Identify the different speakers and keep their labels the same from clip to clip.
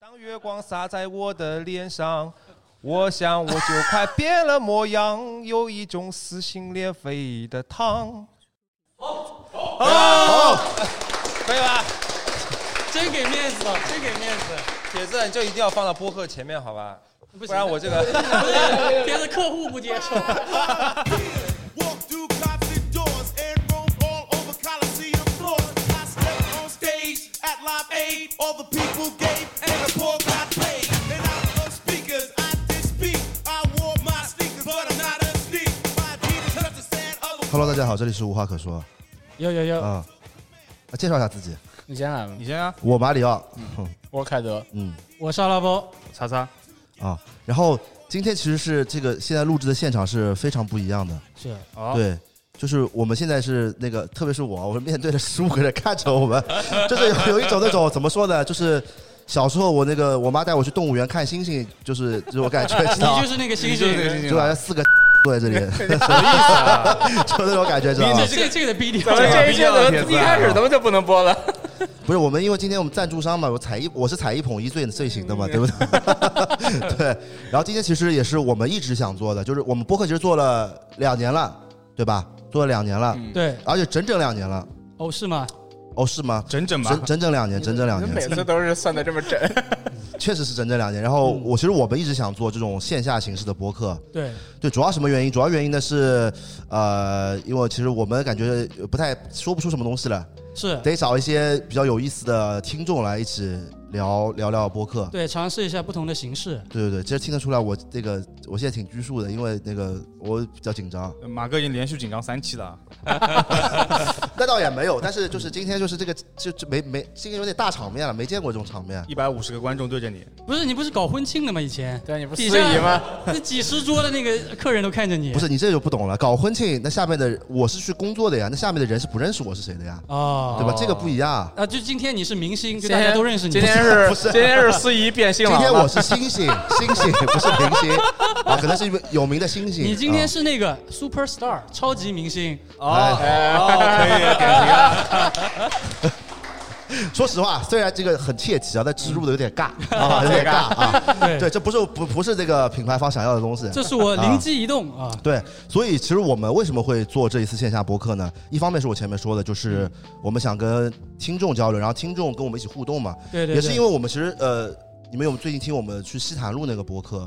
Speaker 1: 当月光洒在我的脸上，我想我就快变了模样，有一种撕心裂肺的烫。 好，好，可以吧？
Speaker 2: 真给面子了，真给面子，
Speaker 1: 铁子，你就一定要放到播客前面，好吧？
Speaker 2: 不行
Speaker 1: 不然我这个
Speaker 2: 别的客户不接受。
Speaker 3: Walk through concert doors and roam all over Coliseum floors. I stepped on stage at Live Aid. All the people gave and the poor got paid. And out of those speakers, I did speak. I wore my sneakers, but I'm not a sneak. My Adidas touched the sand of a
Speaker 4: Hello，大家好，这里是无话可说啊、
Speaker 5: 有有有，
Speaker 4: 介绍一下自己，
Speaker 5: 你先来吧。
Speaker 1: 先啊，
Speaker 4: 我马里奥，
Speaker 5: 我是凯德，
Speaker 4: 嗯
Speaker 2: 我沙拉包，
Speaker 5: 叉叉
Speaker 4: 啊，然后今天其实是这个现在录制的现场是非常不一样的，
Speaker 5: 是
Speaker 4: 哦、对。就是我们现在是那个，特别是我，我面对着十五个人 看着我们，就是有有一种那种怎么说呢，就是小时候我那个我妈带我去动物园看猩猩，就是就是我
Speaker 6: 哎
Speaker 4: 感觉，你知
Speaker 2: 你
Speaker 4: 道
Speaker 2: 就是那个星
Speaker 6: 就
Speaker 2: 星
Speaker 6: 啊是。这个星
Speaker 4: 就好像四个坐在这里，什么意思、 就那种感觉，知道吗
Speaker 7: 啊
Speaker 2: 这？这个这个得逼掉，
Speaker 6: 咱们这一
Speaker 2: 逼
Speaker 6: 切
Speaker 2: 掉
Speaker 6: 怎么一开始咱们就不能播了？
Speaker 4: 不是我们，因为今天我们赞助商嘛，有踩一我是踩一捧一罪罪行
Speaker 6: 嗯
Speaker 4: 的嘛，对不对？ 对。然后今天其实也是我们一直想做的，就是我们播客其实做了两年了，对吧？做了两年了，
Speaker 6: 嗯
Speaker 2: 对，
Speaker 4: 而且整整两年了。
Speaker 2: 哦是吗？
Speaker 4: 哦，是吗？
Speaker 6: 整整
Speaker 4: 整整整两年，整整两
Speaker 6: 每
Speaker 4: 年，嗯
Speaker 6: 次都是算的这么整，
Speaker 4: 确实是整整两年。然后我其实我们一直想做这种线下形式的播客，
Speaker 2: 对，
Speaker 4: 对，主要什么原因？主要原因呢是，呃，因为其实我们感觉不太说不出什么东西了，
Speaker 2: 是，
Speaker 4: 得找一些比较有意思的听众来一起聊聊聊播客。
Speaker 2: 对，尝试一下不同的形式。
Speaker 4: 对对对，其实听得出来我这个我现在挺拘束的，因为那个我比较紧张。
Speaker 6: 马哥已经连续紧张三期 了，
Speaker 2: 啊
Speaker 4: 那倒也没有，但是就是今天就是这个就就没没今天有点大场面了，没见过这种场面。
Speaker 6: 一百五十个观众对着你，
Speaker 2: 不是你不是搞婚庆的吗？以前
Speaker 6: 对你不
Speaker 2: 底
Speaker 6: 是
Speaker 2: 下
Speaker 6: 司仪吗？
Speaker 2: 那几十桌的那个客人都看着你。
Speaker 4: 不是你这就不懂了，搞婚庆那下面的我是去工作的呀，那下面的人是不认识我是谁的呀，
Speaker 2: 哦，
Speaker 4: 对吧？这个不一样。
Speaker 2: 啊，就今天你是明星，就
Speaker 6: 今
Speaker 2: 大家
Speaker 6: 天
Speaker 2: 都认识你。
Speaker 6: 今天
Speaker 4: 不
Speaker 6: 是
Speaker 4: 是
Speaker 6: 今天是司仪变性
Speaker 4: 今
Speaker 6: 了。
Speaker 4: 天我是星 星，星星不是明星啊，可能是因为有名的星星。
Speaker 2: 你今天
Speaker 4: 啊
Speaker 2: 是那个 super star 超级明星，
Speaker 4: 哎
Speaker 6: 啊哦可以
Speaker 4: 啊说实话，虽然这个很切题啊，但植入的有点 尬啊，有点尬啊。
Speaker 2: 对
Speaker 4: 对，这不是不不是这个品牌方想要的东西。
Speaker 2: 这是我灵机一动啊，
Speaker 4: 对，所以其实我们为什么会做这一次线下播客呢？一方面是我前面说的，
Speaker 2: 嗯
Speaker 4: 就是我们想跟听众交流，然后听众跟我们一起互动嘛。
Speaker 2: 对对，
Speaker 4: 也是因
Speaker 2: 为
Speaker 4: 为我们其实呃，你们有最近听我们去西坛路那个播客，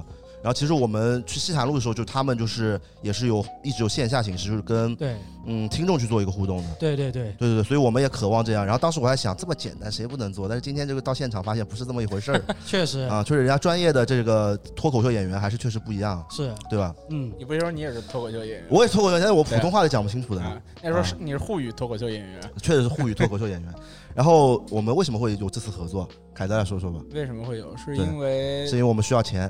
Speaker 4: 然后其实我们去西坛路的时候，就他们就是也是有一直有线下形式，就是跟
Speaker 2: 对
Speaker 4: 嗯听众去做一个互动的。
Speaker 2: 对对对，
Speaker 4: 对对对，所以我们也渴望这样。然后当时我还想，这么简单谁不能做？但是今天这个到现场发现不是这么一回 事儿
Speaker 2: 确实
Speaker 4: 啊，就是人家专业的这个脱口秀演员还是确实不一样，
Speaker 2: 是，
Speaker 4: 对吧？
Speaker 2: 嗯，
Speaker 7: 你不是说你也是脱口秀演员？
Speaker 4: 我也脱口秀，但是我普通话都讲不清楚的。
Speaker 7: 啊，那时候是你是沪语脱口秀演员，
Speaker 4: 确实是沪语脱口秀演员。 然后我们为什么会有这次合作？凯德来说说吧，
Speaker 7: 为什么会有？是
Speaker 4: 对
Speaker 7: 因为
Speaker 4: 是因为我们需要 钱，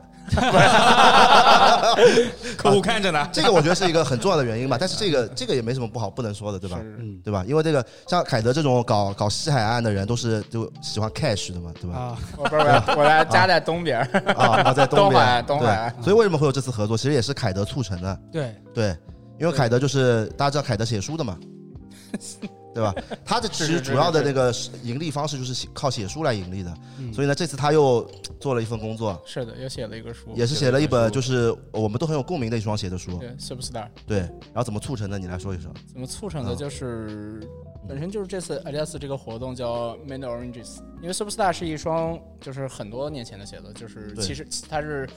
Speaker 6: 客户看着呢，
Speaker 4: 啊这个我觉得是一个很重要的原因 吧。但是这个这个也没什么不好不能说的，对吧？
Speaker 7: 是
Speaker 2: 嗯
Speaker 4: 对吧？因为这个像凯德这种搞搞西海岸的人，都是就喜欢 cash 的嘛，对吧？
Speaker 2: 啊，
Speaker 7: 我不是我我来家在东边儿，
Speaker 4: 啊，啊在
Speaker 7: 东海
Speaker 4: 边，
Speaker 7: 岸东海岸
Speaker 4: 对。所以为什么会有这次合作？其实也是凯德促成的，
Speaker 2: 对，
Speaker 4: 对，因为凯德就是大家知道凯德写书的 嘛，对吧？他的其实主要的那个盈利方式就是靠写书来盈利的，
Speaker 2: 嗯
Speaker 4: 所以呢，这次他又做了一份工作，
Speaker 7: 是的，又写了一个书，
Speaker 4: 也是写了一本就是是我们都很有共鸣的一双鞋的书，
Speaker 7: 对 Superstar
Speaker 4: 对。然后怎么促成的？你来说一说。
Speaker 7: 怎么促成的？
Speaker 4: 嗯
Speaker 7: 就是本身就是这次 Adidas 这个活动叫 Man Oranges，因为 Superstar 是一双就是很多年前的鞋子，就是
Speaker 4: 对
Speaker 7: 其实它是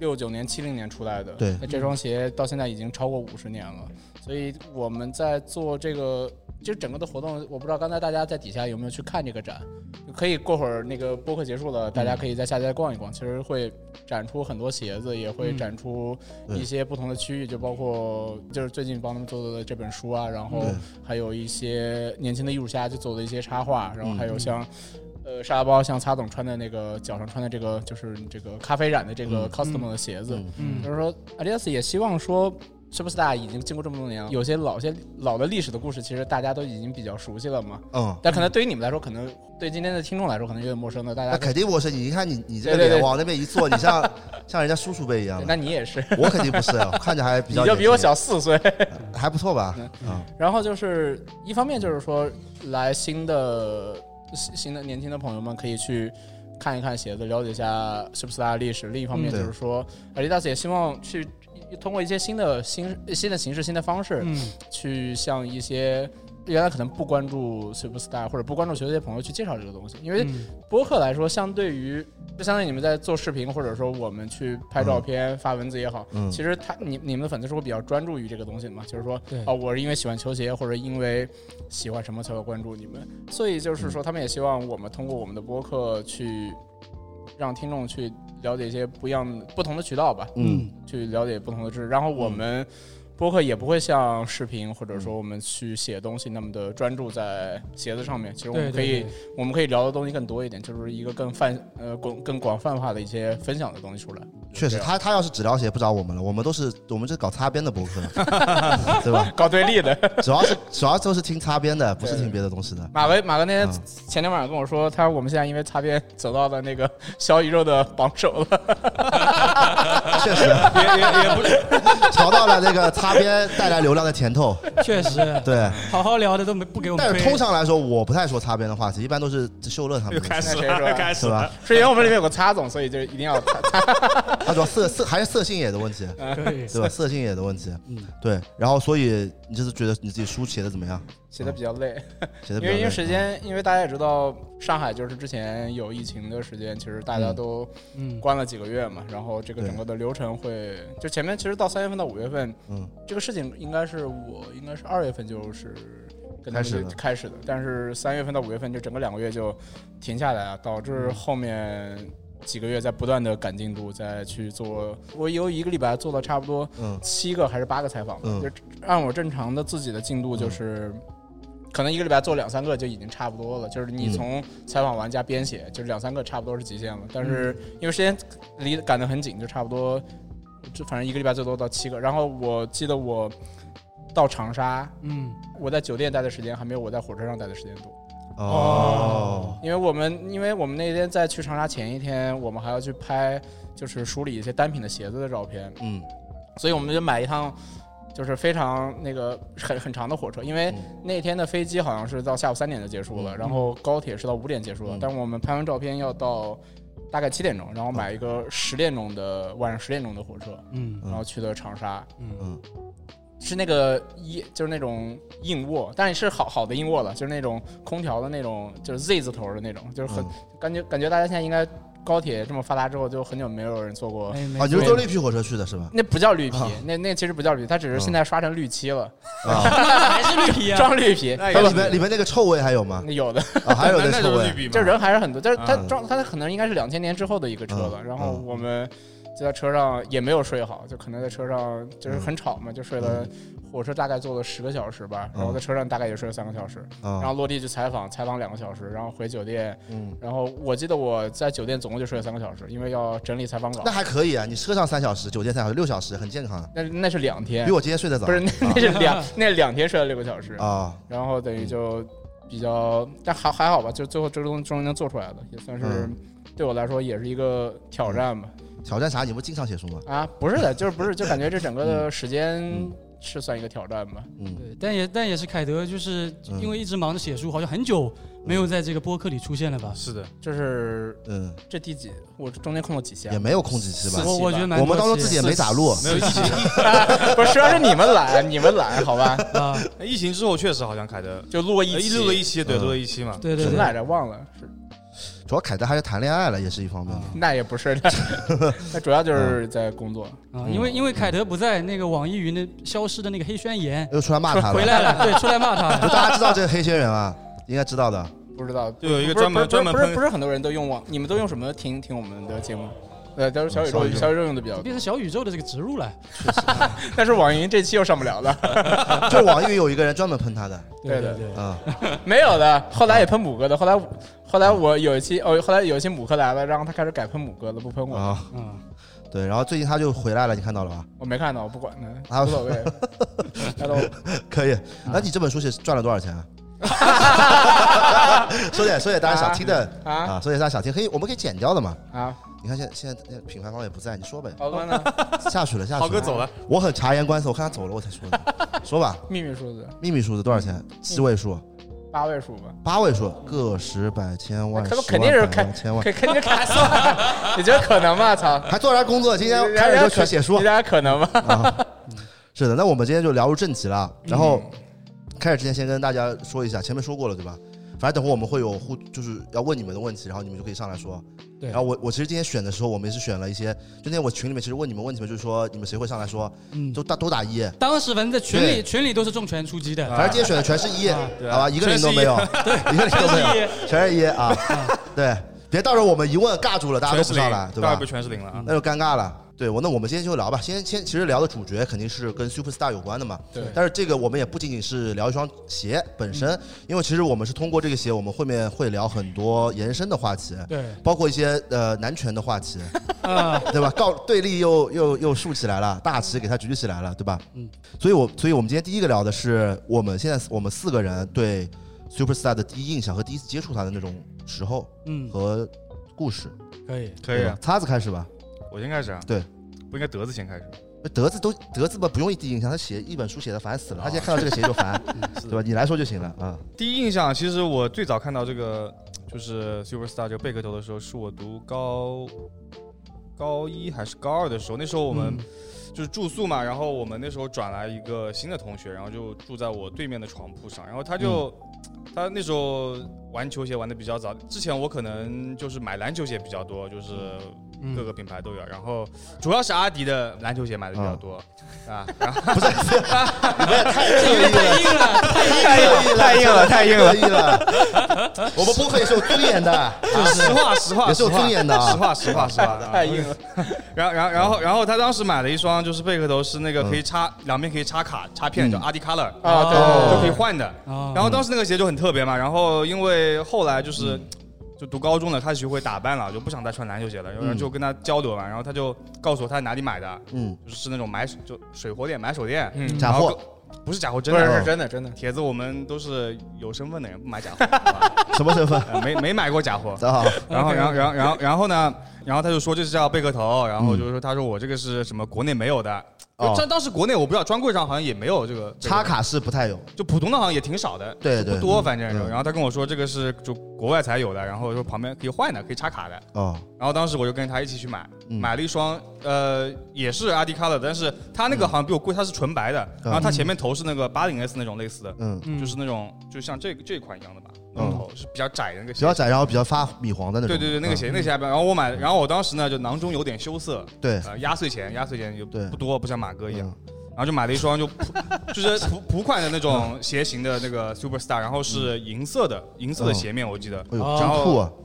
Speaker 7: 六九年七零年出来的，
Speaker 4: 对
Speaker 7: 那这双鞋到现在已经超过五十年了，所以我们在做这个。就整个的活动，我不知道刚才大家在底下有没有去看这个展，可以过会儿那个播客结束了，大
Speaker 4: 嗯
Speaker 7: 家可以在下家逛一逛。其实会展出很多鞋子，也会
Speaker 2: 嗯
Speaker 7: 展出
Speaker 4: 对
Speaker 7: 一些不同的区域，就包括就是最近帮他们做的这本书啊，然后
Speaker 4: 对
Speaker 7: 还有一些年轻的艺术家就做的一些插画，然后
Speaker 4: 嗯
Speaker 7: 还有像。呃，沙拉包像擦总穿的那个脚上穿的这个，就是这个咖啡染的这个
Speaker 4: 嗯
Speaker 7: custom 的鞋子，
Speaker 4: 嗯
Speaker 2: 嗯
Speaker 7: 就是说，Adidas 也希望说，Superstar 已经经过这么多
Speaker 4: 嗯
Speaker 7: 年了，有些老些老的历史的故事，其实大家都已经比较熟悉了嘛。
Speaker 4: 嗯，
Speaker 7: 但可能对于你们来说，可能对今天的听众来说，可能有点陌生的。大
Speaker 4: 那
Speaker 7: 家，
Speaker 4: 肯定我是你，你看你你这个
Speaker 7: 对对
Speaker 4: 脸
Speaker 7: 对
Speaker 4: 往那边一坐，你像像人家叔叔辈一样 的。
Speaker 7: 那你也是，
Speaker 4: 我肯定不是，啊我看着还比
Speaker 7: 你
Speaker 4: 较
Speaker 7: 就比我
Speaker 4: 年轻，
Speaker 7: 小四岁。嗯
Speaker 4: 还不错吧？啊，
Speaker 7: 然后就是一方面就是说，来新的新新的年轻的朋友们可以去看一看鞋子，了解一下 Superstar 的历史。另一方面
Speaker 4: 嗯
Speaker 7: 就
Speaker 4: 对
Speaker 7: 是说，Adidas 也希望去通过一些新的新新的形式、新的方式，
Speaker 2: 嗯，
Speaker 7: 去向一些原来可能不关注 Superstar 或者不关注球鞋的朋友去介绍这个东西，因为
Speaker 2: 嗯
Speaker 7: 播客来说，相对于就相当于你们在做视频，或者说我们去拍照片、发文字也好，
Speaker 4: 嗯
Speaker 7: 其实他你你们的粉丝是会比较专注于这个东西的嘛，就是说
Speaker 2: 对，
Speaker 7: 哦，我是因为喜欢球鞋，或者因为喜欢什么才会关注你们，所以就是
Speaker 2: 嗯
Speaker 7: 说，他们也希望我们通过我们的播客去让听众去了解一些不一样不同的渠道吧，
Speaker 4: 嗯，
Speaker 7: 去了解不同的知识，然后
Speaker 2: 嗯
Speaker 7: 我们。播客也不会像视频或者说我们去写东西那么的专注在鞋子上面，其实我
Speaker 2: 对
Speaker 7: 们可
Speaker 2: 对
Speaker 7: 以
Speaker 2: 对，
Speaker 7: 我们可以聊的东西更多一点，就是一个更泛呃广更广泛化的一些分享的东西出来。
Speaker 4: 确实，
Speaker 7: 这样
Speaker 4: 他他要是只聊鞋不找我们了，我们都是我们这搞擦边的博客， 对吧？
Speaker 7: 搞对立的。
Speaker 4: 主要是主要就是听擦边的，不是听别的东西 的。
Speaker 7: 马维马哥那天
Speaker 4: 嗯
Speaker 7: 前天晚上跟我说，他说我们现在因为擦边走到了那个小宇宙的榜首了。
Speaker 4: 确实，
Speaker 6: 也也也不是，
Speaker 4: 尝到了那个擦边带来流量的甜头。
Speaker 6: 啊
Speaker 2: 确实，
Speaker 4: 对，
Speaker 2: 好好聊的都没不给我们
Speaker 4: 但
Speaker 2: 推。
Speaker 4: 是通常来说，我不太说擦边的话题，一般都是秀乐他
Speaker 6: 又
Speaker 4: 们
Speaker 6: 开
Speaker 4: 的，
Speaker 6: 始
Speaker 7: 那谁说
Speaker 6: 了，又 开始
Speaker 4: 是吧
Speaker 6: 了。？
Speaker 7: 是因为我们里面有个擦总，所以就一定要擦。
Speaker 4: 他主要色色还是色性也的问题，
Speaker 7: 嗯
Speaker 2: 可以，
Speaker 4: 对吧？色性也的问题
Speaker 2: 嗯，
Speaker 4: 对。然后，所以你这次觉得你自己书写的怎么样？
Speaker 7: 写的比较累，
Speaker 4: 嗯写的
Speaker 7: 因
Speaker 4: 比较
Speaker 7: 为因为
Speaker 4: 累
Speaker 7: 时
Speaker 4: 嗯
Speaker 7: 间，因为大家也知道，上海就是之前有疫情的时间，其实大家都
Speaker 2: 嗯，
Speaker 7: 关了几个月嘛，然后这个
Speaker 4: 对
Speaker 7: 整个的流程会，就前面其实到三月份到五月份，
Speaker 4: 嗯，
Speaker 7: 这个事情应该是我应该是二月份就是跟他
Speaker 4: 开始
Speaker 7: 们
Speaker 4: 的
Speaker 7: 开始的，但是三月份到五月份就整个两个月就停下来啊，导致
Speaker 4: 嗯
Speaker 7: 后面几个月在不断的赶进度，再去做，我有一个礼拜做了差不多
Speaker 4: 嗯
Speaker 7: 七个还是八个采访，
Speaker 4: 嗯
Speaker 7: 就按我正常的自己的进度就是。可能一个礼拜做两三个就已经差不多了，就是你
Speaker 4: 嗯
Speaker 7: 从采访完加编写，就是两三个差不多是极限了。但是
Speaker 4: 嗯
Speaker 7: 因为时间离赶得很紧，就差不多，就反正一个礼拜最多到七个。然后我记得我到长沙，
Speaker 2: 嗯，
Speaker 7: 我在酒店待的时间还没有我在火车上待的时间多，
Speaker 4: 哦，
Speaker 7: 因为我们因为我们那天在去长沙前一天，我们还要去拍就是梳理一些单品的鞋子的照片，
Speaker 4: 嗯
Speaker 7: 所以我们就买一趟就是非常那个很很长的火车，因为
Speaker 4: 嗯
Speaker 7: 那天的飞机好像是到下午三点就结束了，
Speaker 4: 嗯
Speaker 7: 然后高铁是到五点结束了，
Speaker 4: 嗯
Speaker 7: 但我们拍完照片要到大概七点钟，然后买一个十点钟的晚上十点钟的火车，
Speaker 2: 嗯
Speaker 4: 嗯
Speaker 7: 然后去的长沙，
Speaker 2: 嗯
Speaker 4: 嗯
Speaker 7: 是那个一就是那种硬卧，但是好好的硬卧了，就是那种空调的那种，就是 Z 字头的那种，就是很、
Speaker 4: 嗯
Speaker 7: 感觉感觉大家现在应该高铁这么发达之后，就很久没有人坐过。
Speaker 2: 哎，没
Speaker 4: 啊，你
Speaker 2: 错
Speaker 4: 是坐绿皮火车去的是吧？
Speaker 7: 那不叫绿皮，
Speaker 4: 啊
Speaker 7: 那那其实不叫绿皮，它只是现在刷成绿漆了，
Speaker 4: 啊，
Speaker 2: 还是绿皮啊？
Speaker 7: 装绿皮。哎
Speaker 6: 那
Speaker 4: 那
Speaker 6: 也
Speaker 4: 里面里面那个臭味还有吗？
Speaker 7: 那有的，
Speaker 4: 啊，还有那
Speaker 6: 那
Speaker 4: 臭
Speaker 6: 就是绿
Speaker 4: 味。
Speaker 6: 笔嘛，
Speaker 7: 这人还是很多，但是
Speaker 2: 啊
Speaker 7: 它
Speaker 4: 嗯
Speaker 7: 装它可能应该是两千年之后的一个车了。
Speaker 4: 嗯
Speaker 7: 然后
Speaker 4: 嗯
Speaker 7: 我们就在车上也没有睡好，就可能在车上就是很吵
Speaker 4: 嗯
Speaker 7: 嘛，就睡了火车大概坐了十个小时吧，然后在车上大概也睡了三个小时。
Speaker 4: 啊，
Speaker 7: 然后落地去采访，采访两个小时，然后回酒店，
Speaker 4: 嗯，
Speaker 7: 然后我记得我在酒店总共就睡了三个小时，因为要整理采访稿
Speaker 4: 那。还可以啊，你车上三小时，酒店三小时，六小时，很健康啊，
Speaker 7: 那那是两天
Speaker 4: 比，我今天睡得早。
Speaker 7: 不是那 那是两那两天睡了六个小时，
Speaker 4: 啊，
Speaker 7: 然后等于就比较，但还还好吧，就最后这个东西终于能做出来了，也算是
Speaker 4: 嗯
Speaker 7: 对我来说也是一个挑战吧。
Speaker 4: 挑战啥？你不是经常写书吗？
Speaker 7: 啊，不是的，就是不是，就感觉这整个的时间
Speaker 4: 嗯
Speaker 7: 是算一个挑战吧。
Speaker 4: 嗯，
Speaker 2: 对，但也但也是凯德，就是
Speaker 4: 嗯
Speaker 2: 因为一直忙着写书，好像很久没有在这个播客里出现了吧？
Speaker 6: 是的，
Speaker 7: 就是
Speaker 4: 嗯，
Speaker 7: 这第几？我中间空了几期
Speaker 4: 也
Speaker 7: 啊？
Speaker 4: 没有空几期吧
Speaker 7: 四？
Speaker 2: 我我觉得蛮
Speaker 4: 我们
Speaker 2: 多
Speaker 4: 当中
Speaker 2: 期
Speaker 4: 自己也没咋录，
Speaker 6: 没有疫情，
Speaker 7: 不是，主要是你们懒，你们懒，好吧？
Speaker 2: 啊，
Speaker 6: 哎疫情之后确实好像凯德
Speaker 7: 就录过一期，
Speaker 6: 一录了一期，对，
Speaker 4: 嗯
Speaker 6: 录了一期嘛。
Speaker 2: 对对
Speaker 7: 什么来
Speaker 2: 对，
Speaker 7: 着？忘了，是
Speaker 4: 主要凯德还是谈恋爱了，也是一方面。
Speaker 7: 那也不 是，那主要就是在工作。
Speaker 4: 嗯
Speaker 2: 啊，因为因为凯德不在，那个网易云的消失的那个黑宣言
Speaker 4: 又出来骂他
Speaker 2: 回
Speaker 4: 了，
Speaker 2: 来了，对，出来骂他 了。
Speaker 4: 大家知道这个黑仙人啊，应该知道的。
Speaker 7: 不知道，
Speaker 6: 就有一个
Speaker 7: 不是
Speaker 6: 专门
Speaker 7: 不是
Speaker 6: 专门
Speaker 7: 不是
Speaker 6: 喷
Speaker 7: 不是很多人都用网，你们都用什么听听我们的节目？呃，都是小宇
Speaker 4: 小
Speaker 7: 宙
Speaker 4: 宇，宙
Speaker 7: 小宇宙用的比较多，
Speaker 2: 变成小宇宙的这个植入了，
Speaker 7: 但是网易云这期又上不了了，
Speaker 4: 就是网易云有一个人专门喷他的，
Speaker 7: 对
Speaker 2: 对
Speaker 7: 的
Speaker 2: 对，
Speaker 4: 啊，
Speaker 7: 没有的。后来也喷母哥的，后来后来我有一期哦，后来有一期母哥来了，然后他开始改喷母哥了，不喷我，
Speaker 4: 啊，
Speaker 2: 嗯，
Speaker 4: 对，然后最近他就回来了，你看到了吧？
Speaker 7: 我没看到，我不管他，
Speaker 4: 啊
Speaker 7: 无所 谓。他都
Speaker 4: 可以。那你这本书是赚了多少钱啊？ 说点说点大家想听的
Speaker 7: 啊
Speaker 4: 啊，说点大家想听，可以我们可以剪掉的嘛。
Speaker 7: 啊，
Speaker 4: 你看现在现在那品牌方也不在，你说呗。
Speaker 7: 豪哥呢？
Speaker 4: 下去了，下去了。
Speaker 6: 豪哥走了，
Speaker 4: 我很 察言观色，我看他走了我才说的。说吧，
Speaker 7: 秘密数字
Speaker 4: 秘密数字多少钱？七位数，
Speaker 7: 八位数吧，
Speaker 4: 八位数，个十百千万，
Speaker 7: 他们
Speaker 4: 啊十
Speaker 7: 嗯肯
Speaker 4: 万
Speaker 7: 定是
Speaker 4: 百
Speaker 7: 开
Speaker 4: 万千万，
Speaker 7: 肯肯定是开算， 你觉得可能吗？操，
Speaker 4: 还做啥工作？今天开始就学写书
Speaker 7: 你，俩可能吗？
Speaker 4: 是的，那我们今天就聊入正题了。然后开始之前，先跟大家说一下，前面说过了，对吧？反正等会我们会有互，就是要问你们的问题，然后你们就可以上来说。
Speaker 2: 对
Speaker 4: 然后我我其实今天选的时候，我们也是选了一些，就那天我群里面其实问你们问题嘛，就是说你们谁会上来说，
Speaker 2: 嗯
Speaker 4: 都大都打一。
Speaker 2: 当时反正在群里
Speaker 4: 对
Speaker 2: 群里都是重拳出击的，
Speaker 4: 反正今天选的全是一，
Speaker 2: 啊
Speaker 4: 好吧，一个零都没 有，一个零都没有，全是一啊。对，别到时候我们一问尬住了，大家都
Speaker 6: 全
Speaker 4: 不
Speaker 6: 是
Speaker 4: 上
Speaker 6: 零
Speaker 4: 来，，对
Speaker 6: 大
Speaker 4: 吧
Speaker 6: 概不？全是零了啊。
Speaker 4: 那就尴尬了。对我，那我们今天就聊吧。先先，其实聊的主角肯定是跟 Superstar 有关的嘛。
Speaker 7: 对
Speaker 4: 但是这个我们也不仅仅是聊一双鞋本身，因为其实我们是通过这个鞋，我们后面会聊很多延伸的话题，
Speaker 2: 对
Speaker 4: 包括一些呃男权的话题，
Speaker 2: 啊，
Speaker 4: 对吧？告对立又又又竖起来了，大旗给它举起来了，对吧？嗯
Speaker 2: 嗯。
Speaker 4: 所以我所以我们今天第一个聊的是我们现在我们四个人对 Superstar 的第一印象和第一次接触他的那种时候
Speaker 2: 嗯，
Speaker 4: 和故事。
Speaker 2: 可以，
Speaker 6: 可以
Speaker 4: 对
Speaker 6: 啊
Speaker 4: 吧，擦子开始吧。
Speaker 6: 我先开始啊。
Speaker 4: 对，
Speaker 2: 嗯
Speaker 6: 不应该德子先开始。
Speaker 4: 德字都德字吧，不用第一印象，他写一本书写的烦死了，他现在看到这个鞋就烦，
Speaker 6: 哦
Speaker 4: 对吧？你来说就行了啊。
Speaker 6: 第一印象，其实我最早看到这个就是 Superstar 这个贝壳头的时候，是我读高高一还是高二的时候。那时候我们就是住宿嘛，然后我们那时候转来一个新的同学，然后就住在我对面的床铺上，然后他就。他那时候玩球鞋玩的比较早，之前我可能就是买篮球鞋比较多，就是各个品牌都有，然后主要是阿迪的篮球鞋买的比较多，啊，然后
Speaker 4: 太有意了，
Speaker 2: 硬了，
Speaker 4: 太有意了，太硬了，太硬了，太硬了。 我们播客也是有尊严的，
Speaker 6: 哎 实话实话
Speaker 4: 也是有尊严的啊
Speaker 6: 实话实话实话的啊，
Speaker 7: 太硬了，
Speaker 6: 然后，然后，然后，然后他当时买了一双，就是贝壳头是那
Speaker 4: 嗯
Speaker 6: 个可以插、两边可以插卡插片，叫 Adi Color，、
Speaker 7: 啊！
Speaker 2: 哦
Speaker 6: 就可
Speaker 7: 对
Speaker 6: 以换的。
Speaker 2: 哦
Speaker 6: 然后当时那个鞋就很特别嘛。然后因为后来
Speaker 4: 嗯
Speaker 6: 就是、就读高中了，开始学会打扮了，就不想再穿篮球
Speaker 4: 嗯
Speaker 6: 鞋了。然后就跟他交流嘛，然后他就告诉我他哪里买的，
Speaker 4: 嗯，
Speaker 6: 就是那种买就水货店买手店，
Speaker 7: 嗯
Speaker 4: 假货
Speaker 6: 然后跟，不是假货，真
Speaker 7: 不是
Speaker 6: 的。啊
Speaker 7: 是真的真的，
Speaker 6: 铁子，我们都是有身份的人，不买假 货，好吧
Speaker 4: 什么身份？哦
Speaker 6: 呃没没买过假 货。
Speaker 4: 走好，
Speaker 6: 然后，然后，然后，然后，然后呢？然后他就说这是叫贝壳头，然后就是说他说我这个是什么国内没有的，
Speaker 4: 嗯哦
Speaker 6: 就当当时国内我不知道专柜上好像也没有这个
Speaker 4: 插，卡是不太有，
Speaker 6: 这个就普通的好像也挺少的，
Speaker 4: 对
Speaker 6: 就
Speaker 4: 对
Speaker 6: 不多反正
Speaker 4: 嗯
Speaker 6: 然后他跟我说这个是就国外才有的，然后说旁边可以换的，可以插卡的。
Speaker 4: 哦，
Speaker 6: 然后当时我就跟他一起去买，
Speaker 4: 嗯
Speaker 6: 买了一双呃也是阿迪卡的，但是他
Speaker 4: 嗯
Speaker 6: 那个好像比我贵，它是纯白的，然后它前面头是那个八零 S 那种类似的，
Speaker 4: 嗯，
Speaker 6: 就是那种就像这这款一样的吧，那种头是比较窄的那个
Speaker 4: 比
Speaker 6: 鞋
Speaker 4: 较窄，然后比较发米黄的那种。嗯
Speaker 6: 对对对，那个鞋，那个鞋还不要。然后我买，然后我当时呢就囊中有点羞涩，
Speaker 4: 对
Speaker 6: 呃，压岁钱，压岁钱就
Speaker 4: 对
Speaker 6: 不多，不像马哥一样
Speaker 4: 嗯，
Speaker 6: 然后就买了一双就普 就是普普款的那
Speaker 4: 嗯
Speaker 6: 种鞋型的那个 Superstar，然后是银色的，银色的鞋面我记得，
Speaker 4: 嗯，哎呦，
Speaker 6: 然
Speaker 4: 真酷
Speaker 6: 后
Speaker 4: 啊！嗯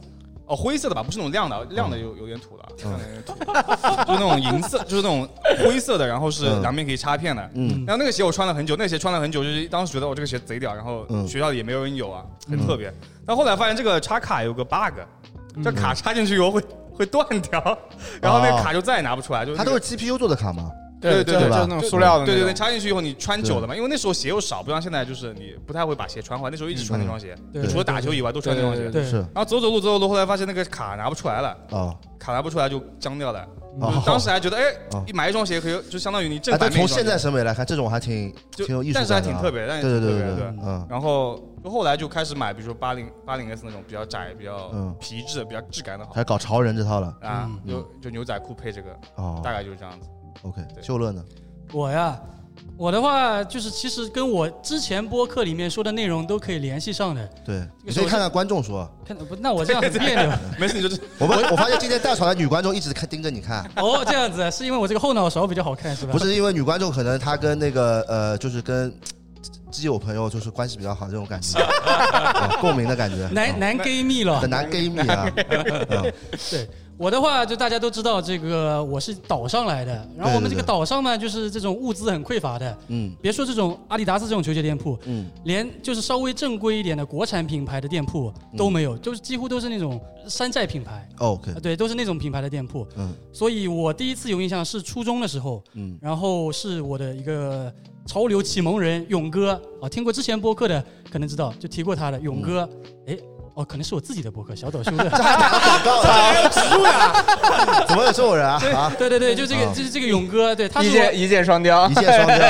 Speaker 6: 哦灰色的吧，不是那种亮的，亮的有有点土
Speaker 7: 啊
Speaker 6: 了，亮的有点土， 就那种银色，就是那种灰色的，然后是
Speaker 4: 嗯
Speaker 6: 两边可以插片的，
Speaker 4: 嗯
Speaker 6: 然后那个鞋我穿了很久，那个鞋穿了很久，就是当时觉得我这个鞋贼屌，然后
Speaker 4: 嗯
Speaker 6: 学校里也没有人有啊，很特别。但后来发现这个插卡有个 bug，这
Speaker 4: 嗯
Speaker 6: 卡插进去以后会会断掉，然后那个卡就再也拿不出来，就
Speaker 4: 哦它
Speaker 6: 那
Speaker 4: 都是
Speaker 6: 个
Speaker 4: GPU 做的卡吗？
Speaker 6: 对
Speaker 7: 嗯就
Speaker 6: 对
Speaker 7: 是
Speaker 4: 吧
Speaker 7: 就是那种塑料的那
Speaker 6: 对
Speaker 7: 种，
Speaker 6: 对对，插进去以后你穿久了嘛，因为那时候鞋又少，不像现在就是你不太会把鞋穿坏，那时候一直穿那双鞋，
Speaker 4: 嗯
Speaker 2: 对
Speaker 6: 就除了打球以外都穿那双鞋。
Speaker 2: 对
Speaker 4: 是
Speaker 6: 然后走走路走走路，后来发现那个卡拿不出来了，
Speaker 4: 哦，
Speaker 6: 卡拿不出来就僵掉了。
Speaker 4: 哦
Speaker 6: 就是当时还觉得，哎
Speaker 4: 哦，
Speaker 6: 一买一双鞋可以，就相当于你正
Speaker 4: 哎，
Speaker 6: 反
Speaker 4: 但
Speaker 6: 面一
Speaker 4: 从
Speaker 6: 双鞋
Speaker 4: 现在审美来看，这种还挺
Speaker 6: 就
Speaker 4: 挺有艺术
Speaker 6: 但
Speaker 4: 感
Speaker 6: 是
Speaker 4: 的啊，
Speaker 6: 还挺特别，但是
Speaker 4: 对对
Speaker 6: 挺特别
Speaker 4: 对对，
Speaker 6: 对
Speaker 4: 嗯，
Speaker 6: 然后就后来就开始买，比如说八零八零 S 那种比较窄、比较
Speaker 4: 嗯
Speaker 6: 皮质的、比较质感的好
Speaker 4: 还搞潮人这套了。嗯
Speaker 6: 啊，就就牛仔裤配这个，
Speaker 4: 哦
Speaker 6: 大概就是这样子。
Speaker 4: ，OK，
Speaker 6: 对
Speaker 4: 秀乐呢？
Speaker 2: 我呀，我的话就是其实跟我之前播客里面说的内容都可以联系上的。
Speaker 4: 对，你可
Speaker 2: 个
Speaker 4: 以
Speaker 2: 手
Speaker 4: 看看观众说。
Speaker 2: 看，不，那我这样很别扭。
Speaker 6: 没事，你就是
Speaker 4: 我们我发现今天在场的女观众一直看盯着你 看，
Speaker 2: 哦，这样子是因为我这个后脑勺比较好看是吧？
Speaker 4: 不，是因为女观众可能她跟那个呃，就是跟基友朋友就是关系比较好这种感 觉，啊共鸣的感觉。
Speaker 2: 男男 gay 蜜了
Speaker 4: 很。难 gay 蜜 啊， 嗯
Speaker 2: 对我的话，就大家都知道，这个我是岛上来的。然后我们
Speaker 4: 对对对
Speaker 2: 这个岛上呢，就是这种物资很匮乏的。
Speaker 4: 嗯
Speaker 2: 别说这种阿迪达斯这种球鞋店铺，
Speaker 4: 嗯
Speaker 2: 连就是稍微正规一点的国产品牌的店铺都没有，就是几乎都是那种山寨品牌，
Speaker 4: 嗯哦，OK，
Speaker 2: 啊对，都是那种品牌的店铺。
Speaker 4: 嗯
Speaker 2: 所以我第一次有印象是初中的时候，
Speaker 4: 嗯
Speaker 2: 然后是我的一个潮哦
Speaker 4: 嗯
Speaker 2: 流启蒙人勇哥啊，听过之前播客的可能知道，就提过他的勇哥。哎、哦，可能是我自己的博客小岛 秀的。
Speaker 4: 这还打个广告呢？ 怎么有这种人啊？啊，
Speaker 2: 对对对，就这个，就是这个勇哥，对，他是
Speaker 7: 一
Speaker 2: 我
Speaker 7: 箭一箭双雕
Speaker 4: 一，箭双 雕
Speaker 2: 对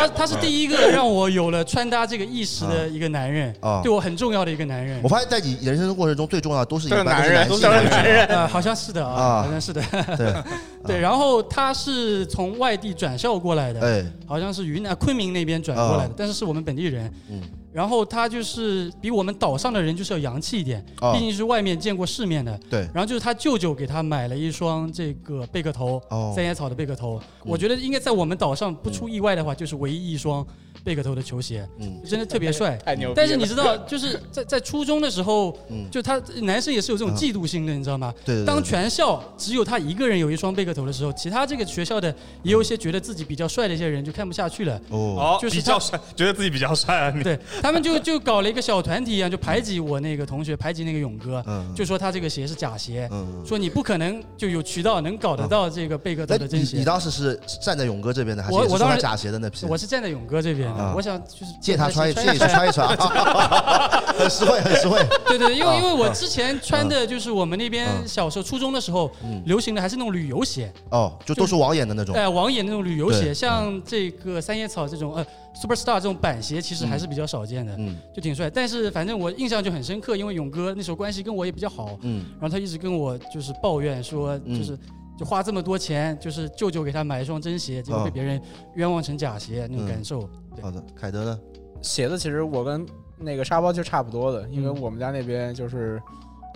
Speaker 4: 啊！
Speaker 2: 他，他是第一个让我有了穿搭这个意识的一个男人
Speaker 4: 啊，
Speaker 2: 对我很重要的一个男人
Speaker 4: 我。发现在你人生的过程中，最重要的都是一
Speaker 6: 都是
Speaker 4: 般
Speaker 6: 男人
Speaker 4: 都是
Speaker 6: 都是
Speaker 4: 性
Speaker 6: 男
Speaker 2: 呃，好像是的
Speaker 4: 啊
Speaker 2: 啊，好像是的。
Speaker 4: 对， 啊
Speaker 2: 对，然后他是从外地转校过来的，
Speaker 4: 哎，
Speaker 2: 好像是云南昆明那边转过来的
Speaker 4: 啊，
Speaker 2: 但是是我们本地人。
Speaker 4: 嗯
Speaker 2: 然后他就是比我们岛上的人就是要洋气一点，
Speaker 4: 啊
Speaker 2: 毕竟是外面见过世面的。
Speaker 4: 对，
Speaker 2: 然后就是他舅舅给他买了一双这个贝壳头，
Speaker 4: 哦嗯
Speaker 2: 三叶草的贝壳头。我觉得应该在我们岛上不出意外的话，就是唯一一双贝壳头的球鞋，
Speaker 4: 嗯
Speaker 2: 真的特别帅。
Speaker 7: 太牛逼了！
Speaker 2: 但是你知道，就是在在初中的时候，
Speaker 4: 嗯
Speaker 2: 就他男生也是有这种嫉妒心的，你知道吗？
Speaker 4: 对对对
Speaker 2: 当全校只有他一个人有一双贝壳头的时候，其他这个学校的也有一些觉得自己比较帅的一些人就看不下去了。
Speaker 4: 哦，
Speaker 6: 哦，
Speaker 2: 就是
Speaker 6: 比
Speaker 2: 他
Speaker 6: 较帅，觉得自己比较帅啊，你
Speaker 2: 对他们就就搞了一个小团体一样，就排挤我那个同学，排挤那个勇哥，
Speaker 4: 嗯嗯
Speaker 2: 就说他这个鞋是假鞋，
Speaker 4: 嗯，
Speaker 2: 说你不可能就有渠道能搞得到这个贝克
Speaker 4: 那
Speaker 2: 头的
Speaker 4: 你
Speaker 2: 真鞋
Speaker 4: 你。当时是站在勇哥这边的，还是
Speaker 2: 我
Speaker 4: 也是
Speaker 2: 我当
Speaker 4: 穿
Speaker 2: 时
Speaker 4: 假鞋的那批？
Speaker 2: 我是站在勇哥这边
Speaker 4: 啊
Speaker 2: 的，我想就是
Speaker 4: 借他穿一借
Speaker 2: 穿
Speaker 4: 你去穿一啊穿， 很实惠，很实惠。
Speaker 2: 对对对，因
Speaker 4: 啊
Speaker 2: 为因为我之前穿的就是我们那边
Speaker 4: 嗯
Speaker 2: 小时候初中的时候流行的还是那种旅游鞋，
Speaker 4: 哦，就都是网眼的那种。
Speaker 2: 哎，网眼那种旅游
Speaker 4: 对
Speaker 2: 鞋，像这个三叶草这种呃 Superstar 这种板鞋，其实还是比较少见的，
Speaker 4: 嗯
Speaker 2: 就挺帅。但是反正我印象就很深刻，因为勇哥那时候关系跟我也比较好，
Speaker 4: 嗯
Speaker 2: 然后他一直跟我就是抱怨说，
Speaker 4: 嗯
Speaker 2: 就是就花这么多钱，就是舅舅给他买一双真鞋，结
Speaker 4: 啊
Speaker 2: 果被别人冤枉成假鞋
Speaker 4: 嗯
Speaker 2: 那种感受。
Speaker 4: 好的，凯德呢？
Speaker 7: 鞋子其实我跟那个沙包其实差不多的，因
Speaker 2: 嗯
Speaker 7: 为我们家那边就是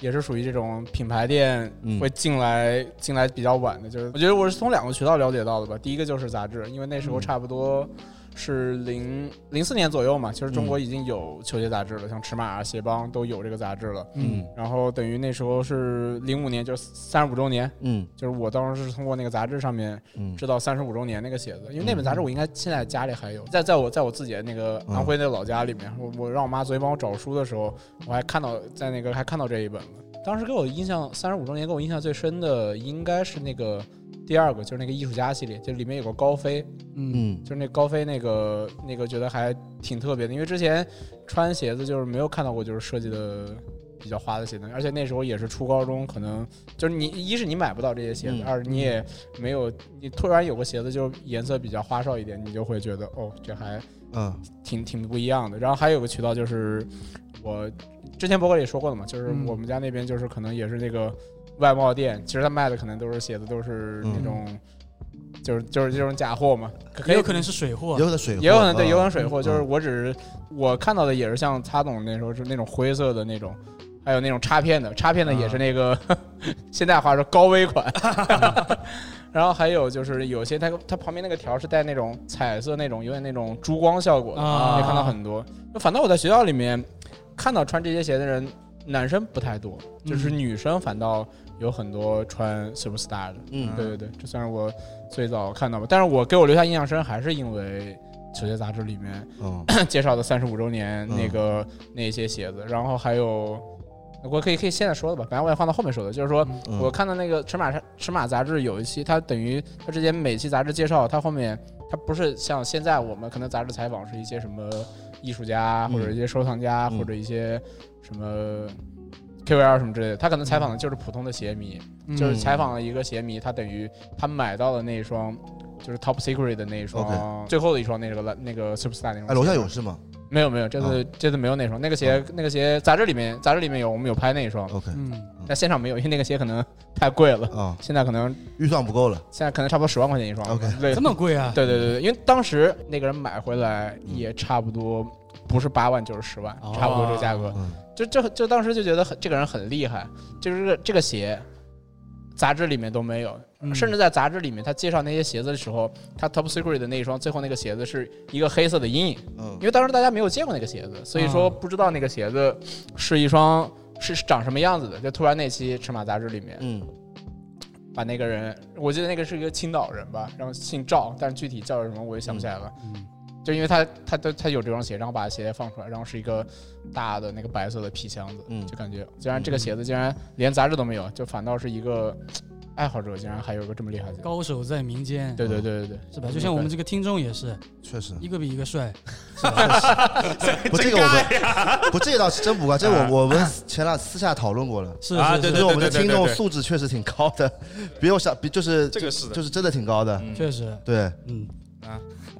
Speaker 7: 也是属于这种品牌店
Speaker 4: 嗯
Speaker 7: 会进来、进来比较晚的，就是我觉得我是从两个渠道了解到的吧。第一个就是杂志，因为那时
Speaker 4: 嗯
Speaker 7: 候差不多是零零四年左右嘛，其
Speaker 4: 嗯
Speaker 7: 实中国已经有球鞋杂志了，像尺码啊、鞋帮都有这个杂志了。
Speaker 4: 嗯
Speaker 7: 然后等于那时候是零五年，就是三十五周年，
Speaker 4: 嗯
Speaker 7: 就是我当时是通过那个杂志上面
Speaker 4: 嗯
Speaker 7: 知道三十五周年那个鞋子，因为那本杂志我应该现在家里还有，在在我在我自己的那个安徽的老家里面，我我让我妈昨天帮我找书的时候，我还看到在那个还看到这一本了。当时给我印象三十五周年给我印象最深的应该是那个第二个，就是那个艺术家系列，就里面有个高飞，
Speaker 2: 嗯，
Speaker 4: 嗯
Speaker 7: 就是那高飞那个那个觉得还挺特别的，因为之前穿鞋子就是没有看到过就是设计的比较花的鞋子，而且那时候也是初高中，可能就是你一是你买不到这些鞋子，
Speaker 4: 嗯
Speaker 7: 二是你也没有你突然有个鞋子就颜色比较花哨一点，你就会觉得哦这还
Speaker 4: 嗯
Speaker 7: 挺挺不一样的。然后还有个渠道就是我之前博客里说过的嘛，就是
Speaker 2: 嗯
Speaker 7: 我们家那边就是可能也是那个外贸店，其实他卖的可能都是鞋子，都是
Speaker 4: 嗯
Speaker 7: 那种。就是就是这种假货嘛，可
Speaker 2: 也
Speaker 7: 以
Speaker 2: 有可能是水货
Speaker 4: 也。有的水货，
Speaker 7: 也有可能对，
Speaker 4: 嗯
Speaker 7: 也有可能水货，就是
Speaker 4: 嗯
Speaker 7: 我只是我看到的也是像擦总那时候是那种灰色的那种，还有那种插片的，插片的也是那个、 现在话说高危款， 然后还有就是有些它它旁边那个条是带那种彩色那种有点那种珠光效果的，
Speaker 2: 啊
Speaker 7: 也看到很多。就反倒我在学校里面看到穿这些鞋的人，男生不太多，就是
Speaker 2: 嗯
Speaker 7: 女生反倒有很多穿 Superstar 的。
Speaker 4: 嗯
Speaker 7: 对对对，这算是我最早看到吧。但是我给我留下印象深，还是因为《球鞋杂志》里面
Speaker 4: 嗯
Speaker 7: 介绍的三十五周年
Speaker 4: 嗯
Speaker 7: 那个、那些鞋子，然后还有。我可以可以现在说的吧，反正我也放到后面说的，就是说
Speaker 4: 嗯
Speaker 7: 我看到那个尺码尺码杂志有一期，它等于它之前每期杂志介绍，它后面它不是像现在我们可能杂志采访是一些什么艺术家
Speaker 4: 嗯
Speaker 7: 或者一些收藏家
Speaker 4: 嗯
Speaker 7: 或者一些什么 KOL 什么之类的，它可能采访的就是普通的鞋迷，
Speaker 4: 嗯
Speaker 7: 就是采访了一个鞋迷，他等于他买到了那一双，就是 Top Secret 的那一双
Speaker 4: OK
Speaker 7: 最后的一双那个那个 Superstar 那双鞋。
Speaker 4: 哎，楼下有是吗啊
Speaker 7: 没有没有，这次、这次没有那双，那个鞋、那个鞋杂志里面杂志里面有，我们有拍那一双，
Speaker 4: ？OK
Speaker 2: 嗯，
Speaker 7: 但现场没有，因为那个鞋可能太贵了，
Speaker 4: 啊，
Speaker 7: 现在可能
Speaker 4: 预算不够了，
Speaker 7: 现在可能差不多十万块钱一双吧。
Speaker 4: OK
Speaker 7: 对
Speaker 2: 这么贵啊？
Speaker 7: 对对对对，因为当时那个人买回来也差不多。不是八万就是十万
Speaker 2: 哦，
Speaker 7: 差不多这个价格。
Speaker 4: 嗯
Speaker 7: 就这就当时就觉得很这个人很厉害，就是这个这个鞋，杂志里面都没有，
Speaker 2: 嗯
Speaker 7: 甚至在杂志里面，他介绍那些鞋子的时候，他 Top Secret 的那一双，最后那个鞋子是一个黑色的阴影，
Speaker 4: 嗯
Speaker 7: 因为当时大家没有见过那个鞋子，所以说
Speaker 2: 啊
Speaker 7: 不知道那个鞋子是一双是是长什么样子的。就突然那期尺码杂志里面，
Speaker 4: 嗯
Speaker 7: 把那个人，我记得那个是一个青岛人吧，然后姓赵，但是具体叫什么我也想不起来了。
Speaker 2: 嗯
Speaker 7: 就因为他他他他有这双鞋，然后把鞋放出来，然后是一个大的那个白色的皮箱子，
Speaker 4: 嗯
Speaker 7: 就感觉竟然这个鞋子竟然连杂志都没有，就反倒是一个爱好者竟然还有个这么厉害的。
Speaker 2: 高手在民间，哦
Speaker 7: 对对对对对，
Speaker 2: 是吧？就像我们这个听众也是，
Speaker 4: 确实，
Speaker 2: 一个比一个 帅。
Speaker 4: 不这个我们 不这个倒是真不怪，这我我们前两私下讨论过了。
Speaker 2: 是
Speaker 6: 啊
Speaker 2: 是
Speaker 6: 对
Speaker 4: 就是
Speaker 2: 是
Speaker 6: 对
Speaker 4: 我们的听众素质确实挺高的，比我想，比就是
Speaker 6: 这个是的
Speaker 4: 就是真的挺高的。
Speaker 2: 确实，
Speaker 4: 对
Speaker 2: 嗯，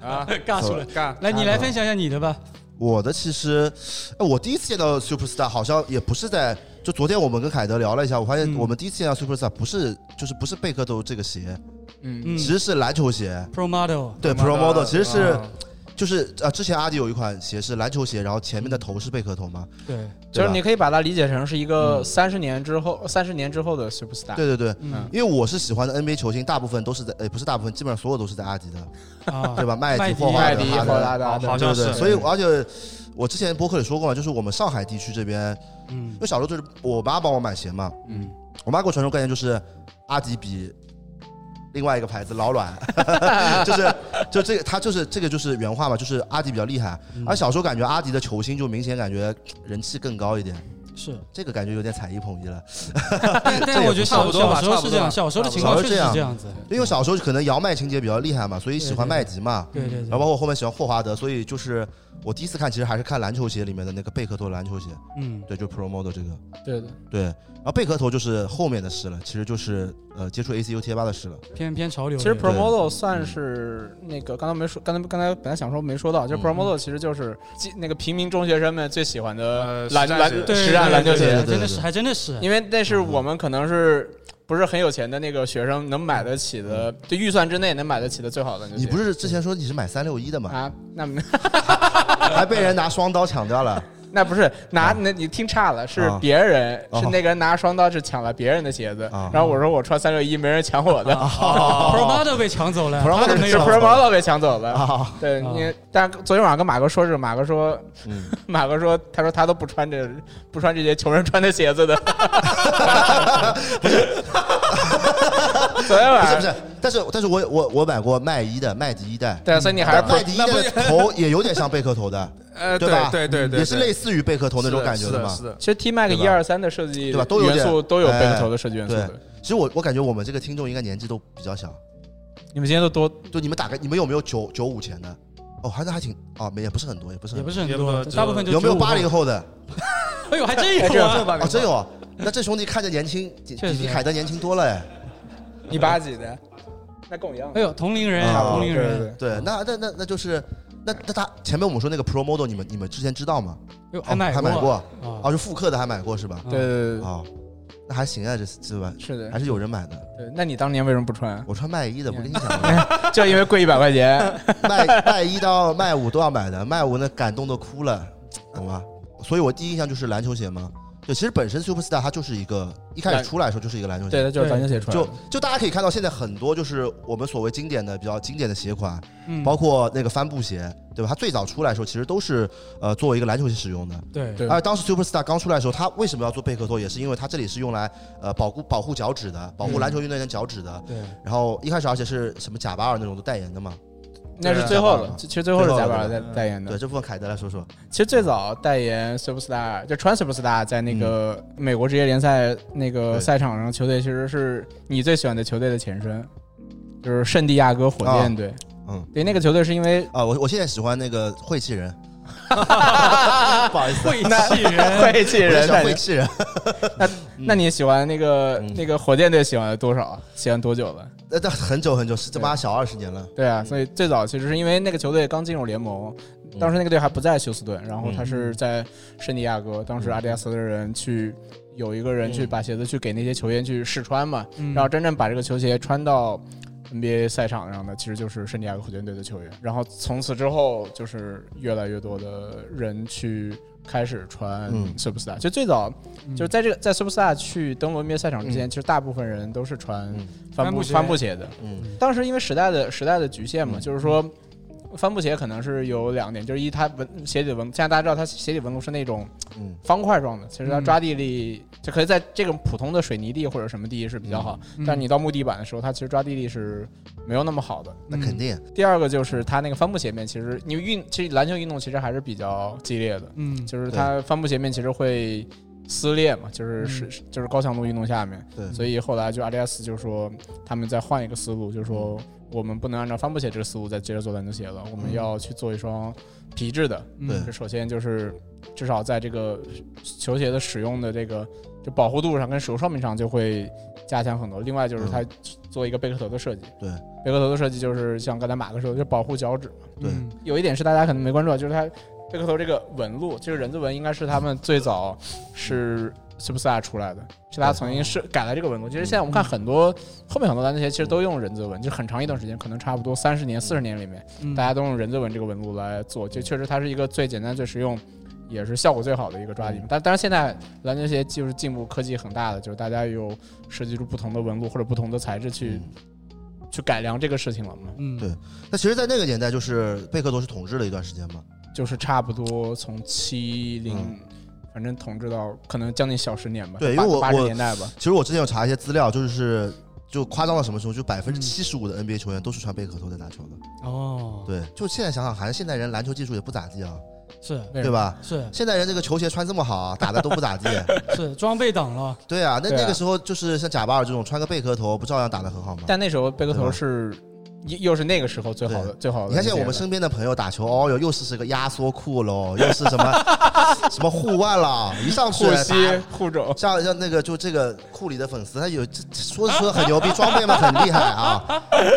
Speaker 6: 啊，
Speaker 2: 尬住了。
Speaker 6: 干
Speaker 2: 来，你来分享一下你的吧。
Speaker 4: 我的其实，哎，我第一次见到 Superstar 好像也不是在，就昨天我们跟凯德聊了一下，我发现
Speaker 2: 嗯
Speaker 4: 我们第一次见到 Superstar 不是就是不是贝克豆这个鞋，
Speaker 7: 嗯，
Speaker 2: 嗯
Speaker 4: 其实是篮球鞋，
Speaker 2: ，Pro Model，
Speaker 4: 对 Pro Model，其实是
Speaker 6: 啊
Speaker 4: 就是呃之前阿迪有一款鞋是篮球鞋，然后前面的头是贝壳头嘛，
Speaker 2: 对，
Speaker 4: 对
Speaker 7: 就
Speaker 4: 吧嗯
Speaker 7: 是你可以把它理解成是一个三十年之后，三十年之后的 superstar。
Speaker 4: 对对对，
Speaker 2: 嗯
Speaker 4: 因为我是喜欢的 NBA 球星，大部分都是在，呃，不是大部分，基本上所有都是在阿迪的，
Speaker 2: 啊，
Speaker 4: 对吧？麦
Speaker 2: 麦
Speaker 4: 迪、
Speaker 2: 迪
Speaker 4: 霍华
Speaker 7: 麦
Speaker 4: 德、
Speaker 7: 迪、
Speaker 4: 哈
Speaker 7: 霍
Speaker 4: 登，
Speaker 7: 拉达，
Speaker 6: 好
Speaker 4: 对
Speaker 6: 像
Speaker 4: 对
Speaker 6: 是
Speaker 4: 对。，所以而且我之前博客里说过嘛，就是我们上海地区这边，
Speaker 2: 嗯
Speaker 4: 因为小时候就是我妈帮我买鞋嘛，
Speaker 7: 嗯，
Speaker 4: 我妈给我传授概念就是阿迪比另外一个牌子老卵， 就是就这个，它就是这个就是原话嘛，就是阿迪比较厉害。
Speaker 2: 嗯
Speaker 4: 而小时候感觉阿迪的球星就明显感觉人气更高一点，
Speaker 2: 是。
Speaker 4: 这个感觉有点踩一捧一 了。
Speaker 2: 但但我觉得
Speaker 6: 差
Speaker 2: 小
Speaker 6: 不多吧
Speaker 2: 小时候
Speaker 6: 差不多
Speaker 2: 是这样，
Speaker 6: 吧
Speaker 2: 小时候的情
Speaker 4: 差
Speaker 2: 况
Speaker 4: 不
Speaker 2: 确
Speaker 4: 多
Speaker 2: 实是
Speaker 4: 这
Speaker 2: 这样子。
Speaker 4: 因为小时候可能摇麦情节比较厉害嘛，所以喜欢
Speaker 2: 对对对
Speaker 4: 麦迪嘛。
Speaker 2: 对对
Speaker 4: 然后
Speaker 2: 对，
Speaker 4: 包括后面喜欢霍华德，所以就是我第一次看，其实还是看篮球鞋里面的那个贝壳头篮球鞋，
Speaker 2: 嗯，
Speaker 4: 对，就 Pro Model 这个，
Speaker 7: 对的，
Speaker 4: 对。然后贝壳头就是后面的事了，其实就是呃接触 ACU 贴吧的事了，
Speaker 2: 偏偏潮流
Speaker 7: 其
Speaker 2: 的。
Speaker 7: 实 Pro Model 算是那个刚才没说，刚才刚才本来想说没说到，就是 Pro Model 其实就是基那个平民中学生们最喜欢的
Speaker 6: 呃
Speaker 7: 篮
Speaker 6: 实战
Speaker 7: 篮
Speaker 6: 鞋
Speaker 2: 对
Speaker 7: 实战篮球
Speaker 2: 对对
Speaker 7: 鞋
Speaker 2: 对，真的是还真的是，
Speaker 7: 因为那是我们可能是不是很有钱的那个学生能买得起的，就预算之内能买得起的最好的篮球鞋。
Speaker 4: 你不是之前说你是买三六一的吗？
Speaker 7: 啊？那
Speaker 4: 还被人拿双刀抢掉了。
Speaker 7: 那不是拿那你听差了，是
Speaker 4: 啊
Speaker 7: 别人
Speaker 4: 哦
Speaker 7: 是那个人拿双刀去抢了别人的鞋子
Speaker 4: 啊，
Speaker 7: 然后我说我穿三六一，没人抢我的，
Speaker 6: 哦
Speaker 2: Pro Model 被抢 走了
Speaker 4: Pro
Speaker 2: 他
Speaker 4: Model
Speaker 2: 怎么
Speaker 4: 被
Speaker 2: 也
Speaker 7: 是
Speaker 4: 抢
Speaker 7: Pro Model 被抢走了。
Speaker 4: 啊，
Speaker 7: 对
Speaker 2: 啊
Speaker 7: 你，但昨天晚上跟马哥说是马哥说
Speaker 4: 嗯，
Speaker 7: 马哥说，他说他都不穿这不穿这些穷人穿的鞋子的。 昨天
Speaker 4: 不是
Speaker 7: 晚
Speaker 4: 不
Speaker 7: 上，
Speaker 4: 是，但是但是我我我买过麦一的麦迪一代，
Speaker 6: 啊
Speaker 7: 对，所以你还是
Speaker 4: 但
Speaker 7: Pro
Speaker 4: 麦迪一代的 头也有点像贝壳头的，
Speaker 6: 呃，
Speaker 4: 对
Speaker 6: 对
Speaker 4: 吧？
Speaker 6: 对对对，
Speaker 4: 也是类似于贝壳头那种
Speaker 6: 是
Speaker 4: 感觉
Speaker 6: 是的
Speaker 4: 嘛
Speaker 6: 是。的，
Speaker 7: 其实 T Mac
Speaker 4: 对吧
Speaker 7: 一二三的设计
Speaker 4: 对吧都有
Speaker 7: 元素
Speaker 4: 点
Speaker 7: 都有
Speaker 4: 哎
Speaker 7: 贝壳头的设计元素
Speaker 4: 对
Speaker 7: 的。
Speaker 4: 其实我我感觉我们这个听众应该年纪都比较小，
Speaker 7: 你们今天都多
Speaker 4: 就你们打开，你们有没有九九五前的？哦，还是还挺啊，没也不是很多，也不是
Speaker 2: 也
Speaker 4: 很
Speaker 2: 不
Speaker 4: 多。
Speaker 2: 是很
Speaker 6: 也
Speaker 2: 多，
Speaker 6: 不是
Speaker 2: 大部分就
Speaker 4: 有没有
Speaker 2: 95
Speaker 4: 八零？后的？
Speaker 2: 哎呦，还真有啊！
Speaker 4: 哦，真有啊！那这兄弟看着年轻，比
Speaker 2: 确实
Speaker 4: 比凯德年轻多了哎。
Speaker 7: 一八几的，那跟我一样
Speaker 2: 哎。呦，同龄人，
Speaker 4: 啊
Speaker 2: 同龄人，
Speaker 4: 对，那那那那就是，那那他前面我们说那个 Pro Model，你们你们之前知道吗？
Speaker 2: 哎呦，
Speaker 4: 哦
Speaker 2: 还买
Speaker 4: 还买过啊
Speaker 2: 啊？，
Speaker 4: 就复刻的还买过是吧？
Speaker 2: 嗯
Speaker 7: 嗯对对对
Speaker 4: 哦，那还行啊，这这吧，
Speaker 7: 是的
Speaker 4: 还，是有人买的。
Speaker 7: 对，那你当年为什么不穿？啊嗯
Speaker 4: 我穿麦一的，不跟你讲了，
Speaker 7: 就因为贵一百 块钱。
Speaker 4: 麦麦一到麦五都要买的，麦五那感动的哭了，懂吗？所以我第一印象就是篮球鞋嘛。对，其实本身 Superstar 它就是一个一开始
Speaker 7: 篮
Speaker 4: 出来的时候就是一个篮球鞋，
Speaker 7: 对，那就是咱就写穿。
Speaker 4: 就就大家可以看到，现在很多就是我们所谓经典的比较经典的鞋款，
Speaker 2: 嗯
Speaker 4: 包括那个帆布鞋，对吧？它最早出来的时候，其实都是呃作为一个篮球鞋使用的。
Speaker 2: 对
Speaker 7: 对
Speaker 4: 而当时 Superstar 刚出来的时候，它为什么要做贝壳托？也是因为它这里是用来呃保护保护脚趾的，保
Speaker 7: 嗯
Speaker 4: 护篮球运动员脚趾的。
Speaker 2: 对，
Speaker 4: 然后一开始而且是什么贾巴尔那种都代言的嘛。
Speaker 7: 那是最后了，其实最后是贾宝尔
Speaker 6: 最
Speaker 7: 代
Speaker 6: 后的
Speaker 7: 代言
Speaker 4: 对，
Speaker 7: 的。
Speaker 4: 这部分凯德来说 说。
Speaker 7: 其实最早代言 Superstar 就穿 Superstar 在那个美国职业联赛那个
Speaker 4: 嗯对
Speaker 7: 赛场上，球队其实是你最喜欢的球队的前身，就是圣地亚哥火箭队。
Speaker 4: 嗯
Speaker 7: 对，那个球队是因为
Speaker 4: 啊，我我现在喜欢那个晦气人，不好意思。
Speaker 2: 晦气人，
Speaker 7: 晦 气
Speaker 4: 我也
Speaker 7: 人
Speaker 4: 喜欢
Speaker 7: 代
Speaker 4: 晦
Speaker 7: 言。
Speaker 4: 气人，
Speaker 7: 那你喜欢那个
Speaker 4: 嗯
Speaker 7: 那个火箭队喜欢了多少？喜欢多久了？
Speaker 4: 那那很久很久，是这妈小二十年了。
Speaker 7: 对啊，所以最早其实是因为那个球队刚进入联盟，当时那个队还不在休斯顿，然后他是在圣地亚哥，当时阿迪达斯的人去有一个人去把鞋子去给那些球员去试穿嘛，
Speaker 2: 嗯
Speaker 7: 然后真正把这个球鞋穿到 NBA 赛场上的其实就是圣地亚哥火箭队的球员，然后从此之后就是越来越多的人去。开始穿
Speaker 4: 嗯
Speaker 7: Superstar，、就最早就是在这个在 Superstar 去登陆 NBA 赛场之前，其实大部分人都是穿
Speaker 4: 嗯
Speaker 7: 帆
Speaker 2: 帆
Speaker 7: 布
Speaker 2: 布鞋
Speaker 7: 帆布鞋的，
Speaker 4: 嗯
Speaker 7: 当时因为时代的时代的局限嘛，就是说，帆布鞋可能是有两点，就是一它纹鞋底纹，现在大家知道它鞋底纹路是那种
Speaker 4: 嗯
Speaker 7: 方块状的，其实它
Speaker 2: 嗯
Speaker 7: 抓地力就可以在这种普通的水泥地或者什么地是比较好，
Speaker 2: 嗯
Speaker 7: 但你到木地板的时候，它其实抓地力是没有那么好的。
Speaker 4: 那肯定。
Speaker 7: 第二个就是它那个帆布鞋面，其实你运其实篮球运动其实还是比较激烈的，
Speaker 2: 嗯，
Speaker 7: 就是它帆布鞋面其实会撕裂嘛，就是是是就是高强度运动下面，
Speaker 4: 对
Speaker 7: 所以后来就 RDS 就说他们再换一个思路，就
Speaker 4: 嗯
Speaker 7: 是说我们不能按照帆布鞋这个思路再接着做单车鞋了，我们要去做一双皮质的。
Speaker 4: 对
Speaker 7: 这首先就是至少在这个球鞋的使用的这个就保护度上跟使用寿命上就会加强很多。另外就是它做一个贝壳头的设计，
Speaker 4: 嗯对
Speaker 7: 贝壳头的设计就是像刚才马哥说的，就保护脚趾。
Speaker 4: 对
Speaker 2: 嗯
Speaker 7: 有一点是大家可能没关注，到，就是它贝壳头这个纹路，这个人字纹应该是他们最早是 s u p s a 出来的，是他曾经是改了这个纹路。其实现在我们看很多后面很多单车鞋其实都用人字纹，就很长一段时间，可能差不多三十年、四十年里面，
Speaker 2: 嗯
Speaker 7: 大家都用人字纹这个纹路来做，就确实它是一个最简单、最实用，也是效果最好的一个抓地。但当然现在篮球鞋技术进步，科技很大的，就是大家有设计出不同的纹路或者不同的材质去、去改良这个事情了嘛，
Speaker 2: 嗯
Speaker 4: 对那其实，在那个年代，就是贝克多是统治了一段时间嘛。
Speaker 7: 就是差不多从七零、
Speaker 4: 嗯
Speaker 7: 反正统治到可能将近小十年吧，
Speaker 4: 对因为我
Speaker 7: 八十
Speaker 4: 我
Speaker 7: 年代吧，
Speaker 4: 其实我之前有查一些资料，就是就夸张到什么时候，就百
Speaker 7: 嗯
Speaker 4: 分之七十五的 NBA 球员都是穿贝壳头在打球的。
Speaker 2: 哦，
Speaker 4: 对，就现在想想，好像现代人篮球技术也不咋地啊，
Speaker 2: 是
Speaker 7: 对
Speaker 4: 对吧？
Speaker 2: 是
Speaker 4: 现代人这个球鞋穿这么好啊，打的都不咋 地。
Speaker 2: 是装备党了，
Speaker 4: 对啊，那
Speaker 7: 对啊
Speaker 4: 那个时候就是像贾巴尔这种穿个贝壳头，不照样打的很好吗？
Speaker 7: 但那时候贝克
Speaker 4: 对
Speaker 7: 头
Speaker 4: 吧
Speaker 7: 是又又是那个时候最好的最好
Speaker 4: 哎
Speaker 7: 的
Speaker 4: 你
Speaker 7: 那
Speaker 4: 看
Speaker 7: 些
Speaker 4: 现
Speaker 7: 了。
Speaker 4: 在我们身边的朋友打球，哦哟，又是是个压缩裤喽，又是什 么什么护腕了，一上去哎
Speaker 7: 护膝
Speaker 4: 打
Speaker 7: 护肘，
Speaker 4: 像像那个就这个库里的粉丝，他有这这说是说很牛逼，装备嘛很厉害啊，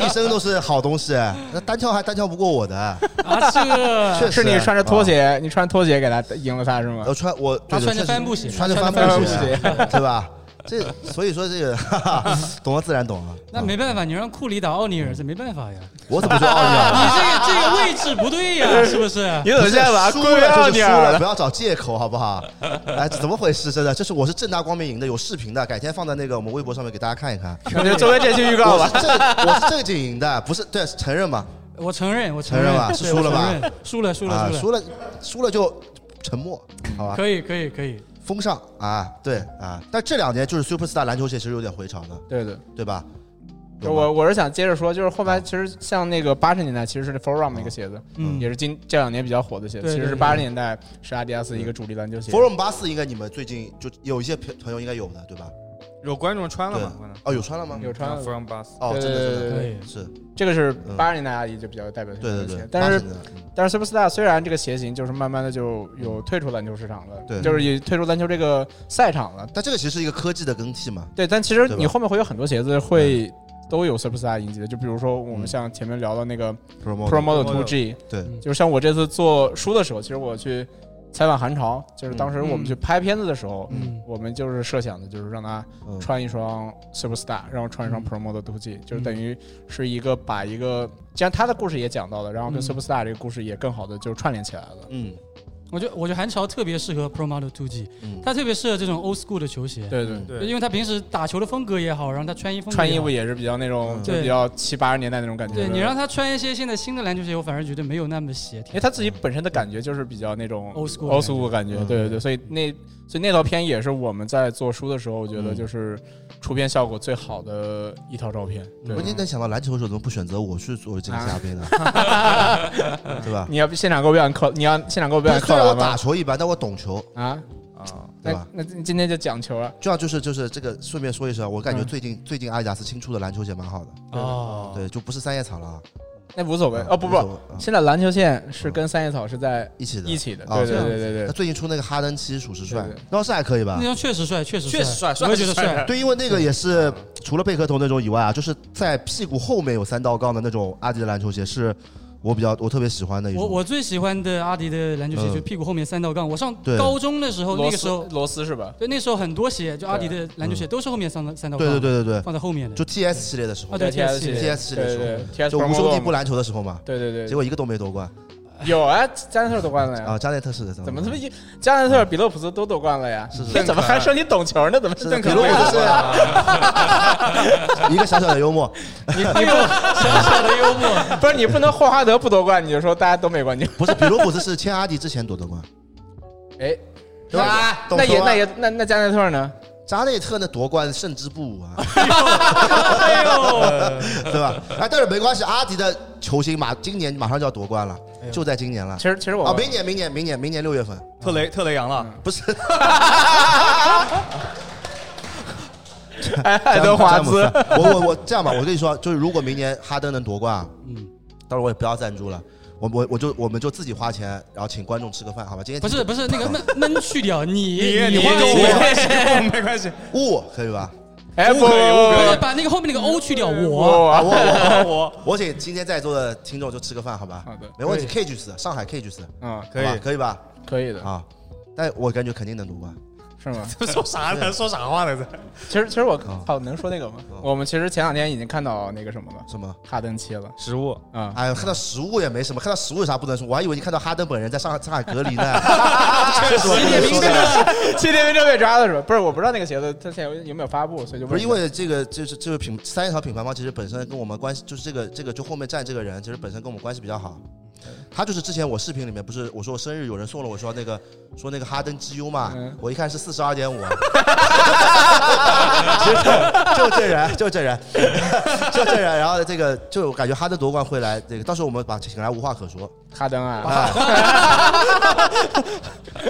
Speaker 4: 一身都是好东西，哎那单挑还单挑不过我的，
Speaker 2: 啊这
Speaker 4: 确实
Speaker 7: 是你穿着拖
Speaker 4: 啊，
Speaker 7: 鞋，你穿拖鞋给他赢了他是吗
Speaker 4: 我？穿我
Speaker 2: 他
Speaker 7: 啊
Speaker 4: 对
Speaker 2: 穿着
Speaker 4: 确实
Speaker 2: 帆布鞋
Speaker 4: 穿着
Speaker 2: 穿
Speaker 4: 帆
Speaker 2: 着
Speaker 4: 布
Speaker 7: 帆布
Speaker 4: 鞋，对吧？这所以说这个 哈哈，懂了自然懂了。
Speaker 2: 那
Speaker 4: 啊
Speaker 2: 没办法，你让库里打奥尼尔，这没办法呀，
Speaker 4: 我怎么就奥啊尼尔
Speaker 2: 你
Speaker 4: 了？
Speaker 2: 这个这个位置不对
Speaker 4: 嗯
Speaker 2: 呀，是不是？
Speaker 7: 你怎么现在把他
Speaker 4: 输
Speaker 7: 归为
Speaker 4: 了
Speaker 7: 奥
Speaker 4: 就是
Speaker 7: 尼
Speaker 4: 输
Speaker 7: 尔
Speaker 4: 了，
Speaker 7: 了？
Speaker 4: 不要找借口好不 好？哎，这怎么回事？真的，这是我是正大光明赢的，有视频的，改天放在那个我们微博上面给大家看一看。
Speaker 7: 我就作为这期预告
Speaker 4: 我
Speaker 7: 吧。
Speaker 4: 是正我是正经赢的，不是对承认嘛？
Speaker 2: 我承认，我承
Speaker 4: 承
Speaker 2: 认
Speaker 4: 认吧
Speaker 2: 对
Speaker 4: 是输了吧
Speaker 2: 我承认？输了，输
Speaker 4: 啊
Speaker 2: 了，，输了，
Speaker 4: 输了输了就沉默，好吧？
Speaker 2: 可以，可以，可以，
Speaker 4: 风尚啊，对啊，但这两年就是 Superstar 篮球鞋其实有点回潮的，
Speaker 7: 对对，
Speaker 4: 对吧？有吗
Speaker 7: 我我是想接着说，就是后来其实像那个八十年代，其实是 Forum 那个鞋子，
Speaker 2: 嗯
Speaker 7: 也是今这两年比较火的鞋子。
Speaker 2: 对
Speaker 7: 其实
Speaker 2: 对
Speaker 7: 是
Speaker 2: 对
Speaker 7: 八十年代是阿迪达斯一个主力篮球鞋。
Speaker 4: Forum 八四应该你们最近就有一些朋朋友应该有的，对吧？
Speaker 6: 有观众穿了吗？可能
Speaker 4: 哦，有穿了吗？
Speaker 7: 嗯有穿了
Speaker 6: From Bus，
Speaker 4: 哦，真的
Speaker 7: 对对
Speaker 4: 真
Speaker 7: 对
Speaker 4: 的
Speaker 2: 可以。
Speaker 4: 是，
Speaker 7: 这个是
Speaker 4: 嗯
Speaker 7: 八十年代阿迪就比较有代表性
Speaker 4: 对
Speaker 7: 的
Speaker 4: 对
Speaker 7: 鞋
Speaker 4: 对，。
Speaker 7: 但是
Speaker 4: 80的嗯
Speaker 7: 但是 Superstar 虽然这个鞋型就是慢慢的就有退出篮球市场了，
Speaker 4: 对
Speaker 7: 就是也退出篮球这个赛场了。
Speaker 4: 但这个其实是一个科技的更替嘛，
Speaker 7: 对，但其实
Speaker 4: 对吧
Speaker 7: 你后面会有很多鞋子会都有 Superstar 印记的，就比如说我们像前面聊到那个
Speaker 4: Promo
Speaker 6: Pro
Speaker 7: Pro Model
Speaker 6: Model
Speaker 7: Two G，
Speaker 4: 对
Speaker 2: 嗯
Speaker 7: 就是像我这次做书的时候，其实我去采访韩潮，就是当时
Speaker 2: 嗯
Speaker 7: 我们去拍片子的时候，
Speaker 2: 嗯
Speaker 7: 我们就是设想的就是让他
Speaker 4: 嗯
Speaker 7: 穿一双 Superstar，然后穿一双
Speaker 2: 嗯
Speaker 7: Pro Model Two G，就是等于是一个把一个，既然他的故事也讲到了，然后跟
Speaker 2: 嗯
Speaker 7: Superstar 这个故事也更好的就串联起来了。
Speaker 4: 嗯
Speaker 2: 我觉得我觉得韩潮特别适合 Pro Model 2G，
Speaker 4: 嗯，
Speaker 2: 它特别适合这种 old school 的球鞋，嗯
Speaker 7: 对对。
Speaker 6: 对
Speaker 2: 因为他平时打球的风格也好，然后他穿衣风格
Speaker 7: 穿衣
Speaker 2: 也好
Speaker 7: 服也是比较那种，
Speaker 4: 嗯
Speaker 7: 就
Speaker 2: 对
Speaker 7: 比较七八十年代那种感觉的。
Speaker 2: 对你让他穿一些现在新的篮球鞋，我反而觉得没有那么协
Speaker 7: 因为
Speaker 2: 调。
Speaker 7: 他自己本身的感觉就是比较那种
Speaker 2: Old school
Speaker 7: 欧 l 的感觉，
Speaker 4: 嗯
Speaker 7: 对对对，所以那所以那套片也是我们在做书的时候，我觉得
Speaker 4: 嗯
Speaker 7: 就是出片效果最好的一套照片。对
Speaker 4: 我今天想到篮球的时候，怎么不选择我去作为这个嘉宾 呢？ 对吧？
Speaker 7: 你要现场给我表演扣，你要现场啊给我
Speaker 4: 不
Speaker 7: 表
Speaker 4: 是
Speaker 7: 演扣
Speaker 4: 虽然我
Speaker 7: 篮
Speaker 4: 打
Speaker 7: 吗？
Speaker 4: 球一般，但我懂球，
Speaker 7: 啊，
Speaker 6: 啊，
Speaker 4: 对
Speaker 7: 那
Speaker 4: 吧？
Speaker 7: 那今天就讲球了，
Speaker 4: 这样就是就是这个，顺便说一声，我
Speaker 7: 嗯
Speaker 4: 感觉最近最近阿迪达斯新出的篮球鞋蛮好的，
Speaker 2: 哦，
Speaker 4: 对，就不是三叶草了啊，
Speaker 7: 那无所谓
Speaker 4: 啊
Speaker 7: 哦，不
Speaker 4: 无所
Speaker 7: 不，
Speaker 4: 谓啊嗯
Speaker 7: 现在篮球线是跟三叶草是在
Speaker 4: 一起的
Speaker 7: 一起的，
Speaker 4: 啊
Speaker 7: 对
Speaker 4: 这
Speaker 7: 对
Speaker 4: 样
Speaker 7: 对对
Speaker 4: 那
Speaker 7: 对，
Speaker 4: 最近出那个哈登七属实帅
Speaker 7: 对对，嗯
Speaker 4: 那是还可以吧
Speaker 2: 那？双确实帅，确实
Speaker 5: 确实帅帅
Speaker 2: 我也觉得
Speaker 5: 帅
Speaker 2: 帅。
Speaker 4: 对，因为那个也是除了贝壳头那种以外啊，就是在屁股后面有三道杠的那种阿迪的篮球鞋，是我比较我特别喜欢的一种。
Speaker 2: 我我最喜欢的阿迪的篮球鞋
Speaker 4: 嗯
Speaker 2: 就屁股后面三道杠。我上
Speaker 4: 对
Speaker 2: 高中的时候，那
Speaker 7: 罗
Speaker 2: 个时候
Speaker 7: 斯罗斯是吧？
Speaker 2: 对那时候很多鞋就阿迪的篮球鞋都是后面三道三道杠，
Speaker 4: 嗯对对对对
Speaker 2: 放在后面的
Speaker 4: 对，就 TS 系列的时候
Speaker 2: 啊，对
Speaker 7: TS 系
Speaker 2: TS
Speaker 7: 列
Speaker 4: TS 系列的
Speaker 7: 对
Speaker 4: 时候
Speaker 7: 对对，TS
Speaker 4: 就无兄弟
Speaker 7: Promo
Speaker 4: 不篮球的时候嘛，
Speaker 7: 对对
Speaker 4: 结
Speaker 7: 对，
Speaker 4: 果一个都没夺冠
Speaker 7: 有啊，加内特夺冠了呀
Speaker 4: 啊。加内特是的，
Speaker 7: 怎么他妈一加内特、比勒普斯都夺冠了呀？那怎么还说你懂球呢？怎么
Speaker 4: 啊是
Speaker 7: 邓
Speaker 4: 的，
Speaker 7: 肯
Speaker 4: 比如
Speaker 7: 没有
Speaker 4: 我 是一个小小的幽默，
Speaker 7: 你你不
Speaker 2: 小小的幽默，
Speaker 7: 不是你不能霍华德不夺冠，你就说大家都没冠军，
Speaker 4: 不是比卢普斯是签阿迪之前夺的冠，
Speaker 7: 哎，
Speaker 4: 对吧？
Speaker 7: 那
Speaker 4: 懂球
Speaker 7: 也
Speaker 4: 啊
Speaker 7: 那也那那加内特呢？
Speaker 4: 扎内特那夺冠胜之不武啊，
Speaker 2: 哎呦，
Speaker 4: 对吧？哎，但是没关系，阿迪的球星马今年马上就要夺冠了，
Speaker 2: 哎
Speaker 4: 就在今年了
Speaker 7: 其实其实我
Speaker 4: 啊，明年明年明年明年六月份，
Speaker 6: 特雷特雷杨了，
Speaker 4: 不是
Speaker 7: 哎爱德华兹
Speaker 4: 詹姆斯我我我这样吧，我跟你说，就是如果明年哈登能夺冠啊，
Speaker 2: 嗯
Speaker 4: 到时候我也不要赞助了，我我我就我们就自己花钱，然后请观众吃个饭，好吧？今天
Speaker 2: 不是不是那个闷闷去掉你
Speaker 6: 你
Speaker 2: 换
Speaker 6: 跟
Speaker 2: 一
Speaker 6: 我没
Speaker 2: 个
Speaker 6: 关系，跟我没关 系。
Speaker 4: 雾可以吧？
Speaker 7: 哎不不
Speaker 2: 不是
Speaker 7: 不
Speaker 2: 把那个后面那个 O 去掉，
Speaker 7: 不，
Speaker 2: 我
Speaker 4: 啊，
Speaker 7: 哦我
Speaker 4: 我我
Speaker 6: 我
Speaker 4: 我请今天在座的听众就吃个饭，好吧？
Speaker 7: 好的
Speaker 4: 没问题。K 去吃，上海 K 去吃，
Speaker 7: 嗯
Speaker 6: 可以
Speaker 4: 好吧可以吧？
Speaker 7: 可以的，
Speaker 4: 啊，但我感觉肯定能夺啊冠。
Speaker 7: 是吗？
Speaker 6: 说啥呢？说啥话呢？这
Speaker 7: 其实其实我
Speaker 4: 哦
Speaker 7: 好能说那个吗？我们其实前两天已经看到那个什么了，
Speaker 4: 什么？
Speaker 7: 哈登切了
Speaker 6: 食物
Speaker 7: 啊，
Speaker 4: 哎呀，看到食物也没什么，看到食物有啥不能说？我还以为你看到哈登本人在上上海隔 离呢。确实
Speaker 7: 谢天明真的 是谢天明真被抓了是吧？不是，我不知道那个鞋子它现在有没有发布，所以就
Speaker 4: 不是因为这个，就是这个品三叶草品牌方其实本身跟我们关系，就是这个这个就后面站这个人，其实本身跟我们关系比较好。他就是之前我视频里面不是我说我生日有人送了我说那个说那个哈登 GU 嘛，
Speaker 7: 嗯
Speaker 4: 我一看是四十二点五，啊 就这人就这人 就这人，然后这个就我感觉哈登夺冠会来这个，到时候我们把请来无话可说，
Speaker 7: 哈登啊，
Speaker 4: 啊，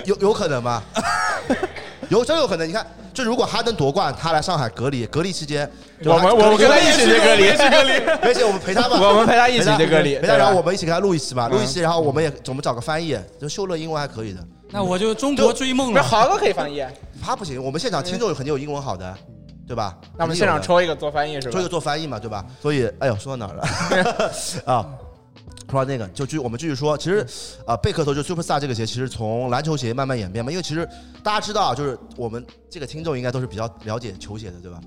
Speaker 4: 有有可能吗？ 有真有可能，你看，就如果哈登夺冠，他来上海隔离，隔离期间，就
Speaker 7: 我们
Speaker 4: 他
Speaker 7: 我们跟他一起去隔离，
Speaker 4: 没事，我们陪他吧，
Speaker 7: 我们陪他一起去隔离
Speaker 4: 陪他，
Speaker 7: 对吧啊
Speaker 4: 然后我们一起给他录一期
Speaker 7: 嗯
Speaker 4: 吧，录一期，然后我们也我们找个翻译，就秀乐英文还可以的，
Speaker 2: 那我就中国追梦
Speaker 7: 不是
Speaker 2: 了。
Speaker 7: 豪哥可以翻译，
Speaker 4: 他不行，我们现场听众有很有英文好的，对吧？
Speaker 7: 那我们现场
Speaker 4: 肯定有的
Speaker 7: 抽一个做翻译是吧
Speaker 4: 做一？个做翻译嘛，对吧？所以，哎呦，说到哪儿了？ 啊，说到那个，就继续我们继续说，其
Speaker 7: 嗯
Speaker 4: 实啊、贝壳头就 Superstar 这个鞋，其实从篮球鞋慢慢演变嘛，因为其实大家知道啊，就是我们这个听众应该都是比较了解球鞋的，对吧？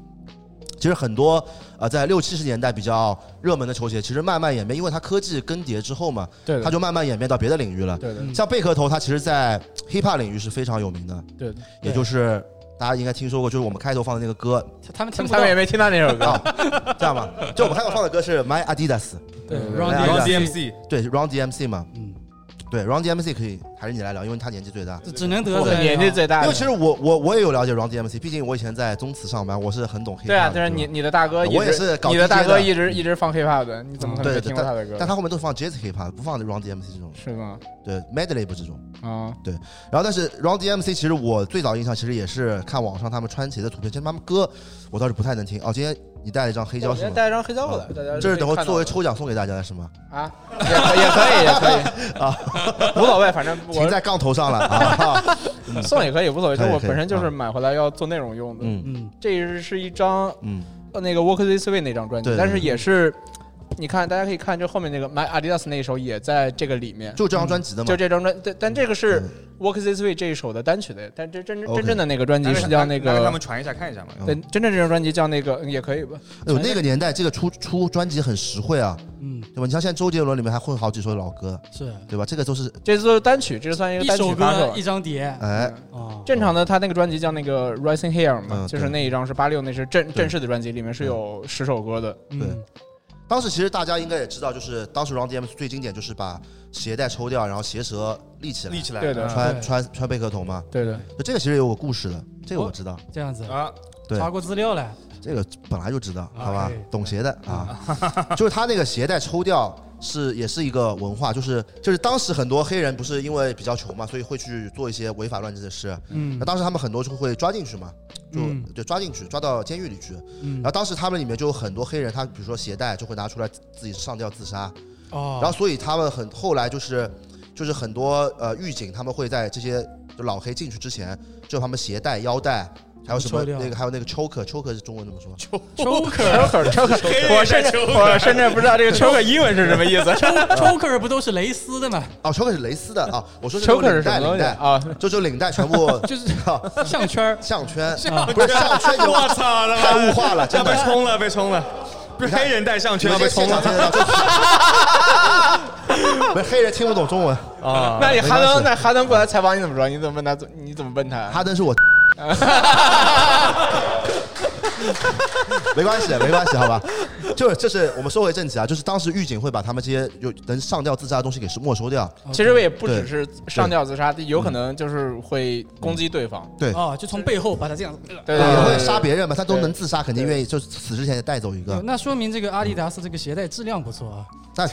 Speaker 4: 其实很多呃，在六七十年代比较热门的球鞋，其实慢慢演变，因为它科技更迭之后嘛，
Speaker 7: 对的
Speaker 4: 它就慢慢演变到别的领域了。
Speaker 7: 对的嗯
Speaker 4: 像贝壳头，它其实在 hiphop 领域是非常有名的，
Speaker 7: 对的，
Speaker 4: 也就是大家应该听说过，就是我们开头放的那个歌，
Speaker 2: 他们
Speaker 7: 他
Speaker 2: 听
Speaker 7: 们
Speaker 2: 不
Speaker 7: 他
Speaker 2: 到
Speaker 7: 们也没听到那首歌，
Speaker 4: 啊，这样吧，就我们开头放的歌是 My Adidas，
Speaker 2: 对
Speaker 4: 对
Speaker 6: 然后
Speaker 2: ，Round D
Speaker 6: DMC
Speaker 4: 对，Round DMC 嘛，
Speaker 2: 嗯，
Speaker 4: 对，Round DMC 可以，还是你来聊，因为他年纪最大。
Speaker 2: 只能得
Speaker 7: 我
Speaker 2: 罪啊
Speaker 7: 年纪最大
Speaker 4: 因
Speaker 7: 的
Speaker 4: 为其。实我我我也有了解 Round DMC，毕竟我以前在宗祠上班，我是很懂 hip
Speaker 7: 对啊，
Speaker 4: hop 的
Speaker 7: 就是你
Speaker 4: 吧
Speaker 7: 你的大哥一直，
Speaker 4: 我也是搞
Speaker 7: 你的
Speaker 4: DJ 的嗯
Speaker 7: 大哥一直一直放 hip hop 的，你怎么可能
Speaker 4: 对
Speaker 7: 没听过他的歌？
Speaker 4: 但他后面都是放 Jazz hip hop，不放 Round DMC 这种，
Speaker 7: 是吗？
Speaker 4: 对 Madlib 这种。
Speaker 7: 啊，
Speaker 4: 然后但是 Round DMC 其实我最早印象其实也是看网上他们穿鞋的图片，其实他们歌我倒是不太能听。哦，今天你带了一张黑胶
Speaker 7: 我
Speaker 4: 是
Speaker 7: 先
Speaker 4: 吗？
Speaker 7: 带一张黑胶过来，大家
Speaker 4: 这是
Speaker 7: 可以
Speaker 4: 等会
Speaker 7: 看到
Speaker 4: 作为
Speaker 7: 的
Speaker 4: 抽奖送给大家的是吗？
Speaker 7: 啊，也可也可以也可以
Speaker 4: 啊，
Speaker 7: 无所谓，反正
Speaker 4: 停
Speaker 7: 我
Speaker 4: 在杠头上了啊！
Speaker 7: 送也可以，无所谓。
Speaker 4: 可以
Speaker 7: 就我
Speaker 4: 可以
Speaker 7: 本身就是
Speaker 4: 啊
Speaker 7: 买回来要做内容用的。
Speaker 4: 嗯
Speaker 2: 嗯，
Speaker 7: 这是是一张
Speaker 4: 嗯，
Speaker 7: 呃那个 Walk This Way 那张专辑
Speaker 4: 对，
Speaker 7: 但是
Speaker 4: 对
Speaker 7: 也是你看，大家可以看，就后面那个 My Adidas 那一首也在这个里面。嗯
Speaker 4: 就这张专辑的嘛
Speaker 7: 就。这张专，但但这个是
Speaker 4: 嗯
Speaker 7: Walk This Way 这一首的单曲的，但这真真
Speaker 4: OK
Speaker 7: 真正的那个专辑
Speaker 6: 拿给
Speaker 7: 是叫
Speaker 6: 拿
Speaker 7: 那
Speaker 6: 拿给他
Speaker 7: 个
Speaker 6: 们，传一下看一下嘛。
Speaker 4: 嗯
Speaker 7: 对，真正这张专辑叫那个嗯也可以吧，
Speaker 4: 哎呦，那个年代这个出出专辑很实惠啊，
Speaker 2: 嗯，
Speaker 4: 对吧？你像现在周杰伦里面还混好几首老歌，
Speaker 2: 是
Speaker 4: 对吧？这个都是
Speaker 7: 这次都是单曲，这算一个
Speaker 2: 一
Speaker 7: 单
Speaker 2: 首
Speaker 7: 曲发
Speaker 2: 歌
Speaker 7: 售嗯
Speaker 2: 一。张碟
Speaker 4: 哎，
Speaker 2: 哦，
Speaker 7: 正常的，他那个专辑叫那个 Rising Here 嘛，
Speaker 4: 嗯
Speaker 7: 就是
Speaker 4: 对
Speaker 7: 那一张是八六，那是正正式的专辑，里面是有十首歌的。
Speaker 2: 嗯
Speaker 4: 对当时其实大家应该也知道，就是当时 Run DMC 最经典就是把鞋带抽掉，然后鞋舌立起来
Speaker 6: 立，起来，
Speaker 7: 对的
Speaker 6: 嗯
Speaker 4: 穿
Speaker 2: 对
Speaker 4: 穿穿贝壳头嘛。
Speaker 7: 对的，
Speaker 4: 就这个其实有个故事的，这个我知道，
Speaker 2: 这样子
Speaker 6: 啊，
Speaker 4: 对
Speaker 2: 查过资料了，
Speaker 4: 这个本来就知道，好吧
Speaker 2: 可以？
Speaker 4: 懂鞋的啊， 就是他那个鞋带抽掉。是，也是一个文化，就是就是当时很多黑人不是因为比较穷嘛，所以会去做一些违法乱纪的事。
Speaker 2: 嗯
Speaker 4: 那当时他们很多就会抓进去嘛，就、
Speaker 2: 嗯
Speaker 4: 对抓进去，抓到监狱里去。
Speaker 2: 嗯
Speaker 4: 然后当时他们里面就有很多黑人，他比如说鞋带就会拿出来自己上吊自杀，
Speaker 2: 哦，
Speaker 4: 然后所以他们很后来就是就是很多呃狱警他们会在这些就老黑进去之前，就他们鞋带、腰带。还有什么
Speaker 2: 抽掉
Speaker 4: 那个还有那个 choker，choker 是中文怎么说？
Speaker 7: Choker Choker，我甚至我甚至不知道 这个 Choker 英文是什么意 思。
Speaker 2: Choker 不都是蕾丝的嘛，
Speaker 4: 哦，choker 是蕾丝的啊，我说是那
Speaker 7: Choker
Speaker 4: 种
Speaker 7: 是
Speaker 4: 领
Speaker 7: 什
Speaker 4: 带，
Speaker 7: 么东
Speaker 4: 领
Speaker 7: 西
Speaker 4: 带，
Speaker 7: 啊？
Speaker 4: 就就领带全 部哦
Speaker 2: 就是项圈儿
Speaker 4: 项圈，不是项 圈有
Speaker 6: 我操，
Speaker 4: 太物化了，真
Speaker 6: 要
Speaker 4: 的
Speaker 6: 被冲了，被冲了，被黑人戴项圈要
Speaker 4: 有些
Speaker 6: 被
Speaker 4: 现
Speaker 6: 冲
Speaker 4: 场
Speaker 6: 了
Speaker 4: 听得到，就不 是黑人听不懂中文，
Speaker 6: 啊！
Speaker 7: 那你哈
Speaker 4: 没关
Speaker 7: 登
Speaker 4: 系
Speaker 7: 那哈登过来采访你怎么说？你怎么问他？你怎么问他？
Speaker 4: 哈登是我 没关系，没关系，好吧？就是这是我们说回正题啊，就是当时狱警会把他们这些有能上吊自杀的东西给没收掉。
Speaker 7: 哦其实也不只是上吊自杀，有可能就是会攻击对方。
Speaker 4: 嗯
Speaker 7: 哦
Speaker 4: 对
Speaker 2: 啊，就从背后把他这样。呃
Speaker 7: 对
Speaker 4: 也
Speaker 7: 对
Speaker 4: 会
Speaker 7: 对，
Speaker 4: 杀别人嘛，他都能自杀，肯定愿意就是死啊之前也带走一个。
Speaker 2: 那说明这个阿迪达斯这个鞋带质量不错啊。
Speaker 4: 那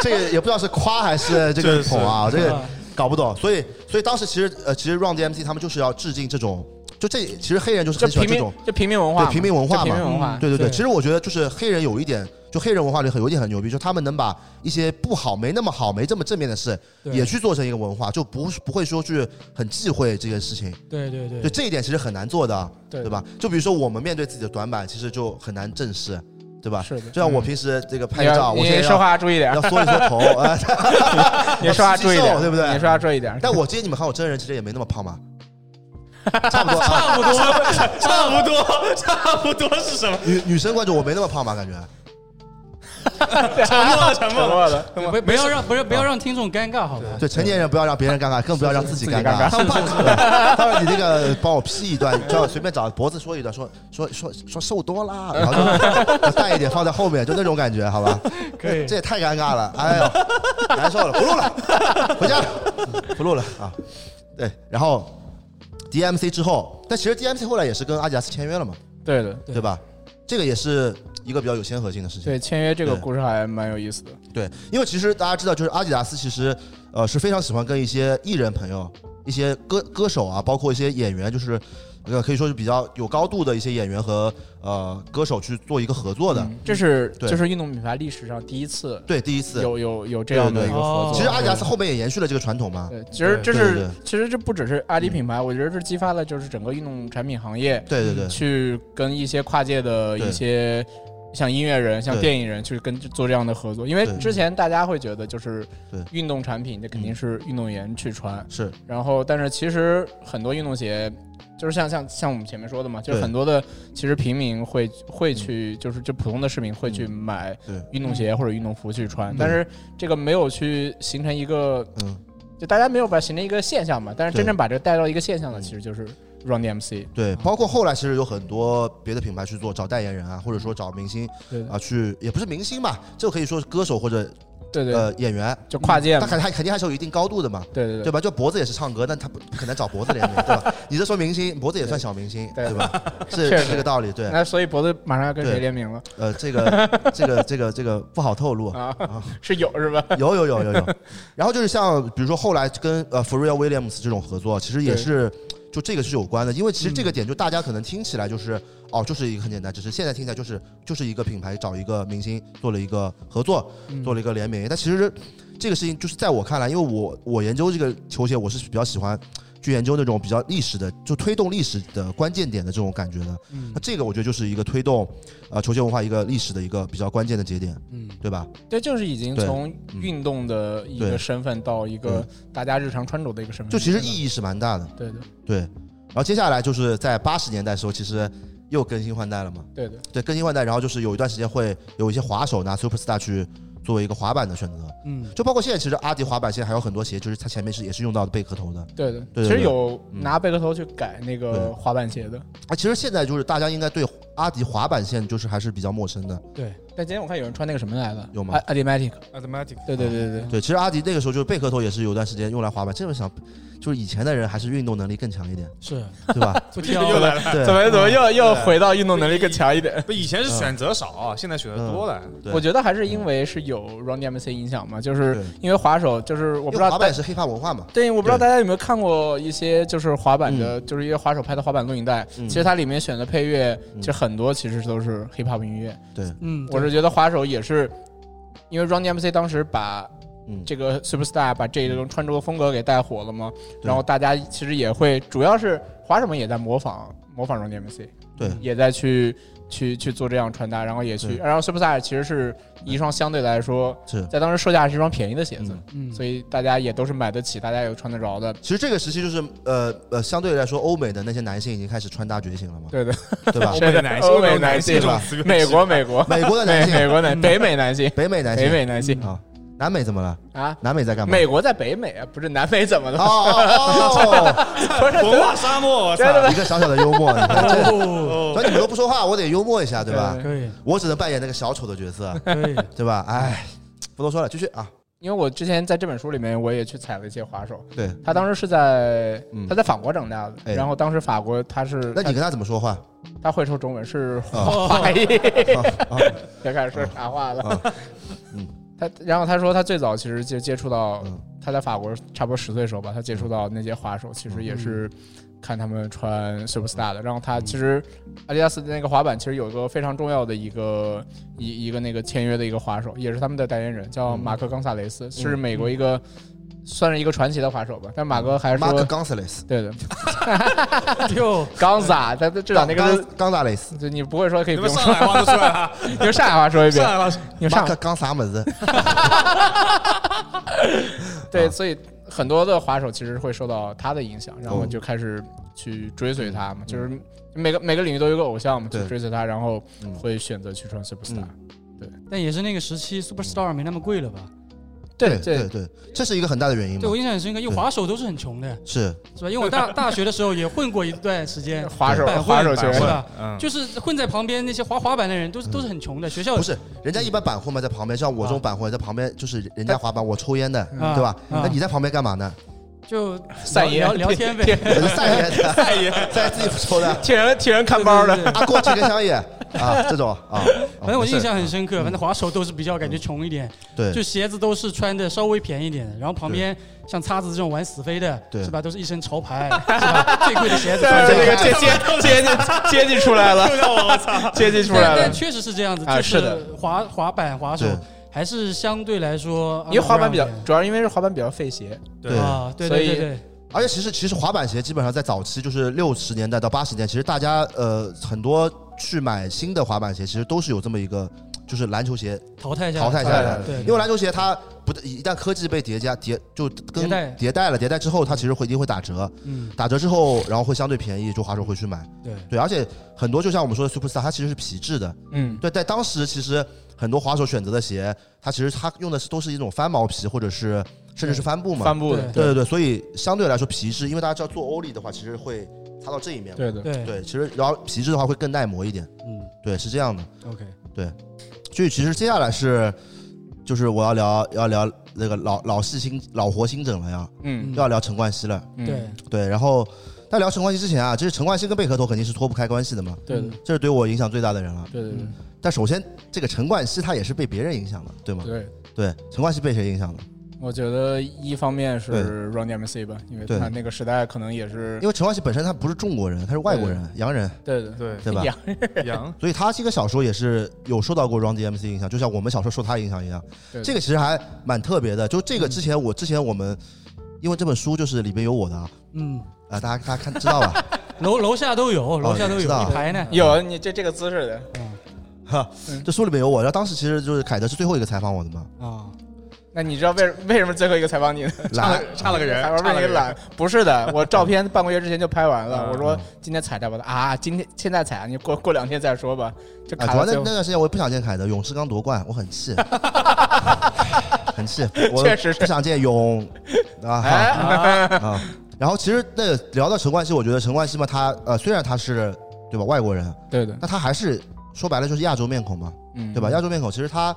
Speaker 4: 这个也不知道是夸还是这个捧啊，这个搞不懂。所以，所以当时其实呃，其实 Run DMC 他们就是要致敬这种，就这其实黑人就是
Speaker 7: 就
Speaker 4: 很喜欢
Speaker 7: 平
Speaker 4: 这
Speaker 7: 民
Speaker 4: 种，
Speaker 7: 就平民文化嘛，
Speaker 4: 对平民文化嘛嗯
Speaker 7: 就平民文化。
Speaker 4: 对对对。
Speaker 2: 对
Speaker 4: 其实我觉得就是黑人有一点，就黑人文化里很有一点很牛逼，就他们能把一些不好、没那么好、没这么正面的事
Speaker 2: 对
Speaker 4: 也去做成一个文化，就不不会说去很忌讳这件事情。
Speaker 2: 对对对
Speaker 4: 对 这一点其实很难做的，
Speaker 7: 对
Speaker 4: 吧？就比如说我们面对自己的短板，其实就很难正视，对吧？
Speaker 7: 是的
Speaker 4: 就像我平时这个
Speaker 7: 你
Speaker 4: 拍
Speaker 7: 要
Speaker 4: 照，我现在
Speaker 7: 你说
Speaker 4: 要
Speaker 7: 话注意点
Speaker 4: 要，缩一缩 头，哎，
Speaker 7: 你说话注意
Speaker 4: 要吸
Speaker 7: 点，
Speaker 4: 气对不对
Speaker 7: 你说话注意点。
Speaker 4: 但我建议你们看我真人，其实也没那么胖嘛，差不多啊。
Speaker 2: 差不
Speaker 6: 差不
Speaker 2: 多。
Speaker 6: 多，差不多是什么？
Speaker 4: 女女生观众我没那么胖吧？感觉啊
Speaker 6: 沉默了，沉默了。
Speaker 2: 不不要让不是不要让听众尴尬，好吧？
Speaker 4: 对成年人不要让别人尴尬，更不要让自己
Speaker 7: 自己
Speaker 4: 尴
Speaker 7: 尴尬
Speaker 4: 他们怕 对当然你那个帮我 P 一段，就随便找脖子说一段，说说说说瘦多啦，然后就带一点放在后面，就那种感觉，好吧？
Speaker 2: 可以
Speaker 4: 这也太尴尬了，哎呦，难受了，不录了，回家了， 不录了啊。对，然后 DMC 之后，但其实 DMC 后来也是跟阿迪达斯签约了嘛，
Speaker 7: 对的，
Speaker 4: 对吧？这个也是一个比较有先河性的事情。
Speaker 7: 对签约这个
Speaker 4: 对
Speaker 7: 故事还蛮有意思的。
Speaker 4: 对，因为其实大家知道，就是阿迪达斯其实呃是非常喜欢跟一些艺人朋友、一些歌歌手啊，包括一些演员，就是呃可以说是比较有高度的一些演员和呃歌手去做一个合作的。
Speaker 7: 嗯这是
Speaker 4: 对
Speaker 7: 这是运动品牌历史上第一次
Speaker 4: 对，第一次。
Speaker 7: 有有有这样的一个合作。
Speaker 4: 其实阿迪达斯后面也延续了这个传统嘛。
Speaker 7: 对，其实这
Speaker 4: 对
Speaker 7: 是
Speaker 4: 对
Speaker 7: 其实这不只是阿迪品牌，我觉得这激发了就是整个运动产品行业
Speaker 4: 对对对，
Speaker 7: 去跟一些跨界的
Speaker 4: 对
Speaker 7: 一些像音乐人、像
Speaker 4: 对
Speaker 7: 电影人去跟做这样的合作，因为
Speaker 4: 对
Speaker 7: 之前大家会觉得就是
Speaker 4: 对嗯
Speaker 7: 运动产品，这肯定是运动员去穿，
Speaker 4: 是
Speaker 7: 然后但是其实很多运动鞋。就是像像像我们前面说的嘛，就是
Speaker 4: 对嗯
Speaker 7: 很多的其实平民会会去，就是就普通的市民会去买
Speaker 4: 对
Speaker 7: 运动鞋或者运动服去穿
Speaker 4: 嗯，
Speaker 7: 但是这个没有去形成一个
Speaker 4: 嗯。
Speaker 7: 就大家没有把形成一个现象嘛，但是
Speaker 4: 对嗯
Speaker 7: 真正把这个带到一个现象的，其实就是 Run DMC。
Speaker 4: 对，包括后来其实有很多别的品牌去做找代言人啊，或者说找明星
Speaker 7: 对
Speaker 4: 啊，去也不是明星吧，这可以说是歌手或者
Speaker 7: 对对，
Speaker 4: 呃演员，
Speaker 7: 就跨界
Speaker 4: 他
Speaker 7: 嘛。
Speaker 4: 肯还肯定还是有一定高度的嘛，
Speaker 7: 对对
Speaker 4: 对吧？就脖子也是唱歌，但他不不可能找脖子联 名，对吧？你这说明星，脖子也算小明星，
Speaker 7: 对
Speaker 4: 对 吧？是
Speaker 7: 确实
Speaker 4: 是这个道理，对。
Speaker 7: 那所以脖子马上要跟谁
Speaker 4: 对
Speaker 7: 联名了
Speaker 4: 呃，这个这个这个这个不好透露。
Speaker 7: 啊？ 是有是吧？
Speaker 4: 有有有有有。然后就是像比如说后来跟呃 f r e e l Williams 这种合作，其实也
Speaker 7: 对嗯
Speaker 4: 是就这个是有关的，因为其实这个点就大家可能听起来就是哦，就是一个很简单，只是现在听起来就是就是一个品牌找一个明星做了一个合作，
Speaker 7: 嗯
Speaker 4: 做了一个联名，但其实这个事情就是在我看来，因为我我研究这个球鞋，我是比较喜欢。去研究那种比较历史的，就推动历史的关键点的这种感觉的，
Speaker 7: 嗯
Speaker 4: 那这个我觉得就是一个推动，呃，球鞋文化一个历史的一个比较关键的节点，
Speaker 2: 嗯，
Speaker 4: 对吧？
Speaker 7: 对，就是已经
Speaker 4: 对嗯
Speaker 7: 从运动的一
Speaker 4: 对嗯
Speaker 7: 个身份到一个大家日常穿着的一个身份，
Speaker 4: 就其实意义是蛮大的。
Speaker 7: 嗯对对
Speaker 4: 对，然后接下来就是在八十年代的时候，其实又更新换代了嘛。
Speaker 7: 对对
Speaker 4: 对，更新换代，然后就是有一段时间会有一些滑手拿 Superstar 去作为一个滑板的选择，
Speaker 2: 嗯，
Speaker 4: 就包括现在其实阿迪滑板现在还有很多鞋，就是它前面是也是用到的贝壳头的。
Speaker 7: 对对
Speaker 4: 对
Speaker 7: 其实
Speaker 4: 对
Speaker 7: 有
Speaker 4: 嗯
Speaker 7: 拿贝壳头去改那个
Speaker 4: 对
Speaker 7: 滑板鞋的，
Speaker 4: 啊，其实现在就是大家应该对阿迪滑板线就是还是比较陌生的。
Speaker 2: 对，
Speaker 7: 但今天我看有人穿那个什么来的，
Speaker 4: 有吗
Speaker 7: 啊？Adimatic，
Speaker 6: Automatic，
Speaker 7: 对对对对对，
Speaker 4: 对，其实阿迪那个时候就是贝壳头也是有一段时间用来滑板，这么想，就是以前的人还是运动能力更强一点，
Speaker 2: 是
Speaker 4: 对 吧？
Speaker 2: 不挑
Speaker 6: 又来了。
Speaker 7: 怎
Speaker 4: 对，
Speaker 7: 么怎么又又回到运动能力更强一点？
Speaker 6: 不，以前是选择少，啊现在选择多了。
Speaker 4: 嗯对嗯
Speaker 7: 我觉得还是因为是有 Run DMC 影响嘛，就是
Speaker 4: 对
Speaker 7: 因为滑手，就是我
Speaker 4: 我
Speaker 7: 不知道
Speaker 4: 滑
Speaker 7: 大
Speaker 4: 板也是 hiphop 文化嘛。
Speaker 7: 对，我不知道
Speaker 4: 对
Speaker 7: 大家有没有看过一些就是滑板的，就是一些滑手拍的滑板录影带。
Speaker 4: 嗯
Speaker 7: 其实它里面选的配乐，
Speaker 4: 嗯
Speaker 7: 其实很多其实都是 hip hop 音乐。
Speaker 4: 对，
Speaker 2: 嗯，
Speaker 7: 我是觉得滑手也是，因为 Run DMC 当时把
Speaker 4: 嗯，
Speaker 7: 这个 Superstar 把这种穿着的风格给带火了嘛，
Speaker 4: 对
Speaker 7: 然后大家其实也会，主要是滑手们也在模仿模仿 Run DMC，
Speaker 4: 对
Speaker 7: 也在去去去做这样穿搭，然后也去，
Speaker 4: 对
Speaker 7: 然后 Superstar 其实是一双相对来说
Speaker 4: 是。
Speaker 7: 在当时售价是一双便宜的鞋子。
Speaker 4: 嗯
Speaker 2: 嗯，
Speaker 7: 所
Speaker 2: 以
Speaker 7: 以大家也都是买得起，大家有穿得着的，
Speaker 4: 其实这个时期就是呃呃，相对来说，欧美的那些男性已经开始穿搭觉醒了嘛，
Speaker 7: 对的，
Speaker 4: 对吧
Speaker 7: 是？
Speaker 6: 美男性，
Speaker 7: 欧美
Speaker 6: 美
Speaker 7: 男性
Speaker 6: 这种
Speaker 4: 吧
Speaker 6: 词源
Speaker 7: 美国，美国，
Speaker 4: 美国的男
Speaker 7: 美
Speaker 4: 性，啊
Speaker 7: 美国男，北美男性，
Speaker 4: 北美男
Speaker 7: 北
Speaker 4: 性
Speaker 7: 美男性，
Speaker 4: 啊，南美怎么了？
Speaker 7: 啊，
Speaker 4: 南美在干嘛？
Speaker 7: 美国在北美啊，不是南美怎么了？
Speaker 4: 哦哦
Speaker 7: 不是
Speaker 6: 文化沙漠，我操！
Speaker 4: 哦，一个小小的幽默，你 看这
Speaker 2: 哦，
Speaker 4: 所以你们都不说话，我得幽默一下，对吧？
Speaker 2: 可以
Speaker 4: 我只能扮演那个小丑的角色，
Speaker 2: 可以，
Speaker 4: 对吧？哎，不多说了，继续啊。
Speaker 7: 因为我之前在这本书里面我也去采了一些滑手，
Speaker 4: 对，
Speaker 7: 他当时是在
Speaker 4: 嗯
Speaker 7: 他在法国长大的，
Speaker 4: 哎
Speaker 7: 然后当时法国他是
Speaker 4: 那你跟他怎么说话？
Speaker 7: 他他会说中文是
Speaker 4: 哦
Speaker 7: 华裔，
Speaker 4: 啊
Speaker 7: 别开始说傻话了
Speaker 4: 啊。嗯
Speaker 7: 他然后他说他最早其实就接触到
Speaker 4: 嗯
Speaker 7: 他在法国差不多十岁的时候吧，他接触到那些滑手，其实也是
Speaker 4: 嗯
Speaker 7: 看他们穿 Superstar 的。然后他其实阿迪达斯的那个滑板其实有个非常重要的一个一一个那个签约的一个滑手，也是他们的代言人，
Speaker 4: 嗯
Speaker 7: 叫马克冈萨雷斯，是美国一个算是一个传奇的滑手吧。但马
Speaker 4: 嗯
Speaker 7: 哥还是
Speaker 4: ，Mark
Speaker 7: 说
Speaker 4: Gonzalez，
Speaker 7: 对的，
Speaker 2: 就
Speaker 7: 冈萨，他他至少那个是。
Speaker 4: 冈萨雷斯
Speaker 7: 就你不会说可以
Speaker 6: 你
Speaker 7: 不
Speaker 6: 们
Speaker 7: 用
Speaker 6: 上
Speaker 7: 说，
Speaker 6: 海话都出来了啊，
Speaker 7: 你用上海话说一遍
Speaker 6: 上，海话是
Speaker 7: 你用上海
Speaker 4: ，Mark 冈啥么子？
Speaker 7: 对，
Speaker 4: 啊
Speaker 7: 所以很多的滑手其实会受到他的影响，然后
Speaker 4: 哦
Speaker 7: 就开始去追随他嘛，就是每个每个领域都有一个偶像嘛，
Speaker 4: 对
Speaker 7: 就追随他，然后
Speaker 4: 嗯
Speaker 7: 会选择去穿 superstar。
Speaker 2: 但也是那个时期 Superstar 没那么贵了吧？
Speaker 7: 对
Speaker 4: 对，对，这是一个很大的原因
Speaker 2: 对
Speaker 4: 嘛
Speaker 2: 我。印象很深刻，因为滑手都是很穷的，
Speaker 4: 是，
Speaker 2: 是吧？因为我大 大学的时候也混过一段时间，
Speaker 7: 滑手
Speaker 2: 板
Speaker 7: 滑手
Speaker 2: 混
Speaker 7: 圈
Speaker 2: 是吧？
Speaker 6: 嗯，
Speaker 2: 就是混在旁边那些滑滑板的人，都
Speaker 4: 嗯
Speaker 2: 是都是很穷的，学校
Speaker 4: 不是人家一般板混嘛，在旁边，像我这种板混在旁边，就是人家滑板，我抽烟的，
Speaker 2: 哎啊
Speaker 4: 对吧？
Speaker 2: 啊
Speaker 4: 那你在旁边干嘛呢？
Speaker 7: 嗯
Speaker 2: 就
Speaker 7: 散
Speaker 2: 聊
Speaker 7: 烟
Speaker 2: 聊 聊天呗，
Speaker 4: 晒烟的，晒 烟，晒自己抽的，
Speaker 7: 替人替人看包
Speaker 2: 包
Speaker 7: 的，
Speaker 2: 的。
Speaker 4: 啊，给我几根香 烟啊，这种啊，
Speaker 2: 反正我印
Speaker 4: 象
Speaker 2: 象很深刻，反正滑手都是比较感觉穷一点，
Speaker 4: 对
Speaker 2: 就鞋子都是穿的稍微便宜一点的，然后旁边像叉子这种玩死飞的，
Speaker 4: 对
Speaker 2: 是吧？都是一身潮牌，是吧？最贵的鞋子穿
Speaker 4: 对
Speaker 2: 着。
Speaker 7: 这个接接接近接近出来了，接近出来
Speaker 2: 但
Speaker 7: 了
Speaker 2: 但。确实是这样子，
Speaker 7: 啊
Speaker 2: 就是
Speaker 7: 的
Speaker 2: 滑滑板、滑手
Speaker 4: 对
Speaker 2: 还是相对来说，
Speaker 7: 因为滑板比较
Speaker 2: underground
Speaker 7: 主要因为是滑板比较费鞋，
Speaker 4: 对
Speaker 2: 啊，对
Speaker 7: 所
Speaker 2: 对
Speaker 7: 以
Speaker 2: 对对，
Speaker 4: 而且其实其实滑板鞋基本上在早期就是六十年代到八十年代，其实大家呃很多去买新的滑板鞋，其实都是有这么一个就是篮球鞋
Speaker 2: 淘汰下来
Speaker 4: 淘汰下来的，
Speaker 2: 对，
Speaker 4: 因为篮球鞋它不一旦科技被叠加叠就跟
Speaker 2: 迭代
Speaker 4: 迭代了，迭代之后它其实会一定会打折，
Speaker 2: 嗯
Speaker 4: 打折之后然后会相对便宜，就滑手会去买。
Speaker 2: 对
Speaker 4: 对，而且很多就像我们说的 Superstar，它其实是皮质的，
Speaker 7: 嗯，
Speaker 4: 对，在当时其实很多滑手选择的鞋，它其实它用的是都是一种翻毛皮或者是甚至是帆布嘛，
Speaker 7: 帆布的，
Speaker 4: 对对对，所以相对来说皮质，因为大家知道做欧力的话，其实会擦到这一面嘛。
Speaker 7: 对的，
Speaker 2: 对
Speaker 4: 对，其实然后皮质的话会更耐磨一点。
Speaker 2: 嗯
Speaker 4: 对，是这样的。
Speaker 2: ，OK，
Speaker 4: 所以其实接下来是，就是我要聊要聊那个老老戏新老活新整了呀，
Speaker 7: 嗯，
Speaker 4: 要聊陈冠希了。
Speaker 7: 嗯
Speaker 2: 对
Speaker 4: 对，然后在聊陈冠希之前啊，就是陈冠希跟贝壳头肯定是脱不开关系的嘛，
Speaker 7: 对的，
Speaker 4: 这是对我影响最大的人了。
Speaker 7: 对对对
Speaker 4: 但首先，这个陈冠希他也是被别人影响的，对吗？
Speaker 7: 对。
Speaker 4: 对，陈冠希被谁影响的？
Speaker 7: 我觉得一方面
Speaker 4: 对
Speaker 7: 是 Run DMC 吧，因为
Speaker 4: 对
Speaker 7: 他那个时代可能也是
Speaker 4: 因为陈冠希本身他不是中国人，他是外国人，洋人，
Speaker 7: 对的，
Speaker 6: 对
Speaker 4: 对吧？
Speaker 7: 洋
Speaker 6: 羊
Speaker 4: 所以他这个小时候也是有受到过 Run DMC 影响，就像我们小时候受他影响一样。
Speaker 7: 对
Speaker 4: 这个其实还蛮特别的。就这个之前我之前我们，因为这本书就是里边有我的啊，
Speaker 2: 嗯，
Speaker 4: 啊大家大家看知道吧？
Speaker 2: 楼楼下都有，楼下都有
Speaker 4: 你知道啊
Speaker 2: 一排呢，嗯
Speaker 7: 有你这这个姿势的，
Speaker 4: 哈，
Speaker 7: 嗯
Speaker 4: 这书里面有我。然后当时其实就是凯德是最后一个采访我的嘛，
Speaker 2: 啊，
Speaker 7: 那你知道为为什么最后一个采访你呢？
Speaker 6: 差
Speaker 4: 来，
Speaker 6: 了差了个人
Speaker 7: 采，访
Speaker 6: 差
Speaker 7: 为
Speaker 6: 了个
Speaker 7: 你
Speaker 6: 人。
Speaker 7: 个懒，不是的，我照片半个月之前就拍完了。
Speaker 6: 嗯
Speaker 7: 我说今天采摘吧，他啊，今天现在采啊，你过过两天再说吧，就
Speaker 4: 啊，
Speaker 7: 卡
Speaker 4: 主要那
Speaker 7: 到最后
Speaker 4: 那。段时间我也不想见凯德，勇士刚夺冠，我很 气，很气，我
Speaker 7: 确实是
Speaker 4: 不想见勇啊。哈
Speaker 7: 哎，
Speaker 4: 啊。然后其实那个聊到陈冠希，我觉得陈冠希嘛，他呃虽然他是对吧外国人，啊
Speaker 7: 对的，
Speaker 4: 那他还是说白了就是亚洲面孔嘛，
Speaker 7: 嗯，
Speaker 4: 对吧？亚洲面孔其实他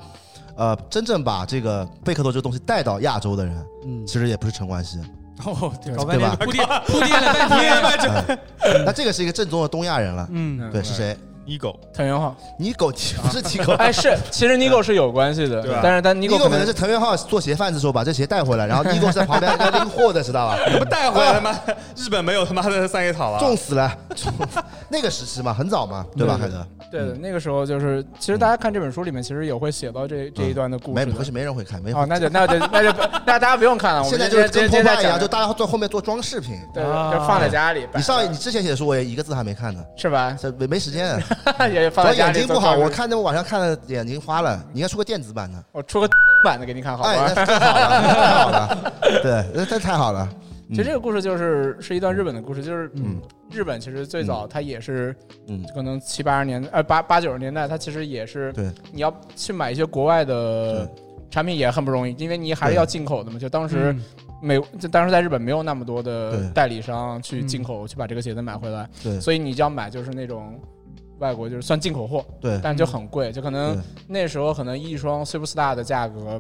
Speaker 4: 呃真正把这个贝克头这个东西带到亚洲的人，
Speaker 2: 嗯，
Speaker 4: 其实也不是陈冠希。
Speaker 2: 哦，
Speaker 7: 对
Speaker 2: 搞半
Speaker 4: 对
Speaker 2: 天
Speaker 4: 吧
Speaker 2: 铺垫铺垫了半天，
Speaker 4: 那这个是一个正宗的东亚人了，
Speaker 2: 嗯，
Speaker 4: 对，是谁？
Speaker 6: 一狗，
Speaker 7: 藤原浩，
Speaker 4: 尼狗不是 尼狗。
Speaker 7: 哎，是，其实 Nigo 是有关系的
Speaker 6: 对吧，
Speaker 7: 但是但
Speaker 4: 尼
Speaker 7: Nigo
Speaker 4: 狗可能是藤原浩做鞋贩子的时候把这鞋带回来，然后尼狗是在 旁边在拎货的，知道吧？
Speaker 6: 不带回来他妈日本没有他妈的三叶草了，
Speaker 4: 重死了，重死那个时期嘛，很早嘛，对吧？
Speaker 7: 对
Speaker 4: 海德，
Speaker 7: 对
Speaker 4: 嗯
Speaker 7: 的，那个时候就是，其实大家看这本书里面，其实也会写到这这一段的故
Speaker 4: 嗯没
Speaker 7: 事
Speaker 4: 不
Speaker 7: 的
Speaker 4: 会。没人会看，没人
Speaker 7: 哦，
Speaker 4: 会看
Speaker 7: 那就那就那就那大家不用看了，我们
Speaker 4: 现在就是
Speaker 7: 直接
Speaker 4: 跟
Speaker 7: 直接
Speaker 4: 破
Speaker 7: 在
Speaker 4: 坏一
Speaker 7: 讲
Speaker 4: 样，就 大家在后面做装饰品。哎
Speaker 7: 对，
Speaker 2: 啊
Speaker 7: 就放在家里。
Speaker 4: 你上你之前写的书，我也一个字还没看呢，
Speaker 7: 是吧？
Speaker 4: 这没没时间。
Speaker 7: 也 放
Speaker 4: 我眼
Speaker 7: 在家里
Speaker 4: 睛
Speaker 7: 做
Speaker 4: 不好，
Speaker 7: 装饰。
Speaker 4: 我看那网上看了眼睛花了。你应该出个电子版的，
Speaker 7: 我出个 版的给你看好
Speaker 4: 哎，
Speaker 7: 吗？
Speaker 4: 那太好了，太好了，对，那太太好了。
Speaker 7: 其实这个故事就是是一段日本的故事，就是
Speaker 4: 嗯
Speaker 7: 日本其实最早它也是
Speaker 4: 嗯
Speaker 7: 可能七八十年呃八八九十年代，它其实也是
Speaker 4: 对
Speaker 7: 你要去买一些国外的产品也很不容易，因为你还是
Speaker 4: 对
Speaker 7: 要进口的嘛。就当时
Speaker 2: 嗯
Speaker 7: 美，就当时在日本没有那么多的
Speaker 4: 对
Speaker 7: 代理商去进
Speaker 2: 嗯
Speaker 7: 口去把这个鞋子买回来，
Speaker 4: 对
Speaker 7: 所以你就要买就是那种外国就是算进口货，
Speaker 4: 对
Speaker 7: 但就很贵，就可能
Speaker 4: 嗯对
Speaker 7: 那时候可能一双 Superstar 的价格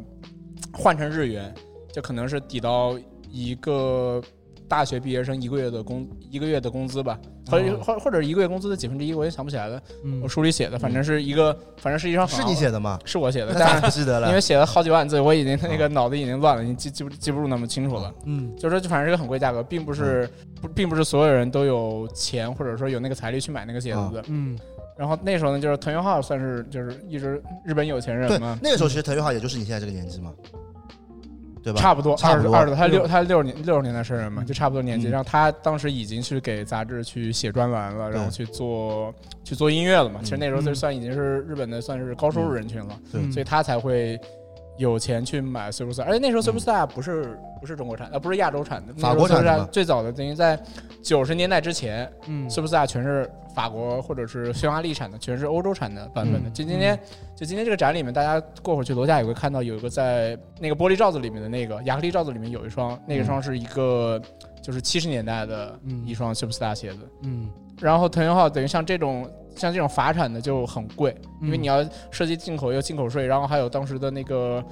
Speaker 7: 换成日元，就可能是抵到一个大学毕业生一个月的工一个月的工资吧，或者
Speaker 2: 哦
Speaker 7: 或或者一个月工资的几分之一，我也想不起来了。
Speaker 2: 嗯
Speaker 7: 我书里写的，反正是一个，反正是一双
Speaker 4: 是
Speaker 7: 行
Speaker 4: 你，写的吗？
Speaker 7: 是我写的，
Speaker 4: 那
Speaker 7: 但
Speaker 4: 咋
Speaker 7: 是
Speaker 4: 不记得了？哦
Speaker 7: 因为写了好几万字，我已经那个脑子已经乱了，已经记记不记不住那么清楚了。
Speaker 2: 嗯
Speaker 7: 就是说，反正是个很贵价格，并不是
Speaker 4: 嗯
Speaker 7: 不并不是所有人都有钱或者说有那个财力去买那个鞋
Speaker 4: 啊
Speaker 7: 子的。
Speaker 2: 嗯
Speaker 7: 然后那时候呢，就是藤原浩算是就是一直日本有钱
Speaker 4: 对
Speaker 7: 人嘛，，
Speaker 4: 那个时候其实藤原浩也就是你现在这个年纪嘛，对吧？
Speaker 7: 差不多
Speaker 4: 差
Speaker 7: 二
Speaker 4: 不
Speaker 7: 十
Speaker 4: 多
Speaker 7: 二十，他六他六十年六十年代生人嘛，
Speaker 2: 嗯
Speaker 7: 就差不多年纪。
Speaker 4: 嗯
Speaker 7: 然后他当时已经去给杂志去写专栏了，
Speaker 4: 对
Speaker 7: 然后去做去做音乐了嘛。其实那时候
Speaker 2: 嗯
Speaker 7: 就算已经是日本的算是高收入人群了，
Speaker 2: 嗯
Speaker 7: 所以他才会有钱去买 Superstar。而且那时候
Speaker 4: 嗯
Speaker 7: Superstar 不是不是中国产，呃，不是亚洲产的，
Speaker 4: 法国产的
Speaker 7: 那时
Speaker 4: 吧
Speaker 7: 候 Superstar 最早的等于在九十年代之前，
Speaker 2: 嗯
Speaker 7: Superstar 啊全是法国或者是匈牙利产的，全是欧洲产的版本的。
Speaker 2: 嗯
Speaker 7: 就今天，就今天这个展里面，大家过会儿去楼下也会看到有一个在那个玻璃罩子里面的那个亚克力罩子里面有一双，那个双是一个就是七十年代的
Speaker 2: 嗯
Speaker 7: 一双 Superstar 鞋子。
Speaker 2: 嗯，
Speaker 7: 然后藤原浩等于像这种像这种法产的就很贵，因为你
Speaker 2: 要
Speaker 7: 要涉及进口又进口税，然后还有当时的那个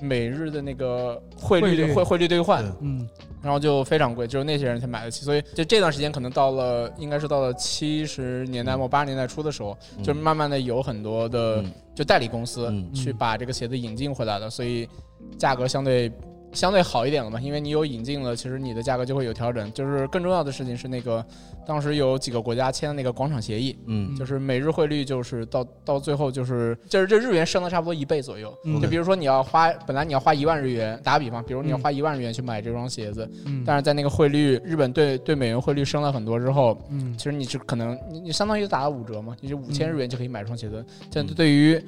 Speaker 7: 美日的那个汇率
Speaker 2: 汇率
Speaker 7: 汇汇率兑换
Speaker 4: 对，
Speaker 2: 嗯
Speaker 7: 然后就非常贵，只有那些人才买得起。所以就这段时间，可能到了应该是到了七十年代末八十年代初的时候，
Speaker 4: 嗯
Speaker 7: 就慢慢的有很多的
Speaker 4: 嗯
Speaker 7: 就代理公司
Speaker 4: 嗯
Speaker 7: 去把这个鞋子引进回来的，所以价格相对。相对好一点了嘛，因为你有引进了，其实你的价格就会有调整。就是更重要的事情是那个，当时有几个国家签了那个广场协议，
Speaker 4: 嗯
Speaker 7: 就是美日汇率就是到到最后就是就是这日元升了差不多一倍左右。
Speaker 2: 嗯
Speaker 7: 就比如说你要花本来你要花一万日元，打个比方，比如你要
Speaker 2: 嗯
Speaker 7: 花一万日元去买这双鞋子，
Speaker 2: 嗯，
Speaker 7: 但是在那个汇率，日本对对美元汇率升了很多之后，
Speaker 2: 嗯
Speaker 7: 其实你是可能你你相当于打了五折嘛，你就五千
Speaker 2: 嗯
Speaker 7: 日元就可以买一双鞋子。这样对于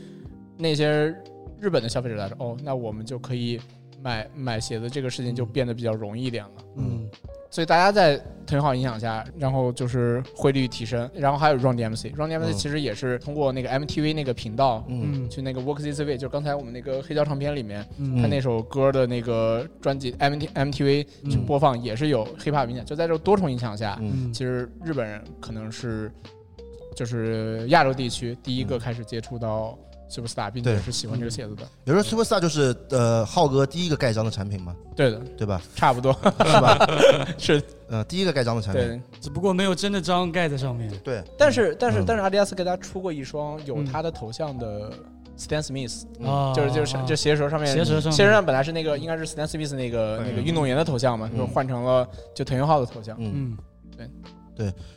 Speaker 7: 那些日本的消费者来说，哦，那我们就可以买买鞋子这个事情就
Speaker 2: 嗯
Speaker 7: 变得比较容易一点了。
Speaker 2: 嗯
Speaker 7: 所以大家在藤好影响下，然后就是汇率提升，然后还有 Run DMC，Run
Speaker 4: 嗯
Speaker 7: DMC 其实也是通过那个 MTV 那个频道。
Speaker 4: 嗯
Speaker 2: 嗯
Speaker 7: 去那个 Work This Way，就刚才我们那个黑胶唱片里面，
Speaker 2: 嗯
Speaker 7: 他那首歌的那个专辑 MT MTV 去播放也是有 hiphop 影响，就在这种多重影响下，
Speaker 4: 嗯，
Speaker 7: 其实日本人可能是就是亚洲地区第一个开始接触到 Superstar，并
Speaker 4: 嗯
Speaker 7: 且
Speaker 4: 对嗯
Speaker 7: 是喜欢这个鞋子的。
Speaker 4: 有时候 Superstar 就是呃浩哥第一个盖章的产品嘛，
Speaker 7: 对的，
Speaker 4: 对吧？
Speaker 7: 差不多
Speaker 4: 是吧？
Speaker 7: 是
Speaker 4: 呃，第一个盖章的产品，
Speaker 7: 对。
Speaker 2: 只不过没有真的章盖在上面。
Speaker 4: 对，
Speaker 7: 但是但是
Speaker 4: 嗯
Speaker 7: 但是阿迪达斯给他出过一双有
Speaker 2: 嗯
Speaker 7: 他的头像的 Stan Smith，
Speaker 4: 嗯
Speaker 2: 啊，
Speaker 7: 就是就是就鞋舌上面
Speaker 2: 鞋舌上面嗯
Speaker 7: 鞋舌上本来是那个应该是 Stan Smith 那个那个运动员的头像嘛，
Speaker 4: 嗯
Speaker 7: 就换成了就藤原浩的头像。
Speaker 4: 嗯。
Speaker 2: 嗯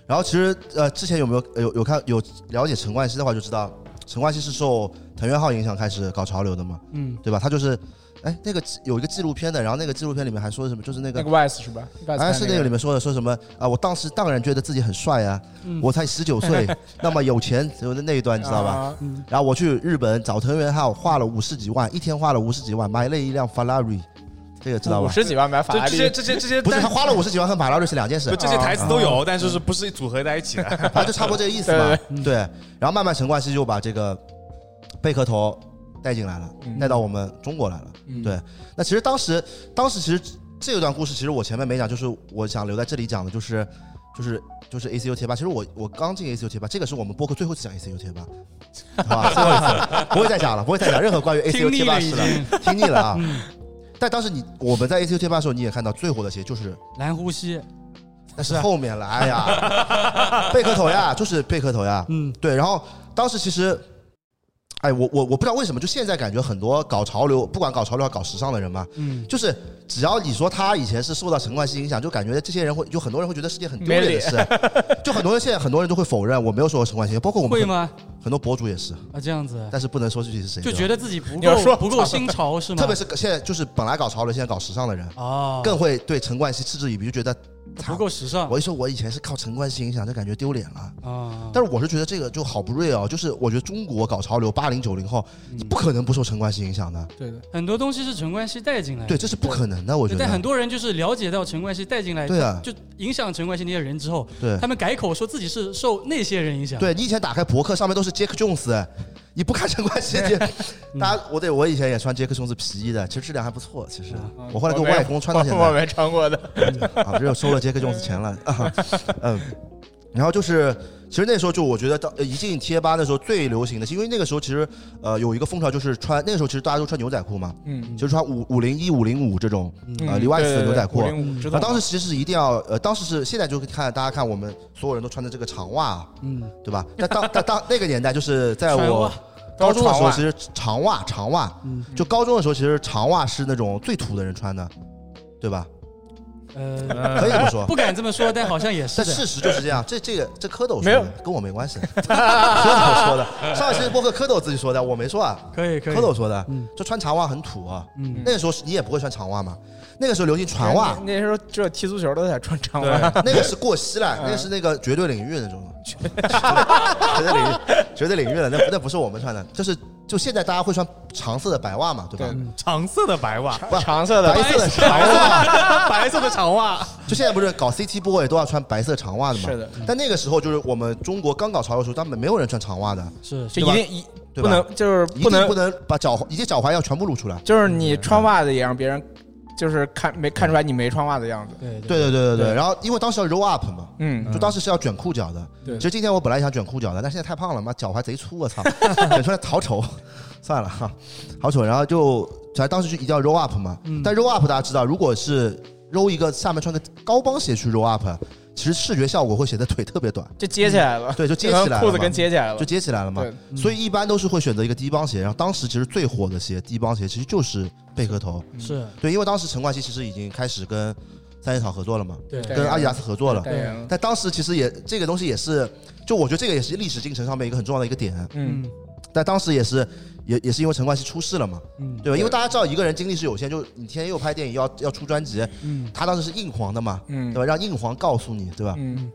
Speaker 4: 然后其实呃，之前有没有有有看有了解陈冠希的话，就知道陈冠希是受藤原浩影响开始搞潮流的嘛，
Speaker 2: 嗯
Speaker 4: 对吧？他就是，哎，那个有一个纪录片的，然后那个纪录片里面还说什么，就是那
Speaker 7: 那
Speaker 4: 个
Speaker 7: 个 Wise 是吧？
Speaker 4: 好
Speaker 7: Vice
Speaker 4: 像啊是
Speaker 7: 看
Speaker 4: 那个
Speaker 7: 个
Speaker 4: 里面说的，说什么啊，我当时当然觉得自己很帅啊，
Speaker 2: 嗯
Speaker 4: 我才十九岁，那么有钱，有的那一段你知道吧？
Speaker 7: 啊
Speaker 2: 嗯
Speaker 4: 然后我去日本找藤原浩，花了五十几万，一天花了五十几万，买了一辆法拉利，这个知道
Speaker 7: 五
Speaker 4: 吧？
Speaker 7: 十几万买法拉
Speaker 6: 这些
Speaker 7: 利，
Speaker 6: 这些这些
Speaker 4: 不是，
Speaker 6: 单
Speaker 4: 他花了五十几万和法拉利是啊两件事
Speaker 6: 就，这些台词都有，但是是不是组合在一起的？
Speaker 4: 啊，就差不多这个意思嘛。嗯对，然后慢慢陈冠希就把这个贝壳头带进来了，
Speaker 2: 嗯
Speaker 4: 带到我们中国来了。
Speaker 7: 嗯
Speaker 4: 对，那其实当时，当时其实这段故事，其实我前面没讲，就是我想留在这里讲的，就是，就是，就是 ACU 贴吧。其实我我刚进 ACU 贴吧，这个是我们播客最后一次讲 ACU 贴吧，好吧，最后一次，不会再讲了，不会再讲任何关于 ACU
Speaker 2: 听腻
Speaker 4: 贴吧
Speaker 2: 了
Speaker 4: 的
Speaker 2: 已
Speaker 4: 事
Speaker 2: 经嗯
Speaker 4: 了，。听腻了啊。但当时你我们在 ACU 贴吧的时候，你也看到最火的鞋就是
Speaker 2: 蓝呼吸，
Speaker 4: 但是后面了，哎呀， 贝壳头呀，就是贝壳头呀，
Speaker 2: 嗯
Speaker 4: 对。然后当时其实，哎，我我我不知道为什么，就现在感觉很多搞潮流，不管搞潮流还是搞时尚的人嘛，
Speaker 2: 嗯
Speaker 4: 就是只要你说他以前是受到陈冠希影响，就感觉这些人会，就很多人会觉得是件很丢脸的事， 就很多人现在很多人都会否认我没有受过陈冠希，包括我们
Speaker 2: 会
Speaker 4: 很
Speaker 2: 吗？
Speaker 4: 很多博主也是，
Speaker 2: 啊，这样子
Speaker 4: 但是不能说具体是谁，
Speaker 2: 就觉得自己不
Speaker 7: 你要
Speaker 2: 够
Speaker 7: 说
Speaker 2: 不够新潮是
Speaker 4: 对吧特
Speaker 2: 吗？
Speaker 4: 别是现在就是本来搞潮流，现在搞时尚的人，
Speaker 2: 啊，
Speaker 4: 更会对陈冠希嗤之以鼻，就觉得
Speaker 2: 不够时尚
Speaker 4: 我一说我以前是靠陈冠希影响，就感觉丢脸了。
Speaker 2: 啊。
Speaker 4: 但是我是觉得这个就好不 real，就是我觉得中国搞潮流，八零九零后
Speaker 2: 嗯
Speaker 4: 你不可能不受陈冠希影响的，
Speaker 7: 对的，
Speaker 2: 很多东西是陈冠希带进来的，
Speaker 4: 对，这是不可能的，我觉
Speaker 2: 对
Speaker 4: 得。
Speaker 2: 但很多人就是了解到陈冠希带进来，
Speaker 4: 对啊
Speaker 2: 就就影响陈冠希那些人之后，
Speaker 4: 对
Speaker 2: 他们改口说自己是受那些人影响。
Speaker 4: 对你以前打开博客上面都是 Jack Jones，哎你不看陈冠希，
Speaker 2: 嗯
Speaker 4: 你大家我得我以前也穿杰克琼斯皮衣的，其实质量还不错。其实
Speaker 2: 嗯
Speaker 4: 我后来跟我外公穿到现在，
Speaker 7: 我没穿过的。
Speaker 4: 啊，只有收 了杰克琼斯钱了啊，嗯，然后就是，其实那时候就我觉得到呃一进贴吧那时候最流行的，因为那个时候其实呃有一个风潮就是穿，那个时候其实大家都穿牛仔裤嘛，
Speaker 7: 嗯，
Speaker 4: 就是穿五五零一、五零五这种呃
Speaker 7: 嗯
Speaker 4: 里外斯的牛仔裤。
Speaker 7: 零五知
Speaker 4: 那
Speaker 7: 道。
Speaker 4: 当时其实是一定要，呃，当时是现在就看大家看我们所有人都穿的这个长袜，嗯，对吧？但当但当那个年代，就是在
Speaker 2: 长
Speaker 4: 我
Speaker 2: 袜
Speaker 4: 高中的时候，
Speaker 7: 长袜嗯
Speaker 4: 其实长袜长袜，就高中的时候，其实长袜是那种最土的人穿的，
Speaker 7: 嗯
Speaker 4: 对吧？
Speaker 2: 呃，
Speaker 4: 可以这么说，
Speaker 2: 不敢这么说，但好像也是
Speaker 4: 但
Speaker 2: 的。
Speaker 4: 事实就是这样，这这个这蝌蚪
Speaker 7: 没
Speaker 4: 说
Speaker 7: 有
Speaker 4: 的，跟我没关系。 蝌蚪说的，上一期播客蝌蚪自己说的，我没说啊。
Speaker 2: 可以可以
Speaker 4: 蝌，蚪说的，就穿长袜很土啊。
Speaker 2: 嗯
Speaker 4: 那个时候你也不会穿长袜嘛？那个时候流行船袜，
Speaker 7: 那时候只有踢足球的才穿长袜，
Speaker 4: 那个是过膝
Speaker 2: 嗯
Speaker 4: 了，那个是那个绝对领域那种， 绝对领域，绝对领域了，那那不是我们穿的，就是就现在大家会穿长色的白袜嘛，对吧？
Speaker 2: 嗯
Speaker 8: 长色的白袜，
Speaker 4: 不
Speaker 7: 长色的
Speaker 4: 白色的长袜，
Speaker 8: 白色的长袜，
Speaker 4: 就现在不是搞 CT boy 都要穿白色长袜的嘛？
Speaker 7: 是的。
Speaker 4: 但那个时候就是我们中国刚搞潮流的时候，他们没有人穿长袜的，
Speaker 2: 是
Speaker 7: 就
Speaker 4: 对
Speaker 7: 一
Speaker 4: 吧
Speaker 7: 定一
Speaker 4: 对
Speaker 7: 不
Speaker 4: 吧
Speaker 7: 能就是
Speaker 4: 一
Speaker 7: 不
Speaker 4: 定
Speaker 7: 能
Speaker 4: 不能把脚一些脚踝要全部露出来。
Speaker 7: 就是你穿袜子也让别人就是看没看出来你没穿袜子的样子。
Speaker 2: 对对
Speaker 4: 对对对对对。
Speaker 7: 对
Speaker 4: 然后因为当时要 roll up 嘛，
Speaker 7: 嗯，
Speaker 4: 就当时是要卷裤脚的。
Speaker 7: 对
Speaker 4: 其实今天我本来想卷裤脚的，但现在太胖了，妈脚踝贼粗，我 操，卷出来好丑，算了哈，好丑。然后就反正当时就一定要 roll up 嘛，
Speaker 7: 嗯
Speaker 4: 但 roll up 大家知道，如果是 roll 一个下面穿个高帮鞋去 roll up，其实视觉效果会显得腿特别短，
Speaker 7: 就接起来了，
Speaker 4: 对，就接起来了嘛，
Speaker 7: 裤子跟接起来了
Speaker 4: 就，接起来了嘛
Speaker 7: 对。
Speaker 2: 嗯
Speaker 4: 所以一般都是会选择一个低帮鞋，然后当时其实最火的鞋，低帮鞋其实就是贝壳头，
Speaker 2: 是，
Speaker 4: 对，因为当时陈冠希其实已经开始跟三叶草合作了嘛，
Speaker 2: 对
Speaker 7: 对
Speaker 4: 跟阿迪达斯合作了。
Speaker 7: 代言了
Speaker 4: 但当时其实也这个东西也是，就我觉得这个也是历史进程上面一个很重要的一个点。
Speaker 7: 嗯，
Speaker 4: 但当时也是，也也是因为陈冠希出事了嘛，
Speaker 2: 嗯
Speaker 4: 对吧？因为大家知道一个人精力是有限，就是你天天又拍电影，又要要出专辑，
Speaker 2: 嗯
Speaker 4: 他当时是硬黄的嘛，
Speaker 7: 嗯
Speaker 4: 对吧？让硬黄告诉你，对吧？
Speaker 7: 嗯，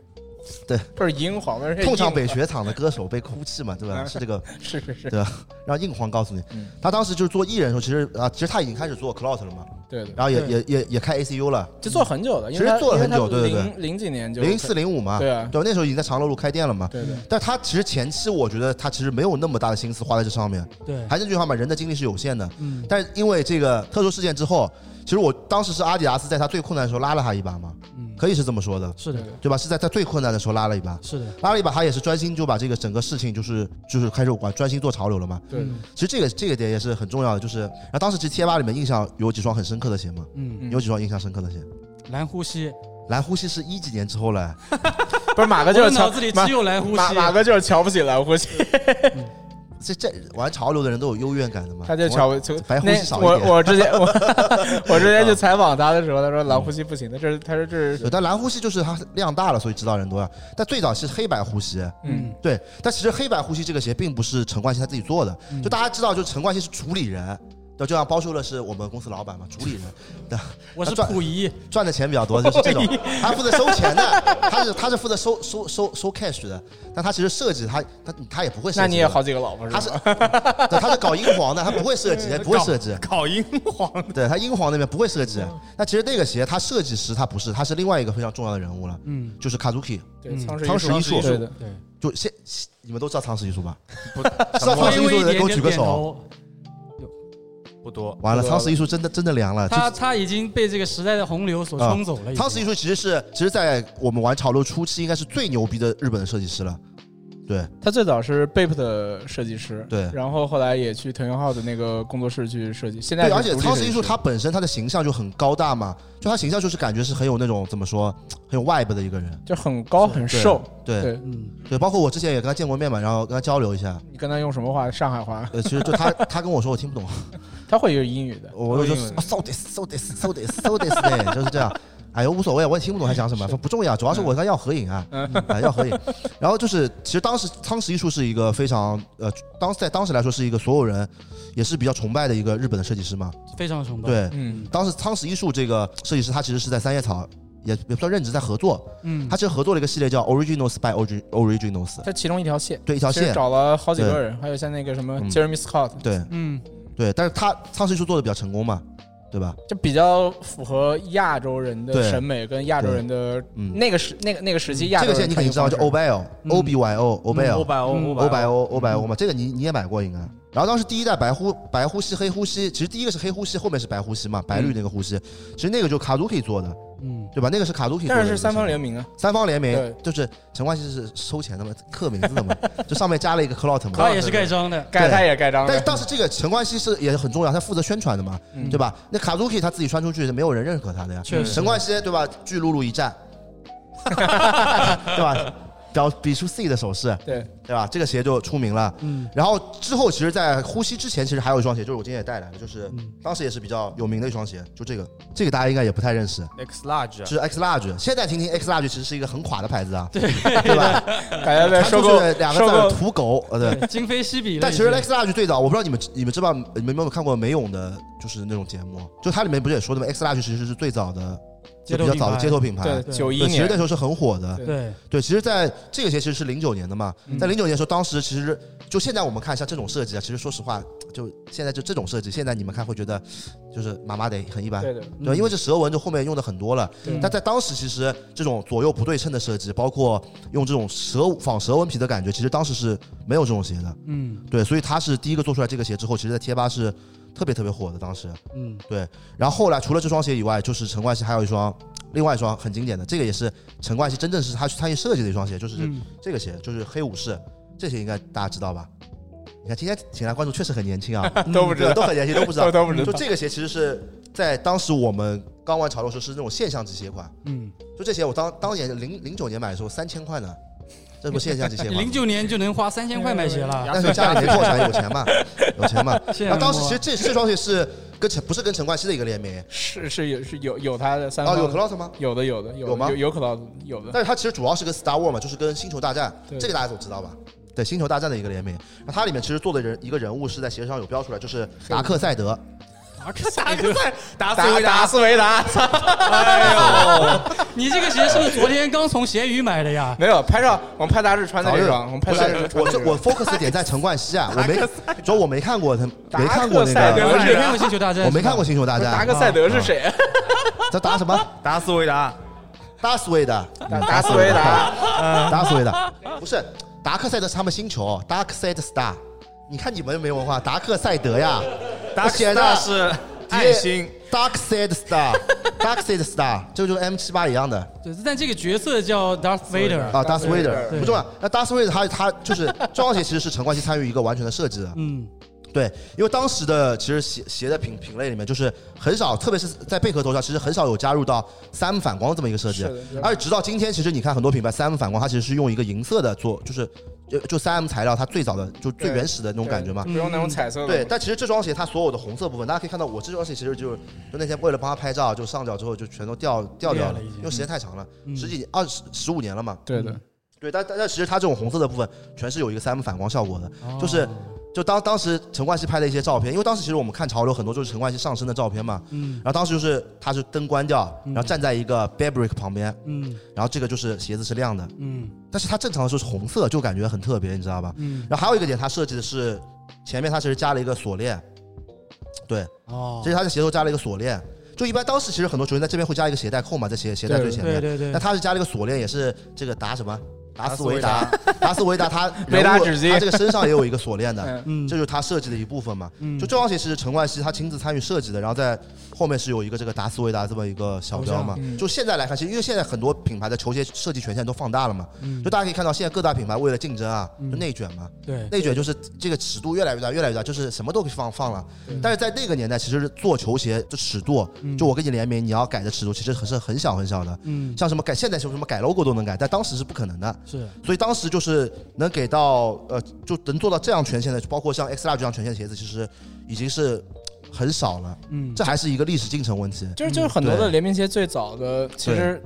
Speaker 4: 对，
Speaker 7: 不是银黄，不是
Speaker 4: 痛上
Speaker 7: 硬
Speaker 4: 北雪场的歌手被哭泣嘛，对吧？是这个，
Speaker 7: 是是是，
Speaker 4: 对吧？让硬黄告诉你
Speaker 7: 嗯，
Speaker 4: 他当时就是做艺人的时候，其实啊，其实他已经开始做 clout 了嘛，
Speaker 7: 对的，
Speaker 4: 然后也也也也开 ACU 了，
Speaker 7: 就做很久了，
Speaker 4: 其
Speaker 7: 因为
Speaker 4: 实
Speaker 7: 他
Speaker 4: 做了
Speaker 7: 因为
Speaker 4: 很久
Speaker 7: 他
Speaker 4: 对对对
Speaker 7: 零零几年就
Speaker 4: 零四零五嘛，
Speaker 7: 对啊
Speaker 4: 对吧？那时候已经在长乐路开店了嘛，
Speaker 7: 对对
Speaker 4: 但他其实前期我觉得他其实没有那么大的心思花在这上面，
Speaker 2: 对，
Speaker 4: 还是那句话嘛，人的精力是有限的。
Speaker 2: 嗯
Speaker 4: 但是因为这个特殊事件之后，其实我当时是阿迪达斯在他最困难的时候拉了他一把嘛，
Speaker 2: 嗯，
Speaker 4: 可以是这么说的，
Speaker 2: 是的，
Speaker 4: 对吧？是在他最困难的时候拉了一把，
Speaker 2: 是的，
Speaker 4: 拉了一把，他也是专心就把这个整个事情就是就是开始管专心做潮流了嘛。
Speaker 7: 对，
Speaker 4: 其实这个这个点也是很重要的，就是然后当时其实贴吧里面印象有几双很深刻的鞋嘛，
Speaker 2: 嗯，
Speaker 4: 有几双印象深刻的鞋，
Speaker 2: 蓝呼吸，
Speaker 4: 蓝呼吸是一几年之后了，
Speaker 7: 不是马哥
Speaker 2: 我
Speaker 7: 就是
Speaker 2: 的
Speaker 7: 瞧
Speaker 2: 脑子里
Speaker 7: 马
Speaker 2: 只有蓝呼吸，
Speaker 7: 马马哥就是瞧不起蓝呼吸，
Speaker 4: 这这玩潮流的人都有优越感的嘛，
Speaker 7: 他就瞧不就
Speaker 4: 白呼吸少
Speaker 7: 那
Speaker 4: 一点嗯
Speaker 7: 我我之前 我我之前去采访他的时候，他说蓝呼吸不行的，这是他说这是
Speaker 4: 对，但蓝呼吸就是它量大了，所以知道人多呀。但最早是黑白呼吸，
Speaker 7: 嗯
Speaker 4: 对。但其实黑白呼吸这个鞋并不是陈冠希他自己做的，
Speaker 2: 嗯
Speaker 4: 就大家知道，就陈冠希是主理人。对，就像包秀乐是我们公司老板嘛，主理人，对，
Speaker 2: 我是
Speaker 4: 他赚
Speaker 2: 溥仪，
Speaker 4: 赚的钱比较多，就是这 种，他负责收钱的，他是他是负责收收收收 cash 的，但他其实设计他他他也不会设计的，
Speaker 7: 那你也好几个老婆
Speaker 4: 他
Speaker 7: 是
Speaker 4: 是
Speaker 7: 吧？
Speaker 4: 对，他是搞英皇的，他不会设 计，不会设计，
Speaker 8: 搞英皇的，
Speaker 4: 对他英皇那边不会设计。那其实那个鞋，他设计师他不是，他是另外一个非常重要的人物了，
Speaker 2: 嗯，
Speaker 4: 就是 Kazuki。
Speaker 7: 对，仓
Speaker 4: 仓
Speaker 7: 石
Speaker 4: 石一
Speaker 7: 树
Speaker 4: 树
Speaker 7: 对的，
Speaker 2: 对，
Speaker 4: 就现你们都知道仓石一树吧？
Speaker 6: 不
Speaker 4: 知 道仓石一
Speaker 2: 微
Speaker 4: 树
Speaker 2: 微一
Speaker 4: 的人
Speaker 2: 点
Speaker 4: 给我举
Speaker 2: 点
Speaker 4: 个
Speaker 2: 点
Speaker 4: 手。
Speaker 2: 头，
Speaker 6: 不多，
Speaker 4: 完了，
Speaker 7: 不知道
Speaker 4: 仓石一树真的真的凉了。
Speaker 2: 他
Speaker 4: 就啊
Speaker 2: 他已经被这个时代的洪流所冲走了已经。
Speaker 4: 仓石一树其实是，其实，在我们玩潮流初期，应该是最牛逼的日本的设计师了。对
Speaker 7: 他最早是 BAPE 的设计师，
Speaker 4: 对
Speaker 7: 然后后来也去藤原浩的那个工作室去设计，现在
Speaker 4: 对，
Speaker 7: 是
Speaker 4: 而且
Speaker 7: 独立
Speaker 4: 仓
Speaker 7: 设
Speaker 4: 石
Speaker 7: 计
Speaker 4: 一树
Speaker 7: 师
Speaker 4: 他本身他的形象就很高大嘛，就他形象就是感觉是很有那种怎么说，很有 vibe 的一个人。
Speaker 7: 就很高很
Speaker 4: 对
Speaker 7: 瘦，
Speaker 4: 对
Speaker 7: 对
Speaker 2: 嗯，
Speaker 4: 对，包括我之前也跟他见过面嘛，然后跟他交流一下。
Speaker 7: 你跟他用什么话？上海话，
Speaker 4: 呃，其实就 他他跟我说我听不懂，
Speaker 7: 他会有英语的。
Speaker 4: 我就
Speaker 6: 英
Speaker 4: 说
Speaker 6: 文
Speaker 4: 啊 so this so this so this so this 对，就是这样。哎呦，无所谓，我也听不懂他讲什么，不重要，主要是我跟他要合影啊，啊要 合影。然后就是，其实当时仓石一树是一个非常呃，当在当时来说是一个所有人也是比较崇拜的一个日本的设计师嘛。
Speaker 2: 非常崇拜。，
Speaker 4: 对，
Speaker 7: 嗯，
Speaker 4: 当时仓石一树这个设计师，他其实是在三叶草也也不算任职，在合作。
Speaker 2: 嗯
Speaker 4: 他，其实合作了一个系列叫 Originals by Origi- Originals，
Speaker 7: 他其中一条线，
Speaker 4: 对一条
Speaker 7: 其实
Speaker 4: 线，
Speaker 7: 找了好几个人，还有像那个什么
Speaker 4: 嗯
Speaker 7: Jeremy Scott，
Speaker 4: 对
Speaker 2: 嗯，
Speaker 4: 对。但是他仓石一树做的比较成功嘛，对吧？
Speaker 7: 就比较符合亚洲人的
Speaker 4: 对
Speaker 7: 审美跟亚洲人的
Speaker 4: 嗯
Speaker 7: 那个时那个那个时期亚
Speaker 4: 这
Speaker 7: 洲
Speaker 4: 个
Speaker 7: 人
Speaker 4: 线你肯定知道，叫
Speaker 7: 穿衣
Speaker 4: Obel、O B Y O、Obel、哦
Speaker 8: 百欧，
Speaker 7: 嗯
Speaker 4: 欧白欧欧白欧嘛，哦这个你你也买过应该。然后当时第一代白呼白呼吸黑呼吸，其实第一个是黑呼吸，后面是白呼吸嘛，
Speaker 7: 嗯
Speaker 4: 白绿那个呼吸，其实那个就卡鲁 k 做的，
Speaker 2: 嗯，
Speaker 4: 对吧？那个是卡鲁 k
Speaker 7: 方式，
Speaker 4: 做的，
Speaker 7: 但是是三方联名啊，
Speaker 4: 三方联名
Speaker 7: 对，
Speaker 4: 就是陈冠希是收钱的嘛，刻名字的嘛，就上面加了一个 clout 嘛。
Speaker 2: 他也是盖章的，
Speaker 7: 盖他也盖章
Speaker 4: 但是
Speaker 7: 的，
Speaker 4: 当时这个陈冠希是也很重要，他负责宣传的嘛，
Speaker 7: 嗯
Speaker 4: 对吧？那卡鲁 k 他自己穿出去，没有人认可他的呀。
Speaker 2: 确实
Speaker 4: 陈冠希对吧？巨露露一站， 对吧？表比出 C 的手势，
Speaker 7: 对，
Speaker 4: 对吧？这个鞋就出名了。
Speaker 2: 嗯，
Speaker 4: 然后之后，其实，在呼吸之前，其实还有一双鞋，就是我今天也带来的，就是当时也是比较有名的一双鞋，就这个，这个大家应该也不太认识，
Speaker 6: X large，
Speaker 4: 就是 X Large。现在听听 X Large 其实是一个很垮的牌子啊，对对 吧？
Speaker 7: 感觉被
Speaker 4: 它
Speaker 7: 收
Speaker 4: 就
Speaker 7: 购
Speaker 4: 是两
Speaker 7: 收
Speaker 4: 个字
Speaker 7: 购
Speaker 4: 儿土狗，呃对。
Speaker 2: 今非昔比了
Speaker 4: 但
Speaker 2: 已
Speaker 4: 其
Speaker 2: 经。
Speaker 4: 实 X Large 最早，我不知道你们你们知不知道你们有没有看过梅勇的，就是那种节目，就它里面不是也说的吗？X Large 其实是最早的，就比较早的街头品牌，
Speaker 7: 对
Speaker 2: 对
Speaker 7: 九一
Speaker 4: 对，其实
Speaker 7: 年
Speaker 4: 那时候是很火的。
Speaker 2: 对，嗯
Speaker 4: 对，其实在这个鞋其实是零九年的嘛，在零九年的时候，当时其实就现在我们看像这种设计啊，其实说实话，就现在就这种设计，现在你们看会觉得就是麻麻的，很一般。
Speaker 7: 对的，
Speaker 4: 对，因为这蛇纹就后面用的很多了，但在当时其实这种左右不对称的设计，包括用这种蛇仿蛇纹皮的感觉，其实当时是没有这种鞋的。
Speaker 2: 嗯
Speaker 4: 对，所以他是第一个做出来这个鞋之后，其实在贴吧是特别特别火的。当时，
Speaker 2: 嗯，
Speaker 4: 对，然后后来除了这双鞋以外，就是陈冠希还有一双，另外一双很经典的，这个也是陈冠希真正是他去参与设计的一双鞋，就是
Speaker 2: 嗯
Speaker 4: 这个鞋，就是黑武士，这些应该大家知道吧？你看今天请来观众确实很年 轻啊，
Speaker 7: 都不知
Speaker 4: 对，
Speaker 7: 道
Speaker 4: 都很年轻，都不知
Speaker 7: 都
Speaker 4: 道。
Speaker 7: 都不知
Speaker 4: 就
Speaker 7: 道，
Speaker 4: 这个鞋其实是在当时我们刚玩潮流的时候是那种现象级鞋款，
Speaker 2: 嗯，
Speaker 4: 就这鞋我当当年零零九年买的时候三千块呢，这不现象级鞋 款吗
Speaker 2: 零。九年就能花三千块买鞋
Speaker 7: 哎
Speaker 2: 了，
Speaker 4: 但是家里没破产，有钱 嘛，有钱嘛。
Speaker 2: 羡慕
Speaker 4: 然后当时其实
Speaker 2: 啊
Speaker 4: 这这双鞋是跟陈不是跟陈冠希的一个联名，
Speaker 7: 是是有是有有他的三
Speaker 4: 哦，
Speaker 7: 方
Speaker 4: 有 Clout 吗？
Speaker 7: 有的有的有
Speaker 4: 有吗
Speaker 7: 有有可能有的，
Speaker 4: 但是它其实主要是跟 Star War 嘛，就是跟星球大战，
Speaker 7: 对
Speaker 4: 这个大家总知道吧？对，星球大战的一个联名。那它里面其实做的人一个人物是在鞋上有标出来，就是达克赛德。
Speaker 8: 打个赛，打
Speaker 7: 达
Speaker 8: 死
Speaker 7: 达斯维达
Speaker 4: 哎
Speaker 2: 你这个鞋是不是昨天刚从咸鱼买的呀？
Speaker 7: 没有拍照，我们拍杂志穿的这双，我们拍
Speaker 4: 不是
Speaker 7: 杂志穿
Speaker 4: 我
Speaker 7: 的
Speaker 4: 这
Speaker 7: 这
Speaker 4: 我
Speaker 7: 双，
Speaker 4: focus 的点在陈冠希啊，我没主要我没看过他，没看过那
Speaker 7: 达克赛
Speaker 2: 我
Speaker 7: 德
Speaker 4: 个，
Speaker 2: 没看过星球大战，
Speaker 4: 我没
Speaker 2: 是吧
Speaker 4: 看过。星球大
Speaker 7: 达
Speaker 4: 战
Speaker 7: 克。赛德是谁？啊
Speaker 4: 他打什 么？
Speaker 6: 达斯维达，
Speaker 4: 达斯维达，
Speaker 7: 达嗯斯维达。
Speaker 4: 达斯维达，不是达克赛德是他们星球，Dark Side Star。你看你们没文化，达克赛德呀，
Speaker 6: 达
Speaker 4: 写
Speaker 6: 斯
Speaker 4: 的
Speaker 6: 达是爱心，
Speaker 4: Dark Side Star，Dark Side Star，这个就是 M 七八一样的。
Speaker 2: 对，但这个角色叫 Darth Vader。
Speaker 4: 啊，Darth Vader
Speaker 2: 对
Speaker 4: 不重要。那 Darth Vader 他他 就是这双鞋其实是陈冠希参与一个完全的设计的，
Speaker 2: 嗯，
Speaker 4: 对，因为当时的其实鞋鞋的品品类里面就是很少，特别是在贝壳头上，其实很少有加入到三反光这么一个设计
Speaker 7: 是的是的，
Speaker 4: 而且直到今天，其实你看很多品牌三反光，它其实是用一个银色的做，就是就就三 M 材料，它最早的就最
Speaker 7: 对
Speaker 4: 原始的那种感觉嘛
Speaker 7: 不。用那种彩色的。
Speaker 4: 对，，但其实这双鞋它所有的红色部分，大家可以看到，我这双鞋其实就是就那天为了帮他拍照，就上脚之后就全都掉掉掉
Speaker 2: 裂
Speaker 4: 了
Speaker 2: 了已，经嗯
Speaker 4: 因为时间太长了，十几年二十十五年了嘛。
Speaker 7: 对的，
Speaker 4: 对，但但但其实它这种红色的部分全是有一个三 M 反光效果的，
Speaker 2: 哦
Speaker 4: 就是就当当时陈冠希拍的一些照片，因为当时其实我们看潮流很多就是陈冠希上身的照片嘛，
Speaker 2: 嗯
Speaker 4: 然后当时就是他是灯关掉，然后站在一个 Fabric 旁边，
Speaker 2: 嗯
Speaker 4: 然后这个就是鞋子是亮的，
Speaker 2: 嗯
Speaker 4: 但是它正常的时候是红色，就感觉很特别，你知道吧？
Speaker 2: 嗯，
Speaker 4: 然后还有一个点，它设计的是前面它其实加了一个锁链，对，
Speaker 2: 哦
Speaker 4: 其，实它在鞋头加了一个锁链，就一般当时其实很多球员在这边会加一个鞋带扣嘛，在鞋鞋带最前面，
Speaker 2: 对对对
Speaker 4: 那，他是加了一个锁链，也是这个达什么达斯维达，达斯维达他
Speaker 7: 维达
Speaker 4: 人物
Speaker 7: 纸巾
Speaker 4: 他这个身上也有一个锁链的，
Speaker 7: 嗯
Speaker 2: 嗯
Speaker 4: 这就是他设计的一部分嘛。
Speaker 2: 嗯
Speaker 4: 就这双鞋是陈冠希他亲自参与设计的，然后在后面是有一个这个达斯维达这么一个小标嘛。就现在来看，其实因为现在很多品牌的球鞋设计权限都放大了嘛，
Speaker 9: 嗯
Speaker 4: 就大家可以看到现在各大品牌为了竞争啊，就内卷嘛，
Speaker 2: 对，
Speaker 4: 内卷就是这个尺度越来越大，越来越大，就是什么都可以放放了。
Speaker 2: 嗯
Speaker 4: 但是在那个年代，其实做球鞋的尺度，就我跟你联名，你要改的尺度其实很是很小很小的。
Speaker 2: 嗯
Speaker 4: 像什么改现在什么什么改 logo 都能改，但当时是不可能的。
Speaker 2: 是，
Speaker 4: 所以当时就是能给到呃，就能做到这样权限的，包括像 X large 这样权限的鞋子，其实已经是很少了。
Speaker 2: 嗯
Speaker 4: 这还是一个历史进程问题。嗯
Speaker 7: 就是就是很多的联名鞋最早的，其实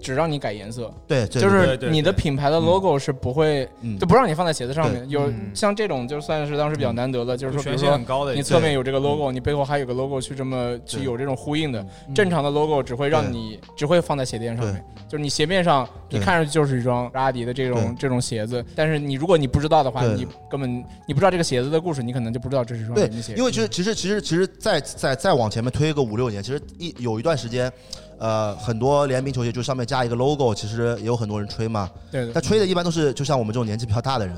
Speaker 7: 只让你改颜色，
Speaker 4: 对对
Speaker 7: 就是
Speaker 4: 对对
Speaker 7: 你的
Speaker 4: 对
Speaker 7: 品牌的 logo 是不会
Speaker 4: 嗯
Speaker 7: 就不让你放在鞋子上面。
Speaker 4: 对
Speaker 7: 有
Speaker 4: 嗯
Speaker 7: 像这种就算是当时比较难得的，就是说，比
Speaker 6: 权
Speaker 7: 如
Speaker 6: 限很高
Speaker 7: 说
Speaker 6: 的
Speaker 7: 你侧面有这个
Speaker 4: 嗯
Speaker 7: logo，你背后还有个 logo 去这么去有这种呼应的。正常的 logo 只会让你只会放在鞋垫上面，就是你鞋面上你
Speaker 4: 对
Speaker 7: 看上去就是一双阿迪的这种
Speaker 4: 对
Speaker 7: 这种鞋子，但是你如果你不知道的话，
Speaker 4: 对
Speaker 7: 你根本你不知道这个鞋子的故事，你可能就不知道这是一双
Speaker 4: 对
Speaker 7: 什么鞋，。
Speaker 4: 因为其实其实其实其实再再再往前面推个五六年，其实一有一段时间，呃，很多联名球鞋就上面加一个 logo，其实也有很多人吹嘛。
Speaker 7: 对对
Speaker 4: 但吹的一般都是就像我们这种年纪比较大的人，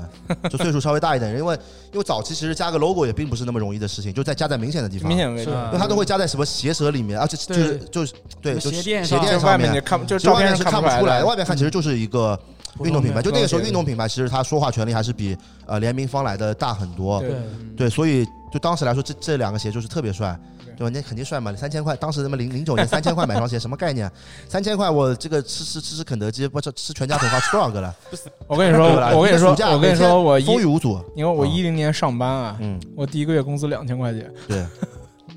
Speaker 4: 就岁数稍微大一点的人，因为因为早期其实加个 logo 也并不是那么容易的事情，就在加在明显的地方，
Speaker 7: 明显的位置
Speaker 4: 因为他都会加在什么鞋舌里面，而且就是就是对，就
Speaker 2: 什么
Speaker 4: 是
Speaker 2: 鞋
Speaker 4: 鞋
Speaker 2: 垫
Speaker 4: 垫上
Speaker 2: 上
Speaker 7: 就外面
Speaker 4: 面
Speaker 7: 你看就
Speaker 4: 其实外
Speaker 7: 照片
Speaker 4: 面
Speaker 7: 上
Speaker 4: 是
Speaker 7: 看
Speaker 4: 看
Speaker 7: 不
Speaker 4: 不
Speaker 7: 出
Speaker 4: 出
Speaker 7: 来
Speaker 4: 来
Speaker 7: 的
Speaker 4: 的，外面看其实就是一个。运动品牌，就那个时候
Speaker 7: 普通的
Speaker 4: 运动品牌，其实他说话权利还是比呃联名方来的大很多。
Speaker 7: 对嗯
Speaker 4: 对，所以就当时来说，这这两个鞋就是特别帅，对吧？那肯定帅嘛，三千块，当时他妈零零九年三千块买双鞋，什么概念？啊三千块我这个吃吃吃吃肯德基，不吃吃全家桶花吃多少个了？
Speaker 7: 我跟你说
Speaker 4: 对吧
Speaker 7: 我跟你说
Speaker 4: 一个暑假
Speaker 7: 我跟你说
Speaker 4: 每天
Speaker 7: 我一
Speaker 4: 风雨无阻。
Speaker 7: 因为我
Speaker 4: 啊
Speaker 7: 一零年上班啊，
Speaker 4: 嗯，
Speaker 7: 我第一个月工资两千块钱，
Speaker 4: 对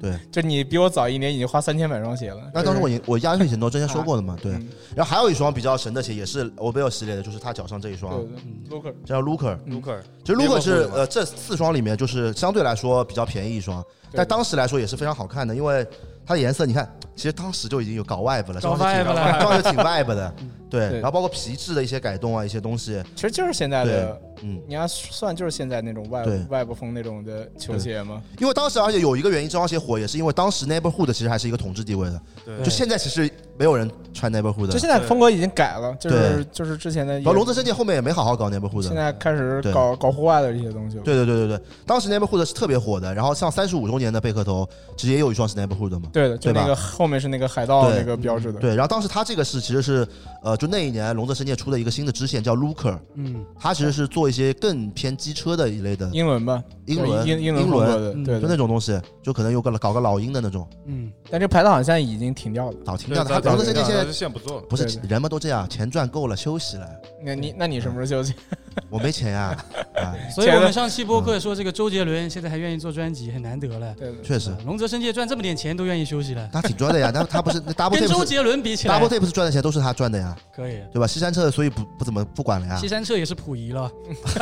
Speaker 4: 对。
Speaker 7: 就你比我早一年，已经花三千买双鞋了。
Speaker 4: 那当时我
Speaker 7: 就是
Speaker 4: 已我压岁钱都之前说过的嘛，对。
Speaker 7: 嗯
Speaker 4: 然后还有一双比较神的鞋，也是欧贝尔系列的，就是他脚上这一双，
Speaker 7: 对对，Looker 嗯
Speaker 4: 这叫 Looker。
Speaker 6: Looker，
Speaker 4: 其实 Looker
Speaker 6: 联
Speaker 4: 是
Speaker 6: 盟
Speaker 4: 呃这四双里面就是相对来说比较便宜一双，但当时来说也是非常好看的，因为它的颜色你看，其实当时就已经有搞 vibe 了，
Speaker 2: 搞
Speaker 4: 当时挺
Speaker 2: vibe 了
Speaker 4: 当时挺 vibe 的，对。
Speaker 7: 嗯对
Speaker 4: 然后包括皮质的一些改动啊，一些东西，
Speaker 7: 其实就是现在的，
Speaker 4: 对嗯
Speaker 7: 你要算就是现在那种外
Speaker 4: 对
Speaker 7: 外部风那种的球鞋吗？
Speaker 4: 因为当时而且有一个原因，这双鞋火也是因为当时 neighborhood 其实还是一个统治地位的，
Speaker 6: 对
Speaker 4: 就现在其实没有人穿 neighborhood 的，
Speaker 7: 就现在风格已经改了，就是就是之前的
Speaker 4: 然后龙泽深界后面也没好好搞 neighborhood，
Speaker 7: 现在开始
Speaker 4: 对
Speaker 7: 搞搞户外的这些东西了。
Speaker 4: 对对对对对，当时 Neighborhood 是特别火的，然后像三十五周年的贝壳头，其实也有一双是 Neighborhood 的嘛，
Speaker 7: 对的，就
Speaker 4: 对吧
Speaker 7: 那个后面是那个海盗
Speaker 4: 对
Speaker 7: 那个标志的。
Speaker 4: 对，然后当时他这个是其实是，呃，就那一年龙泽深界出了一个新的支线叫 Looker，
Speaker 2: 嗯，
Speaker 4: 它其实是做一些更偏机车的一类的
Speaker 7: 英文吧，
Speaker 4: 英伦
Speaker 7: 英英
Speaker 4: 英
Speaker 7: 文风格的，
Speaker 4: 伦，
Speaker 7: 对
Speaker 4: 就
Speaker 7: 对
Speaker 4: 那。种东西，就可能有个搞个老鹰的那种，
Speaker 2: 嗯，
Speaker 7: 但这牌子好像现在已经停掉了。
Speaker 4: 早停
Speaker 6: 对
Speaker 4: 掉的。他
Speaker 6: 早
Speaker 4: 龙泽
Speaker 6: 停
Speaker 4: 深
Speaker 6: 掉
Speaker 4: 界现
Speaker 6: 了
Speaker 4: 在
Speaker 6: 早就现不做了
Speaker 4: 不是
Speaker 7: 对对
Speaker 4: 人们都这样，钱赚够了休息了，
Speaker 7: 那你那你什么时候休息？
Speaker 4: 我没钱呀，啊，
Speaker 2: 所以我们上期播客说这个周杰伦现在还愿意做专辑，很难得了。
Speaker 7: 对对
Speaker 4: 确实，
Speaker 2: 龙泽深界赚这么点钱都愿意休息了，
Speaker 4: 他挺赚的呀，他他不是那 double
Speaker 2: 跟周
Speaker 4: tap 是
Speaker 2: 杰伦比起来
Speaker 4: double，tap 赚的钱都是他赚的呀，
Speaker 2: 可以。
Speaker 4: 对吧？西山彻所以不不怎么不管了呀
Speaker 2: 西，山彻也是溥仪了，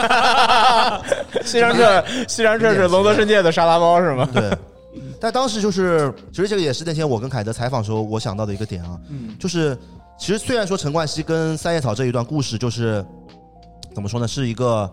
Speaker 7: 西山社西山社是龙泽世界的沙拉包是吗？
Speaker 4: 对。但当时就是，其实这个也是那天我跟凯德采访时候我想到的一个点啊，
Speaker 7: 嗯，
Speaker 4: 就是其实虽然说陈冠希跟三叶草这一段故事就是怎么说呢，是一个，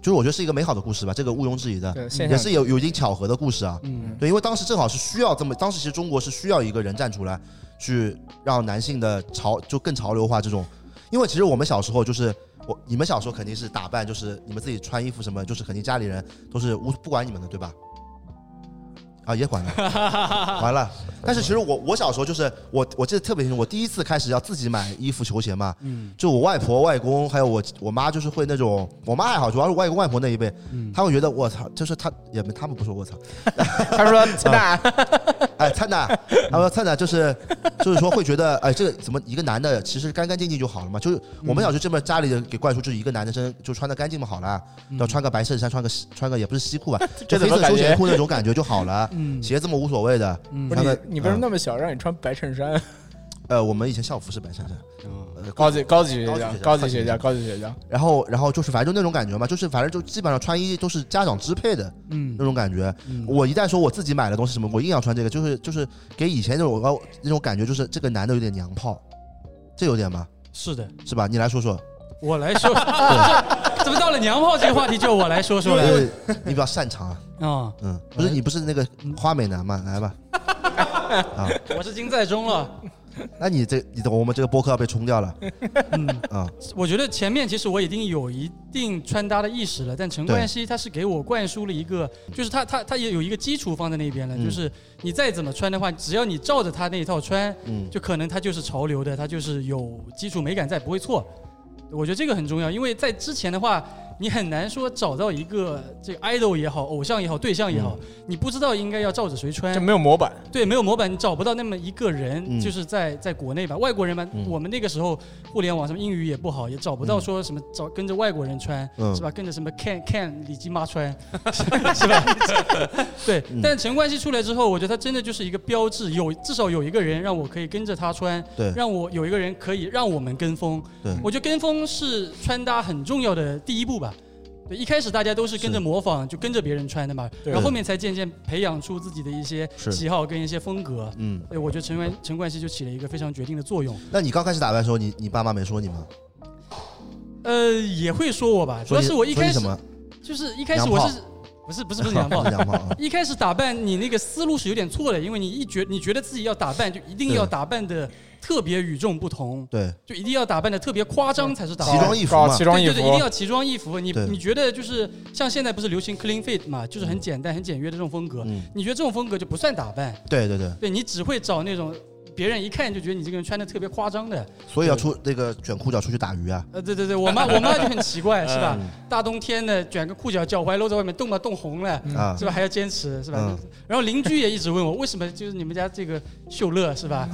Speaker 4: 就是我觉得是一个美好的故事吧，这个毋庸置疑的，
Speaker 7: 对，线
Speaker 4: 也
Speaker 7: 上
Speaker 4: 是有有一定巧合的故事啊。
Speaker 2: 嗯，
Speaker 4: 对，因为当时正好是需要这么，当时其实中国是需要一个人站出来，去让男性的潮就更潮流化这种，因为其实我们小时候就是我你们小时候肯定是打扮，就是你们自己穿衣服什么，就是肯定家里人都是无不管你们的，对吧？啊，也管了，完了。但是其实我我小时候就是我我记得特别清楚，我第一次开始要自己买衣服球鞋嘛，
Speaker 2: 嗯
Speaker 4: 就我外婆、外公还有我我妈，就是会那种，我妈还好，主要是外公外婆那一辈，他会觉得我操，就是他也没他们不说我操，嗯
Speaker 7: 他说 陈大，
Speaker 4: 哎，灿灿，他说灿灿就是就是说会觉得，哎，这个怎么一个男的其实干干净净就好了嘛？就是我们小时候这么家里人给灌输，就是一个男生就穿的干净嘛好了，要穿个白衬衫，穿个西穿个也不是西裤吧，就
Speaker 7: 怎
Speaker 4: 黑
Speaker 7: 么
Speaker 4: 色
Speaker 7: 感
Speaker 4: 休
Speaker 7: 觉
Speaker 4: 闲裤那种感觉就好了，
Speaker 2: 嗯
Speaker 4: 鞋子嘛无所谓的。
Speaker 7: 不
Speaker 4: 穿
Speaker 7: 是
Speaker 4: 个
Speaker 7: 你你为什么
Speaker 4: 嗯
Speaker 7: 那么小，让你穿白衬衫？啊
Speaker 4: 呃，我们以前校服是白衬衫，呃
Speaker 7: 高级高级学
Speaker 4: 高级
Speaker 7: 家
Speaker 4: 学，家
Speaker 7: 高级学家，高级学家。
Speaker 4: 然后然后就是反正就那种感觉嘛，就是反正就基本上穿衣都是家长支配的
Speaker 2: 嗯
Speaker 4: 那种感觉。我一旦说我自己买的东西什么，我硬要穿这个，就是就是给以前那种呃那种感觉，就是这个男的有点娘炮，这有点吧，
Speaker 2: 是的，
Speaker 4: 是吧？你来说说，
Speaker 2: 我来说，这怎么到了娘炮这个话题就我来说说了
Speaker 4: 因为你比较擅长啊，
Speaker 2: 啊？
Speaker 4: 嗯，不是你不是那个花美男嘛，来吧，
Speaker 2: 哎我是金在中了，
Speaker 4: 那你这你的我们这个播客要被冲掉 了，嗯啊，
Speaker 2: 我觉得前面其实我已经有一定穿搭的意识了，但陈冠希他是给我灌输了一个，就是他他他也有一个基础放在那边了，
Speaker 4: 嗯
Speaker 2: 就是你再怎么穿的话，只要你照着他那一套穿，
Speaker 4: 嗯
Speaker 2: 就可能他就是潮流的，他就是有基础美感在，不会错。我觉得这个很重要，因为在之前的话，你很难说找到一个这个 idol 也好，偶像也好，对象也好，你不知道应该要照着谁穿，
Speaker 5: 就没有模板。
Speaker 2: 对，没有模板，你找不到那么一个人，
Speaker 5: 嗯
Speaker 2: 就是在在国内吧，外国人吧，
Speaker 5: 嗯
Speaker 2: 我们那个时候互联网什么英语也不好，也找不到说什么找跟着外国人穿、
Speaker 5: 嗯
Speaker 2: 是吧？跟着什么 Ken Ken 李金妈 穿是吧？ 对，
Speaker 5: 嗯
Speaker 2: 但陈冠希出来之后，我觉得他真的就是一个标志，有至少有一个人让我可以跟着他穿，
Speaker 5: 对
Speaker 2: 让我有一个人可以让我们跟风，
Speaker 5: 对
Speaker 4: 嗯
Speaker 2: 我觉得跟风是穿搭很重要的第一步吧。对，一开始大家都是跟着模仿，就跟着别人穿的嘛，
Speaker 5: 对
Speaker 2: 然后后面才渐渐培养出自己的一些
Speaker 4: 是
Speaker 2: 喜好跟一些风格。
Speaker 4: 嗯
Speaker 2: 对，我觉得陈冠陈冠希就起了一个非常决定的作用。
Speaker 4: 那你刚开始打扮的时候，你你爸妈没说你吗？
Speaker 2: 呃，也会说我吧，主要是我一
Speaker 4: 说你说
Speaker 2: 开始
Speaker 4: 你什么
Speaker 2: 就是一开始我
Speaker 4: 娘炮
Speaker 2: 是。不是 不是不是娘炮，
Speaker 4: 不是 娘炮啊
Speaker 2: 一开始打扮你那个思路是有点错的，因为你一觉你觉得自己要打扮，就一定
Speaker 4: 对
Speaker 2: 要打扮的特别与众不同，
Speaker 4: 对，
Speaker 2: 就一定要打扮的特别夸张才是打扮。
Speaker 4: 奇装异服嘛搞奇装异服啊
Speaker 2: 对对对，一定要奇装异服。你
Speaker 4: 对
Speaker 2: 你觉得就是像现在不是流行 clean fit 嘛，就是很简单很简约的这种风格，你觉得这种风格就不算打扮，
Speaker 4: 嗯对对对，
Speaker 2: 对你只会找那种别人一看就觉得你这个人穿的特别夸张的，
Speaker 4: 所以要出那个卷裤脚出去打鱼啊。
Speaker 2: 呃，对对 对，我妈我妈就很奇怪，是吧
Speaker 4: 嗯？
Speaker 2: 大冬天的卷个裤脚，脚踝露在外面，冻到冻红了
Speaker 4: 嗯，
Speaker 2: 是吧？还要坚持，是吧
Speaker 4: 嗯？
Speaker 2: 然后邻居也一直问我，为什么就是你们家这个秀乐是 吧？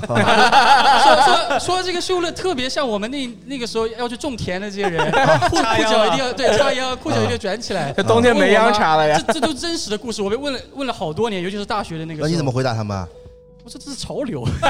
Speaker 2: 说说说这个秀乐特别像我们那那个时候要去种田的 这些人，裤
Speaker 5: 插
Speaker 2: 裤
Speaker 5: 秧
Speaker 2: 脚一定
Speaker 5: 啊
Speaker 2: 要对插秧，裤脚一定要卷起来。
Speaker 5: 这冬天没秧插了呀
Speaker 2: 问我妈这这都真实的故事，我被问了问了好多年，尤其是大学的那个。
Speaker 4: 那你怎么？回答他们啊？
Speaker 2: 我说这是 潮流，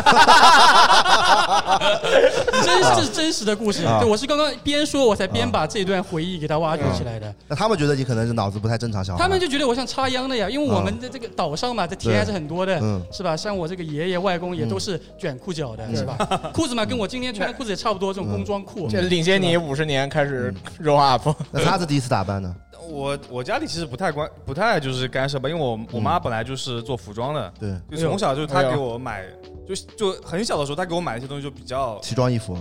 Speaker 2: 真是这是真实的故事。
Speaker 4: 啊
Speaker 2: 对，我是刚刚边说，我才边把这段回忆给它挖掘起来的。
Speaker 4: 那他们觉得你可能是脑子不太正常，小孩。
Speaker 2: 他们就觉得我像插秧的呀，因为我们的这个岛上嘛，这田还是很多的
Speaker 4: 对嗯，
Speaker 2: 是吧？像我这个爷爷外公也都是卷裤脚的，
Speaker 7: 嗯
Speaker 2: 是吧？裤子嘛，跟我今天穿的裤子也差不多，
Speaker 4: 嗯
Speaker 2: 这种工装裤。
Speaker 7: 这领先你
Speaker 2: 是吧
Speaker 7: 五十年开始 roll up。
Speaker 4: 那他是第一次打扮 呢？
Speaker 6: 我我家里其实不太关不太就是干涉吧，因为我我妈本来就是做服装的，
Speaker 4: 嗯对
Speaker 6: 就从小就是她
Speaker 4: 哎呦
Speaker 6: 给我买，就就很小的时候她给我买一些东西就比较
Speaker 4: 奇装异服，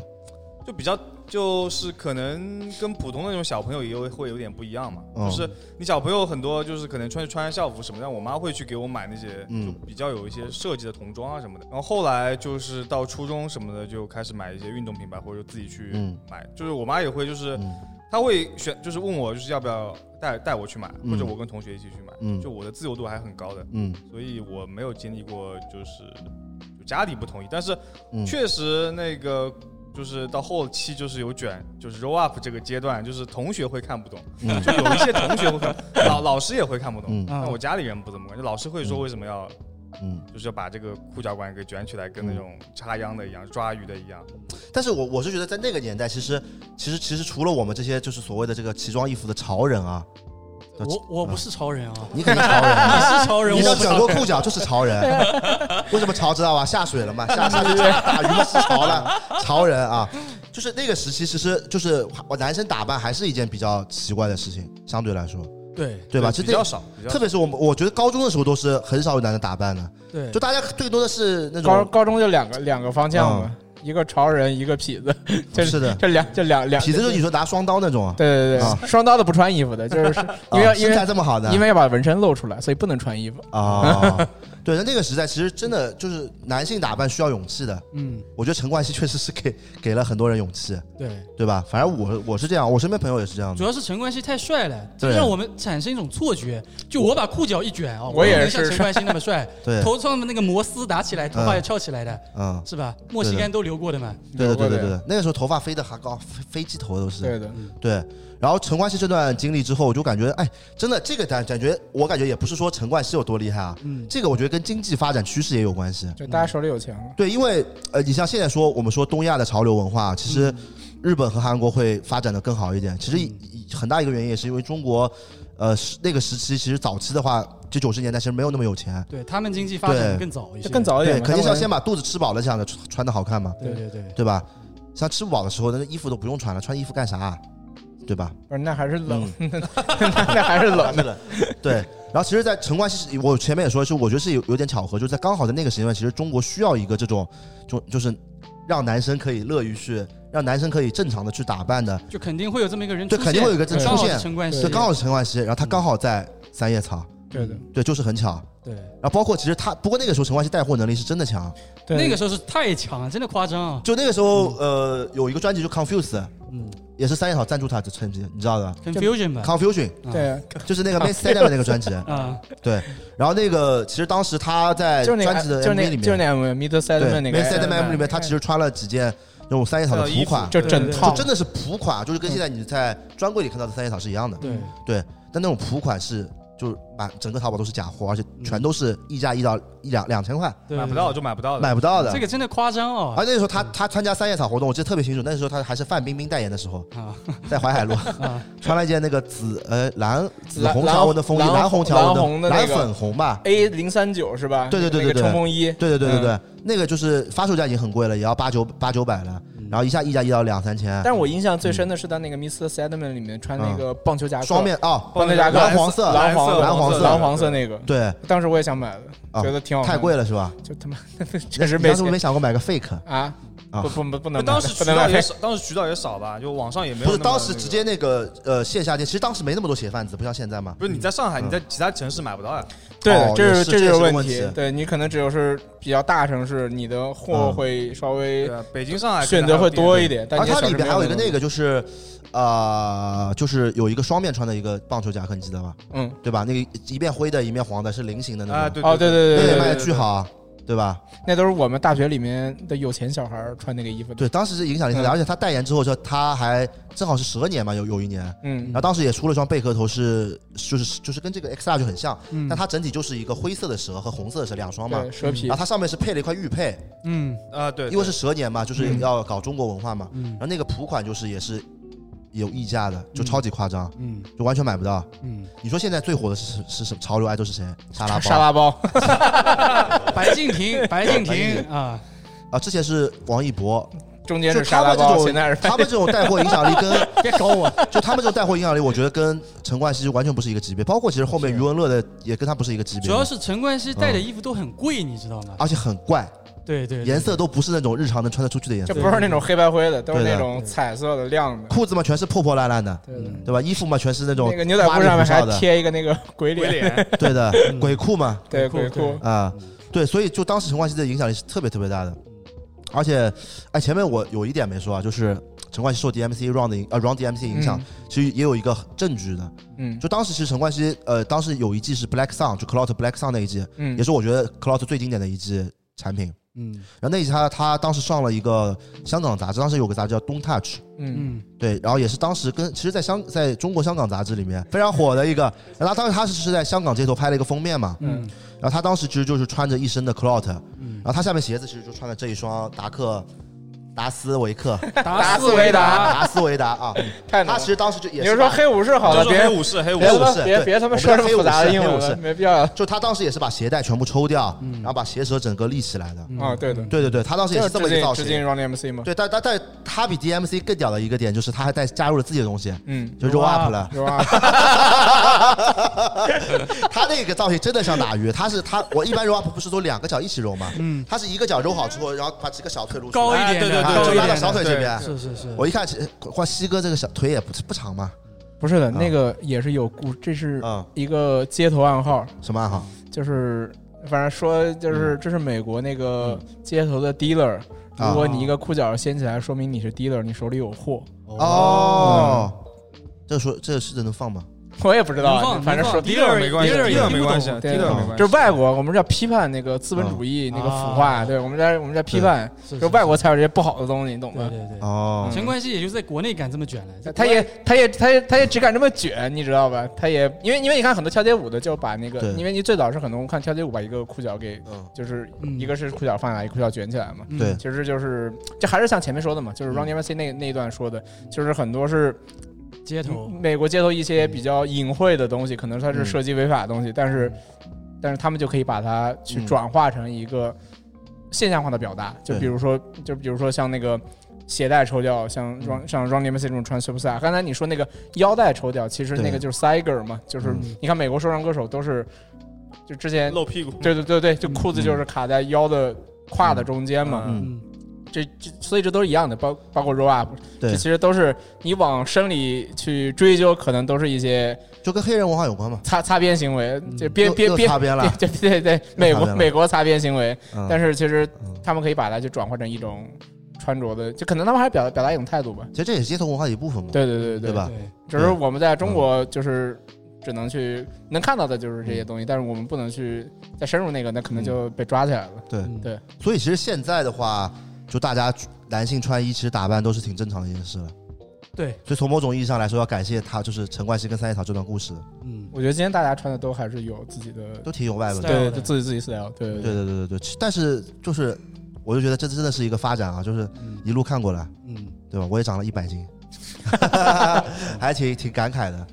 Speaker 6: 就比较就是可能跟普通的那种小朋友也有会有点不一样嘛，
Speaker 4: 嗯
Speaker 6: 就是你小朋友很多就是可能穿穿校服什么的，但我妈会去给我买那些
Speaker 1: 嗯
Speaker 6: 就
Speaker 4: 嗯
Speaker 6: 比较有一些设计的童装啊什么的。然后后来就是到初中什么的就开始买一些运动品牌，或者自己去
Speaker 4: 嗯
Speaker 6: 买，就是我妈也会就是。她会选，就是问我，就是要不要带带我去买，
Speaker 4: 嗯
Speaker 6: 或者我跟同学一起去买。
Speaker 4: 嗯
Speaker 6: 就我的自由度还很高的，
Speaker 4: 嗯
Speaker 6: 所以我没有经历过就是就家里不同意，但是
Speaker 4: 嗯
Speaker 6: 确实那个就是到后期就是有卷，就是 roll up 这个阶段，就是同学会看不懂，
Speaker 4: 嗯
Speaker 6: 就有一些同学会看， 老老师也会看不懂
Speaker 4: 嗯，
Speaker 6: 但我家里人不怎么管，就老师会说为什么要。
Speaker 4: 嗯，
Speaker 6: 就是要把这个裤脚管给卷起来，跟那种插秧的一样，抓鱼的一样。
Speaker 4: 但是我我是觉得在那个年代，其实其实其实除了我们这些就是所谓的这个奇装异服的潮人啊，
Speaker 2: 我我不是潮人啊，
Speaker 4: 你肯定潮人
Speaker 2: 你是潮人，
Speaker 4: 你
Speaker 2: 我
Speaker 4: 要
Speaker 2: 不是
Speaker 4: 卷过裤脚就是潮人。 为什么潮知道吧？下水了嘛，下下去打鱼嘛是潮了，潮人啊，就是那个时期，其实就是我男生打扮还是一件比较奇怪的事情，相对来说，
Speaker 2: 对
Speaker 4: 对吧？其
Speaker 6: 对比
Speaker 4: 实
Speaker 6: 较少比较少
Speaker 4: 特别是我们，我觉得高中的时候都是很少有男的打扮的，
Speaker 2: 对
Speaker 4: 就大家最多的是那种嗯
Speaker 7: 高高中就两个两个方向嘛，一个潮人，一个痞子， 这
Speaker 4: 哦是的
Speaker 7: 这两这两两
Speaker 4: 痞子，就你说拿双刀那种啊，
Speaker 7: 对对
Speaker 4: 啊
Speaker 7: 对，双刀的不穿衣服 的，就是
Speaker 4: 啊
Speaker 7: 因为因
Speaker 4: 身
Speaker 7: 为
Speaker 4: 材这么好的
Speaker 7: 因为要把纹身露出来，所以不能穿衣服
Speaker 4: 啊。 对，那那个时代其实真的就是男性打扮需要勇气的，
Speaker 2: 嗯，
Speaker 4: 我觉得陈冠希确实是给给了很多人勇气，
Speaker 2: 对。
Speaker 4: 对吧？反正我我是这样，我身边朋友也是这样
Speaker 2: 主
Speaker 4: 的。
Speaker 2: 要是陈冠希太帅了，这
Speaker 4: 嗯对啊
Speaker 2: 让我们产生一种错觉。就我把裤脚一卷啊，
Speaker 4: 我
Speaker 2: 也
Speaker 4: 也
Speaker 2: 能像
Speaker 4: 是，
Speaker 2: 陈冠希那么帅
Speaker 4: 对
Speaker 2: 头上的那个摩丝打起来，头发
Speaker 4: 嗯
Speaker 2: 也翘起来的，
Speaker 4: 嗯
Speaker 2: 是吧？莫西
Speaker 4: 对的
Speaker 2: 干都留过的嘛。
Speaker 4: 对对对对对对，那个时候头发飞得还高，飞飞机头都是。
Speaker 7: 对的嗯
Speaker 4: 对，然后陈冠希这段经历之后，我就感觉，哎，真的这个感感觉，我感觉也不是说陈冠希有多厉害啊，
Speaker 7: 嗯
Speaker 4: 这个我觉得跟经济发展趋势也有关系。
Speaker 7: 就大家手里有钱了。
Speaker 4: 对，因为呃，你像现在说我们说东亚的潮流文化，其
Speaker 2: 嗯
Speaker 4: 实日本和韩国会发展的更好一点。其实以、以很大一个原因也是因为中国，呃，是那个时期其实早期的话，就九十年代其实没有那么有钱。
Speaker 2: 对他们经济发展得
Speaker 4: 对
Speaker 2: 更早一些，
Speaker 4: 对肯定是要先把肚子吃饱了，这样的穿穿的好看嘛。
Speaker 2: 对对对
Speaker 4: 对吧？像吃不饱的时候，那衣服都不用穿了，穿衣服干啥、啊？对吧？
Speaker 7: 不是，那还是冷，
Speaker 4: 嗯
Speaker 7: 那还是 冷的。
Speaker 4: 对。然后其实，在陈冠希，我前面也说，是我觉得是有有点巧合，就是在刚好在那个时间段，其实中国需要一个这种，就就是让男生可以乐于去，让男生可以正常的去打扮的，
Speaker 2: 就肯定会有这么一个人出
Speaker 4: 对，
Speaker 2: 现，
Speaker 4: 肯定会有一个真
Speaker 2: 刚
Speaker 4: 出
Speaker 2: 好是
Speaker 4: 现，
Speaker 2: 陈冠希，
Speaker 4: 对，刚好是陈冠希，然后他刚好在三叶草，
Speaker 7: 对的，
Speaker 4: 对，就是很巧。
Speaker 2: 对。
Speaker 4: 然后包括其实他，不过那个时候陈冠希带货能力是真的强，
Speaker 2: 那个时候是太强了，真的夸张啊！
Speaker 4: 就那个时候，呃，有一个专辑就 Confuse，
Speaker 2: 嗯，
Speaker 4: 也是三叶草赞助他的产品，你知道的
Speaker 2: Confusion 吧
Speaker 4: Confusion，
Speaker 7: 对，
Speaker 4: 就是 那个 Main Stallion 的那个专辑
Speaker 2: 啊，
Speaker 4: 对。然后那个其实当时他在
Speaker 7: 就是
Speaker 4: 专
Speaker 7: 那个
Speaker 4: 辑的
Speaker 7: 就是
Speaker 4: MV
Speaker 7: 那
Speaker 4: 里面，
Speaker 7: 就是那 Mid s e d m e
Speaker 4: 对
Speaker 7: n 那
Speaker 4: Main
Speaker 7: 个嗯
Speaker 4: Stallion MV 里面，他其实穿了几件那种三叶草的
Speaker 6: 衣
Speaker 4: 普
Speaker 6: 服
Speaker 4: 款，
Speaker 7: 就整
Speaker 4: 就
Speaker 7: 套
Speaker 4: 真的是普款，就是跟现在你在专柜里看到的三叶草是一样的。
Speaker 2: 对，
Speaker 4: 对，但那种普款是就是满整个淘宝都是假货，而且全都是溢价溢到一两两千块，
Speaker 2: 嗯对
Speaker 6: 买不到就买不到的。
Speaker 4: 买不到的。
Speaker 2: 这个真的夸张哦
Speaker 7: 啊
Speaker 4: 而那时候他
Speaker 7: 嗯
Speaker 4: 他参加三叶草活动，我记得特别清楚。那时候他还是范冰冰代言的时候，
Speaker 2: 啊
Speaker 4: 在淮海 路
Speaker 2: 啊
Speaker 4: 穿了一件那个紫呃蓝紫
Speaker 7: 蓝
Speaker 4: 红条纹的风衣，
Speaker 7: 蓝
Speaker 4: 蓝红条
Speaker 7: 蓝
Speaker 4: 纹
Speaker 7: 红的那
Speaker 4: 蓝
Speaker 7: 个
Speaker 4: 粉红吧？
Speaker 7: A 零三九是吧？
Speaker 4: 对对对对
Speaker 7: 那个
Speaker 4: 对
Speaker 7: 冲锋衣，
Speaker 4: 对对对对
Speaker 7: 嗯
Speaker 4: 对，那个就是发售价已经很贵了，也要八九八九百了，然后一下溢价溢到两三千。
Speaker 7: 嗯但是我印象最深的是在那个 Mr. Sedman 里面穿那个棒球夹克，
Speaker 4: 嗯双面哦，
Speaker 7: 棒球夹克，
Speaker 4: 蓝黄色
Speaker 7: 蓝黄色
Speaker 4: 蓝黄色
Speaker 7: 蓝黄色那个，
Speaker 4: 对，
Speaker 7: 当时我也想买
Speaker 4: 啊
Speaker 7: 的，觉得挺好，
Speaker 4: 太贵，了是吧？
Speaker 7: 就他妈 确实
Speaker 4: 你
Speaker 7: 没
Speaker 4: 当时没
Speaker 7: 钱
Speaker 4: 想过买个 fake？
Speaker 7: 啊，
Speaker 4: 啊
Speaker 7: 不不不
Speaker 6: 就
Speaker 7: 不能买，
Speaker 6: 当时
Speaker 7: 不
Speaker 6: 渠
Speaker 7: 能
Speaker 6: 道
Speaker 7: 买
Speaker 6: 也少，当时渠道也少吧，就网上也没有。
Speaker 4: 不是当时直接，那个呃线下店，其实当时没那么多鞋贩子，不像现在嘛。
Speaker 6: 不是你在上海，
Speaker 4: 嗯
Speaker 6: 你在其他城市买不到呀。
Speaker 7: 对
Speaker 4: 哦，
Speaker 7: 这
Speaker 4: 也是
Speaker 7: 这
Speaker 4: 这也
Speaker 7: 就
Speaker 4: 个
Speaker 7: 是问
Speaker 4: 问
Speaker 7: 题
Speaker 4: 题。
Speaker 7: 对你可能只有是比较大城市，你的货
Speaker 4: 嗯
Speaker 7: 会稍微
Speaker 6: 对啊，北京、上海
Speaker 7: 选择会多一
Speaker 6: 点。
Speaker 7: 点，但
Speaker 4: 而
Speaker 7: 你
Speaker 4: 它
Speaker 7: 的小
Speaker 4: 里
Speaker 7: 城
Speaker 4: 边
Speaker 7: 没
Speaker 4: 还有一
Speaker 7: 那
Speaker 4: 个
Speaker 7: 么
Speaker 4: 那个就是，呃，就是有一个双面穿的一个棒球夹克，你记得吧？
Speaker 7: 多，嗯，
Speaker 4: 对吧？那个一面灰的，一面黄的，是菱形的那
Speaker 6: 啊，
Speaker 4: 种，
Speaker 6: 对
Speaker 7: 哦，对对
Speaker 4: 那
Speaker 7: 对
Speaker 4: 个
Speaker 7: 对
Speaker 4: 也卖
Speaker 7: 对
Speaker 4: 的巨好啊，对吧？
Speaker 7: 那都是我们大学里面的有钱小孩儿穿那个衣服的，
Speaker 4: 对，当时是影响力很大，
Speaker 7: 嗯
Speaker 4: 而且他代言之后，就他还正好是蛇年嘛，有有一年，
Speaker 7: 嗯
Speaker 4: 然，后当时也出了一双贝壳头是，就是就是跟这个 XR 就很像，
Speaker 2: 嗯
Speaker 4: 但它整体就是一个灰色的蛇和红色的蛇两双嘛，
Speaker 7: 对，蛇皮
Speaker 4: 然后，它上面是配了一块玉佩，
Speaker 2: 嗯
Speaker 6: 啊，对，
Speaker 4: 因为是蛇年嘛，就是
Speaker 2: 嗯
Speaker 4: 要搞中国文化嘛，
Speaker 2: 嗯
Speaker 4: 然后那个普款就是也是有溢价的，就超级夸张，
Speaker 2: 嗯
Speaker 4: 就完全买不到。
Speaker 2: 嗯，
Speaker 4: 你说现在最火的是是什么潮流爱豆是谁？沙拉包
Speaker 7: 沙拉包，
Speaker 2: 白敬亭，白
Speaker 4: 白敬
Speaker 2: 敬亭啊，
Speaker 4: 啊，之前是王一博，
Speaker 7: 中间
Speaker 4: 就是
Speaker 7: 沙
Speaker 4: 他
Speaker 7: 拉
Speaker 4: 们
Speaker 7: 包，
Speaker 4: 这
Speaker 7: 现
Speaker 4: 种
Speaker 7: 在是
Speaker 4: 他们这种带货影响力 跟
Speaker 7: 别搞我，
Speaker 4: 就他们这种带货影响力，我觉得跟陈冠希完全不是一个级别，包括其实后面余文乐的也跟他不是一个级别
Speaker 2: 主，要是陈冠希带的衣服都很贵，你知道吗？
Speaker 4: 而且很怪，
Speaker 2: 对对，对
Speaker 4: 颜色都不是那种日常能穿得出去的颜
Speaker 7: 这
Speaker 4: 色，
Speaker 7: 不是那种黑白灰的，都是
Speaker 4: 对的
Speaker 7: 那种彩色的亮的，
Speaker 4: 裤子嘛全是破破烂烂的，
Speaker 7: 对的。
Speaker 4: 对吧？衣服嘛全是那种
Speaker 7: 那个牛仔裤上
Speaker 4: 花
Speaker 7: 面
Speaker 4: 里胡哨
Speaker 7: 还
Speaker 4: 的，
Speaker 7: 贴一个 那个 鬼
Speaker 6: 鬼
Speaker 7: 脸，嗯
Speaker 6: 脸，
Speaker 4: 对 的，鬼裤嘛，
Speaker 7: 对鬼
Speaker 2: 鬼裤
Speaker 7: 裤，
Speaker 4: 啊、对，所以就当时陈冠希的影响力是特别特别大的，而且，哎，前面我有一点没说啊，就是陈冠希受 DMC Round 的影呃 Round DMC 影响，其实也有一个证据的，
Speaker 7: 嗯
Speaker 4: 就当时其实陈冠希呃当时有一季是 Black Sun，就 Clout Black Sun 那一季，
Speaker 7: 嗯
Speaker 4: 也是我觉得 Clout 最经典的一季产品。
Speaker 2: 嗯
Speaker 4: 然后那一季他他当时上了一个香港杂志，当时有个杂志叫《东 Touch》。
Speaker 7: 嗯
Speaker 2: 嗯
Speaker 4: 对，然后也是当时跟其实，在香在中国香港杂志里面非常火的一个，然后当时他是是在香港街头拍了一个封面嘛，
Speaker 2: 嗯
Speaker 4: 然后他当时其实就是穿着一身的 clout，
Speaker 2: 嗯
Speaker 4: 然，后他下面鞋子其实就穿的这一双达克达斯维克
Speaker 2: 达
Speaker 7: 斯维达
Speaker 4: 达斯维达啊，
Speaker 7: 太难
Speaker 4: 他
Speaker 7: 了
Speaker 4: 其实当时就也
Speaker 7: 你
Speaker 4: 是
Speaker 7: 就说
Speaker 4: 把
Speaker 7: 黑武士好
Speaker 6: 就
Speaker 7: 了，
Speaker 6: 是
Speaker 7: 别
Speaker 6: 黑武士，黑武
Speaker 7: 别
Speaker 4: 黑
Speaker 7: 他
Speaker 4: 武
Speaker 6: 士。
Speaker 4: 士
Speaker 7: 妈别
Speaker 4: 对
Speaker 7: 别他
Speaker 4: 我
Speaker 7: 妈
Speaker 4: 们
Speaker 7: 说
Speaker 4: 叫
Speaker 7: 这么
Speaker 4: 黑武
Speaker 7: 复杂的
Speaker 4: 士
Speaker 7: 英
Speaker 4: 黑
Speaker 7: 文
Speaker 4: 武士
Speaker 7: 了，没必要了。嗯
Speaker 4: 就他当时也是把鞋带全部抽掉，然后把鞋舌整个立起来的。
Speaker 7: 啊，对的，
Speaker 4: 对对对，他当时也
Speaker 7: 就是是
Speaker 4: 这么一个
Speaker 7: 致敬
Speaker 4: 造
Speaker 7: 致
Speaker 4: 型
Speaker 7: 敬。Run MC 嘛。
Speaker 4: 对，但但但他比 DMC 更屌的一个点就是他还带加入了自己的东西，
Speaker 7: 嗯，
Speaker 4: 就 roll up 了。
Speaker 7: 是吧？
Speaker 4: 他那个造型真的像打鱼，他是他我一般 roll up 不是都两个脚一起 roll 吗？
Speaker 2: 嗯，
Speaker 4: 他是一个脚揉好之后，然后把几个小腿撸出来，
Speaker 2: 高一点的，
Speaker 6: 哎对对对
Speaker 4: 啊
Speaker 2: 高
Speaker 4: 就
Speaker 2: 一
Speaker 4: 拉
Speaker 2: 点
Speaker 4: 到
Speaker 2: 的，
Speaker 4: 小腿这边。
Speaker 2: 是是是，
Speaker 4: 我一看，其实哇，西哥这个小腿也不不长嘛，
Speaker 7: 不是的，
Speaker 4: 啊
Speaker 7: 那个也是有故，这是
Speaker 4: 嗯，
Speaker 7: 一个街头暗号，
Speaker 4: 什么暗号？嗯
Speaker 7: 就是反正说就是这是美国那个街头的 dealer，
Speaker 4: 啊
Speaker 7: 如果你一个裤脚掀起来，说明你是 dealer，你手里有货。嗯
Speaker 4: 哦，这说这个是能放吗？
Speaker 7: 我也不知道
Speaker 2: 能
Speaker 7: 啊，
Speaker 2: 放
Speaker 7: 反正
Speaker 2: 能
Speaker 7: 说
Speaker 2: 放
Speaker 6: 迪尔没关系，
Speaker 2: 迪尔
Speaker 6: 迪
Speaker 2: 也
Speaker 6: 尔
Speaker 2: 听
Speaker 6: 没
Speaker 2: 不
Speaker 6: 关
Speaker 2: 懂
Speaker 6: 系，迪
Speaker 7: 对
Speaker 6: 尔没
Speaker 2: 啊
Speaker 6: 关系
Speaker 7: 这。是外国，我们叫批判那个资本主义那个
Speaker 4: 嗯
Speaker 7: 腐化，对，我们在我们在批判，
Speaker 2: 是
Speaker 7: 就外国，才有这些不好的东西，你懂嗯
Speaker 2: 是啊对
Speaker 7: 吗？
Speaker 2: 对对，
Speaker 4: 哦，
Speaker 2: 陈冠希也就在国内敢这么卷了，在
Speaker 7: 他也，他也，他也，他也只敢这么卷，你知道吧？他也，因为，因为你看很多跳街舞的就把那个
Speaker 4: 对，
Speaker 7: 因为你最早是很多我看跳街舞把一个裤脚给，
Speaker 4: 嗯，
Speaker 7: 就是
Speaker 2: 嗯
Speaker 7: 一个是裤脚放下来，一个裤脚卷起来嘛。
Speaker 2: 嗯
Speaker 4: 对嗯
Speaker 7: 其实就是，这还是像前面说的嘛，就是 Ronnie MC 那那一段说的，就是很多是嗯
Speaker 2: 街头，
Speaker 7: 美国街头一些比较隐晦的东西，可能它是
Speaker 4: 嗯
Speaker 7: 涉及违法的东西，但是但是他们就可以把它去转化成一个现象化的表达，就
Speaker 4: 嗯对
Speaker 7: 比如说就比如说像那个。鞋带抽掉，像
Speaker 4: 嗯
Speaker 7: Run 像 Run DMC 这种穿 Super Star，刚才你说那个腰带抽掉，其实
Speaker 4: 对
Speaker 7: 那个就是 Siger 嘛，就是
Speaker 2: 嗯
Speaker 7: 你看美国说唱歌手都是，就之前
Speaker 6: 露屁股，
Speaker 7: 对对对对，就裤子就是卡在腰的胯的中间嘛，
Speaker 4: 嗯
Speaker 2: 嗯
Speaker 7: 这这所以这都是一样的，包包括 roll up，
Speaker 4: 对
Speaker 7: 这其实都是你往深里去追究，可能都是一些
Speaker 4: 就跟黑人文化有关嘛，嗯
Speaker 7: 擦擦边行为，就边
Speaker 4: 又
Speaker 7: 边
Speaker 4: 又
Speaker 7: 边
Speaker 4: 擦边了，
Speaker 7: 对对对对，美
Speaker 4: 又擦
Speaker 7: 国
Speaker 4: 边了
Speaker 7: 美国擦边行为，
Speaker 4: 嗯
Speaker 7: 但是其实
Speaker 4: 嗯
Speaker 7: 他们可以把它就转化成一种穿着的，就可能他们还是表表达一种态度吧。
Speaker 4: 其实这也是街头文化的一部分嘛，
Speaker 7: 对对对
Speaker 4: 对吧？嗯
Speaker 7: 只是我们在中国就是只能去能看到的就是这些东西，但是我们不能去再深入那个，那可
Speaker 4: 嗯
Speaker 7: 能就被抓起来了。
Speaker 4: 对
Speaker 2: 嗯
Speaker 7: 对，
Speaker 4: 所以其实现在的话，就大家男性穿衣其实打扮都是挺正常的一件事了。
Speaker 2: 对，
Speaker 4: 所以从某种意义上来说，要感谢他，就是陈冠希跟三叶草这段故事，
Speaker 2: 嗯，
Speaker 7: 我觉得今天大家穿的都还是有自己的，
Speaker 4: 都挺有外文的。
Speaker 7: 对，就自己自己 style，对
Speaker 4: 对对对对对但是就是，我就觉得这真的是一个发展啊，就是一路看过来，
Speaker 2: 嗯，
Speaker 4: 对吧？我也长了一百 斤，还挺挺感慨的。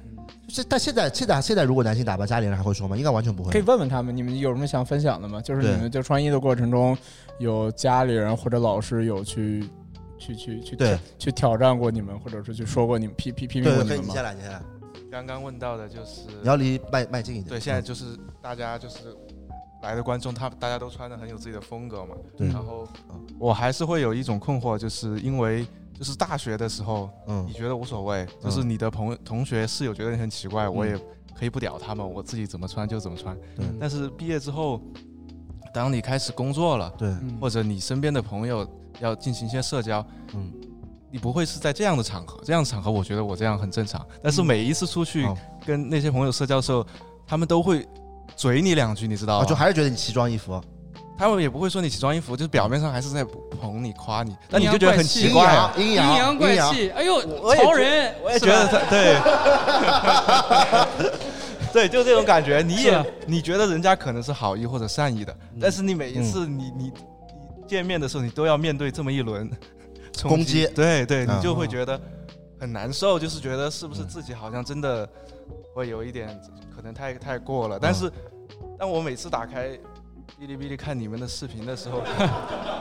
Speaker 4: 这但现在现在现在，如果男性打扮，家里人还会说吗？应该完全不会。
Speaker 7: 可以问问他们，你们有什么想分享的吗？就是
Speaker 4: 对
Speaker 7: 你们就穿衣的过程中，有家里人或者老师有去去去去
Speaker 4: 对
Speaker 7: 去挑战过你们，或者是去说过你们批批批评
Speaker 4: 对
Speaker 7: 过
Speaker 4: 可
Speaker 7: 你
Speaker 4: 以
Speaker 7: 们吗？
Speaker 4: 你先来，你先来。
Speaker 8: 刚刚问到的就是
Speaker 4: 你要离麦麦近一点。
Speaker 8: 对，现在就是大家就是来的观众，他大家都穿的很有自己的风格嘛。
Speaker 4: 对嗯
Speaker 8: 然后我还是会有一种困惑，就是因为就是大学的时候，
Speaker 4: 嗯嗯
Speaker 8: 你觉得无所谓，就是你的朋友同学室友觉得你很奇怪，我也可以不屌他们，我自己怎么穿就怎么穿。
Speaker 4: 对
Speaker 8: 但是毕业之后，当你开始工作了，
Speaker 4: 对
Speaker 8: 或者你身边的朋友要进行一些社交，
Speaker 4: 嗯，
Speaker 8: 你不会是在这样的场合，这样的场合我觉得我这样很正常，但
Speaker 4: 嗯
Speaker 8: 是每一次出
Speaker 4: 哦
Speaker 8: 去跟那些朋友社交的时候，他们都会嘴你两句，你知道
Speaker 4: 啊，
Speaker 8: 吗？
Speaker 4: 就还是觉得你奇装异服。
Speaker 8: 他们也不会说你奇装异服，就是表面上还是在捧你夸你，但
Speaker 2: 阴
Speaker 8: 你
Speaker 2: 阳
Speaker 8: 就觉得很
Speaker 2: 怪气
Speaker 8: 奇怪啊，
Speaker 4: 阴
Speaker 2: 阴阳怪气，哎呦，潮人，
Speaker 8: 我也
Speaker 2: 是
Speaker 8: 觉得
Speaker 2: 吧
Speaker 8: 他对， 对，就这种感觉。你
Speaker 2: 是嗯
Speaker 8: 也
Speaker 2: 吧
Speaker 8: 你觉得人家可能是好意或者善意的，但是你每一次你你你见面的时候，你都要面对这么一轮冲
Speaker 4: 攻击
Speaker 8: 对对，
Speaker 4: 嗯
Speaker 8: 你就会觉得很难受，就是觉得是不是自己好像真的会有一点可能太太过了。但是当我每次打开哔哩哔哩看你们的视频的时候，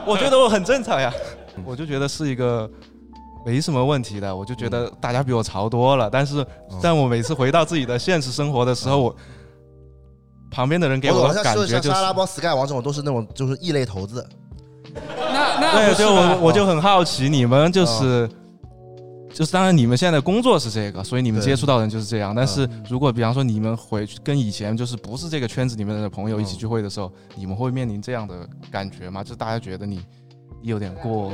Speaker 8: 我觉得我很正常呀，
Speaker 4: 嗯
Speaker 8: 我就觉得是一个没什么问题的，我就觉
Speaker 4: 嗯
Speaker 8: 得大家比我潮多了。但是，但我每次回到自己的现实生活的时候，我旁边的人给
Speaker 4: 我
Speaker 8: 我
Speaker 4: 好
Speaker 8: 的
Speaker 4: 像
Speaker 8: 感
Speaker 4: 说
Speaker 8: 觉
Speaker 4: 像
Speaker 8: 就是
Speaker 4: 沙，拉包、Sky 王这种都是那种就是异类投资，
Speaker 2: 那那不
Speaker 8: 对，
Speaker 2: 是
Speaker 8: 所以我
Speaker 2: 吧
Speaker 8: 我就很好奇，你们
Speaker 4: 嗯
Speaker 8: 就是。就是当然，你们现在的工作是这个，所以你们
Speaker 4: 对嗯
Speaker 8: 接触到的人就是这样。但是如果比方说你们回去跟以前就是不是这个圈子里面的朋友一起聚会的
Speaker 4: 嗯
Speaker 8: 时候，你们会面临这样的感觉吗？就是大家觉得你有点过，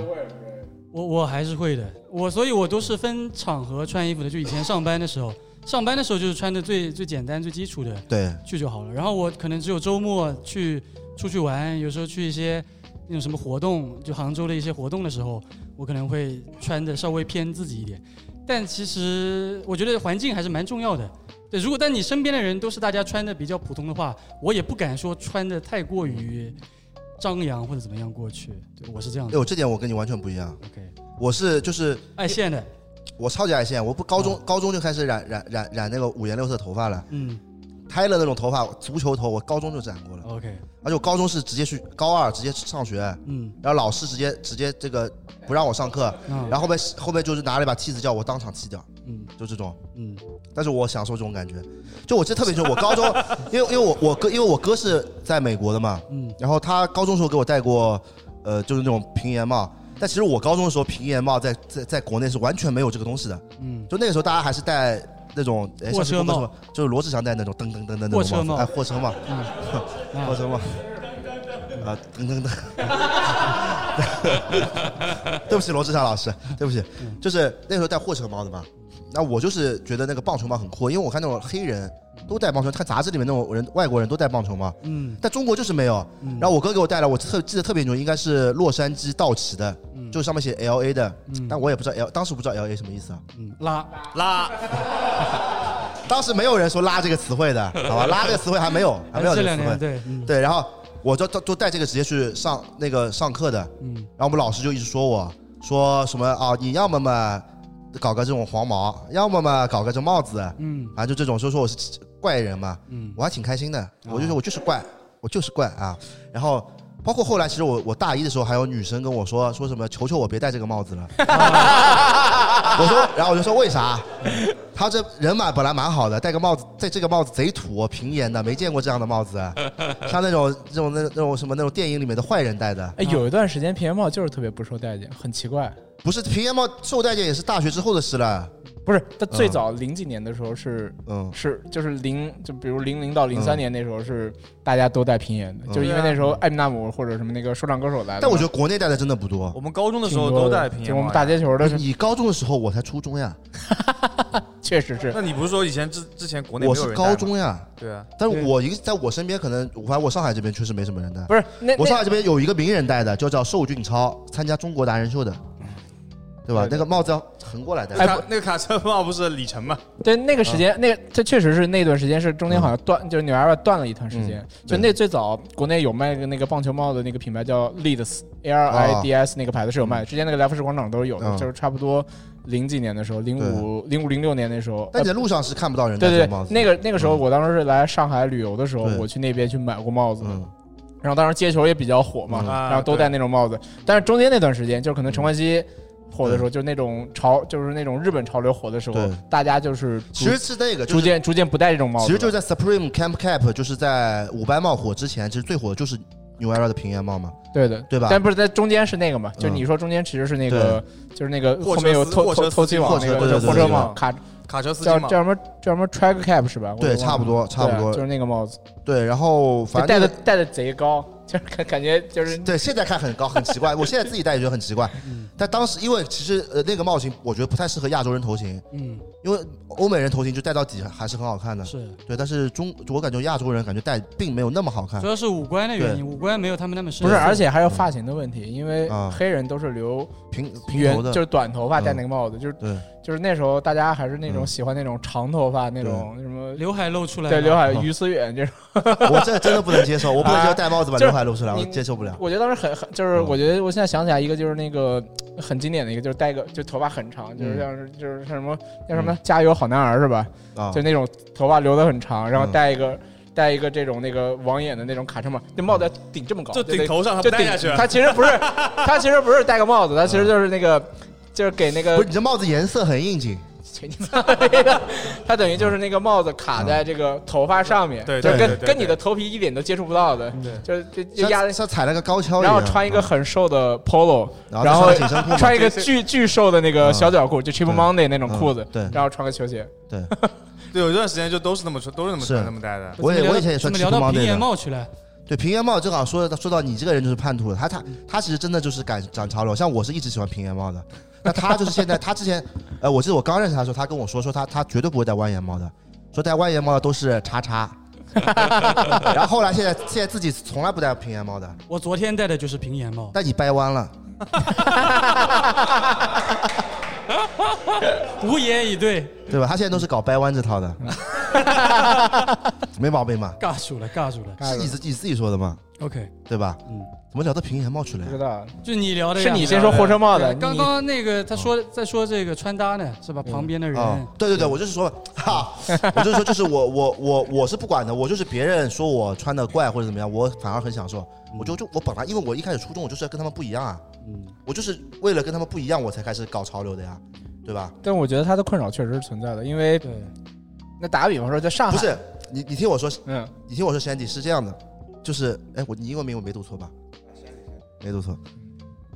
Speaker 2: 我我还是会的，我所以，我都是分场合穿衣服的。就以前上班的时候，上班的时候就是穿的最最简单、最基础的
Speaker 4: 对，
Speaker 2: 去就好了。然后我可能只有周末去出去玩，有时候去一些那种什么活动，就杭州的一些活动的时候，我可能会穿的稍微偏自己一点。但其实我觉得环境还是蛮重要的。对，如果但你身边的人都是大家穿的比较普通的话，我也不敢说穿的太过于张扬或者怎么样过去。对，我是这样
Speaker 4: 哎，
Speaker 2: 的。
Speaker 4: 我这点我跟你完全不一样。
Speaker 2: OK，
Speaker 4: 我是就是
Speaker 2: 爱现的，
Speaker 4: 我超级爱线，我不高中、高中就开始染染染染那个五颜六色头发了。
Speaker 2: 嗯。
Speaker 4: Taylor 那种头发，足球头，我高中就染过了，
Speaker 2: OK，
Speaker 4: 而且啊我高中是直接去高二直接上学，
Speaker 2: 嗯，
Speaker 4: 然后老师直接直接这个不让我上课，
Speaker 2: 嗯
Speaker 4: 然后后面后面就是拿了一把剃子叫我当场剃掉，
Speaker 2: 嗯
Speaker 4: 就这种。
Speaker 2: 嗯，
Speaker 4: 但是我享受这种感觉。就我这特别就我高中，因为因为我我哥因为我哥是在美国的嘛，
Speaker 2: 嗯
Speaker 4: 然后他高中时候给我戴过，呃，就是那种平檐帽。
Speaker 2: 嗯
Speaker 4: 但其实我高中的时候平檐帽在在在国内是完全没有这个东西的，
Speaker 2: 嗯，
Speaker 4: 就那个时候大家还是戴那种哎
Speaker 2: 货车帽，
Speaker 4: 像是就是罗志祥戴那种噔噔噔噔那种
Speaker 2: 货车帽
Speaker 4: 哎，货车帽，
Speaker 2: 啊
Speaker 4: 货车帽，啊，噔噔噔。 对不起，罗志祥老师，对不起，就是那时候戴货车帽的嘛。那我就是觉得那个棒球帽很酷，因为我看那种黑人都戴棒球，看杂志里面那种人外国人都戴棒球帽，
Speaker 2: 嗯
Speaker 4: 但中国就是没有。然后我哥给我带了，我特记得特别牛，应该是洛杉矶道奇的，
Speaker 2: 嗯
Speaker 4: 就上面写 L A 的，但我也不知道 L，当时不知道 L A 什么意思啊，
Speaker 2: 嗯，拉
Speaker 4: 拉。当时没有人说“拉”这个词 汇的，好吧？“拉”这个词汇还没有，还没有这
Speaker 2: 这
Speaker 4: 个
Speaker 2: 两
Speaker 4: 词
Speaker 2: 年
Speaker 4: 汇。
Speaker 2: 对，嗯
Speaker 4: 对，然后我就就就带这个直接去上那个上课的，
Speaker 2: 嗯
Speaker 4: 然后我们老师就一直说我说什么啊，你要么嘛搞个这种黄毛，要么嘛搞个这帽子，
Speaker 2: 嗯
Speaker 4: 反正就这种，就说我是怪人嘛，
Speaker 2: 嗯
Speaker 4: 我还挺开心
Speaker 7: 啊
Speaker 4: 的，我就说我就是怪，我就是怪啊。然后包括后来，其实我我大一的时候还有女生跟我说说什么，求求我别戴这个帽子了。 我说，然后我就说为啥？他这人嘛本来蛮好的，戴个帽子，戴这个帽子贼土，平沿的，没见过这样的帽子，啊像那种这种那那种什么那种电影里面的坏人戴的，
Speaker 7: 哎，有一段时间平檐帽就是特别不受待见，很奇怪。
Speaker 4: 不是平檐帽受待见也是大学之后的事了。
Speaker 7: 不是，他最早零几年的时候是，
Speaker 4: 嗯
Speaker 7: 是就是零，就比如零零到零三
Speaker 4: 嗯
Speaker 7: 年那时候是大家都带平沿的，
Speaker 4: 嗯
Speaker 7: 就是因为那时候艾米纳姆或者什么那个说唱歌手来的。
Speaker 4: 但我觉得国内带的真的不多
Speaker 6: 我。们高中的
Speaker 7: 挺
Speaker 6: 时候
Speaker 7: 多
Speaker 6: 都
Speaker 7: 的
Speaker 6: 带平
Speaker 7: 就
Speaker 6: 沿
Speaker 7: 我
Speaker 6: 帽
Speaker 7: 们打
Speaker 6: 呀。
Speaker 7: 街球的是，
Speaker 4: 你高中的时候，我才初中呀，
Speaker 7: 确实是
Speaker 6: 那你不是说以前之之前国内没
Speaker 4: 我
Speaker 6: 有
Speaker 4: 是
Speaker 6: 人带吗
Speaker 4: 高中呀。
Speaker 6: 对啊，
Speaker 4: 但是我一个在我身边，可能反正我上海这边确实没什么人带。
Speaker 7: 不是那
Speaker 4: 我
Speaker 7: 那
Speaker 4: 上海这边有一个名人带的，就叫寿俊超，参加中国达人秀的，对吧？那个帽子要横过来
Speaker 6: 那
Speaker 4: 戴。
Speaker 6: 卡那个卡车帽不是里程吗？
Speaker 7: 对那个时间，
Speaker 4: 嗯
Speaker 7: 那个这确实是那段时间是中间好像断，就是纽娃娃断了一段时间。就
Speaker 4: 嗯对
Speaker 7: 那最早国内有卖个那个棒球帽的那个品牌叫 Lids A R I D S 那个牌子是有卖的，之前那个莱福士广场都是有的，
Speaker 4: 啊嗯
Speaker 7: 就是差不多零几年的时候，零五零五零六年那时候。呃
Speaker 4: 但你在路上是看不到人戴这
Speaker 7: 对对
Speaker 4: 个
Speaker 7: 对
Speaker 4: 帽，子。
Speaker 7: 那
Speaker 4: 个，
Speaker 7: 个那个时候我当时是来上海旅游的时候
Speaker 4: 对，
Speaker 7: 我去那边去买过帽子，
Speaker 4: 嗯，
Speaker 7: 然后当时街球也比较火嘛，
Speaker 6: 嗯啊
Speaker 7: 然后都戴那种帽子。但是中间那段时间，就可能陈冠希火的时候，就是那种潮，就是那种日本潮流火的时候
Speaker 4: 对，
Speaker 7: 大家就是
Speaker 4: 其实是那个，
Speaker 7: 逐
Speaker 4: 就是
Speaker 7: 渐逐渐不戴这种帽子了。
Speaker 4: 其实就是在 Supreme Camp Cap，就是在五班帽火之前，其实最火的就是 New Era 的平檐帽嘛。
Speaker 7: 对的，
Speaker 4: 对吧
Speaker 7: 但不是在中间是那个嘛？
Speaker 4: 嗯
Speaker 7: 就是你说中间其实是那个，就是那个
Speaker 6: 货
Speaker 7: 后
Speaker 6: 车
Speaker 7: 面有
Speaker 6: 司
Speaker 7: 偷
Speaker 6: 货车
Speaker 7: 偷偷气网
Speaker 4: 司机
Speaker 7: 那
Speaker 4: 货车
Speaker 7: 个
Speaker 4: 对对
Speaker 7: 货
Speaker 4: 对
Speaker 7: 车
Speaker 4: 对
Speaker 7: 网卡
Speaker 6: 卡车司机
Speaker 7: 叫
Speaker 6: 嘛，
Speaker 7: 叫什么叫什么 track cap 是吧？我
Speaker 4: 对，
Speaker 7: 忘了
Speaker 4: 差不多，差不
Speaker 7: 对就
Speaker 4: 多。
Speaker 7: 是那个帽子，
Speaker 4: 对，然后
Speaker 7: 就
Speaker 4: 反
Speaker 7: 戴
Speaker 4: 正那
Speaker 7: 的
Speaker 4: 个
Speaker 7: 戴的贼高，就是感感觉就是
Speaker 4: 对，现在看很高，很奇怪。我现在自己戴也觉得很奇怪，但当时因为其实呃那个帽型，我觉得不太适合亚洲人头型，
Speaker 2: 嗯，
Speaker 4: 因为欧美人头型就戴到底还是很好看的。
Speaker 2: 是，
Speaker 4: 对，但是中我感觉亚洲人感觉戴并没有那么好看
Speaker 2: 主。要是五官的原
Speaker 4: 对
Speaker 2: 因，五官没有他们那么深。
Speaker 7: 不是，而且还有发型的问题，因为
Speaker 4: 啊
Speaker 7: 黑人都是留
Speaker 4: 平平
Speaker 7: 圆
Speaker 4: 头，的，嗯
Speaker 7: 就是短头发戴那个帽子，就是
Speaker 4: 对
Speaker 7: 就是那时候大家还是那种
Speaker 4: 嗯
Speaker 7: 喜欢那种长头发那种什么。
Speaker 2: 刘海露出来，哦
Speaker 7: 对刘，海
Speaker 4: 嗯
Speaker 7: 于思远这种，
Speaker 4: 我这真的不能接受，我不能接受戴帽子把
Speaker 7: 啊就是
Speaker 4: 刘海露出来，我
Speaker 7: 你
Speaker 4: 接受不了。
Speaker 7: 我觉得当时很很，就是
Speaker 4: 嗯
Speaker 7: 我觉得我现在想起来一个，就是那个很经典的一个，就是戴个就头发很长，就是像是就是像什么叫什么
Speaker 4: 嗯
Speaker 7: 《加油好男儿》是吧？
Speaker 4: 啊
Speaker 7: 就，那种头发留的很长，然后
Speaker 4: 嗯
Speaker 7: 戴一个戴一个这种那个网眼的那种卡车帽，那帽子要顶这么高，
Speaker 6: 就
Speaker 7: 对
Speaker 6: 顶。头上，
Speaker 7: 就
Speaker 6: 他不戴
Speaker 7: 顶
Speaker 6: 下去。
Speaker 7: 他其实不 是，他其实不是戴个帽子，他其实就是那个，就是给那
Speaker 4: 嗯不
Speaker 7: 个
Speaker 4: 是，你这帽 子颜色很应景，
Speaker 7: 全那个， 他等于就是那个帽子卡
Speaker 4: 嗯
Speaker 7: 在这个头发上面，
Speaker 6: 对
Speaker 7: 就
Speaker 6: 对
Speaker 7: 跟
Speaker 6: 对对
Speaker 7: 跟你的头皮一点都接触不到的，就是就就压
Speaker 4: 像像踩了个高跷一
Speaker 7: 然
Speaker 4: 样。啊
Speaker 7: 后穿一个很瘦的 polo，
Speaker 4: 然后
Speaker 7: 然后
Speaker 4: 再穿个紧身裤嘛啊
Speaker 7: 穿一个巨巨瘦的那个小脚裤，就 Cheap
Speaker 4: 对
Speaker 7: Monday 那种裤子
Speaker 4: 嗯，对
Speaker 7: 然后穿个球鞋，
Speaker 4: 对，
Speaker 6: 对，有一段时间就都是那么穿，都是那么
Speaker 4: 是
Speaker 6: 穿，那么戴的。
Speaker 4: 我也
Speaker 2: 怎么聊
Speaker 4: 我以前也
Speaker 2: 怎
Speaker 4: 算
Speaker 2: 么
Speaker 4: 吃
Speaker 2: 聊
Speaker 4: 不
Speaker 2: 到
Speaker 4: 毛
Speaker 2: 平
Speaker 4: 那
Speaker 2: 眼
Speaker 4: 个。
Speaker 2: 帽去了？
Speaker 4: 对平檐帽，正好说到说到你这个人就是叛徒了。他他他其实真的就是赶赶潮流，像我是一直喜欢平檐帽的。那他就是现在，他之前，呃，我记得我刚认识他的时候，他跟我说说他他绝对不会戴弯檐帽的，说戴弯檐帽的都是叉叉。 然后后来现在现在自己从来不戴平檐帽的，
Speaker 2: 我昨天戴的就是平眼帽，
Speaker 4: 但你掰弯了，
Speaker 2: 无言以对，
Speaker 4: 对吧？他现在都是搞掰弯这套 的，没毛病吧？
Speaker 2: 尬住了，尬住了。
Speaker 4: 是你自己自己说的嘛，
Speaker 2: OK，
Speaker 4: 对吧？
Speaker 2: 嗯，
Speaker 4: 怎么聊到平檐帽去了
Speaker 7: 不
Speaker 4: 呀？
Speaker 7: 知道
Speaker 2: 就你聊啊的呀，
Speaker 7: 是你先说货车帽的，
Speaker 2: 刚
Speaker 7: 你
Speaker 2: 刚那个他说在说这个穿搭呢，是吧？旁边的
Speaker 4: 啊、
Speaker 2: 人，
Speaker 4: 对对对，我就是说，哈， 我就是说，就是我我我我是不管的，我就是别人说我穿的怪或者怎么样，我反而很享受。
Speaker 7: 嗯
Speaker 4: 我就就我本来因为我一开始初衷我就是要跟他们不一样啊，
Speaker 2: 嗯，
Speaker 4: 我就是为了跟他们不一样，我才开始搞潮流的呀，对吧？
Speaker 7: 但我觉得他的困扰确实是存在的，因为
Speaker 2: 对，
Speaker 7: 那打个比方说，在上海，
Speaker 4: 不，是，你你听我说，
Speaker 7: 嗯，
Speaker 4: 你听我说，Sandy 是这样的，就是哎，我你英文名我没读错吧？没读错，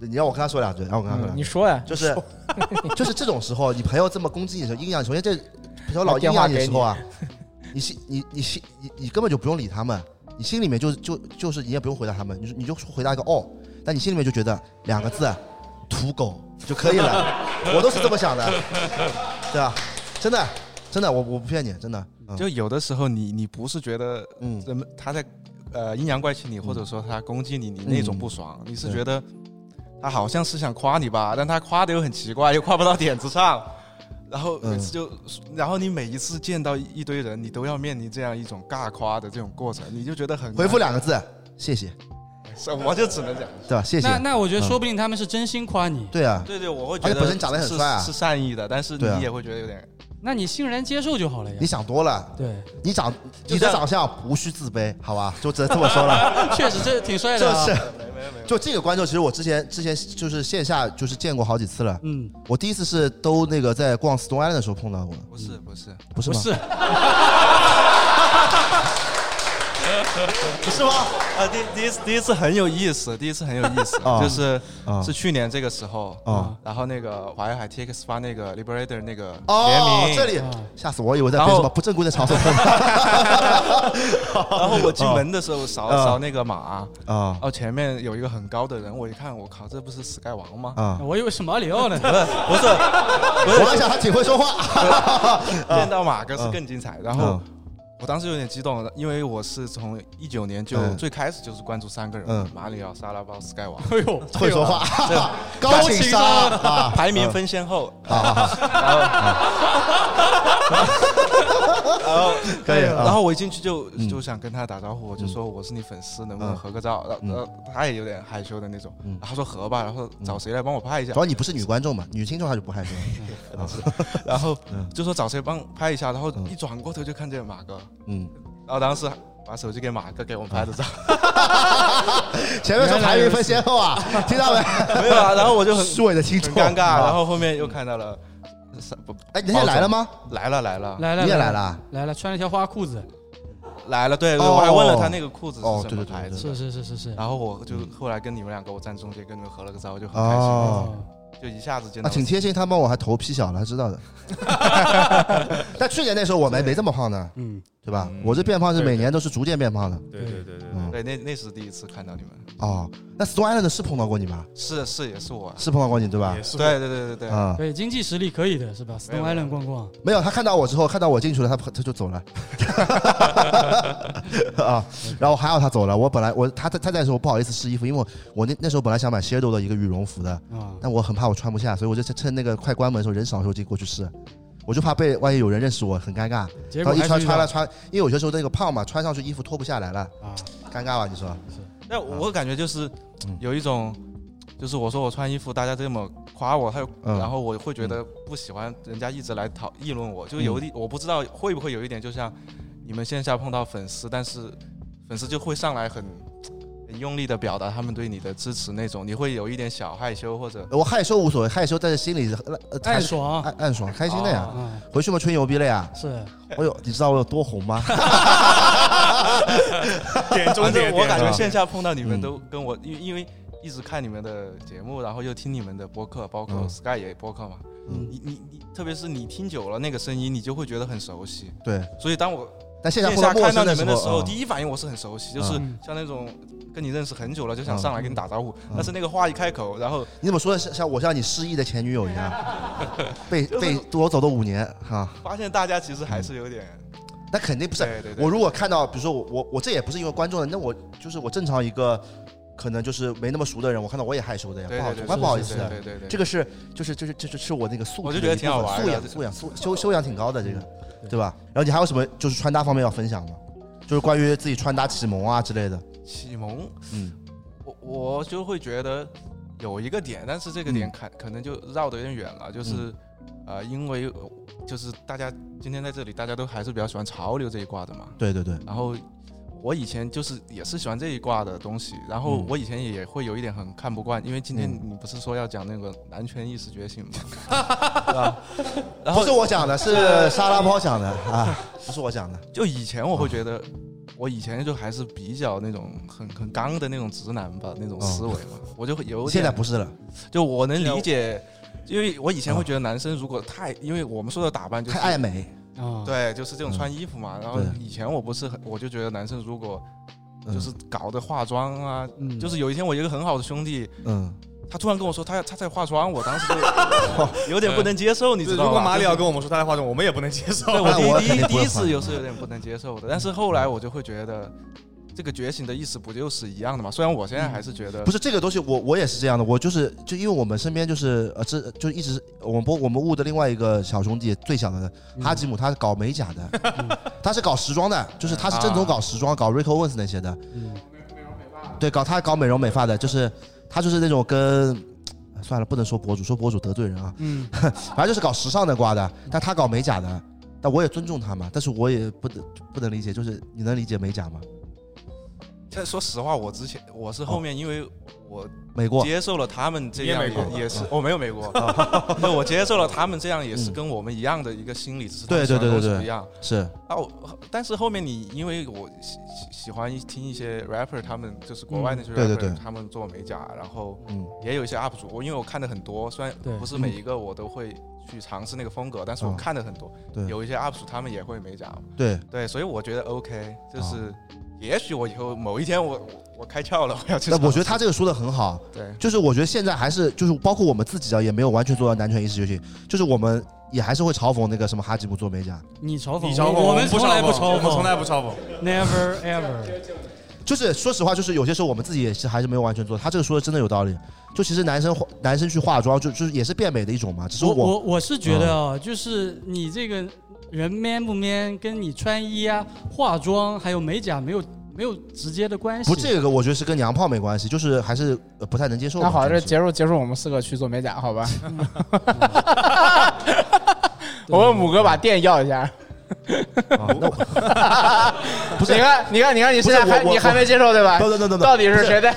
Speaker 4: 你让我跟他说两句，让我跟他说两句。
Speaker 7: 嗯你说呀，
Speaker 4: 就是 就是这种时候，你朋友这么攻击你的时候，阴阳，首先这朋友老
Speaker 7: 把
Speaker 4: 阴
Speaker 7: 电话
Speaker 4: 阳你的
Speaker 7: 给
Speaker 4: 时候啊，你心你你心你你根本就不用理他们，你心里面就就就是你也不用回答他们，你就你就回答一个哦，但你心里面就觉得两个字，土狗就可 以了，我都是这么想 的，对吧？啊真的真的，我我不骗你，真的，嗯
Speaker 8: 就有的时候你你不是觉得
Speaker 4: 嗯
Speaker 8: 人们他在呃阴阳怪气你，或者说他攻击你，你那种不爽，你是
Speaker 4: 嗯对
Speaker 8: 觉得他好像是想夸你吧，但他夸的又很奇怪，又夸不到点子上。然后
Speaker 4: 嗯
Speaker 8: 每次就，然后你每一次见到一堆人，你都要面临这样一种尬夸的这种过程，你就觉得很
Speaker 4: 回复两个字，谢谢，
Speaker 8: 什么就只能讲。
Speaker 4: 对啊吧？谢嗯
Speaker 2: 那
Speaker 4: 谢，
Speaker 2: 那我觉得说不定他们是真心夸你，
Speaker 4: 对啊，
Speaker 8: 对对，我会
Speaker 4: 觉
Speaker 8: 觉
Speaker 4: 得
Speaker 8: 得
Speaker 4: 而且本身长得很帅啊
Speaker 8: 是，是善意的，但是你
Speaker 4: 对啊
Speaker 8: 也会觉得有点
Speaker 2: 那你欣然接受就好了呀
Speaker 4: 你。想多了，
Speaker 2: 对，
Speaker 4: 你长
Speaker 8: 就
Speaker 4: 你的
Speaker 8: 像
Speaker 4: 长相无需自卑，好 吧？就只能这么说了。
Speaker 2: 确实这挺帅的
Speaker 4: 就
Speaker 2: 啊。
Speaker 4: 是，就这个观众，其实我之前之前就是线下就是见过好几次了。
Speaker 2: 嗯，
Speaker 4: 我第一次是都那个在逛 Stone Island 的时候碰嗯到过的，
Speaker 8: 不是不是，
Speaker 4: 不是
Speaker 2: 不
Speaker 4: 吗？
Speaker 2: 是，
Speaker 4: 是吗？
Speaker 8: 啊，第第一次第一次很有意思，第一次很有意思，
Speaker 4: 啊
Speaker 8: 就是
Speaker 4: 啊
Speaker 8: 是去年这个时候
Speaker 4: 啊，
Speaker 8: 然后那个华为还 TX 发那个 Liberator 那个联
Speaker 4: 哦，
Speaker 8: 名，啊
Speaker 4: 这
Speaker 2: 啊
Speaker 4: 里吓死我，以为在
Speaker 8: 然
Speaker 4: 飞
Speaker 8: 后
Speaker 4: 什么不正规的场 哦所。
Speaker 8: 然后我进门的时候扫
Speaker 4: 啊
Speaker 8: 扫那个码，
Speaker 4: 啊
Speaker 8: 然后前面有一个很高的人，我一看，我靠，这不是 Sky 王吗？
Speaker 4: 啊！
Speaker 2: 我以为是马里奥呢。
Speaker 8: 不是，不
Speaker 4: 我还
Speaker 8: 是，
Speaker 4: 想他挺会说话。
Speaker 8: 见到马哥是更精彩。然后
Speaker 4: 嗯
Speaker 8: 我当时有点激动，因为我是从一九年就
Speaker 4: 嗯
Speaker 8: 最开始就是关注三个人
Speaker 4: 嗯
Speaker 8: 嘛，马里奥、沙拉包、Sky 王，
Speaker 2: 哎呦，
Speaker 4: 会说话，高情商啊！
Speaker 8: 排名分先 后。
Speaker 4: 可以，
Speaker 8: 哎然后我一进去就
Speaker 4: 嗯
Speaker 8: 就想跟他打招呼，我就说我是你粉丝，能不
Speaker 4: 嗯
Speaker 8: 能合个照？然
Speaker 4: 嗯
Speaker 8: 后然后他也有点害羞的那种
Speaker 4: 嗯，
Speaker 8: 然后他说合吧，然后找谁来帮我拍一下
Speaker 4: 主？要你不是女观众嘛，女听众她就不害羞。
Speaker 2: 嗯
Speaker 4: 哦
Speaker 8: 然后
Speaker 4: 嗯
Speaker 8: 就说找谁帮拍一下，然后
Speaker 4: 嗯
Speaker 8: 一转过头就看见马哥，
Speaker 4: 嗯，
Speaker 8: 然后当时把手机给马哥给我们拍的照，
Speaker 4: 前面说排名分先后啊，听到没？
Speaker 8: 没有啊，然后我就很
Speaker 4: 数位的听众
Speaker 8: 很尴尬，然
Speaker 4: 啊
Speaker 8: 后后面又看到了，是不哦
Speaker 4: 哎，你那天来了吗？
Speaker 8: 来了来了
Speaker 2: 来了，
Speaker 4: 你也来了，啊
Speaker 2: 来了，穿了一条花裤子，
Speaker 8: 来了，对，对
Speaker 4: 哦
Speaker 8: 我还问了他那个裤子
Speaker 4: 哦
Speaker 8: 是什
Speaker 4: 对对
Speaker 8: 么
Speaker 4: 对
Speaker 8: 牌
Speaker 4: 对
Speaker 8: 子，
Speaker 2: 是是是是是。
Speaker 8: 然后我就后来跟你们两个我站中间跟你们合了个照，我就很开心，
Speaker 4: 哦，
Speaker 8: 就一下子见
Speaker 4: 啊，
Speaker 8: 到
Speaker 4: 挺贴心，他帮我还头皮小了，他知道 的。但去年那时候我没没这么胖呢，
Speaker 2: 嗯，
Speaker 4: 对吧
Speaker 6: 嗯？
Speaker 4: 我这变胖是每年都是逐渐变胖的。
Speaker 6: 对对对对对，
Speaker 4: 嗯，
Speaker 8: 对，那那是第一次看到你们，
Speaker 4: 哦，那 Stone Island 是碰到过你吧？
Speaker 8: 是是也是我啊，
Speaker 4: 是碰到过你对吧
Speaker 6: 也？是
Speaker 8: 对对对对对，
Speaker 4: 啊，
Speaker 2: 对，经济实力可以的是吧？Stone
Speaker 8: 没有
Speaker 2: Island 逛逛，
Speaker 4: 没有，他看到我之后，看到我进去了，他他就走了， 啊，然后还好他走了。我本来我他他他在的时候不好意思试衣服，因为我我那那时候本来想买 Shadow 的一个羽绒服的，
Speaker 2: 啊，
Speaker 4: 但我很怕我穿不下，所以我就趁趁那个快关门的时候人少的时候进过去试，我就怕被万一有人认识我很尴尬。
Speaker 2: 啊结
Speaker 4: 然
Speaker 2: 果
Speaker 4: 后一
Speaker 2: 还
Speaker 4: 穿
Speaker 2: 是遇
Speaker 4: 穿
Speaker 2: 到
Speaker 4: 了穿，因为有些时候那个胖嘛，穿上去衣服脱不下来了，
Speaker 2: 啊，
Speaker 4: 尴尬吧？你说？
Speaker 8: 但我感觉就是
Speaker 4: 啊嗯
Speaker 8: 有一种，就是我说我穿衣服，大家这么夸我，还有，
Speaker 4: 嗯嗯
Speaker 8: 然后我会觉得不喜欢人家一直来讨议论我，就有一我不知道会不会有一点，就像你们线下碰到粉丝，但是粉丝就会上来很很用力的表达他们对你的支持那种，你会有一点小害羞或者
Speaker 4: 我害羞无所谓，害羞但是心里呃
Speaker 2: 暗
Speaker 4: 还是
Speaker 2: 爽
Speaker 4: 暗暗爽，开心的呀。
Speaker 2: 啊，
Speaker 4: 回去嘛，吹牛逼了呀！
Speaker 2: 是
Speaker 4: 哎呦，你知道我有多红吗？
Speaker 6: 点中点
Speaker 8: 反正，啊我
Speaker 6: 点
Speaker 8: 感觉
Speaker 6: 中
Speaker 8: 线下碰到你们
Speaker 4: 嗯
Speaker 8: 都跟我，因因为一直看你们的节目，然后又听你们的播客，包括
Speaker 4: 嗯
Speaker 8: Sky 也播客嘛。
Speaker 4: 嗯
Speaker 8: 你你你，特别是你听久了那个声音，你就会觉得很熟悉。
Speaker 4: 对，
Speaker 8: 所以当我
Speaker 4: 但线下
Speaker 8: 线
Speaker 4: 碰到
Speaker 8: 下
Speaker 4: 陌
Speaker 8: 看到
Speaker 4: 生
Speaker 8: 你
Speaker 4: 时
Speaker 8: 们
Speaker 4: 候，啊
Speaker 8: 的时候，
Speaker 4: 嗯
Speaker 8: 第一反应我是很熟悉，就是
Speaker 2: 嗯
Speaker 8: 像那种跟你认识很久了，就想
Speaker 4: 嗯
Speaker 8: 上来跟你打招呼
Speaker 4: 嗯，
Speaker 8: 但是那个话一开口，然后
Speaker 4: 你怎么说的像像我像你失忆的前女友一样， 被被夺走了五年哈、
Speaker 8: 发现大家其实还是有点
Speaker 4: 那肯定不是。
Speaker 8: 对对对
Speaker 4: 我如果看到，比如说我我我这也不是因为观众的，那我就是我正常一个，可能就是没那么熟的人，我看到我也害羞的呀，
Speaker 8: 对
Speaker 4: 不好，
Speaker 8: 对
Speaker 4: 从
Speaker 8: 对
Speaker 4: 来不好意思
Speaker 8: 对
Speaker 4: 的。
Speaker 8: 对对对，
Speaker 4: 这个是就是就是就是是我那个素质的一部分，
Speaker 8: 我就嗯觉得挺好玩的
Speaker 4: 素养素养素修修养挺高的这个，对吧？然后你还有什么就是穿搭方面要分享吗？就是关于自己穿搭启蒙啊之类的，
Speaker 8: 启蒙，
Speaker 4: 嗯，
Speaker 8: 我我就会觉得有一个点，但是这个
Speaker 4: 嗯
Speaker 8: 点可可能就绕得有点远了，就是呃，因为呃就是大家今天在这里，大家都还是比较喜欢潮流这一挂的嘛，
Speaker 4: 对对对，
Speaker 8: 然后我以前就是也是喜欢这一挂的东西，然后
Speaker 4: 嗯
Speaker 8: 我以前也会有一点很看不惯，因为今天
Speaker 4: 嗯
Speaker 8: 你不是说要讲那个男权意识 觉醒吗？
Speaker 4: 不是我讲的，是沙拉包讲的啊，不是我讲的，啊
Speaker 8: 就以前我会觉得，我以前就还是比较那种很很刚的那种直男吧，那种思维 嘛，我就会有
Speaker 4: 哦现在
Speaker 8: 点
Speaker 4: 不是了，啊
Speaker 8: 就我能理解，因为我以前会觉得男生如果太，因为我们说的打扮就是
Speaker 4: 太爱美，嗯
Speaker 2: 啊，
Speaker 8: 对，就是这种穿衣服嘛。然后
Speaker 4: 对
Speaker 8: 以前我不是很，我就觉得男生如果
Speaker 4: 嗯
Speaker 8: 就是搞的化妆啊，
Speaker 2: 嗯
Speaker 8: 就是有一天我一个很好的兄弟，
Speaker 4: 嗯。
Speaker 8: 他突然跟我说他他在化妆，我当时 就有点不能接受，你
Speaker 6: 对
Speaker 8: 知
Speaker 6: 如
Speaker 8: 道吗？
Speaker 6: 果马里奥跟我们说他在化妆，我们也不能接受。
Speaker 8: 对
Speaker 4: 那我
Speaker 8: 我第
Speaker 4: 肯
Speaker 8: 一
Speaker 4: 定
Speaker 8: 第
Speaker 4: 不会
Speaker 8: 第一
Speaker 4: 换
Speaker 8: 次有是有点不能接受的，但是后来我就会觉得，这个觉醒的意思不就是一样的嘛？虽然我现在还是觉得
Speaker 4: 嗯不是这个东西，我我也是这样的，我就是就因为我们身边就是呃这就一直我们不我们屋的另外一个小兄弟最小的哈吉姆，他是搞美甲的，他是搞时装的，就是他是正宗搞时装，搞 Rico Owens 那些的，对，搞他搞美容美发的，就是他就是那种跟。算了，不能说博主，说博主得罪人 啊。
Speaker 2: 嗯，
Speaker 4: 反正就是搞时尚的挂的，但他搞美甲的，但我也尊重他嘛。但是我也不能不能理解，就是你能理解美甲吗？
Speaker 8: 现在说实话，我之前我是后面因为我
Speaker 4: 哦美国
Speaker 8: 接受了他们这样
Speaker 4: 你也美国
Speaker 8: 也是哦
Speaker 4: 啊
Speaker 8: 我没有美国
Speaker 4: 啊，
Speaker 8: 那我接受了他们这样也是
Speaker 4: 嗯
Speaker 8: 跟我们一样的一个心理，只是他
Speaker 4: 对
Speaker 8: 们
Speaker 4: 对对对
Speaker 8: 想法都是不
Speaker 4: 对
Speaker 8: 一样。，
Speaker 4: 是
Speaker 8: 啊，我但是后面你因为我喜喜喜欢听一些 rapper，他们就是国外那些 rapper，、
Speaker 4: 嗯对对对
Speaker 8: 他们做美甲，然后
Speaker 4: 嗯
Speaker 8: 也有一些 UP 主，我因为我看的很多，虽然
Speaker 2: 对
Speaker 8: 不是每一个我都会去尝试那个风格，但是我
Speaker 4: 嗯
Speaker 8: 看的很多，
Speaker 4: 对
Speaker 8: 有一些 UP 主他们也会美甲，
Speaker 4: 对哦
Speaker 8: 对，所以我觉得 OK，就是也许我以后某一天我我我开窍了， 我要去
Speaker 4: 那
Speaker 8: 尝试。
Speaker 4: 我觉得他这个说的很好，
Speaker 8: 对
Speaker 4: 就是我觉得现在还是就是包括我们自己啊，也没有完全做到男权意识觉醒，就是我们也还是会嘲讽那个什么哈吉姆做美甲，
Speaker 2: 你嘲讽，
Speaker 6: 你嘲讽
Speaker 2: 我们
Speaker 6: 不
Speaker 2: 从来
Speaker 6: 嘲
Speaker 2: 不嘲
Speaker 6: 我
Speaker 2: 讽，
Speaker 6: 们从来不嘲讽。
Speaker 2: ，never ever。
Speaker 4: 就是说实话，就是有些时候我们自己也是还是没有完全做到。他这个说的真的有道理，就其实男生化男生去化妆就就是也是变美的一种嘛，只是
Speaker 2: 我我
Speaker 4: 我嗯
Speaker 2: 我是觉得啊，就是你这个人 man 不 man，跟你穿衣啊、化妆还有美甲没有没有直接的关系。
Speaker 4: 不这个我觉得是跟娘炮没关系，就是还是呃不太能接受吧。
Speaker 7: 那好，
Speaker 4: 这个
Speaker 7: 这
Speaker 4: 是
Speaker 7: 结束结束，我们四个去做美甲， 好吧？
Speaker 4: 嗯
Speaker 7: 我问五哥把店要一下。
Speaker 4: 啊那我
Speaker 7: 不是，你看，你看，你看，你
Speaker 4: 不
Speaker 7: 现
Speaker 4: 是
Speaker 7: 在还
Speaker 4: 我我
Speaker 7: 你还没接受对吧？
Speaker 4: 不不不不不
Speaker 7: 到底
Speaker 4: 不
Speaker 7: 是
Speaker 4: 是
Speaker 7: 谁的？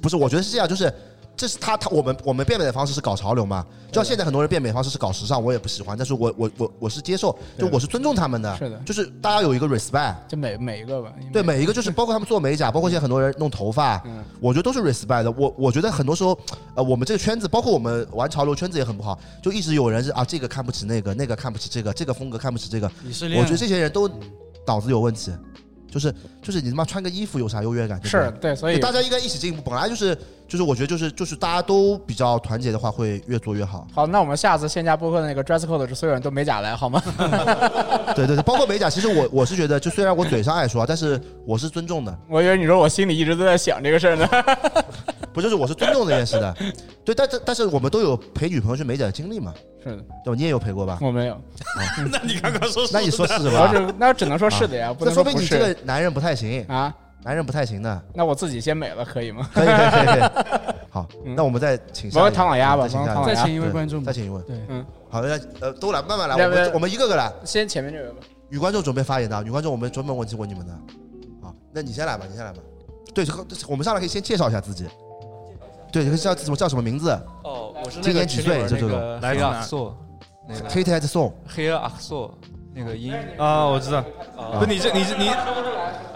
Speaker 4: 不是，我觉得是这样，就是这是他他我们我们变美的方式是搞潮流嘛，就像现在很多人变美的方式是搞时尚，我也不喜欢，但是我我我我是接受，就我是尊重他们的，
Speaker 7: 是的
Speaker 4: 就是大家有一个 respect。
Speaker 7: 就每每一个吧。
Speaker 4: 对，每一个就是包括他们做美甲，包括现在很多人弄头发，
Speaker 7: 嗯
Speaker 4: 我觉得都是 respect 的。我我觉得很多时候，呃，我们这个圈子，包括我们玩潮流圈子也很不好，就一直有人是啊，这个看不起那个，那个看不起这个，这个风格看不起这个。
Speaker 2: 你是
Speaker 4: 我觉得这些人都脑子有问题，就是就是你他妈穿个衣服有啥优越感？对不对
Speaker 7: 是对，所
Speaker 4: 对
Speaker 7: 以
Speaker 4: 大家应该一起进步。本来就是就是我觉得就是就是大家都比较团结的话，会越做越好。
Speaker 7: 好，那我们下次线下播客的那个 dress code 是所有人都美甲来好吗？
Speaker 4: 对对对，包括美甲，其实我我是觉得，就虽然我嘴上爱说，啊但是我是尊重的。
Speaker 7: 我以为你说我心里一直都在想这个事儿呢。
Speaker 4: 不就是我是尊重这件事的，对，但但但是我们都有陪女朋友去美甲的经历嘛，
Speaker 7: 是的，
Speaker 4: 对吧？你也有陪过吧？啊
Speaker 7: 我没 有，
Speaker 6: 那你刚刚说
Speaker 4: 那你说是
Speaker 7: 我
Speaker 4: 吧？啊
Speaker 7: 只那只能说是的呀，不
Speaker 4: 那
Speaker 7: 能
Speaker 4: 说
Speaker 7: 不
Speaker 4: 明你
Speaker 7: 是
Speaker 4: 这个男人不太行，
Speaker 7: 啊。
Speaker 4: 男人不太行的，
Speaker 7: 那我自己先美了，可以吗？
Speaker 4: 可以可以可以可 以。好，那我们再请下一
Speaker 7: 嗯我
Speaker 4: 位，嗯
Speaker 7: 们唐老鸭吧
Speaker 4: 再请
Speaker 7: 我们
Speaker 4: 下一
Speaker 7: 唐老
Speaker 4: 位
Speaker 7: 鸭嗯
Speaker 2: 再
Speaker 7: 呀
Speaker 2: 请一位观众吧
Speaker 4: 再，请一位。
Speaker 2: 对，
Speaker 4: 好，那呃，都来，慢慢来，
Speaker 7: 来
Speaker 4: 我
Speaker 7: 来
Speaker 4: 们我们一个个来。
Speaker 7: 先前面这个吧。
Speaker 4: 女观众准备发言的，女观众我们专门问题问你们的。好，那你先来吧，你先来吧。对，我们上来可以先介绍一下自己。对，你叫叫什么名字
Speaker 10: 哦，我是
Speaker 4: 今年几岁就这种
Speaker 6: 来自
Speaker 10: 黑
Speaker 6: 哪
Speaker 10: 阿硕，那个
Speaker 4: ？Kate at Song。
Speaker 10: 黑阿硕那个英语
Speaker 6: 啊，我知道。
Speaker 1: 哦
Speaker 6: 不，你这你这你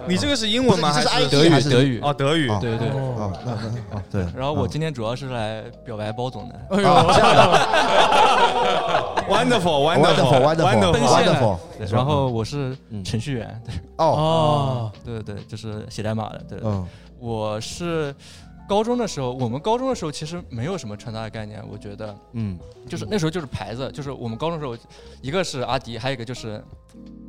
Speaker 6: 你这个是英文吗？
Speaker 4: 不
Speaker 6: 还
Speaker 4: 是你这是
Speaker 10: 德
Speaker 4: IT
Speaker 10: 语
Speaker 4: 还是
Speaker 10: 德语，
Speaker 6: 哦，德语
Speaker 4: 哦
Speaker 10: 对对对。
Speaker 4: 啊，那
Speaker 7: 嗯
Speaker 4: 那啊，对。 哦
Speaker 10: 然后我
Speaker 4: 啊
Speaker 10: 今天主要是来表白包总的，
Speaker 2: 哎呦，
Speaker 6: ，wonderful
Speaker 4: Wonderful，Wonderful，
Speaker 10: 奔
Speaker 6: wonderful
Speaker 10: 现了
Speaker 4: Wonderful，嗯
Speaker 10: 对然后我是程序员，
Speaker 4: 哦，
Speaker 2: 哦，
Speaker 10: 对对对，就是写代码的，对。
Speaker 4: 嗯，
Speaker 10: 我是高中的时候，我们高中的时候其实没有什么穿搭的概念，我觉得
Speaker 4: 嗯，
Speaker 10: 就是那时候就是牌子，就是我们高中的时候，一个是阿迪，还有一个就是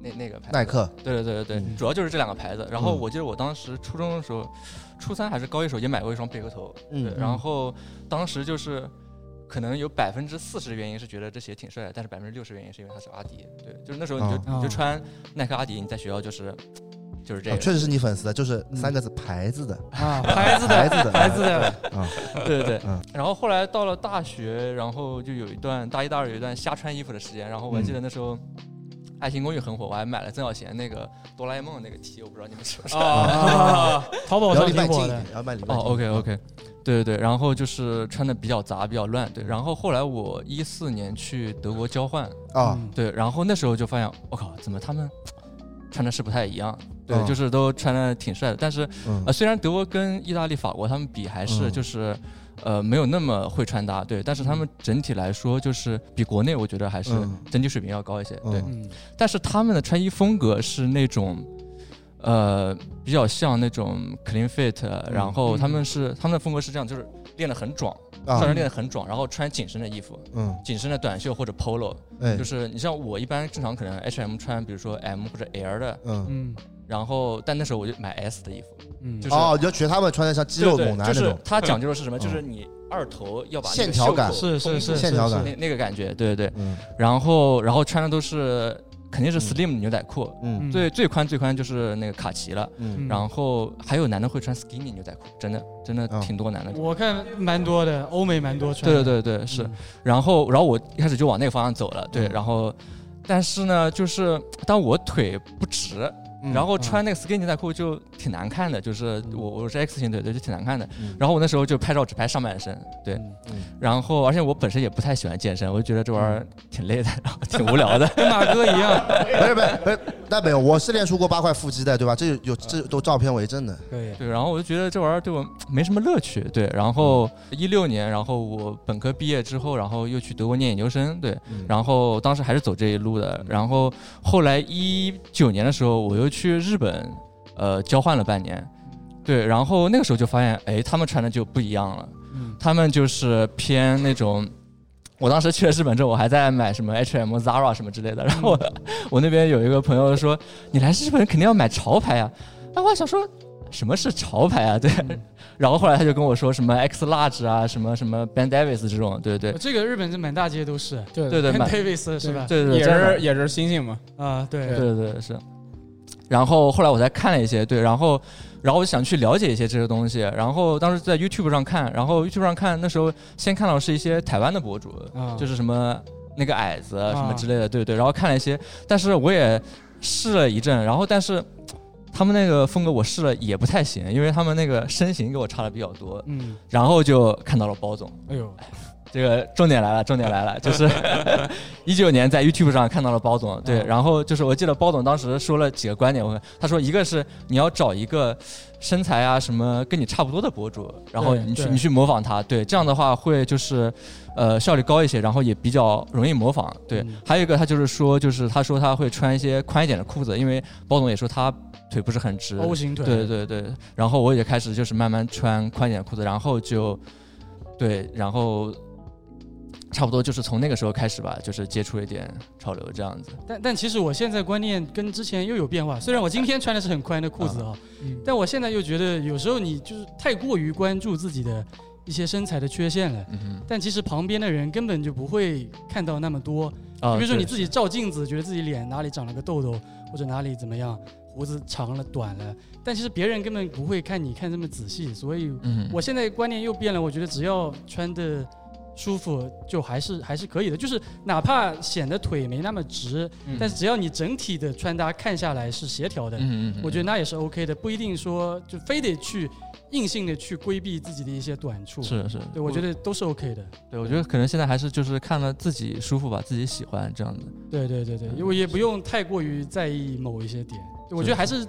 Speaker 10: 那那个牌子
Speaker 4: 耐克，
Speaker 10: 对对对对对，主要就是这两个牌子。然后
Speaker 4: 嗯
Speaker 10: 我记得我当时初中的时候，初三还是高一时候也买过一双贝壳头，
Speaker 4: 嗯
Speaker 10: 对，然后当时就是。可能有百分之四十的原因是觉得这鞋挺帅的，但是百分之六十原因是因为它是阿迪，对，就是那时候你就、
Speaker 2: 哦
Speaker 10: 你就穿耐克阿迪，你在学校就是就是这
Speaker 4: 啊
Speaker 10: 个，
Speaker 4: 确实是你粉丝的，就是三个字牌子的，
Speaker 2: 啊，牌子
Speaker 4: 牌
Speaker 2: 的，
Speaker 4: 子的，
Speaker 2: 牌子的，
Speaker 10: 对对对
Speaker 4: 嗯。
Speaker 10: 然后后来到了大学，然后就有一段大一、大二有一段瞎穿衣服的时间。然后我还记
Speaker 4: 嗯
Speaker 10: 得那时候《爱情公寓》很火，我还买了曾小贤那个哆啦 A 梦那个 T，我不知道你们知不知 道。
Speaker 2: 啊，淘宝
Speaker 4: 然后
Speaker 2: 上
Speaker 4: 离麦
Speaker 2: 挺
Speaker 4: 近
Speaker 2: 火
Speaker 4: 一
Speaker 2: 的
Speaker 4: 点，，然后麦离麦
Speaker 10: 哦
Speaker 4: 近一
Speaker 10: ，OK
Speaker 4: 点
Speaker 10: OK，对对对。然后就是穿的比较杂，比较乱。对，然后后来我一四年去德国交换，
Speaker 4: 啊，
Speaker 2: 嗯
Speaker 10: 对，然后那时候就发现，我靠，怎么他们穿的是不太一样？对，
Speaker 4: 嗯
Speaker 10: 就是都穿的挺帅的，但是
Speaker 4: 嗯
Speaker 10: 呃，虽然德国跟意大利、法国他们比还是
Speaker 4: 嗯
Speaker 10: 就是，呃，没有那么会穿搭，对，但是他们整体来说就是比国内我觉得还是
Speaker 4: 嗯
Speaker 10: 整体水平要高一些，对。
Speaker 4: 嗯
Speaker 2: 嗯，
Speaker 10: 但是他们的穿衣风格是那种，呃，比较像那种 clean fit，然
Speaker 4: 嗯
Speaker 10: 后他们是他们的风格是这样，就是练得很壮，
Speaker 4: 啊
Speaker 10: 穿着练得很壮，然后穿紧身的衣服，
Speaker 4: 嗯，
Speaker 10: 紧身的短袖或者 polo，
Speaker 4: 哎
Speaker 10: 就，是你像我一般正常可能 H M 穿，比如说 M 或者 L 的，
Speaker 4: 嗯，
Speaker 2: 嗯
Speaker 10: 然后但那时候我就买 S 的衣服，
Speaker 2: 嗯，
Speaker 10: 就是
Speaker 4: 哦，你要学他们穿的像肌肉
Speaker 10: 对对
Speaker 4: 猛男那
Speaker 10: 就是
Speaker 4: 种，嗯
Speaker 10: 它讲究的是什么？就是你二头要把那个
Speaker 4: 线条
Speaker 10: 袖口
Speaker 4: 感
Speaker 2: 是是是
Speaker 4: 线条感
Speaker 10: 那那个感觉，对对对。
Speaker 4: 嗯
Speaker 10: 然后然后穿的都是肯定是 slim 牛仔裤，
Speaker 4: 嗯
Speaker 10: 最最宽最宽就是那个卡其了。
Speaker 4: 嗯，
Speaker 2: 嗯
Speaker 10: 然后还有男的会穿 skinny 牛仔裤，真的真的
Speaker 4: 嗯
Speaker 10: 挺多男的。
Speaker 2: 我看蛮多的，欧美蛮多穿的，
Speaker 10: 对对对对，是
Speaker 2: 嗯。
Speaker 10: 然后然后我一开始就往那个方向走了，对。
Speaker 4: 嗯
Speaker 10: 然后但是呢，就是当我腿不直，嗯然后穿那个 skinny 带裤就挺难看的，就是
Speaker 2: 嗯
Speaker 10: 我我是 X 型腿，对，就挺难看的。然后我那时候就拍照只拍上半身，对，
Speaker 2: 嗯
Speaker 10: 然后而且我本身也不太喜欢健身，我就觉得这玩意儿挺累的，然后挺无聊的
Speaker 2: 嗯 。跟马哥一样
Speaker 4: 不是不是不是，那没有，我是练出过八块腹肌的，对吧？这有这都照片为证的。
Speaker 2: 对
Speaker 10: 对，然后我就觉得这玩意儿对我没什么乐趣，对。然后一六年，然后我本科毕业之后，然后又去德国念研究生，对。然后当时还是走这一路的，然后后来一九年的时候，我又去日本，呃，交换了半年，对。然后那个时候就发现，哎，他们穿的就不一样了，他们就是偏那种。我当时去了日本之后，我还在买什么 H&M、Zara 什么之类的。然后我我那边有一个朋友说：“你来日本肯定要买潮牌啊。”哎，我还想说什么是潮牌啊？对。
Speaker 2: 嗯
Speaker 10: 然后后来他就跟我说什么 X Large 啊，什么什么 Ben Davis 这种，对对对。
Speaker 2: 这个日本这满大街都是，
Speaker 7: 对
Speaker 10: 对对
Speaker 2: 跟
Speaker 10: 满
Speaker 2: Davis 是吧？
Speaker 10: 对对对
Speaker 7: 也
Speaker 10: 这样
Speaker 7: 是
Speaker 10: 的
Speaker 7: 也是星星嘛，
Speaker 2: 啊，对
Speaker 10: 对对对是。然后后来我才看了一些，对，然后然后我想去了解一些这些东西，然后当时在 YouTube 上看，然后 YouTube 上看那时候先看到是一些台湾的博主，
Speaker 2: 啊
Speaker 10: 就是什么那个矮子什
Speaker 2: 啊
Speaker 10: 么之类的，对对，然后看了一些，但是我也试了一阵，然后但是。他们那个风格我试了也不太行，因为他们那个身形跟我差的比较多，
Speaker 2: 嗯，
Speaker 10: 然后就看到了包总，
Speaker 2: 哎呦，
Speaker 10: 这个重点来了，重点来 了，就是一九年在 YouTube 上看到了包总，
Speaker 2: 嗯
Speaker 10: 对，然后就是我记得包总当时说了几个观点，我他说一个是你要找一个身材啊什么跟你差不多的博主，然后
Speaker 2: 对
Speaker 10: 你去
Speaker 2: 对
Speaker 10: 你去模仿他，对，这样的话会就是呃效率高一些，然后也比较容易模仿，对，
Speaker 2: 嗯
Speaker 10: 还有一个他就是说就是他说他会穿一些宽一点的裤子，因为包总也说他腿不是很直
Speaker 2: O 型腿，
Speaker 10: 对对对，然后我也开始就是慢慢穿宽一点的裤子，然后就，对，然后差不多就是从那个时候开始吧，就是接触一点潮流这样子。
Speaker 2: 但但其实我现在观念跟之前又有变化，虽然我今天穿的是很宽的裤子啊、
Speaker 7: 嗯
Speaker 2: 但我现在又觉得有时候你就是太过于关注自己的一些身材的缺陷了，
Speaker 10: 嗯哼，
Speaker 2: 但其实旁边的人根本就不会看到那么多。
Speaker 10: 啊，
Speaker 2: 比如说
Speaker 10: 对
Speaker 2: 你自己照镜子，觉得自己脸哪里长了个痘痘，或者哪里怎么样，胡子长了短了，但其实别人根本不会看你看这么仔细，所以
Speaker 10: 嗯，
Speaker 2: 我现在观念又变了，我觉得只要穿的舒服，就还是还是可以的。就是哪怕显得腿没那么直，但是只要你整体的穿搭看下来是协调的，
Speaker 10: 嗯嗯嗯嗯，
Speaker 2: 我觉得那也是 OK 的，不一定说就非得去硬性的去规避自己的一些短处。，
Speaker 10: 是是，
Speaker 2: 对我觉得都是 OK 的。
Speaker 10: 对，我觉得可能现在还是就是看了自己舒服吧，自己喜欢这样子。
Speaker 2: 对对对对，因为也不用太过于在意某一些点，对我觉得还是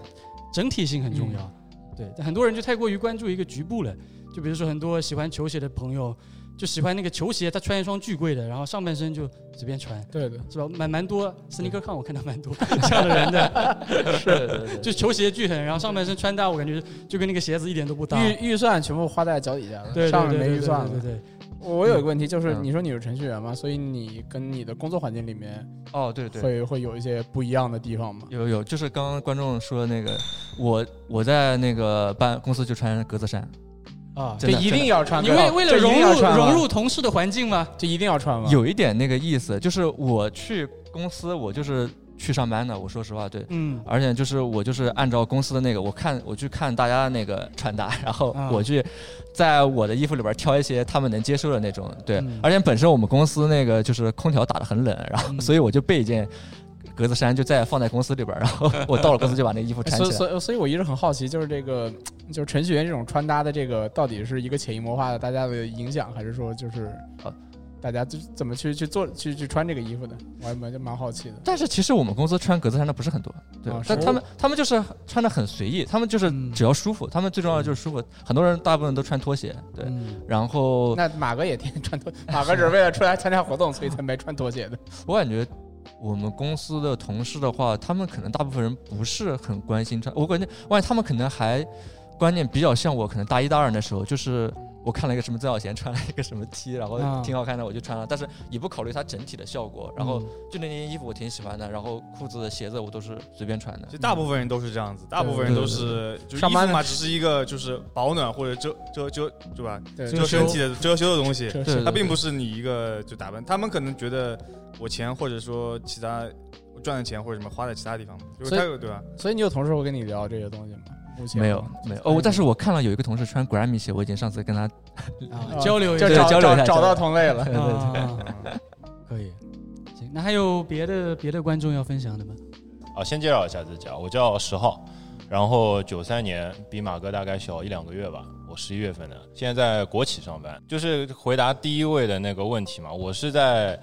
Speaker 2: 整体性很重要。
Speaker 10: 嗯
Speaker 2: 对，但很多人就太过于关注一个局部了，就比如说很多喜欢球鞋的朋友，就喜欢那个球鞋，他穿一双巨贵的，然后上半身就随便穿，
Speaker 7: 对的，
Speaker 2: 是吧？蛮蛮多 sneaker 看我看到蛮多这样的人的，
Speaker 10: 是，
Speaker 2: 就球鞋巨狠，然后上半身穿搭我感觉就跟那个鞋子一点都不搭。
Speaker 7: 预预算全部花在脚底下了，
Speaker 2: 对对
Speaker 7: 上
Speaker 2: 对
Speaker 7: 面
Speaker 2: 对
Speaker 7: 没
Speaker 2: 对
Speaker 7: 预算了。
Speaker 2: 对对对，
Speaker 7: 我有一个问题，就是
Speaker 10: 嗯
Speaker 7: 你说你是程序员嘛，所以你跟你的工作环境里面
Speaker 10: 哦，对对。
Speaker 7: 会会有一些不一样的地方吗？
Speaker 10: 有有，就是刚刚观众说的那个，我我在那个办公司就穿格子衫，
Speaker 2: 啊，
Speaker 10: 真的
Speaker 7: 一定要穿，
Speaker 2: 你为为了
Speaker 7: 这一
Speaker 2: 融
Speaker 7: 定要
Speaker 2: 入
Speaker 7: 穿吗啊
Speaker 2: 融，入同事的环境嘛，
Speaker 7: 这一定要穿吗？
Speaker 10: 有 一点那个意思，就是我去公司，我就是去上班的。我说实话，对，
Speaker 2: 嗯，
Speaker 10: 而且就是我就是按照公司的那个，我看我去看大家的那个穿搭，然后
Speaker 2: 啊
Speaker 10: 我去在我的衣服里边挑一些他们能接受的那种。对，
Speaker 2: 嗯
Speaker 10: 而且本身我们公司那个就是空调打得很冷，然后
Speaker 2: 嗯
Speaker 10: 所以我就备一件格子衫，就再放在公司里边，然后我到了公司就把那衣服穿
Speaker 7: 所以
Speaker 10: 起来。
Speaker 7: 所以所以我一直很好奇，就是这个就是程序员这种穿搭的这个到底是一个潜移默化的大家的影响，还是说就是
Speaker 10: 啊
Speaker 7: 大家就怎么去去做去去穿这个衣服的？我还蛮就蛮好奇的。
Speaker 10: 但是其实我们公司穿格子衫的不是很多，对，
Speaker 7: 啊是
Speaker 10: 但他们他们就是穿的很随意，他们就是
Speaker 2: 嗯
Speaker 10: 只要舒服，他们最重要的就是舒服。很多人大部分都穿拖鞋，对，
Speaker 2: 嗯
Speaker 10: 然后
Speaker 7: 那马哥也天天 穿拖，马哥只是为了出来参加活动，所以才没穿拖鞋的。
Speaker 10: 我感觉我们公司的同事的话，他们可能大部分人不是很关心穿，我感觉，我感觉他们可能还观念比较像我，可能大一大二那时候就是。我看了一个什么曾小贤穿了一个什么 T，然后
Speaker 2: 啊
Speaker 10: 挺好看的，我就穿了，但是也不考虑它整体的效果。然后
Speaker 7: 嗯
Speaker 10: 就那件衣服我挺喜欢的，然后裤子、鞋子我都是随便穿的
Speaker 6: 其。实大部分人都是这样子，大部分人都是就是
Speaker 7: 上
Speaker 6: 衣服
Speaker 7: 班
Speaker 6: 嘛，只是一个就是保暖或者遮遮遮，对吧？
Speaker 7: 对
Speaker 6: 遮身体的遮羞的东西，
Speaker 7: 这
Speaker 10: 对
Speaker 7: 是
Speaker 10: 对
Speaker 6: 它并不是你一个就打扮。他们可能觉得我钱或者说其他我赚的钱或者什么花在其他地方，就是
Speaker 7: 所以
Speaker 6: 他有对 吧？
Speaker 7: 所以你有同事会跟你聊这些东西吗？目前
Speaker 10: 没有没有哦，但是我看了有一个同事穿 Grammy 鞋，我已经上次跟他
Speaker 2: 啊
Speaker 7: 啊
Speaker 2: 交流一下
Speaker 7: 就
Speaker 10: 对
Speaker 7: 找
Speaker 10: 交流
Speaker 7: 找
Speaker 10: 一下
Speaker 7: 找
Speaker 10: 交流
Speaker 7: 到同类了。
Speaker 10: 对对
Speaker 2: 啊可以。行，那还有别的别的观众要分享的吗？
Speaker 11: 啊，先介绍一下自己啊，我叫十号，然后九三年比马哥大概小一两个月吧，我十一月份的，现在在国企上班。就是回答第一位的那个问题嘛，我是在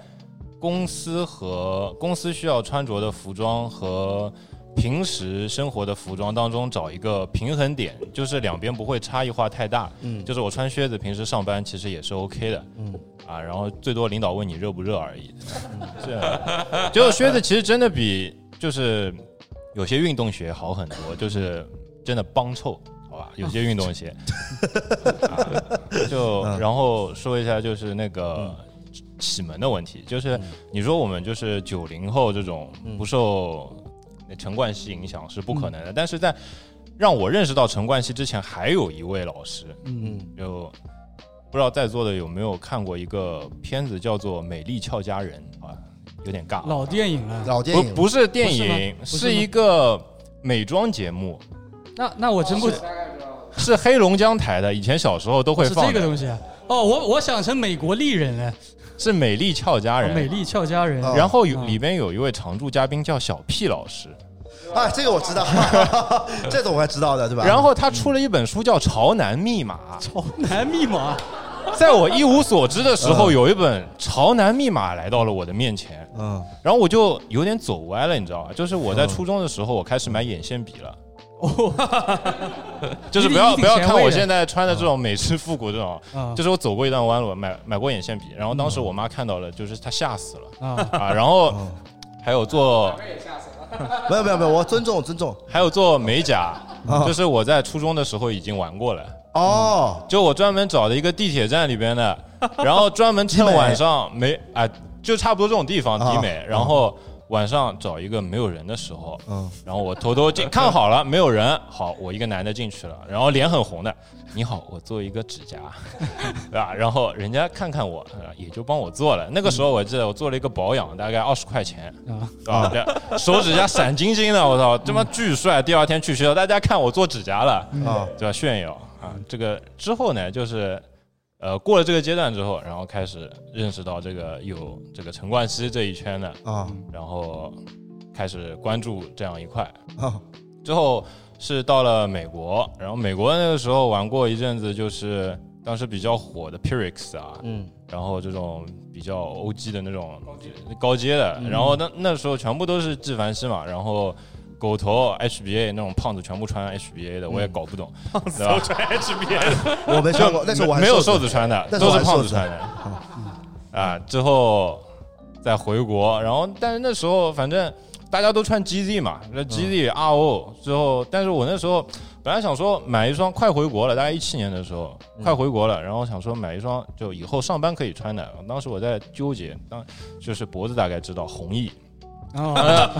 Speaker 11: 公司和公司需要穿着的服装和平时生活的服装当中找一个平衡点，就是两边不会差异化太大。
Speaker 4: 嗯
Speaker 11: 就是我穿靴子平时上班其实也是 OK 的。
Speaker 4: 嗯
Speaker 11: 啊，然后最多领导问你热不热而已。这样， 就是靴子其实真的比就是有些运动鞋好很多，就是真的帮臭，好吧？有些运动鞋，啊、就然后说一下就是那个启蒙的问题，就是你说我们就是九零后这种不受那陈冠希影响是不可能的，但是在让我认识到陈冠希之前，还有一位老师，
Speaker 2: 嗯，
Speaker 11: 就不知道在座的有没有看过一个片子叫做《美丽俏佳人》啊，有点尬啊，
Speaker 2: 老电影了，
Speaker 4: 老电
Speaker 11: 不
Speaker 4: 影
Speaker 11: 不是电
Speaker 2: 不是吗
Speaker 11: 影，
Speaker 2: 不是吗
Speaker 11: 是一个美妆节目，
Speaker 2: 那那我真不
Speaker 11: 是黑龙江台的，以前小时候都会
Speaker 2: 是
Speaker 11: 放
Speaker 2: 这
Speaker 11: 的
Speaker 2: 个东西啊。哦，我我想成美国丽人了，
Speaker 11: 是《美丽俏佳人》
Speaker 2: 美丽俏佳人。
Speaker 4: 哦
Speaker 11: 然后有
Speaker 2: 嗯
Speaker 11: 里边有一位常驻嘉宾叫小 P 老师，
Speaker 4: 啊，这个我知道， 这种我还知道的，对吧？嗯
Speaker 11: 然后他出了一本书叫《潮男密码》，
Speaker 2: 潮哦男密码，
Speaker 11: 在我一无所知的时候，有一本《潮男密码》来到了我的面前，
Speaker 4: 嗯，
Speaker 11: 然后我就有点走歪了，你知道吧？就是我在初中的时候，我开始买眼线笔了。
Speaker 4: 哦
Speaker 11: 就是不要
Speaker 2: 你挺
Speaker 11: 不要
Speaker 2: 前
Speaker 11: 看
Speaker 2: 卫
Speaker 11: 我
Speaker 2: 的
Speaker 11: 现在穿的这种美式复古这种，
Speaker 4: 嗯
Speaker 2: 啊
Speaker 11: 就是我走过一段弯路，买买过眼线笔，然后当时我妈看到了，就是她吓死了
Speaker 4: 嗯
Speaker 2: 啊，
Speaker 11: 啊。然后还有做
Speaker 4: 没有没有没有，我尊重尊重。嗯
Speaker 11: 还有做美甲，就是我在初中的时候已经玩过了。
Speaker 4: 哦，
Speaker 11: 就我专门找了一个地铁站里边的， 然后专门趁晚上没啊、就差不多这种地方
Speaker 4: 啊
Speaker 11: 集美，然后晚上找一个没有人的时候，
Speaker 4: 嗯
Speaker 11: 然后我偷偷进看好了没有人，好，我一个男的进去了，然后脸很红的，你好，我做一个指 甲，对吧？然后人家看看我，呃也就帮我做了。那个时候我记得我做了一个保养，大概二十块钱
Speaker 2: 啊
Speaker 11: 啊，对手指甲闪晶晶的，我
Speaker 4: 嗯
Speaker 11: 操，他妈巨帅！第二天去学校，大家看我做指甲了。
Speaker 4: 啊，
Speaker 11: 对吧？炫耀啊，这个之后呢，就是呃过了这个阶段之后，然后开始认识到这个有这个陈冠希这一圈的，
Speaker 4: 啊
Speaker 11: 然后开始关注这样一块。
Speaker 4: 啊
Speaker 11: 之后是到了美国，然后美国那个时候玩过一阵子，就是当时比较火的 Pyrix 啊，
Speaker 4: 嗯
Speaker 11: 然后这种比较 O G 的那种高阶的，然后那那时候全部都是纪梵希嘛，然后狗头 HBA 那种胖子全部穿 HBA 的，我也搞不懂，对吧？
Speaker 4: 我没穿过，那时候我还
Speaker 11: 没有
Speaker 4: 瘦
Speaker 11: 瘦
Speaker 4: 子
Speaker 11: 子穿的，
Speaker 4: 那时候
Speaker 11: 都
Speaker 4: 我
Speaker 11: 是
Speaker 4: 还
Speaker 11: 胖子
Speaker 4: 瘦子嗯
Speaker 11: 穿 的。啊，之后再回国，然后但是那时候反正大家都穿 GZ 嘛，那
Speaker 4: 嗯
Speaker 11: GZ、RO 之后，但是我那时候本来想说买一双，快回国了，大概一七年的时候，
Speaker 4: 嗯
Speaker 11: 快回国了，然后想说买一双就以后上班可以穿的。当时我在纠结，当就是脖子大概知道红毅，
Speaker 2: 哦，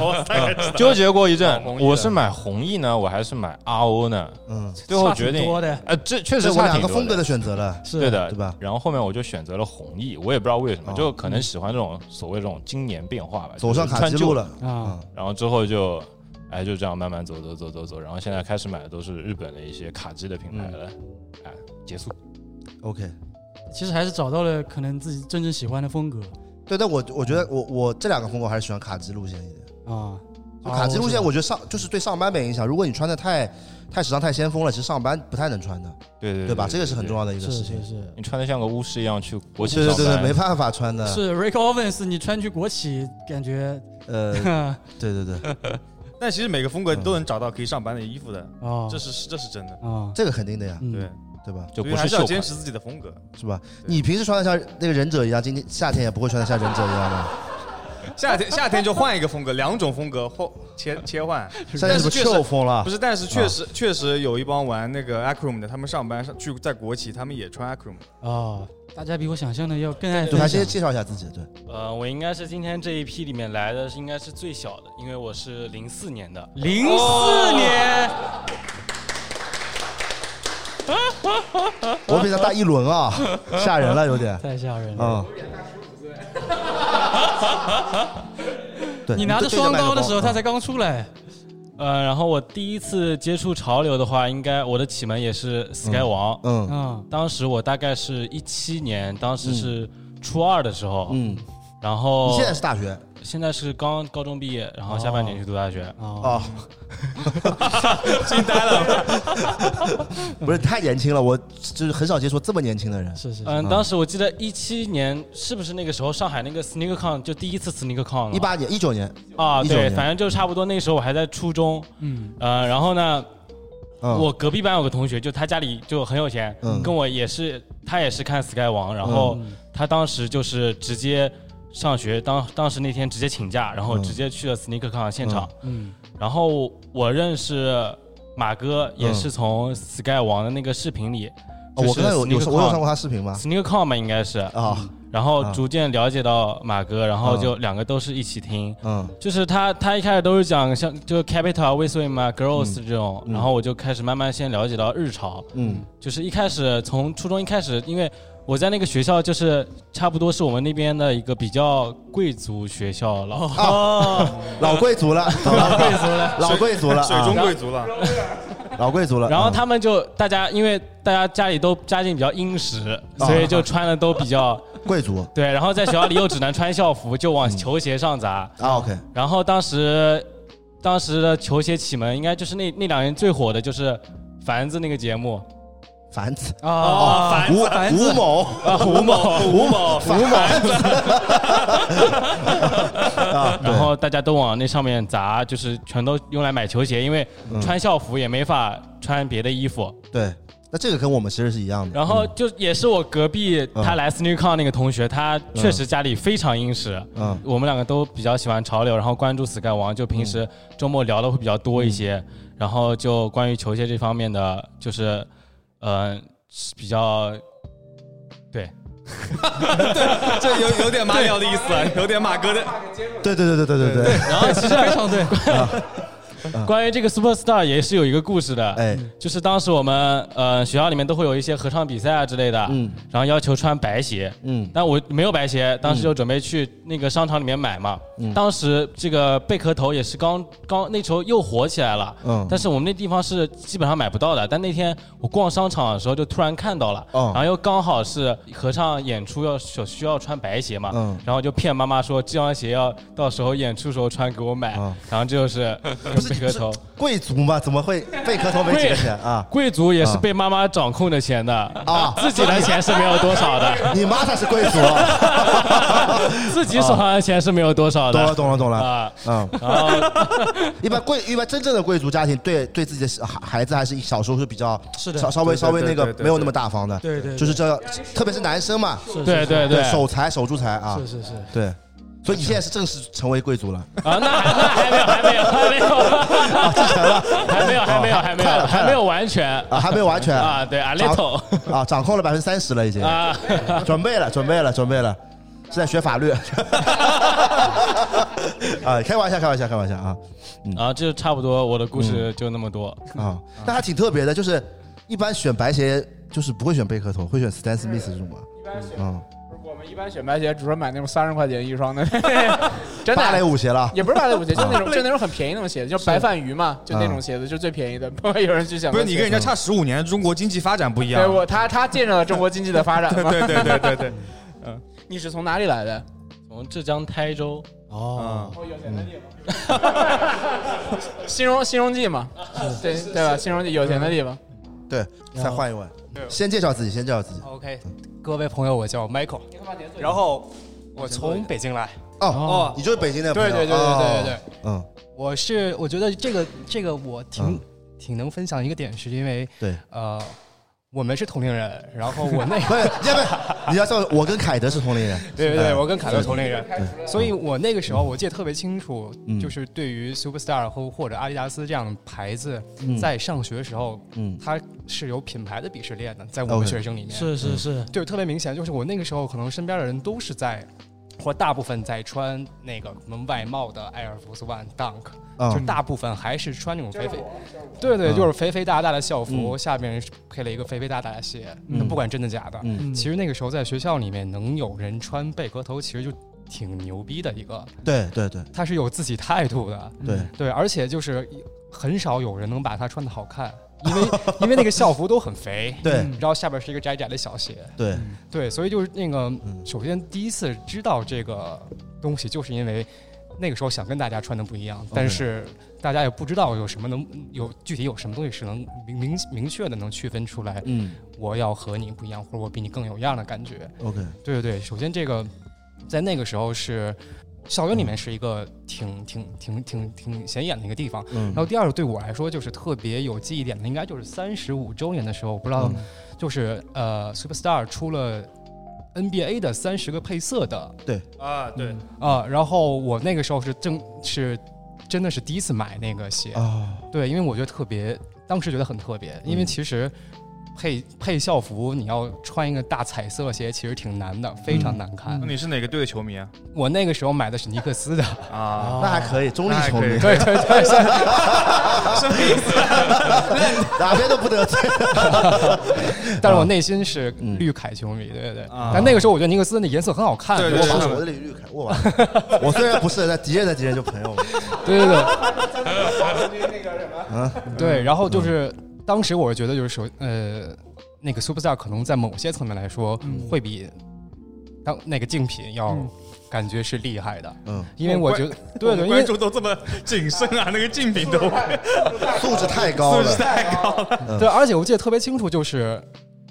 Speaker 11: 纠结过一阵，
Speaker 5: 红毅的
Speaker 11: 我是买红毅呢，我还是买 RO 呢？
Speaker 4: 嗯，
Speaker 11: 最后
Speaker 2: 差挺
Speaker 11: 决定
Speaker 2: 多，的
Speaker 11: 呃，这确
Speaker 4: 这
Speaker 11: 实
Speaker 4: 是我
Speaker 11: 差
Speaker 4: 两
Speaker 11: 挺
Speaker 4: 个
Speaker 11: 多
Speaker 4: 风格的选择了。
Speaker 2: 是
Speaker 11: 对的，
Speaker 4: 对吧
Speaker 11: 然后后面我就选择了弘毅，我也不知道为什么，
Speaker 4: 哦
Speaker 11: 就可能喜欢这种所谓这种经年变化吧，
Speaker 4: 走上
Speaker 11: 就是
Speaker 4: 卡
Speaker 11: 穿
Speaker 4: 西
Speaker 11: 旧
Speaker 4: 路了。嗯
Speaker 2: 啊，
Speaker 11: 的。然后之后就，哎，就这样慢慢走走走走走，然后现在开始买的都是日本的一些卡机的品牌了，
Speaker 4: 嗯
Speaker 11: 哎，结束。
Speaker 4: OK，
Speaker 2: 其实还是找到了可能自己真正喜欢的风格
Speaker 4: 对，但我我觉得我我这两个风格还是喜欢卡机路线一点。
Speaker 2: 啊。
Speaker 4: 就卡其
Speaker 2: 机
Speaker 4: 路线，我觉得上就是对上班没影响。如果你穿的太太时尚、太先锋了，其实上班不太能穿的，
Speaker 11: 对对
Speaker 4: 对吧？这个是很重
Speaker 11: 要。
Speaker 4: 要的一
Speaker 2: 是
Speaker 4: 个事情
Speaker 2: 是。是
Speaker 11: 你穿的像个巫师一样去国企
Speaker 4: 对对
Speaker 11: 上
Speaker 4: 对对，
Speaker 11: 班，
Speaker 4: 没办法穿的。
Speaker 2: 是，Rick Owens，你穿去国企感觉
Speaker 4: 呃，
Speaker 2: 啊
Speaker 4: 对对对，
Speaker 6: 但其实每个风格都能找到可以上班的衣服的，
Speaker 4: 哦
Speaker 2: 啊
Speaker 6: 这是这是真的。
Speaker 2: 啊，
Speaker 4: 这个肯定的呀，
Speaker 2: 嗯
Speaker 6: 哦对，
Speaker 4: 对吧？
Speaker 11: 就
Speaker 6: 所
Speaker 11: 不
Speaker 6: 以还
Speaker 11: 是
Speaker 6: 是
Speaker 11: 秀款
Speaker 6: 要坚持自己的风格。
Speaker 4: 是吧？
Speaker 6: 对
Speaker 4: 你平时穿的像那个忍者一样，今天夏天也不会穿的像忍者一样的。
Speaker 6: 夏天夏天就换一个风格，两种风格或切切 换。
Speaker 4: 现在
Speaker 6: 但是
Speaker 4: 是不
Speaker 6: 确
Speaker 4: 是
Speaker 6: 实
Speaker 4: 秋风了啊
Speaker 6: 不？是，但是确实、确实有一帮玩那个 Acrom 的，他们上班上去在国企，他们也穿 Acrom。
Speaker 2: 啊，大家比我想象的要更爱
Speaker 4: 对，
Speaker 2: 分
Speaker 4: 还
Speaker 2: 享
Speaker 4: 先介绍一下自己。对，
Speaker 12: 呃，我应该是今天这一批里面来的，是应该是最小的，因为我是零四年的。
Speaker 2: 零四年，
Speaker 4: 我比他大一轮 啊， 吓人了有点。
Speaker 2: 太吓人了。
Speaker 4: 嗯，对，
Speaker 2: 你拿着
Speaker 4: 对
Speaker 2: 双
Speaker 4: 麦克
Speaker 2: 刀的
Speaker 4: 风
Speaker 2: 时候，他
Speaker 4: 嗯
Speaker 2: 才刚出来。
Speaker 12: 呃，然后我第一次接触潮流的话，应该我的启蒙也是 Sky 王。
Speaker 4: 嗯
Speaker 2: 嗯，
Speaker 12: 当时我大概是一七年，当时是初二的时候，
Speaker 4: 嗯，
Speaker 12: 然后
Speaker 4: 你现在是大学
Speaker 12: 现在是刚高中毕业，然后下半年去读大学。
Speaker 4: 哦，
Speaker 12: 惊呆了。
Speaker 4: 哦 不是太年轻了，我就是很少接触这么年轻的人。
Speaker 2: 是是
Speaker 12: 嗯，当时我记得一七年是不是那个时候上海那个 SneakerCon 就第一次 SneakerCon 了？
Speaker 4: 一八年、一九年
Speaker 12: 啊，
Speaker 4: 19
Speaker 12: 对，
Speaker 4: 年
Speaker 12: 反正就差不多那时候我还在初中，
Speaker 2: 嗯，
Speaker 12: 呃，然后呢，
Speaker 4: 嗯
Speaker 12: 我隔壁班有个同学，就他家里就很有钱，
Speaker 4: 嗯
Speaker 12: 跟我也是，他也是看 Sky 王，然后他当时就是直接上学，当当时那天直接请假，然后
Speaker 2: 嗯
Speaker 12: 直接去了 SneakerCon 现场，
Speaker 2: 嗯
Speaker 12: 然后我认识马哥也
Speaker 4: 嗯
Speaker 12: 是从 Sky 王的那个视频里，
Speaker 4: 哦我跟他有有我有上过他视频吗
Speaker 12: ？SneakerCon 嘛，应该是
Speaker 4: 啊。
Speaker 12: 然后
Speaker 4: 啊
Speaker 12: 逐渐了解到马哥，然后
Speaker 4: 嗯
Speaker 12: 就两个都是一起听，
Speaker 4: 嗯，
Speaker 12: 就是他他一开始都是讲像就是 Capital、w i s w i m 啊、Girls
Speaker 4: 嗯
Speaker 12: 这种，
Speaker 4: 嗯
Speaker 12: 然后我就开始慢慢先了解到日潮，
Speaker 4: 嗯，
Speaker 12: 就是一开始从初中一开始，因为我在那个学校就是差不多是我们那边的一个比较贵族学校了，
Speaker 4: 哦，老贵族了，
Speaker 12: 老贵族了，
Speaker 4: 老贵族
Speaker 6: 了，
Speaker 4: 了，啊老贵族了。
Speaker 12: 然后
Speaker 4: 嗯
Speaker 12: 他们就大家，因为大家家里都家境比较殷实，
Speaker 4: 啊
Speaker 12: 所以就穿的都比较
Speaker 4: 贵族。
Speaker 12: 对，然后在学校里又只能穿校服，就
Speaker 4: 嗯
Speaker 12: 往球鞋上砸。
Speaker 4: 啊，OK，
Speaker 12: 然后当时当时的球鞋启蒙，应该就是那那两年最火的就是凡子那个节目。
Speaker 4: 凡子
Speaker 12: 啊，
Speaker 4: 哦
Speaker 12: 凡
Speaker 4: 吴
Speaker 12: 凡子
Speaker 4: 吴某
Speaker 12: 啊， 吴某，
Speaker 4: 吴某啊
Speaker 12: 凡
Speaker 4: 吴某
Speaker 12: 凡子然后大家都往那上面砸，就是全都用来买球鞋，因为
Speaker 4: 嗯
Speaker 12: 穿校服也没法穿别的衣服。
Speaker 4: 对，那这个跟我们其实是一样的。
Speaker 12: 然后就也是我隔壁
Speaker 4: 嗯
Speaker 12: 他来 SneakerCon 那个同学，他确实家里非常殷实。
Speaker 4: 嗯
Speaker 12: 我们两个都比较喜欢潮流，然后关注 Sky 王，就平时周末聊的会比较多一些。然后就关于球鞋这方面的，就是呃比较对，
Speaker 6: 对，这有有点马里奥的意思啊，有点马哥的。
Speaker 4: 对对对对对 对对。啊
Speaker 12: 然后其实啊
Speaker 2: 非常对。
Speaker 12: 关于这个 Superstar 也是有一个故事的，
Speaker 4: 哎，
Speaker 12: 就是当时我们呃学校里面都会有一些合唱比赛啊之类的，
Speaker 4: 嗯
Speaker 12: 然后要求穿白鞋，
Speaker 4: 嗯
Speaker 12: 但我没有白鞋，当时就准备去那个商场里面买嘛，
Speaker 4: 嗯
Speaker 12: 当时这个贝壳头也是刚刚那时候又火起来了，
Speaker 4: 嗯
Speaker 12: 但是我们那地方是基本上买不到的，但那天我逛商场的时候就突然看到了，
Speaker 4: 嗯
Speaker 12: 然后又刚好是合唱演出要需需要穿白鞋嘛，
Speaker 4: 嗯
Speaker 12: 然后就骗妈妈说这双鞋要到时候演出时候穿给我买，
Speaker 4: 嗯
Speaker 12: 然后这就是贝壳头。
Speaker 4: 贵族嘛，怎么会贝壳头没几个钱啊？
Speaker 12: 贵族也是
Speaker 4: 啊
Speaker 12: 被妈妈掌控着钱的
Speaker 4: 啊
Speaker 12: 自己的钱是没有多少的，
Speaker 4: 你妈才是贵族，
Speaker 12: 自己手上的钱是没有多少
Speaker 4: 懂
Speaker 12: 的。
Speaker 4: 了懂了懂了
Speaker 12: 啊。
Speaker 4: 嗯，
Speaker 12: 然后
Speaker 4: 一般贵一般真正的贵族家庭对对自己的小孩孩子还是小时候是比较
Speaker 2: 是的
Speaker 4: 稍稍
Speaker 6: 对
Speaker 4: 微
Speaker 6: 对
Speaker 4: 稍微那
Speaker 6: 对
Speaker 4: 个
Speaker 6: 对对
Speaker 4: 没有那么大方的，
Speaker 2: 对对对
Speaker 4: 就是这样，特别是男生嘛，
Speaker 2: 是
Speaker 12: 对对对
Speaker 4: 守财守住财啊，
Speaker 2: 是是是，
Speaker 4: 对，所以你现在是正式成为贵族了，
Speaker 12: 啊，那还那还没有，还没有，还没有，还没有，还没有，还没有，还没有，还没有完全
Speaker 4: 啊，还没有完全
Speaker 12: 啊，对啊，little
Speaker 4: 掌啊，掌控了百分之三十了已经，
Speaker 12: 啊，
Speaker 4: 准备了，准备了，准备了，是在学法律。啊，开玩笑，开玩笑，开玩笑啊
Speaker 12: 然后就差不多，我的故事
Speaker 4: 嗯
Speaker 12: 就那么多。
Speaker 4: 啊！但还挺特别的，就是一般选白鞋就是不会选贝壳头，会选 Stan Smith 这种吧？嗯，
Speaker 7: 我们一般选白鞋，只是买那种三十块钱一 双的，真
Speaker 4: 芭蕾
Speaker 7: 的。啊
Speaker 4: 舞鞋了。
Speaker 7: 也不是芭蕾舞鞋，就那
Speaker 6: 啊
Speaker 7: 种就那种很便宜那种鞋子，就白饭鱼嘛，就那种鞋子，就最便宜的， 不会有人去想。
Speaker 6: 不是你跟人家差十五年，中国经济发展不一样
Speaker 7: 对。我他他见证了中国经济的发展
Speaker 6: 对
Speaker 7: 嘛。
Speaker 6: 对对对对 对，
Speaker 7: 你是从哪里来的？
Speaker 12: 从浙江台州，
Speaker 6: 嗯
Speaker 2: 哦，
Speaker 7: 我有钱的地方。新荣新荣记嘛，
Speaker 13: 嗯
Speaker 7: 对对吧？新荣记有钱的地方。
Speaker 4: 嗯
Speaker 7: 嗯
Speaker 4: 对，再换一位，先介绍自己，先介绍自己。
Speaker 13: OK，各位朋友，我叫 Michael，然后我从北京来，
Speaker 4: 哦，你就是北京的朋友。
Speaker 13: 对对对对对对
Speaker 4: 对。嗯，
Speaker 13: 我是我觉得这个这个我挺、
Speaker 4: 嗯
Speaker 13: 挺能分享一个点，是因为
Speaker 4: 对。
Speaker 13: 呃我们是同龄人，然后我那
Speaker 4: 不是，要不你要说，我跟凯德是同龄人。
Speaker 13: 对对对，
Speaker 4: 哎
Speaker 13: 我跟凯乐同龄人，所以我那个时候我记得特别清楚，
Speaker 4: 嗯
Speaker 13: 就是对于 Superstar 或或者阿迪达斯这样的牌子
Speaker 4: 嗯，
Speaker 13: 在上学时候，
Speaker 4: 嗯
Speaker 13: 它是有品牌的鄙视链的，在我们
Speaker 4: OK
Speaker 13: 学生里面
Speaker 2: 是
Speaker 4: 嗯
Speaker 2: 是是，
Speaker 13: 对，特别明显，就是我那个时候可能身边的人都是在，或大部分在穿那个什么外贸的 Air Force One Dunk，、
Speaker 4: 嗯
Speaker 13: 就是大部分还是穿那种肥肥，对对，
Speaker 4: 嗯
Speaker 13: 就是肥肥大大的校服，下面是配了一个肥肥大大的鞋，
Speaker 4: 嗯
Speaker 13: 不管真的假的。
Speaker 4: 嗯
Speaker 13: 其实那个时候在学校里面能有人穿贝壳头，其实就挺牛逼的一个，
Speaker 4: 对对对
Speaker 13: 他是有自己态度的，
Speaker 4: 对，
Speaker 13: 对，而且就是很少有人能把它穿的好看，因为因为那个校服都很肥，嗯
Speaker 4: 对
Speaker 13: 然后下边是一个窄窄的小嗯鞋。
Speaker 4: 对，嗯
Speaker 13: 对，所以就是那个，首先第一次知道这个东西，就是因为那个时候想跟大家穿的不一样，但是大家也不知道有什么能有具体有什么东西是能明明明确的能区分出来。
Speaker 4: 嗯，
Speaker 13: 我要和你不一样，或者我比你更有样的感觉。
Speaker 4: OK
Speaker 13: 对对对，首先这个在那个时候是校园里
Speaker 4: 嗯
Speaker 13: 面是一个挺挺挺挺挺显眼的一个地方。
Speaker 4: 嗯
Speaker 13: 然后第二个对我来说就是特别有记忆点的，应该就是三十五周年的时候，我不知道
Speaker 4: 嗯
Speaker 13: 就是呃 Superstar 出了 NBA 的三十个配色的。
Speaker 4: 对
Speaker 6: 啊，对，
Speaker 13: 啊，然后我那个时候是正是真的是第一次买那个鞋
Speaker 4: 啊，
Speaker 13: 对，因为我觉得特别，当时觉得很特别，因为
Speaker 4: 嗯
Speaker 13: 其实配配校服你要穿一个大彩色鞋，其实挺难的，非
Speaker 4: 嗯
Speaker 13: 常难看
Speaker 6: 嗯那。你是哪个队的球迷啊？
Speaker 13: 我那个时候买的是尼克斯的哦
Speaker 6: 啊
Speaker 4: 那还可以中立
Speaker 13: 那还
Speaker 4: 球迷
Speaker 13: 可以对对 对，是
Speaker 6: 什么意思？
Speaker 4: 哪边都不 得罪。
Speaker 13: 但是我内心是绿凯球迷，对对对
Speaker 4: 啊。
Speaker 13: 但那个时候我觉得尼克斯那颜色很好看，
Speaker 4: 我
Speaker 13: 我
Speaker 4: 防守我这里绿凯，我完 了我虽然不是，但敌人的敌人就朋友嘛。
Speaker 13: 对 对 对。
Speaker 7: 那个什 么
Speaker 4: 啊，
Speaker 13: 对，然后就是当时我是觉得就是首呃，那个 Superstar 可能在某些层面来说
Speaker 4: 嗯
Speaker 13: 会比当那个竞品要
Speaker 6: 嗯
Speaker 13: 感觉是厉害的，
Speaker 4: 嗯，
Speaker 13: 因
Speaker 6: 哦
Speaker 13: 为我觉得对
Speaker 6: 我
Speaker 13: 对，
Speaker 6: 们
Speaker 13: 因为
Speaker 6: 观众都这么谨慎啊，那个竞品都
Speaker 4: 素质太高了
Speaker 6: 素质太高
Speaker 4: 嗯
Speaker 6: 了。
Speaker 13: 对，而且我记得特别清楚，就是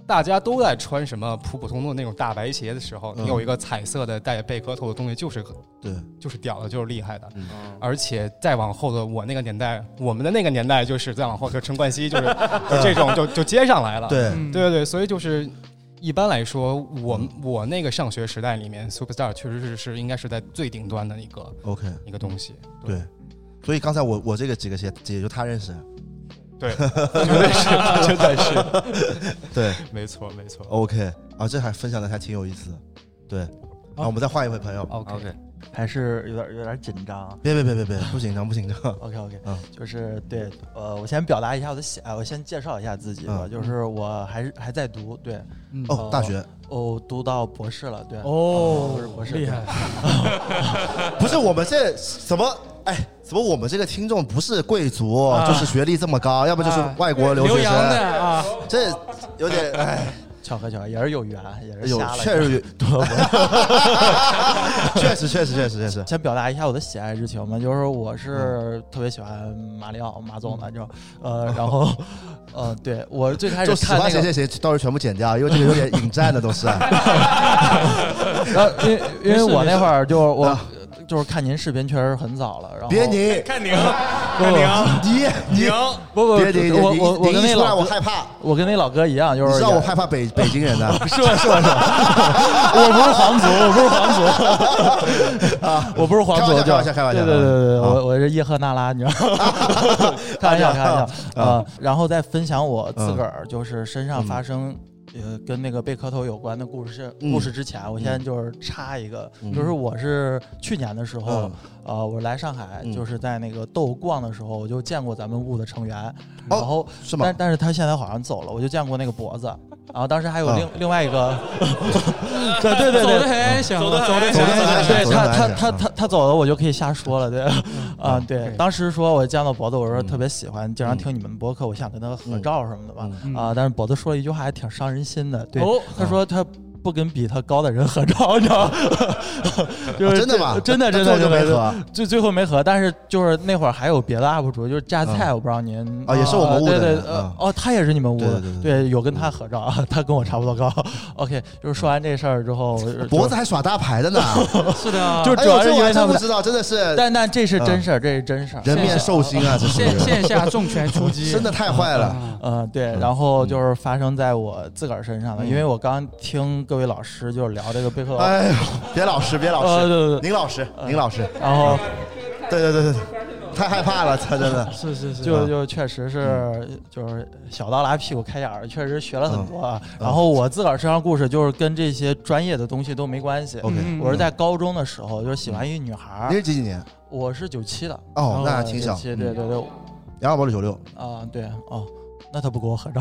Speaker 13: 大家都在穿什么普普通通的那种大白鞋的时候，
Speaker 4: 嗯
Speaker 13: 你有一个彩色的带贝壳头的东西，就是个
Speaker 4: 对，
Speaker 13: 就是屌的，就是厉害的。
Speaker 4: 嗯
Speaker 13: 而且再往后的我那个年代，我们的那个年代，就是再往后就陈冠希，就是 就这种就就接上来了。
Speaker 4: 对
Speaker 2: 嗯
Speaker 13: 对对对，所以就是。一般来说，我我那个上学时代里面，Superstar 确实是是应该是在最顶端的一个
Speaker 4: OK
Speaker 13: 一个东西。
Speaker 4: 对，所以刚才我我这个几个鞋姐就他认识。
Speaker 13: 对绝对是绝对是
Speaker 4: 对，
Speaker 13: 没错没错哦
Speaker 4: OK 啊，这还分享的还挺有意思的。对，啊，我们再换一位朋友。
Speaker 14: 还是有点有点紧张。
Speaker 4: 别别别别别，不紧张不紧张。
Speaker 14: OK OK，
Speaker 4: 嗯
Speaker 14: 就是对，呃，我先表达一下我的喜，呃我先介绍一下自己吧，
Speaker 4: 嗯
Speaker 14: 就是我还是还在读，对，
Speaker 4: 嗯哦大学，
Speaker 14: 哦，读到博士了，对，
Speaker 4: 哦
Speaker 14: 不是博士，
Speaker 4: 厉
Speaker 14: 对
Speaker 4: 害 不是我们这怎么哎？怎么我们这个听众不是贵族，
Speaker 14: 啊
Speaker 4: 就是学历这么高，要不就是外国啊留学生？
Speaker 14: 啊，
Speaker 4: 这有点哎，
Speaker 14: 巧合巧合，也是有缘，也是
Speaker 4: 有
Speaker 14: 瞎了
Speaker 4: 确实有
Speaker 14: 读了博
Speaker 4: 确实确实确实确实嗯
Speaker 14: 先表达一下我的喜爱之情嘛，就是我是特别喜欢马里奥马总的，就呃，然 后呃，对我最开始
Speaker 4: 就喜
Speaker 14: 看
Speaker 4: 欢
Speaker 14: 那
Speaker 4: 谁
Speaker 14: 个
Speaker 4: 谁。谁，到时候全部剪掉，因为这个有点 引战的都是。
Speaker 14: 然后因为因为我那会儿就是我、
Speaker 4: 啊
Speaker 14: 就是看您视频确实很早了，然后
Speaker 4: 嗯别你
Speaker 6: 看
Speaker 4: 您
Speaker 14: 不不
Speaker 4: 你啊你
Speaker 14: 不不，
Speaker 4: 别你
Speaker 14: 我
Speaker 4: 你
Speaker 14: 我我
Speaker 4: 你
Speaker 14: 跟
Speaker 4: 一
Speaker 14: 那
Speaker 4: 出来
Speaker 14: 老
Speaker 4: 我
Speaker 14: 哥
Speaker 4: 害怕，
Speaker 14: 我跟那老哥一样，就是
Speaker 4: 你知道我
Speaker 14: 也
Speaker 4: 害怕北北京人的，
Speaker 14: 是吧 是吧是吧，我不是皇族，我不是皇 族啊， 我不是皇族，
Speaker 4: 开玩笑开玩笑开玩笑
Speaker 14: 对对对对对，
Speaker 4: 啊哎
Speaker 14: 我我是叶赫那拉，你知 道吗？开玩笑开玩笑啊，然后再分享我
Speaker 4: 嗯
Speaker 14: 自个儿就是身上发生。呃，跟那个贝壳头有关的故事，
Speaker 4: 嗯
Speaker 14: 故事之前，我
Speaker 4: 嗯
Speaker 14: 先就是插一个，
Speaker 4: 嗯
Speaker 14: 就是我是去年的时候
Speaker 4: 嗯，
Speaker 14: 呃，我来上海，
Speaker 4: 嗯
Speaker 14: 就是在那个斗逛的时候，我就见过咱们雾的成员，然后
Speaker 4: 哦是吗
Speaker 14: 但但是他现在好像走了，我就见过那个脖子，然后当时还有另、
Speaker 4: 啊
Speaker 14: 另外一个， 对对对对，
Speaker 2: 走得很响啊走得很
Speaker 14: 走得很
Speaker 2: 响
Speaker 14: 对
Speaker 2: 走得
Speaker 14: 他他
Speaker 2: 很响
Speaker 14: 他
Speaker 4: 嗯
Speaker 14: 他他走了，我就可以瞎说了，对， 啊对，当时说我见到脖子，我说
Speaker 4: 嗯
Speaker 14: 特别喜欢，经常听你们播客，我想跟他合照什么的吧，
Speaker 4: 嗯
Speaker 14: 啊，但是脖子说了一句话还挺伤人心的，对
Speaker 2: 嗯哦，
Speaker 14: 他
Speaker 4: 啊
Speaker 14: 说他。不跟比他高的人合照，你知道吗？ 就是
Speaker 4: 啊真的吗
Speaker 14: 真的
Speaker 4: 那
Speaker 14: 真
Speaker 4: 最
Speaker 14: 的
Speaker 4: 后就
Speaker 14: 真的
Speaker 4: 没合
Speaker 14: 最最后没合，但是就是那会儿还有别的 UP 主，就是榨菜，
Speaker 4: 嗯
Speaker 14: 我不知道您
Speaker 4: 啊也是我们屋的
Speaker 14: 对对
Speaker 4: 人
Speaker 14: 呃
Speaker 4: 嗯
Speaker 14: 哦，他也是你们屋的，
Speaker 4: 对对嗯
Speaker 14: 对，有跟他合照， 他跟我差不多高。OK，就是说完这事儿之 后，就是。
Speaker 4: 脖子还耍大牌的 呢
Speaker 14: 啊
Speaker 4: 是
Speaker 14: 就主
Speaker 4: 哎
Speaker 14: 要是因为他们
Speaker 4: 不知道，真的是。
Speaker 14: 但但这是真事儿，这是真事儿，
Speaker 4: 啊人面兽心啊，这是
Speaker 14: 线线下
Speaker 2: 重拳出击 啊
Speaker 4: 真的太坏了。
Speaker 14: 嗯，对，然后就是发生在我自个儿身上的，
Speaker 4: 嗯
Speaker 14: 因为我刚听各位老师就是聊这个贝克，
Speaker 4: 哎呦，别老师，别老师，
Speaker 14: 呃对对对，
Speaker 4: 宁老师，宁老师，
Speaker 14: 然后，
Speaker 4: 对对对对，太害怕了，他真的啊嗯
Speaker 2: 是是是
Speaker 14: 就就确实是就是小刀拉屁股开眼儿，确实学了很多啊。
Speaker 4: 嗯
Speaker 14: 然后我自个儿身上故事就是跟这些专业的东西都没关系
Speaker 4: OK，嗯。
Speaker 14: 我是在高中的时候就是喜欢一女孩儿，
Speaker 4: 你是几几年？
Speaker 14: 我是九七的，
Speaker 4: 哦，那还挺小，
Speaker 14: 97对对对，
Speaker 4: 嗯，杨小宝是九六，
Speaker 14: 啊，对哦，那他不跟我 合照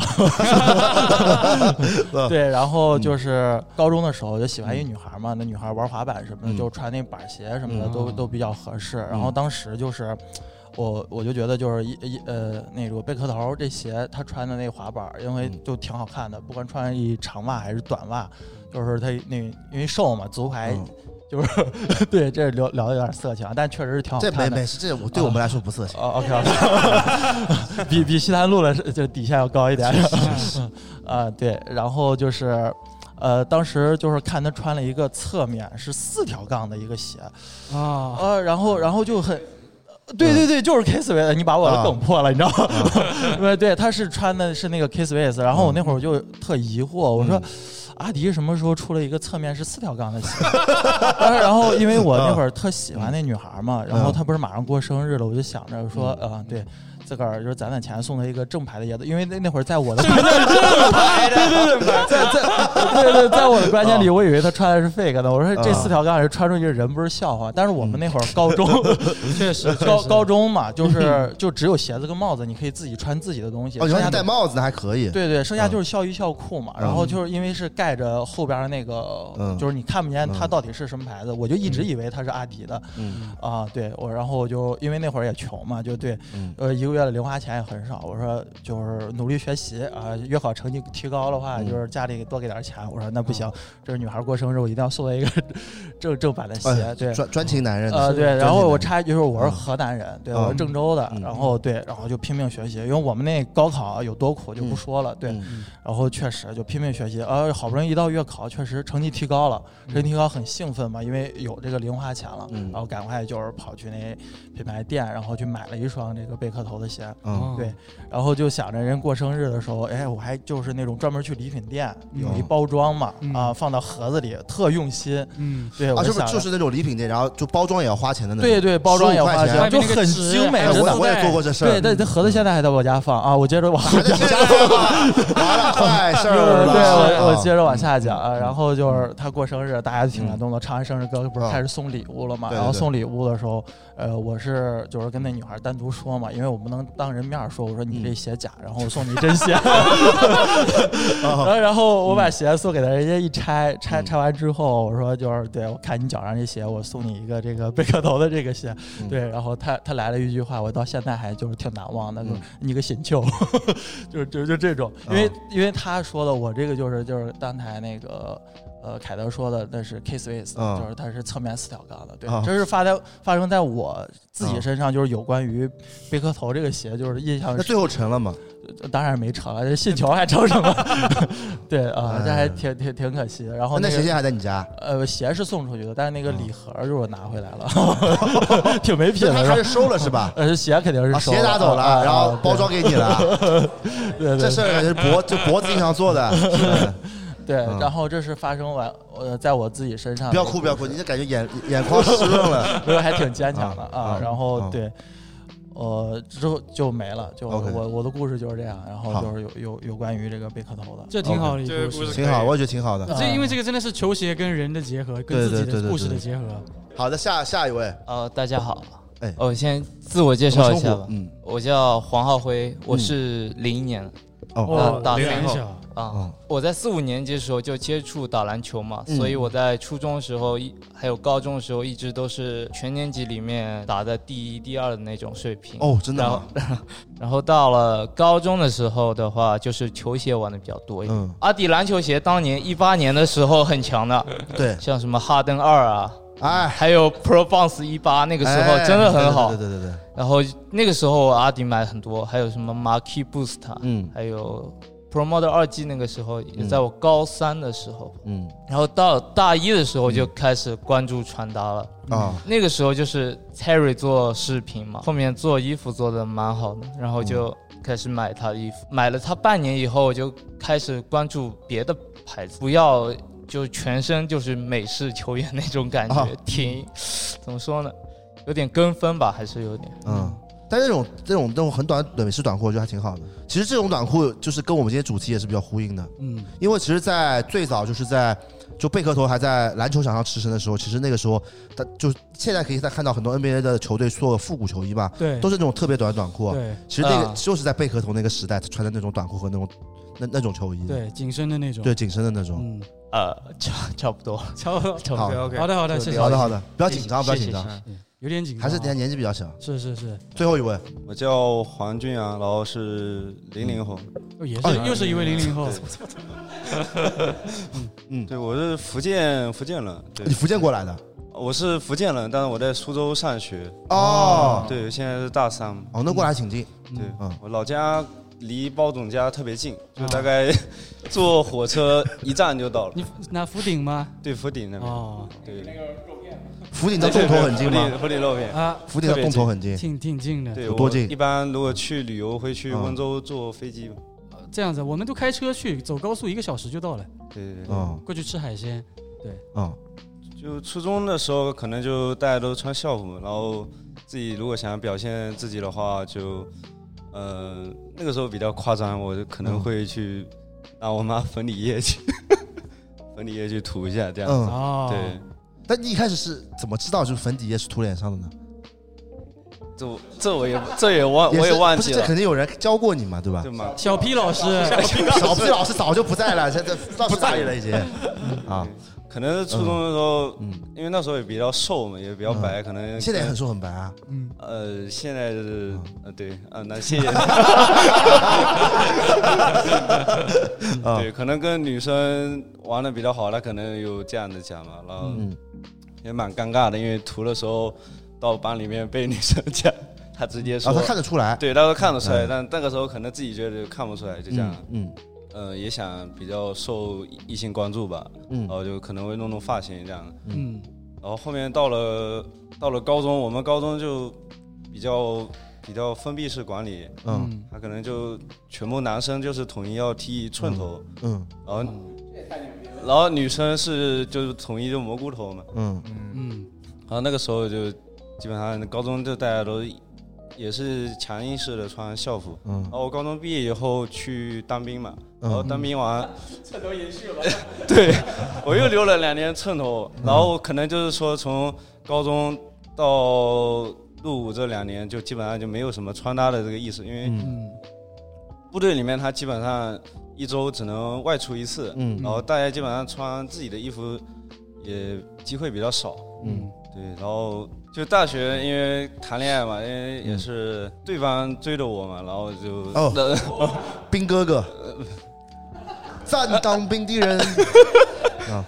Speaker 4: 嗯。
Speaker 14: 对，然后就是高中的时候就喜欢一女孩嘛，那女孩玩滑板什么的，
Speaker 4: 嗯
Speaker 14: 就穿那板鞋什么的
Speaker 4: 嗯
Speaker 14: 都都比较合适。然后当时就是。我我就觉得就是一一呃那个贝壳头这鞋，他穿的那滑板，因
Speaker 4: 嗯
Speaker 14: 为就挺好
Speaker 4: 嗯
Speaker 14: 看的，不管穿一长袜还是短袜，就是他那因为瘦嘛，足踝 就是对，这聊聊的有点色情啊，但确实是挺好
Speaker 4: 这
Speaker 14: 看的。
Speaker 4: 没没事，这我对我们来说不色情。
Speaker 14: 哦，OK，比 比西坛路的是就底线要高一点。嗯 啊，对，然后就是，呃，当时就是看他穿了一个侧面是四条杠的一个鞋，
Speaker 2: 啊，嗯
Speaker 14: 呃，然后然后就很。对对对，就是 Kissway 的，你把我的
Speaker 2: 啊
Speaker 14: 梗破了，你知道吗？ 对对，他是穿的是那个 Kissway，然后我那
Speaker 2: 嗯
Speaker 14: 会儿就特疑惑，我说阿迪什么时候出了一个侧面是四条杠的鞋？然后 然后因为我
Speaker 4: 嗯
Speaker 14: 那会儿特喜欢那女孩嘛，然后她不是马上过生日了，我就想着说
Speaker 4: 嗯
Speaker 14: 啊，对。自个儿就是攒攒钱送她一个正牌的椰子，因为那那会儿在我的对对对，在在 对对，在我的观念里，
Speaker 4: 嗯
Speaker 14: 我以为她穿的是 fake 的。我说这
Speaker 2: 啊
Speaker 14: 四条杠是穿出去人不是笑话，但是我们那会
Speaker 4: 嗯
Speaker 14: 儿高中
Speaker 2: 确实 确
Speaker 14: 高
Speaker 2: 实
Speaker 14: 高中嘛， 就是就只有鞋子跟帽子，你可以自己穿自己的东西。
Speaker 4: 哦，
Speaker 14: 剩
Speaker 4: 原
Speaker 14: 下
Speaker 4: 来
Speaker 14: 的
Speaker 4: 戴帽子那还可以。
Speaker 14: 对对，剩下就是校衣校裤嘛，
Speaker 4: 嗯
Speaker 14: 然后就是因为是盖着后边的那个，
Speaker 4: 嗯
Speaker 14: 就是你看不见它到底是什么牌子，我就一直以为它是阿迪的，
Speaker 4: 嗯
Speaker 14: 啊，对我，然后我就因为那会儿也穷嘛，就对，
Speaker 4: 嗯
Speaker 14: 呃，一个月的零花钱也很少，我说就是努力学习啊，月考成绩提高的
Speaker 4: 嗯
Speaker 14: 话，就是家里多给点钱，我说那不行，这是女孩过生日，我一定要送她一个正正版的鞋
Speaker 4: 哎，
Speaker 14: 对，
Speaker 4: 专专情男人
Speaker 14: 呃，对，
Speaker 4: 专情
Speaker 14: 然后我
Speaker 4: 男人
Speaker 14: 插一句，就是我是河南人，对，我是
Speaker 4: 嗯
Speaker 14: 郑州的，然后对，然后就拼命学习，因为我们那高考有多苦就不说
Speaker 4: 嗯
Speaker 14: 了，对，然后确实就拼命学习，呃，好不容易一到月考，确实成绩提高了，
Speaker 4: 嗯
Speaker 14: 成绩提高很兴奋嘛，因为有这个零花钱了，然后赶快就是跑去那品牌店，然后去买了一双这个贝壳头的鞋，
Speaker 2: 嗯
Speaker 14: 对，然后就想着人过生日的时候，哎，我还就是那种专门去礼品店有一
Speaker 4: 嗯
Speaker 14: 包装嘛，
Speaker 4: 嗯
Speaker 14: 啊，放到盒子里，特用心，
Speaker 2: 嗯
Speaker 14: 对，
Speaker 4: 啊，
Speaker 14: 我
Speaker 4: 是不
Speaker 14: 想
Speaker 4: 是
Speaker 14: 着
Speaker 4: 就是那种礼品店，然后就包装也要花钱的那种？
Speaker 14: 对对，包装也花
Speaker 4: 15块
Speaker 14: 钱，就很精美。
Speaker 4: 哎
Speaker 14: 真的
Speaker 4: 我我也做过这事
Speaker 14: 对，
Speaker 4: 儿。
Speaker 14: 但这盒子现在还在我家放啊。我接着往下讲，
Speaker 4: 完了，坏事儿了。嗯
Speaker 14: 对，我我
Speaker 4: 啊
Speaker 14: 接着往下讲。啊然后就是他过生日，大家都挺感动的，唱完生日歌不是
Speaker 4: 啊
Speaker 14: 开始送礼物了嘛？
Speaker 4: 对对
Speaker 14: 然后
Speaker 4: 对
Speaker 14: 送礼物的时候，呃，我是就是跟那女孩单独说嘛，因为我不能当人面儿说，我说
Speaker 4: 嗯
Speaker 14: 你这鞋假，然后我送你真 鞋。然后然后我把鞋送给他，人家一拆，拆拆完之后，我说就是对我看你脚上这鞋，我送你一个这个贝壳头的这个鞋，
Speaker 4: 嗯
Speaker 14: 对。然后他他来了一句话，我到现在还就是挺难忘的，就是
Speaker 4: 嗯
Speaker 14: 你个新球，就是就就这种，因为因为他说的我这个就是就是刚才那个。呃，凯德说的那是 Kiss w a s
Speaker 4: 嗯
Speaker 14: 就是它是侧面四条杠的，对，
Speaker 4: 啊
Speaker 14: 这是发在发生在我自己身上，就是有关于贝壳头这个鞋，就是印象。
Speaker 4: 那最后成了吗？
Speaker 14: 当然没成了，这信条还成什么？ 对啊，这还挺挺挺可惜的。然后
Speaker 4: 嗯那
Speaker 14: 个
Speaker 4: 鞋现在还在你家？嗯
Speaker 14: 呃，鞋是送出去的，但是那个礼盒儿就是我拿回来 了，挺没品的。
Speaker 4: 他是收了是吧？
Speaker 14: 呃，鞋肯定是
Speaker 4: 啊
Speaker 14: 收了
Speaker 4: 鞋拿走了
Speaker 14: 啊啊
Speaker 4: 然后
Speaker 14: 啊
Speaker 4: 包装给你了
Speaker 14: 对对对，
Speaker 4: 这事儿是脖就脖子硬上做的 嗯
Speaker 14: 对，
Speaker 4: 嗯
Speaker 14: 然后这是发生完呃，在我自己身上的
Speaker 4: 不要
Speaker 14: 故
Speaker 4: 哭，
Speaker 14: 事。。
Speaker 4: 不要哭，你这感觉眼眼眶湿润了
Speaker 14: 没有，还挺坚强的啊
Speaker 4: 啊。
Speaker 14: 然后
Speaker 4: 啊
Speaker 14: 对，呃，之后就没了，就我
Speaker 4: 哦 OK
Speaker 14: 我我的故事就是这样。然后
Speaker 4: 好
Speaker 14: 就是有有有关于这个贝壳头的，嗯
Speaker 2: 这挺好的一个故事
Speaker 4: 挺好，我也觉得挺好的。
Speaker 2: 这因为这个真的是球鞋跟人的结合，跟
Speaker 4: 对
Speaker 2: 自
Speaker 4: 对
Speaker 2: 己
Speaker 4: 对
Speaker 2: 的
Speaker 4: 对
Speaker 2: 故事的
Speaker 4: 对
Speaker 2: 结合。
Speaker 4: 好的，下下一位。
Speaker 15: 呃，大家好。
Speaker 4: 哎，
Speaker 15: 我先自我介绍一下吧。
Speaker 4: 嗯，
Speaker 15: 我叫黄浩辉，我是零一年的。
Speaker 4: 哦
Speaker 15: 呃
Speaker 4: 哦
Speaker 15: 打篮
Speaker 4: 00
Speaker 15: 后
Speaker 4: 小
Speaker 15: 啊，我在四五年级的时候就接触打篮球嘛，
Speaker 4: 嗯
Speaker 15: 所以我在初中的时候一还有高中的时候一直都是全年级里面打的第一、第二的那种水平。
Speaker 4: 哦真的
Speaker 15: 然
Speaker 4: 吗
Speaker 15: 后 然后到了高中的时候的话，就是球鞋玩的比较多一点。
Speaker 4: 嗯
Speaker 15: 阿迪篮球鞋当年一八年的时候很强的，
Speaker 4: 对，
Speaker 15: 像什么哈登二啊，
Speaker 4: 哎，
Speaker 15: 还有 Pro Bounce 一八那个时候
Speaker 4: 哎
Speaker 15: 真的很好。
Speaker 4: 对对对对对
Speaker 15: 然后那个时候阿迪买很多，还有什么 Marquee Boost，嗯，还有 Pro Model 二 G，那个时候也在我高三的时候，
Speaker 4: 嗯，
Speaker 15: 然后到大一的时候就开始关注穿搭了
Speaker 4: 啊
Speaker 15: 那个时候就是 Terry 做视频嘛，后面做衣服做的蛮好的，然后就开始买他的衣服，买了他半年以后我就开始关注别的牌子，不要就全身就是美式球员那种感觉，
Speaker 4: 啊
Speaker 15: 挺怎么说呢，有点跟风吧，还是有点。
Speaker 4: 嗯，但这种这种这种很短短式短裤，我觉得还挺好的。其实这种短裤就是跟我们今天主题也是比较呼应的。
Speaker 2: 嗯，
Speaker 4: 因为其实，在最早就是在就贝壳头还在篮球场上驰骋的时候，其实那个时候，他就现在可以再看到很多 NBA 的球队做复古球衣嘛，
Speaker 2: 对
Speaker 4: 都是那种特别短的短裤。
Speaker 2: 对
Speaker 4: 其实那个
Speaker 2: 啊
Speaker 4: 就是在贝壳头那个时代穿的那种短裤和那种那那种球衣。
Speaker 2: 对紧身的那种
Speaker 4: 对紧身的那种。
Speaker 2: 嗯，
Speaker 15: 呃， 差差不多，
Speaker 2: 差不多
Speaker 15: 差不多。
Speaker 4: 好
Speaker 2: 好的好的，谢谢。
Speaker 4: 好的好的，不要紧张，不
Speaker 2: 谢
Speaker 4: 要
Speaker 2: 谢
Speaker 4: 紧张
Speaker 2: 谢谢谢谢，有点紧张啊，
Speaker 4: 还是年年纪比较小。
Speaker 2: 是是是，
Speaker 4: 最后一位，
Speaker 9: 我叫黄俊阳，然后是零零后
Speaker 2: 哦，也是
Speaker 13: 啊
Speaker 2: 又是一位00后
Speaker 9: 嗯，对，我是福建福建人，对
Speaker 4: 你福建过来的？
Speaker 9: 我是福建人，但是我在苏州上学。
Speaker 4: 哦
Speaker 9: 对，现在是大三。
Speaker 4: 哦，那过来还挺近。
Speaker 9: 对，
Speaker 4: 嗯，
Speaker 9: 我老家离包总家特别近，就大概 坐火车一站就到了。
Speaker 2: 啊你拿福鼎吗？
Speaker 9: 对，福鼎那边。哦，对。
Speaker 4: 福鼎到洞头很近
Speaker 9: 对
Speaker 4: 吗
Speaker 9: 对对福鼎福鼎肉片
Speaker 2: 啊
Speaker 4: 福鼎到洞头很近
Speaker 2: 挺挺近的
Speaker 9: 对，
Speaker 4: 有多
Speaker 9: 我
Speaker 4: 近
Speaker 9: 一般如果去旅游会去
Speaker 4: 嗯
Speaker 9: 温州坐飞机吧。
Speaker 2: 这样子，我们都开车去，走高速一个小时就到了。
Speaker 9: 对对对。
Speaker 4: 哦
Speaker 2: 过去吃海 鲜，对，
Speaker 4: 嗯，
Speaker 9: 就初中的时候，可能就大家都穿校服，然后自己如果想表现自己的话，就呃那个时候比较夸张，我就可能会去拿我妈粉底液去 粉底液去涂一下这样子。
Speaker 2: 哦
Speaker 9: 对，
Speaker 4: 嗯但你一开始是怎么知道就是粉底液是涂脸上的呢？
Speaker 9: 这我这我也这也忘
Speaker 4: 也
Speaker 9: 啊我也
Speaker 4: 是
Speaker 9: 忘
Speaker 4: 不是
Speaker 9: 记
Speaker 4: 这
Speaker 9: 了，
Speaker 4: 肯定有人教过你嘛，对吧？
Speaker 9: 对吗？
Speaker 2: 小 P 老师，
Speaker 4: 小 P 老师早就不在了，现在不知道去哪里了已 经。啊，
Speaker 9: 可能是初中的时候，因为那时候也比较瘦嘛，也比较白，
Speaker 4: 嗯
Speaker 9: 可能
Speaker 4: 现在也很瘦很白啊。嗯
Speaker 2: 嗯，
Speaker 9: 呃，现在是呃对啊，那 谢谢。嗯
Speaker 4: 啊
Speaker 9: 对，可能跟女生玩的比较好，她可能有这样的讲嘛，然后
Speaker 4: 嗯
Speaker 9: 也蛮尴尬的，因为涂的时候到班里面被女生讲， 她直接说，
Speaker 4: 啊她看得出来
Speaker 9: 对，她说看得出来，
Speaker 4: 嗯
Speaker 9: 但那个时候可能自己觉得看不出来，就这样。
Speaker 4: 嗯，
Speaker 9: 呃，也想比较受异性关注吧，
Speaker 4: 嗯
Speaker 9: 然后就可能会弄弄发型这样，
Speaker 2: 嗯，
Speaker 9: 然后后面到了到了高中，我们高中就比较比较封闭式管理，
Speaker 4: 嗯，
Speaker 9: 他可能就全部男生就是统一要剃寸头，
Speaker 4: 嗯，
Speaker 9: 然后然后女生是就是统一就蘑菇头嘛，
Speaker 4: 嗯
Speaker 2: 嗯，
Speaker 9: 然后那个时候就基本上高中就大家都也是强硬式的穿校服，
Speaker 4: 嗯
Speaker 9: 然后我高中毕业以后去当兵嘛，然
Speaker 4: 嗯
Speaker 9: 后当兵完。
Speaker 7: 这都延续了。
Speaker 9: 对，我又留了两年寸头，然后可能就是说从高中到入伍这两年，就基本上就没有什么穿搭的这个意识，因为
Speaker 4: 嗯
Speaker 9: 部队里面他基本上一周只能外出一次，
Speaker 4: 嗯
Speaker 9: 然后大家基本上穿自己的衣服也机会比较少，
Speaker 4: 嗯，
Speaker 9: 对，然后就大学因为谈恋爱嘛，因为也是对方追着我嘛，然后就
Speaker 4: 哦，兵哥哥，
Speaker 9: 呃
Speaker 4: 暂当兵 的人。啊，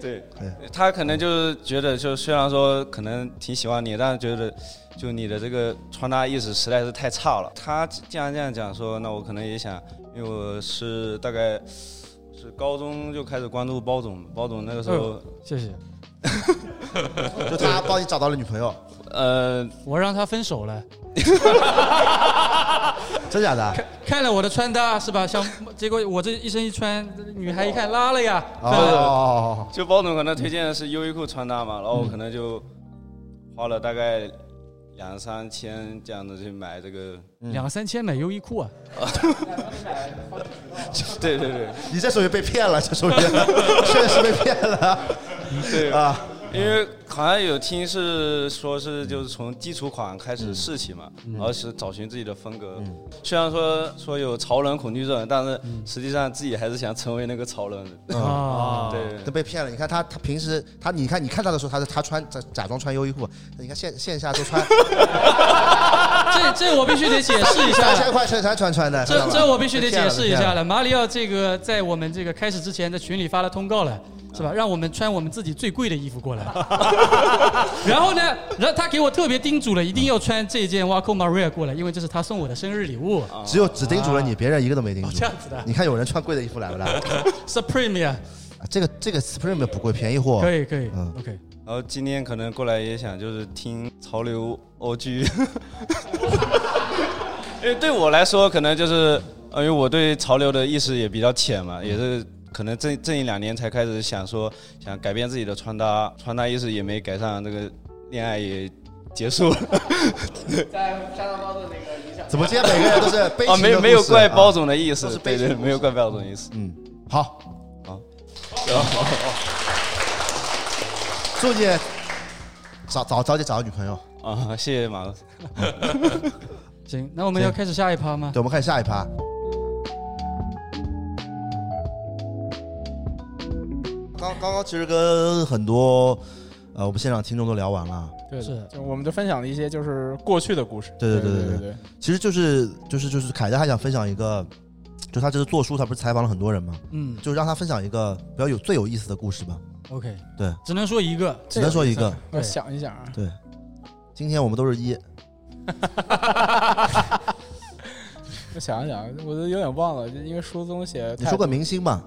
Speaker 9: 对，他可能就是觉得，就虽然说可能挺喜欢你，但是觉得就你的这个穿搭意识实在是太差了。他既然这样讲说，那我可能也想，因为我是大概是高中就开始关注包总，包总那个时候、
Speaker 2: 哎 谢谢。
Speaker 4: 就他帮你找 到了女朋友，
Speaker 9: 呃，
Speaker 2: 我让他分手了，
Speaker 4: 真假的？啊
Speaker 2: 看了我的穿搭是吧？像结果我这一身一穿，女孩一看拉了呀，
Speaker 9: 哦
Speaker 2: 分了
Speaker 9: 就包总可能推荐的是优衣库穿搭嘛，然后我可能就花了大概两三千这样的去买这个。
Speaker 4: 嗯
Speaker 2: 两三千买优衣库啊，
Speaker 9: 对对对，
Speaker 4: 你这属于被骗了，这属于确实被骗了。
Speaker 9: 对
Speaker 4: 啊，
Speaker 9: 因为好像有听是说是就是从基础款开始试起嘛，
Speaker 4: 嗯
Speaker 9: 然后是找寻自己的风格。虽然说说有潮人恐惧症，但是
Speaker 4: 嗯
Speaker 9: 实际上自己还是想成为那个潮人的。
Speaker 4: 啊，
Speaker 9: 对
Speaker 4: 都被骗了。你看他，他平时他，你看你看他的时候，他是他穿假假装穿优衣库，你看线线下都穿，
Speaker 2: 这这我必须得解释一下
Speaker 4: 三千块衬衫穿穿的，知道吧
Speaker 2: 这这我必须得解释一
Speaker 4: 被
Speaker 2: 下
Speaker 4: 骗
Speaker 2: 了。马里奥这个在我们这个开始之前，在群里发了通告了，
Speaker 4: 嗯
Speaker 2: 是吧？让我们穿我们自己最贵的衣服过来。 然后呢，然后他给我特别叮嘱了，一定要穿这件 Waco Maria 过来，因为这是他送我的生日礼物。
Speaker 4: 啊只有只叮嘱了你，别人一个都没叮嘱。
Speaker 2: 啊哦这样子的
Speaker 4: 你看有人穿贵的衣服来不来？ 啊
Speaker 2: Supreme 呀，
Speaker 4: 这个这个 Supreme 不贵，便宜货。
Speaker 2: 可以可以
Speaker 4: 嗯
Speaker 2: ，OK。
Speaker 9: 然后今天可能过来也想就是听潮流 OG，因为对我来说可能就是，呃因为我对潮流的意识也比较浅嘛，也是可能这这一两年才开始想说想改变自己的穿搭，穿搭意识也没改善，这个恋爱也结束了。
Speaker 7: 在山上包的那个影响。
Speaker 4: 怎么今天每个人都是悲
Speaker 9: 啊，
Speaker 4: 情的
Speaker 9: 没
Speaker 4: 故事
Speaker 9: 没有怪包总的意
Speaker 4: 啊都
Speaker 9: 思，
Speaker 4: 是悲
Speaker 9: 对
Speaker 4: 情的
Speaker 9: 对，
Speaker 4: 故事
Speaker 9: 没有怪包总的意思。
Speaker 4: 嗯，好，
Speaker 9: 好，
Speaker 4: 祝你早早早点找到女朋友。
Speaker 9: 啊，谢谢马老 师。
Speaker 2: 行，那我们要
Speaker 4: 行
Speaker 2: 开始下一趴吗？
Speaker 4: 对，我们看下一趴。刚刚刚其实跟很多呃我们现场听众都聊完了，
Speaker 7: 对
Speaker 2: 是，
Speaker 7: 就我们就分享了一些就是过去的故事。
Speaker 4: 对对
Speaker 7: 对
Speaker 4: 对
Speaker 7: 对
Speaker 4: 对，其实就是就是就是凯德还想分享一个就他这次做书，他不是采访了很多人吗？
Speaker 2: 嗯
Speaker 4: 就让他分享一个比较有最有意思的故事吧。
Speaker 2: OK，
Speaker 4: 对，
Speaker 2: 只能说一个，
Speaker 4: 只能说一个。
Speaker 7: 我想一想啊，
Speaker 4: 对，今天我们都是一，
Speaker 7: 我想一想，我都有点忘了，因为书中写
Speaker 4: 你说个明星吧，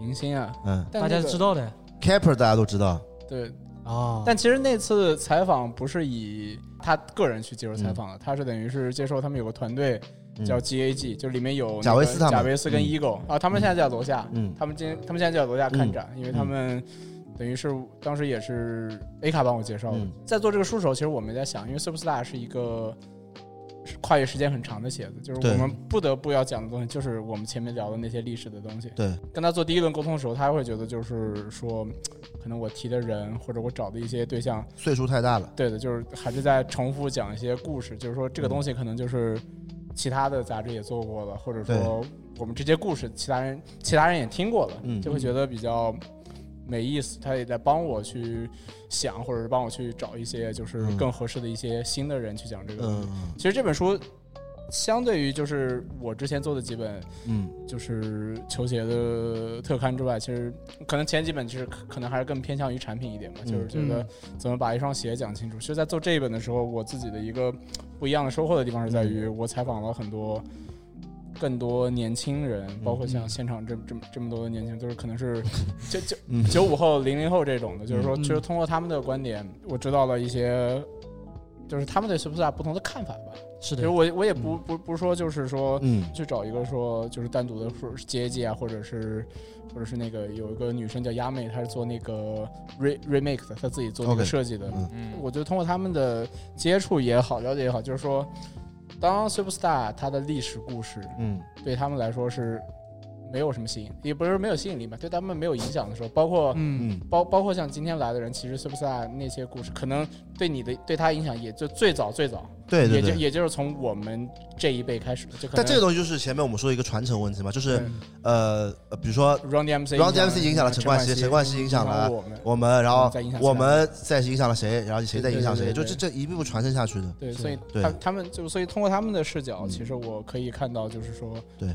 Speaker 7: 明星啊，
Speaker 4: 嗯，
Speaker 7: 但那个
Speaker 2: 的。
Speaker 4: Capper 大家都知道，
Speaker 7: 对
Speaker 2: 啊
Speaker 7: 但其实那次采访不是以他个人去接受采访的，他是等于是接受他们有个团队叫
Speaker 4: 嗯
Speaker 7: GAG，、就里面有那个
Speaker 4: 贾维斯他们
Speaker 7: 贾维斯跟
Speaker 4: 嗯
Speaker 7: Ego、啊，他们现在在楼下，
Speaker 4: 嗯
Speaker 7: 他们今他们现在就在楼下看展，
Speaker 4: 嗯
Speaker 7: 因为他们等于是当时也是 A 卡帮我介绍的。
Speaker 4: 嗯
Speaker 7: 在做这个书的时候，其实我们在想，因为 Superstar 是一个是跨越时间很长的鞋子，就是
Speaker 4: 对
Speaker 7: 我们不得不要讲的东西，就是我们前面聊的那些历史的东西。
Speaker 4: 对，
Speaker 7: 跟他做第一轮沟通的时候，他会觉得就是说，可能我提的人或者我找的一些对象
Speaker 4: 岁数太大了。嗯
Speaker 7: 对的，就是还是在重复讲一些故事，就是说这个东西可能就是其他的杂志也做过了，或者说我们这些故事其他人其他人也听过了，
Speaker 4: 嗯
Speaker 7: 就会觉得比较没意思。他也在帮我去想，或者是帮我去找一些就是
Speaker 4: 嗯
Speaker 7: 更合适的一些新的人去讲这个东西。
Speaker 4: 嗯
Speaker 7: 其实这本书。相对于就是我之前做的几本，
Speaker 4: 嗯，
Speaker 7: 就是球鞋的特刊之外，其实可能前几本就是可可能还是更偏向于产品一点吧，
Speaker 4: 嗯
Speaker 7: 就是觉得
Speaker 4: 嗯
Speaker 7: 怎么把一双鞋讲清楚。其实，在做这一本的时候，我自己的一个不一样的收获的地方是在于，
Speaker 4: 嗯
Speaker 7: 我采访了很多更多年轻人，包
Speaker 4: 嗯
Speaker 7: 括像现场这这么这么多的年轻人，就是可能是九九
Speaker 4: 嗯
Speaker 7: 九五后、零零后这种的，就是说，
Speaker 4: 嗯
Speaker 7: 其实通过他们的观点，我知道了一些，就是他们对 Superstar 不同的看法吧。
Speaker 2: 是
Speaker 7: 的，我我也不不不是说就是说，
Speaker 4: 嗯
Speaker 7: 去找一个说就是单独的说是接机啊，或者是或者是那个有一个女生叫亚美，她是做那个 re remake 的，她自己做那个
Speaker 4: OK，
Speaker 7: 设计的。
Speaker 4: 嗯
Speaker 7: 我觉得通过他们的接触也好，了解也好，就是说，当 Superstar 它的历史故事，
Speaker 4: 嗯，
Speaker 7: 对他们来说是没有什么吸引，也不是没有吸引力吧，对他们没有影响的时候，包括
Speaker 2: 嗯
Speaker 7: 包包括像今天来的人，其实 Superstar 那些故事，可能对你的对他影响也就最早最早，
Speaker 4: 对对
Speaker 7: 也就
Speaker 4: 对
Speaker 7: 也就是从我们这一辈开始的，就可能
Speaker 4: 但这个东西就是前面我们说一个传承问题嘛，就是
Speaker 7: 嗯
Speaker 4: 呃，呃比如说
Speaker 7: Run DMC
Speaker 4: Run
Speaker 7: 影响
Speaker 4: DMC 影响了陈冠希，
Speaker 7: 陈
Speaker 4: 陈
Speaker 7: 冠
Speaker 4: 冠
Speaker 7: 希
Speaker 4: 希影响了
Speaker 7: 影响了我们
Speaker 4: 我们，然后
Speaker 7: 再影响其他人
Speaker 4: 我们再影响了谁，然后谁再影响谁，
Speaker 7: 对对
Speaker 4: 就
Speaker 7: 对对
Speaker 4: 这这一步步传承下去的。
Speaker 7: 对，所以
Speaker 4: 对嗯
Speaker 7: 他他们就所以通过他们的视角，其实我可以看到，就是说，
Speaker 4: 对，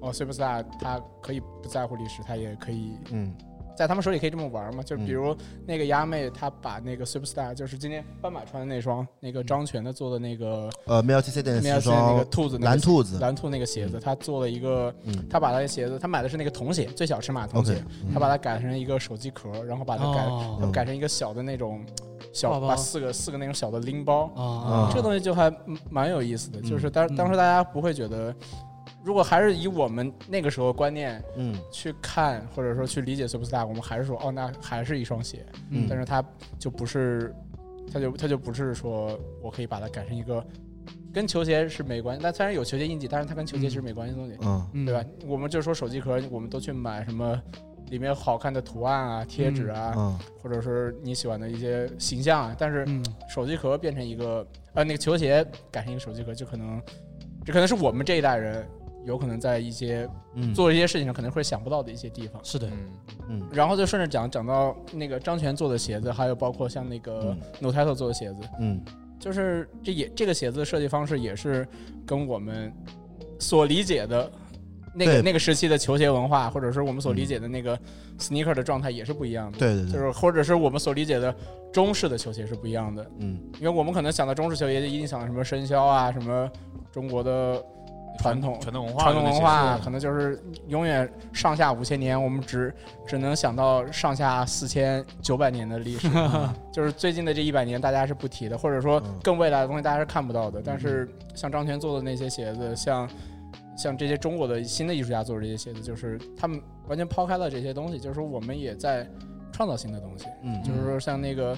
Speaker 7: 哦，Superstar 他可以不在乎历史，他也可以，
Speaker 4: 嗯，
Speaker 7: 在他们手里可以这么玩嘛？就
Speaker 4: 嗯
Speaker 7: 比如那个丫妹，她把那个 Superstar，就是今天斑马穿的那双，那个张全的做的那个，
Speaker 4: 嗯呃，MLTC 的那
Speaker 7: m l
Speaker 4: 双
Speaker 7: 那个兔子，那个
Speaker 4: 蓝
Speaker 7: 鞋
Speaker 4: 兔子
Speaker 7: 蓝兔那个鞋子，他做了一个
Speaker 4: 嗯，
Speaker 7: 他把他的鞋子，他买的是那个童鞋，最小尺码童鞋
Speaker 4: OK，嗯，
Speaker 7: 他把它改成一个手机壳，然后把它改
Speaker 4: 哦
Speaker 7: 它改成一个小的那种。小
Speaker 2: 包包
Speaker 7: 把四个四个那种小的拎包
Speaker 2: 啊
Speaker 7: 这个东西就还嗯蛮有意思的，
Speaker 2: 嗯
Speaker 7: 就是当
Speaker 2: 嗯
Speaker 7: 当时大家不会觉得，如果还是以我们那个时候观念，
Speaker 4: 嗯，
Speaker 7: 去看或者说去理解 Superstar，我们还是说哦，那还是一双鞋，
Speaker 4: 嗯
Speaker 7: 但是它就不是，它就它就不是说我可以把它改成一个。跟球鞋是没关系，但虽然有球鞋印记，但是它跟球鞋其实没关系的东西，
Speaker 4: 嗯
Speaker 7: 对吧？我们就说手机壳，我们都去买什么里面有好看的图案啊、贴纸啊，
Speaker 4: 嗯
Speaker 7: 或者是你喜欢的一些形象啊。但是手机壳变成一个，呃，那个球鞋改成一个手机壳，就可能，这可能是我们这一代人有可能在一些、
Speaker 4: 嗯
Speaker 7: 做一些事情上可能会想不到的一些地方。
Speaker 2: 是的，
Speaker 4: 嗯
Speaker 7: 然后就顺着讲讲到那个张全做的鞋子，还有包括像那个 No Title 做的鞋子，
Speaker 4: 嗯，
Speaker 7: 就是这也这个鞋子的设计方式也是跟我们所理解的那个
Speaker 4: 对嗯
Speaker 7: 那个时期的球鞋文化，或者是我们所理解的那个 sneaker 的状态也是不一样的。
Speaker 4: 对对对
Speaker 7: 就是或者是我们所理解的中式的球鞋是不一样的。
Speaker 4: 嗯，
Speaker 7: 因为我们可能想到中式球鞋，就一定想到什么生肖啊，什么中国的。传统
Speaker 12: 传统文化
Speaker 7: 传统文
Speaker 12: 那
Speaker 7: 化啊
Speaker 12: 些
Speaker 7: 可能就是永远上下五千年，我们只只能想到上下四千九百年的历史，就是最近的这一百年大家是不提的，或者说更未来的东西大家是看不到的。但是像张全做的那些鞋子，像像这些中国的新的艺术家做的这些鞋子，就是他们完全抛开了这些东西，就是说我们也在创造新的东西。
Speaker 4: 嗯
Speaker 7: 就是说像那个。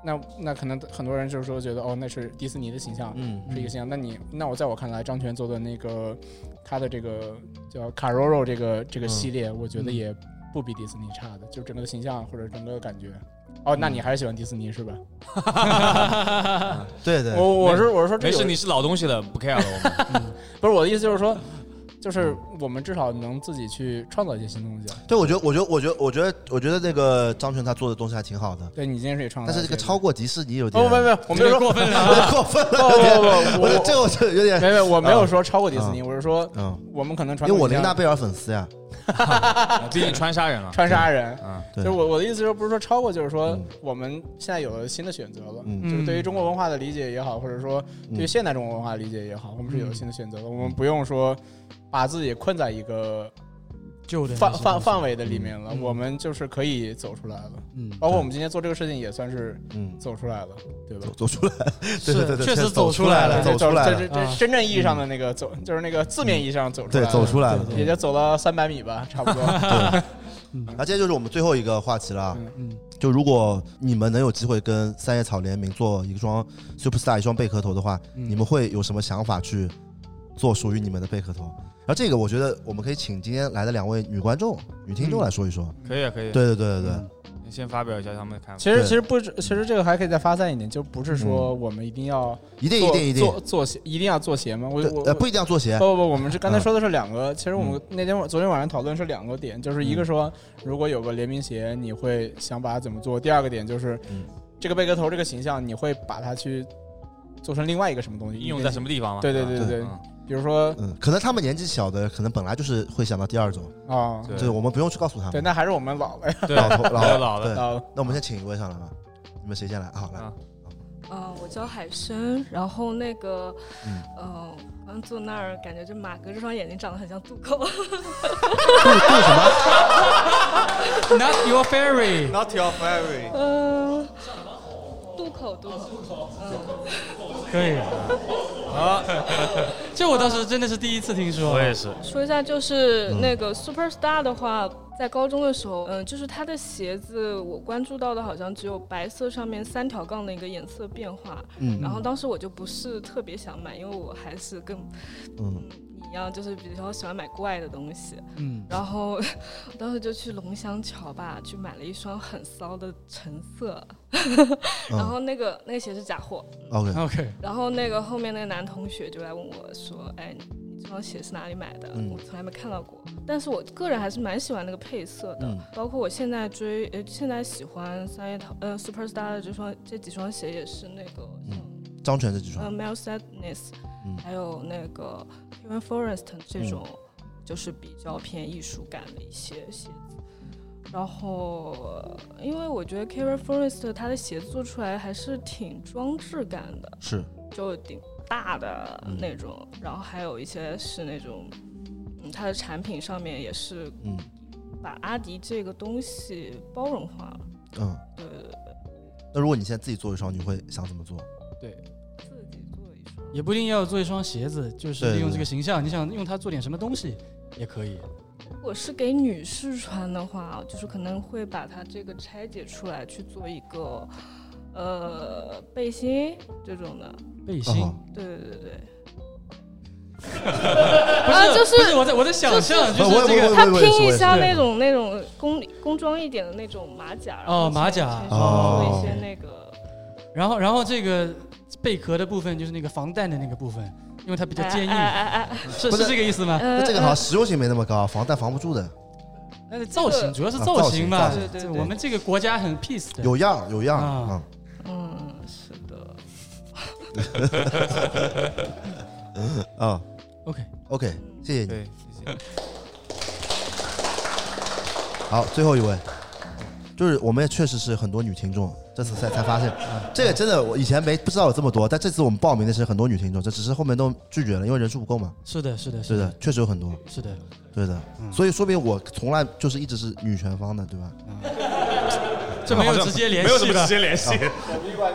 Speaker 7: 那那可能很多人就是说觉得哦，那是迪士尼的形象，
Speaker 4: 嗯
Speaker 7: 是一个形象。那你那我在我看来，张全做的那个他的这个叫 Carroro 这个这个
Speaker 4: 嗯
Speaker 7: 系列，我觉得
Speaker 4: 嗯
Speaker 7: 也不比迪士尼差的，就整个的形象或者整个的感觉。哦，那
Speaker 4: 嗯
Speaker 7: 你还是喜欢迪士 尼是吧？
Speaker 4: 对对
Speaker 7: 我我是
Speaker 12: 没
Speaker 7: 我是说这
Speaker 12: 没
Speaker 7: 有
Speaker 12: 事，你是老东西了，不 care 了。我们
Speaker 4: 嗯
Speaker 7: 不是我的意思，就是说，就是我们至少能自己去创造一些新东西。啊
Speaker 4: 对，我觉得，我觉得，我觉得，我觉得，我觉得那个张全他做的东西还挺好的，
Speaker 7: 对你今天是也创造
Speaker 4: 但
Speaker 7: 了
Speaker 4: 是
Speaker 7: 一些，
Speaker 4: 这个超过迪士尼有点，
Speaker 7: 哦，没有没有，我没 有说
Speaker 4: 有点过分了，有点
Speaker 7: 不不不，
Speaker 4: 我觉得这个我是有点，
Speaker 7: 没有，我没有说
Speaker 4: 嗯
Speaker 7: 超过迪士尼，
Speaker 4: 嗯
Speaker 7: 我是说
Speaker 4: 嗯，
Speaker 7: 我们可能传
Speaker 4: 因为
Speaker 7: 统
Speaker 4: 我
Speaker 7: 印
Speaker 4: 林
Speaker 7: 象
Speaker 4: 娜贝尔粉 丝呀，
Speaker 5: 毕竟川沙人了，
Speaker 7: 穿杀人，嗯
Speaker 4: 对
Speaker 7: 就是我我的意思说，不是说超过，就是说我们现在有了新的选择了，
Speaker 4: 嗯
Speaker 7: 就是对于中国文化的理解也好，或者说
Speaker 4: 嗯
Speaker 7: 对于现代中国文化的理解也好，我们是有
Speaker 2: 嗯
Speaker 7: 新的选择的，我们不用说把自己困在一个
Speaker 2: 旧的
Speaker 7: 范
Speaker 2: 那些
Speaker 7: 范
Speaker 2: 东西
Speaker 7: 范围的里面了，
Speaker 2: 嗯
Speaker 7: 我们就是可以走出来了，
Speaker 2: 嗯
Speaker 7: 包括我们今天做这个事情也算是
Speaker 4: 嗯
Speaker 7: 走出来了，对吧？
Speaker 4: 走出来，对对对对，
Speaker 7: 确实
Speaker 4: 走出来
Speaker 7: 了，
Speaker 4: 走出来
Speaker 7: 这
Speaker 4: 了
Speaker 7: 这，这真正意义上的那个走，
Speaker 6: 嗯
Speaker 7: 就是那个字面意义上走出来
Speaker 4: 对
Speaker 7: 了，
Speaker 4: 走出来了
Speaker 7: 也就走了三百米吧，差不多。嗯
Speaker 4: 那今天就是我们最后一个话题了。
Speaker 2: 嗯，
Speaker 4: 就如果你们能有机会跟三叶草联名做一双 Superstar 一双贝壳头的话，
Speaker 2: 嗯
Speaker 4: 你们会有什么想法去做属于你们的贝壳头？然后这个我觉得我们可以请今天来的两位女观众、女听
Speaker 7: 嗯
Speaker 4: 众来说一说。
Speaker 6: 可以啊可以啊
Speaker 4: 对对对对对，
Speaker 6: 你先发表一下他们的看法。
Speaker 7: 其实其实不止，其实这个还可以再发散一点，就不是说我们一定要
Speaker 4: 嗯一定
Speaker 7: 做
Speaker 4: 一定一定
Speaker 7: 做做鞋，一定要做鞋吗？我我
Speaker 4: 呃不一定要做鞋
Speaker 7: 不不不，我们是刚才
Speaker 4: 嗯
Speaker 7: 说的是两个，其实我们那天晚昨天晚上讨论是两个点，就是
Speaker 4: 嗯
Speaker 7: 一个说如果有个联名鞋，你会想把它怎么做？第二个点就是
Speaker 4: 嗯
Speaker 7: 这个贝壳头这个形象，你会把它去做成另外一个什么东西？
Speaker 6: 应用在什么地方吗
Speaker 7: 对对对对对，比如说
Speaker 4: 嗯，可能他们年纪小的，可能本来就是会想到第二种
Speaker 7: 啊对
Speaker 4: 对，我们不用去告诉他
Speaker 7: 对，
Speaker 4: 们。
Speaker 7: 那还是我们老了呀，
Speaker 4: 老头老对
Speaker 7: 老了。
Speaker 4: 那我们先请一位上来吧，你们谁先来？啊好来，
Speaker 16: 呃，我叫海参，然后那个，
Speaker 4: 嗯
Speaker 16: 呃，刚坐那儿感觉这马哥这双眼睛长得很像杜寇。
Speaker 2: Not your fairy,
Speaker 6: Not your fairy
Speaker 16: 嗯、渡口，渡口，
Speaker 2: 可以。
Speaker 6: 啊，
Speaker 2: 这我倒是真的是第一次听说。
Speaker 12: 我也是
Speaker 16: 嗯， 说一下就是
Speaker 4: 嗯
Speaker 16: 那个 Superstar 的话，在高中的时候，嗯、就是它的鞋子，我关注到的好像只有白色上面三条杠的一个颜色变化，
Speaker 4: 嗯
Speaker 16: 然后当时我就不是特别想买，因为我还是跟
Speaker 4: 嗯
Speaker 16: 你一样，就是比较喜欢买怪的东西，
Speaker 4: 嗯
Speaker 16: 然后 我当时就去龙翔桥吧，去买了一双很骚的橙色，然后那个那个鞋是假货
Speaker 4: 嗯 OK
Speaker 2: OK
Speaker 16: 然后那个后面那个男同学就来问我说：“哎，你这双鞋是哪里买的？
Speaker 4: 嗯
Speaker 16: 我从来没看到过。”但是我个人还是蛮喜欢那个配色的，
Speaker 4: 嗯
Speaker 16: 包括我现在追呃现在喜欢三叶桃呃 Superstar 的这双这几双鞋也是那个
Speaker 4: 嗯张全这几双
Speaker 16: 呃 Mel Sadness，、
Speaker 4: 嗯
Speaker 16: 还有那个 Kevin Forrest 这种、就是比较偏艺术感的一些鞋子。然后，呃因为我觉得 Kara Forest 它的鞋子做出来还是挺装置感的，
Speaker 4: 是嗯
Speaker 16: 就挺大的那种。然后还有一些是那种，嗯，它的产品上面也是，
Speaker 4: 嗯，
Speaker 16: 把阿迪这个东西包容化了。
Speaker 4: 嗯。
Speaker 16: 对对对对。
Speaker 4: 那如果你现在自己做一双，你会想怎么做？
Speaker 2: 也不一定要做一双鞋子，就是
Speaker 4: 对
Speaker 2: 利用这
Speaker 4: 对
Speaker 2: 个形象，你想用它做点什么东西也可以。
Speaker 16: 如果是给女士穿的话，就是可能会把它这个拆解出来去做一个，呃，背心这种的。
Speaker 2: 背心哦
Speaker 16: 对对对对。
Speaker 2: 不
Speaker 16: 啊，就是
Speaker 2: 不是我在啊我在想象，
Speaker 16: 就是
Speaker 2: 这个
Speaker 16: 他拼一下那种那种工工装一点的那种马甲，
Speaker 2: 哦马甲
Speaker 16: 做
Speaker 2: 哦
Speaker 16: 一些那个
Speaker 2: 然后然后这个贝壳的部分就是那个防弹的那个部分，因为它比较坚硬
Speaker 16: 哎哎哎哎，呃
Speaker 2: 是
Speaker 4: 不
Speaker 2: 是这个意思吗？
Speaker 4: 那这个好像实用性没那么高，防弹防不住的，
Speaker 2: 那个造型主要是
Speaker 4: 啊
Speaker 2: 造
Speaker 4: 造
Speaker 2: 型
Speaker 4: 型
Speaker 2: 嘛，
Speaker 4: 造型对
Speaker 2: 这
Speaker 4: 对对
Speaker 2: 我们这个国家很 peace 的，
Speaker 4: 有样儿有样儿
Speaker 2: 啊
Speaker 4: 啊。
Speaker 16: 嗯，是的。
Speaker 4: 嗯啊
Speaker 2: OK
Speaker 4: OK，谢谢你。
Speaker 6: 谢谢。
Speaker 4: 好，最后一位，就是我们也确实是很多女听众，这次才才发现，
Speaker 2: 嗯
Speaker 4: 这个真的我以前没不知道有这么多，但这次我们报名的是很多女听众，这只是后面都拒绝了，因为人数不够嘛。
Speaker 2: 是的是的
Speaker 4: 是
Speaker 2: 是
Speaker 4: 的
Speaker 2: 的，
Speaker 4: 确实有很多。
Speaker 2: 是的，
Speaker 4: 对的，
Speaker 2: 嗯
Speaker 4: 所以说明我从来就是一直是女权方的，对吧？
Speaker 2: 这嗯没有直接联系吧？
Speaker 4: 啊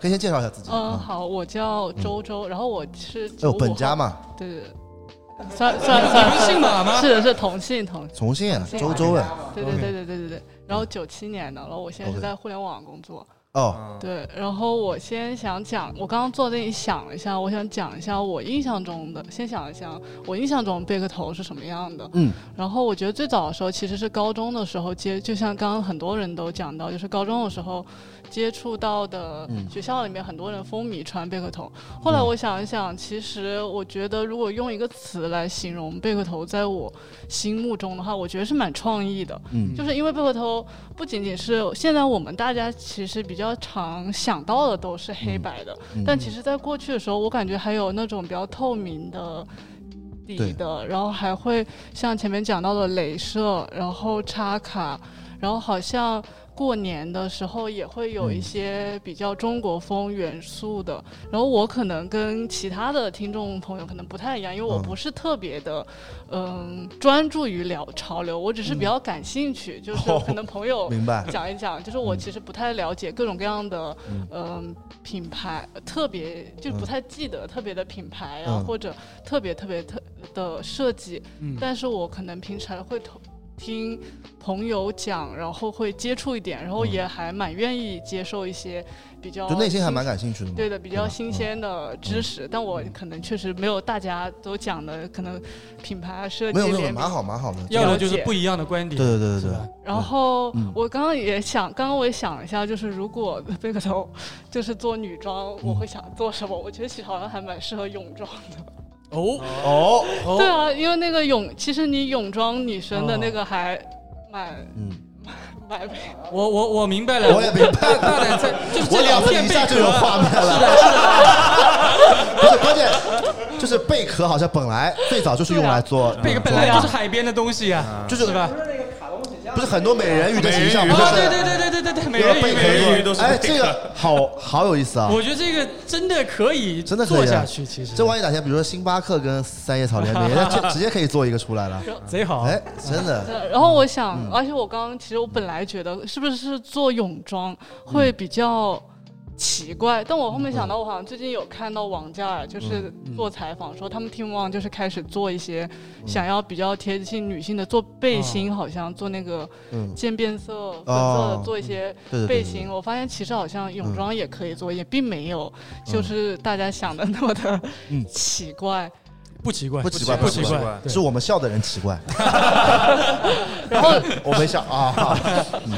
Speaker 4: 可以先介绍一下自己。
Speaker 2: 哦
Speaker 17: 嗯，好，我叫周周，然后我是
Speaker 4: 哎呦
Speaker 17: 95
Speaker 4: 本家
Speaker 17: 后
Speaker 4: 嘛，
Speaker 17: 对对对，算算算，
Speaker 4: 你不是姓马吗
Speaker 17: 是的，是同姓同姓
Speaker 4: 重庆啊
Speaker 17: 同姓
Speaker 4: 周周哎
Speaker 17: 对对
Speaker 4: OK
Speaker 17: 对对对对对。然后九七年的，然后我现在是
Speaker 4: OK
Speaker 17: 在互联网工作，
Speaker 4: 哦，
Speaker 17: 对，然后我先想讲，我刚刚坐在那里想了一下，我想讲一下我印象中的，先想一下我印象中贝壳头是什么样的。
Speaker 4: 嗯，
Speaker 17: 然后我觉得最早的时候其实是高中的时候接，就像刚刚很多人都讲到，就是高中的时候接触到的
Speaker 16: 嗯
Speaker 17: 学校里面很多人风靡穿贝壳头。后
Speaker 4: 嗯
Speaker 17: 来我想一想，其实我觉得如果用一个词来形容贝壳头，在我心目中的话，我觉得是蛮创意的。
Speaker 4: 嗯
Speaker 17: 就是因为贝壳头不仅仅是现在我们大家其实比较常想到的都是黑白的，
Speaker 4: 嗯嗯
Speaker 17: 但其实在过去的时候，我感觉还有那种比较透明的。底的，然后还会像前面讲到的镭射，然后插卡，然后好像过年的时候也会
Speaker 4: 嗯
Speaker 17: 有一些比较中国风元素的。然后我可能跟其他的听众朋友可能不太一样，因为我
Speaker 4: 嗯
Speaker 17: 不是特别的，嗯，专注于了潮流，我只是比较感兴趣，就是可能朋友
Speaker 4: 嗯哦明白
Speaker 17: 讲一讲，就是我其实不太了解各种各样的，嗯、品牌，特别就是不
Speaker 4: 嗯
Speaker 17: 太记得特别的品牌啊，
Speaker 4: 嗯
Speaker 17: 或者特别特别特的设计，
Speaker 4: 嗯
Speaker 17: 但是我可能平常会投。听朋友讲，然后会接触一点，然后也还蛮愿意接受一些比较
Speaker 4: 嗯就内心还
Speaker 17: 新
Speaker 4: 蛮感兴趣的嘛
Speaker 17: 对的，比
Speaker 4: 对
Speaker 17: 较
Speaker 4: 吧嗯
Speaker 17: 新鲜的知识。但我可能确实没有大家都讲的，可能品牌啊设计
Speaker 4: 没有没
Speaker 17: 联
Speaker 4: 有，
Speaker 17: 名
Speaker 4: 蛮好蛮好的，
Speaker 17: 要的就是不一
Speaker 2: 样的观
Speaker 4: 点对对对对对，
Speaker 17: 然后
Speaker 4: 嗯
Speaker 17: 我刚刚也想，刚刚我也想了一下，就是如果贝壳头就是做女装，
Speaker 4: 嗯
Speaker 17: 我会想做什么？我觉得其实好像还蛮适合泳装的。
Speaker 2: 哦
Speaker 4: 哦，
Speaker 17: 对啊，因为那个泳，其实你泳装女生的那个还蛮
Speaker 4: 嗯
Speaker 17: 蛮美。
Speaker 2: 我我我明白了，我也明白，大胆在就是这
Speaker 4: 我
Speaker 2: 两
Speaker 4: 脑子
Speaker 2: 片
Speaker 4: 里一
Speaker 2: 贝
Speaker 4: 下就有
Speaker 2: 壳
Speaker 4: 画面了，
Speaker 2: 是的，是的。
Speaker 4: 不是关键，就是贝壳好像本来最早就是用来做
Speaker 2: 贝壳本来就是海边的东西啊，
Speaker 4: 就是
Speaker 2: 吧？
Speaker 4: 不是很多美人鱼的形象，
Speaker 2: 美人鱼
Speaker 4: 不是
Speaker 2: 啊对对对对对对对美
Speaker 4: 用
Speaker 2: 人鱼
Speaker 4: 贝壳做
Speaker 2: 美人鱼都是
Speaker 4: 哎，
Speaker 2: 贝壳
Speaker 4: 这个好好有意思啊！
Speaker 2: 我觉得这个真的可以，真
Speaker 4: 真的可以啊
Speaker 2: 做下去，其实
Speaker 4: 这玩意哪天比如说星巴克跟三叶草联名， 那这直接可以做一个出来了，
Speaker 2: 贼好，啊
Speaker 4: 哎，真的， 嗯
Speaker 17: 对，然后我想，而且我刚刚其实我本来觉得是不是做泳
Speaker 4: 嗯
Speaker 17: 装会比较奇怪，但我后面想到，我好像最近有看到王嘉尔
Speaker 4: 嗯
Speaker 17: 就是做采访说，他们 Team One 就是开始做一些
Speaker 4: 嗯
Speaker 17: 想要比较贴近女性的，做背心，好像做那个
Speaker 4: 啊嗯
Speaker 17: 渐变色、粉色
Speaker 4: 哦
Speaker 17: 的，做一些
Speaker 4: 对对对嗯
Speaker 17: 背
Speaker 4: 对
Speaker 17: 心。我发现其实好像泳装也可以做，也并没有就是大家想的那 么的
Speaker 4: 嗯
Speaker 17: 奇 怪。
Speaker 2: 不奇怪，
Speaker 4: 不奇怪，
Speaker 2: 不
Speaker 4: 奇
Speaker 2: 怪，
Speaker 4: 是我们笑的人奇 怪。
Speaker 17: 然后
Speaker 4: 我没笑啊， 嗯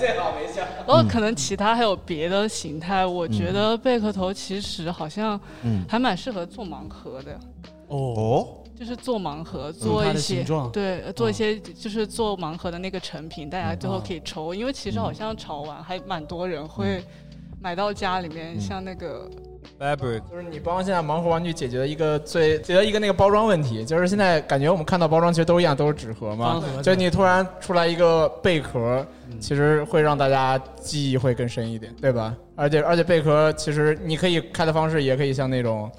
Speaker 7: 最好没笑。
Speaker 17: 然后可能其他还有别的形态，我觉得贝壳头其实好像
Speaker 4: 嗯
Speaker 17: 还蛮适合做盲盒的，
Speaker 4: 哦，
Speaker 17: 就是做盲盒，做
Speaker 4: 嗯
Speaker 2: 它
Speaker 17: 一
Speaker 2: 的
Speaker 17: 些
Speaker 2: 形状
Speaker 17: 对，呃做一些就是做盲盒的那个成品，大家最
Speaker 4: 嗯
Speaker 17: 后可以抽，因为其实好像潮玩还蛮多人会
Speaker 4: 嗯
Speaker 17: 买到家里面，像那个
Speaker 6: fabric
Speaker 7: 就是你帮现在盲盒玩具解决了一个最解决一个那个包装问题，就是现在感觉我们看到包装其实都一样，都是纸盒嘛
Speaker 2: 方盒。嗯
Speaker 7: 就你突然出来一个贝壳，其实会让大家记忆会更深一点，对吧？而且而且贝壳其实你可以开的方式也可以像那种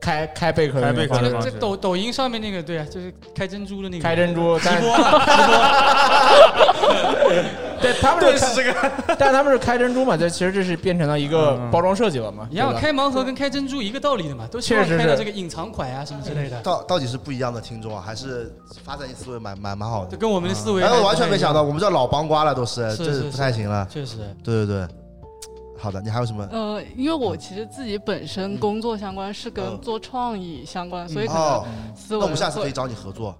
Speaker 7: 开开贝壳的那种方
Speaker 2: 这个这
Speaker 7: 式。
Speaker 2: 抖抖音上面那个，对啊，就是开珍珠的那个，
Speaker 7: 开珍珠
Speaker 2: 直
Speaker 7: 但
Speaker 2: 播嘛直播，
Speaker 7: 对他们是这个，但他们是开珍珠嘛，这其实这是变成了一个包装设计了嘛。
Speaker 2: 嗯一样
Speaker 7: 对吧
Speaker 2: 开盲盒跟开珍珠一个道理的嘛，都希望
Speaker 7: 确实
Speaker 2: 开到
Speaker 7: 是
Speaker 2: 这个隐藏款呀什么之类的。
Speaker 4: 到到底是不一样的听众啊，还是发展性思维蛮蛮蛮好的，
Speaker 2: 跟我们的思维
Speaker 4: 哎，
Speaker 2: 还
Speaker 4: 我
Speaker 2: 不
Speaker 4: 完全
Speaker 2: 太
Speaker 4: 没
Speaker 2: 一
Speaker 4: 想
Speaker 2: 样
Speaker 4: 到，我们这老帮瓜了都是，
Speaker 2: 是
Speaker 4: 这
Speaker 2: 是
Speaker 4: 不太行了，
Speaker 2: 是确实
Speaker 4: 对对对，好的，你还有什么？
Speaker 17: 呃，因为我其实自己本
Speaker 4: 嗯
Speaker 17: 身工作相关是跟做创意相关，呃所以可
Speaker 4: 哦
Speaker 2: 嗯
Speaker 17: 能，嗯思
Speaker 4: 那
Speaker 17: 维
Speaker 4: 我们下次可
Speaker 17: 会
Speaker 4: 以找你合作，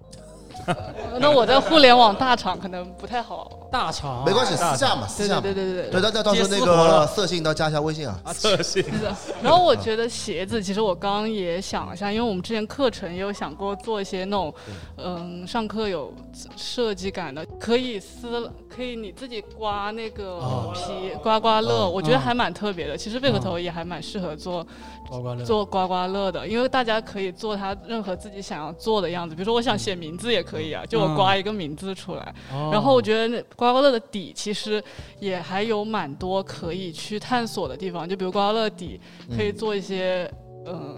Speaker 17: 呃那我在互联网大厂可能不太好。
Speaker 2: 大厂
Speaker 4: 没关系，
Speaker 2: 啊
Speaker 4: 私下嘛，私下嘛，
Speaker 17: 对对对对
Speaker 4: 对，到到到时候那个色信到加一下微信啊， 色信
Speaker 17: 是的，然后我觉得鞋子，其实我刚刚也想了一下，因为我们之前课程也有想过做一些那种，嗯，上课有设计感的，可以撕，可以你自己刮那个皮，刮刮乐，
Speaker 2: 哦
Speaker 17: 我觉得
Speaker 2: 嗯
Speaker 17: 还蛮特别的。其实贝壳头也还蛮适合做
Speaker 2: 刮刮乐
Speaker 17: 做刮刮乐的，因为大家可以做他任何自己想要做的样子，比如说我想写名字也可以
Speaker 2: 嗯
Speaker 17: 啊，就我刮一个名字出来。
Speaker 2: 哦
Speaker 17: 然后我觉得那刮刮乐的底其实也还有蛮多可以去探索的地方，就比如刮刮乐底可以做一些嗯、呃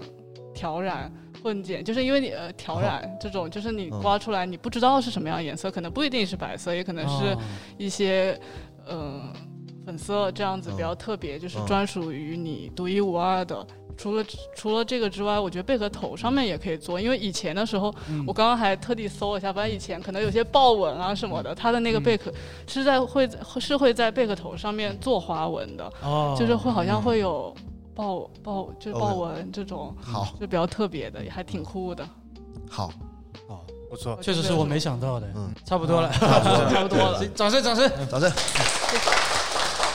Speaker 17: 调染。混剪就是因为你呃调染这种，就是你
Speaker 2: 嗯
Speaker 17: 刮出来你不知道是什么样的颜色，可能不一定是白色，也可能是
Speaker 2: 哦
Speaker 17: 一些嗯、呃粉色这样子比较特别，就是
Speaker 2: 嗯
Speaker 17: 专属于你独一无二的除了除了这个之外，我觉得贝壳头上面也可以做，因为以前的时候，
Speaker 2: 嗯
Speaker 17: 我刚刚还特地搜了一下，发现以前可能有些豹纹啊什么的，它的那个贝壳是在会是会在贝壳头上面做花纹的，
Speaker 2: 哦
Speaker 17: 就是会好像会有豹豹就是
Speaker 4: 哦
Speaker 17: 豹纹这种，
Speaker 4: 好
Speaker 17: 就比较特别的，也还挺酷的。
Speaker 4: 好，
Speaker 13: 哦，
Speaker 4: 不错
Speaker 2: 确实是我没想到的，
Speaker 4: 嗯，
Speaker 2: 差不多了，
Speaker 4: 差不多了
Speaker 2: 差不多了，掌声，掌声，
Speaker 4: 掌声。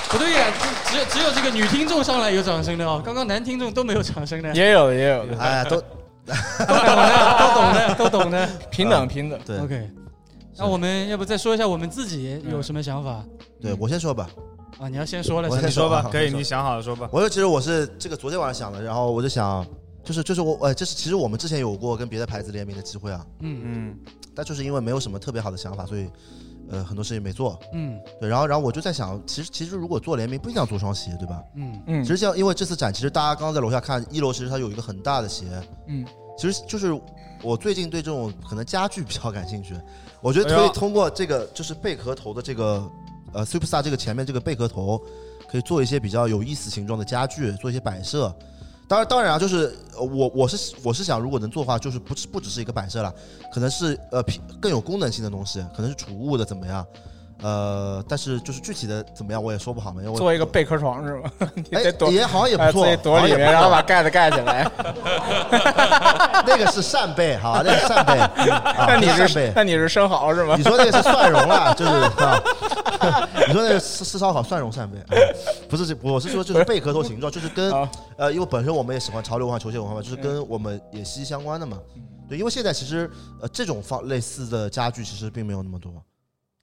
Speaker 2: 不对呀、只只有只有这个女听众上来有掌声的哦，刚刚男听众都没有掌声的，
Speaker 7: 也有也有，
Speaker 4: 哎，都
Speaker 2: 都懂 的，都懂的，
Speaker 7: 平等平等。
Speaker 4: 啊对
Speaker 2: OK，那我们要不再说一下我们自己有什么想法
Speaker 4: 对我先说吧，
Speaker 2: 啊？你要先说了，
Speaker 4: 我
Speaker 2: 先
Speaker 4: 先吧，
Speaker 6: 可以
Speaker 4: 我先
Speaker 6: 你想好了说吧。
Speaker 4: 我就其实我是这个昨天晚上想的，然后我就想，就是就是我呃，这是其实我们之前有过跟别的牌子联名的机会啊，
Speaker 2: 嗯
Speaker 6: 嗯，
Speaker 4: 但就是因为没有什么特别好的想法，所以呃很多事情没做。
Speaker 2: 嗯
Speaker 4: 对，然后然后我就在想，其实其实如果做联名，不一定要做双鞋，对吧？
Speaker 2: 嗯
Speaker 4: 其实像因为这次展，其实大家刚刚在楼下看一楼，其实它有一个很大的鞋，
Speaker 2: 嗯，
Speaker 4: 其实就是我最近对这种可能家具比较感兴趣， 我觉得
Speaker 6: 哎
Speaker 4: 可以
Speaker 6: 呀
Speaker 4: 通过这个就是贝壳头的这个呃 Superstar 这个前面这个贝壳头，可以做一些比较有意思形状的家具，做一些摆设。当然，当然啊，就是呃我我是我是想，如果能做的话，就是不是不只是一个摆设了，可能是呃平更有功能性的东西，可能是储物的怎么样？呃，但是就是具体的怎么样，我也说不好嘛。因为我
Speaker 7: 做一个贝壳床是吗？ 你
Speaker 4: 哎
Speaker 7: 得躲
Speaker 4: 也好像也不
Speaker 7: 哎
Speaker 4: 错
Speaker 7: 自己躲里
Speaker 4: 好像也
Speaker 7: 面，
Speaker 4: 不错
Speaker 7: 然后把盖子盖起来。
Speaker 4: 那个是扇贝哈，那个扇 贝。啊
Speaker 7: 那你
Speaker 4: 扇
Speaker 7: 是
Speaker 4: 贝
Speaker 7: 那你是生蚝是吗？
Speaker 4: 你说那个是蒜蓉 啦，就是啊， 你说那个是是烧烤蒜蓉扇贝，啊不是这，我是说就是贝壳头形状，就是跟呃，因为本身我们也喜欢潮流文化、球鞋文化嘛，就是
Speaker 7: 嗯
Speaker 4: 跟我们也息息相关的嘛。对，因为现在其实呃这种方类似的家具其实并没有那么多，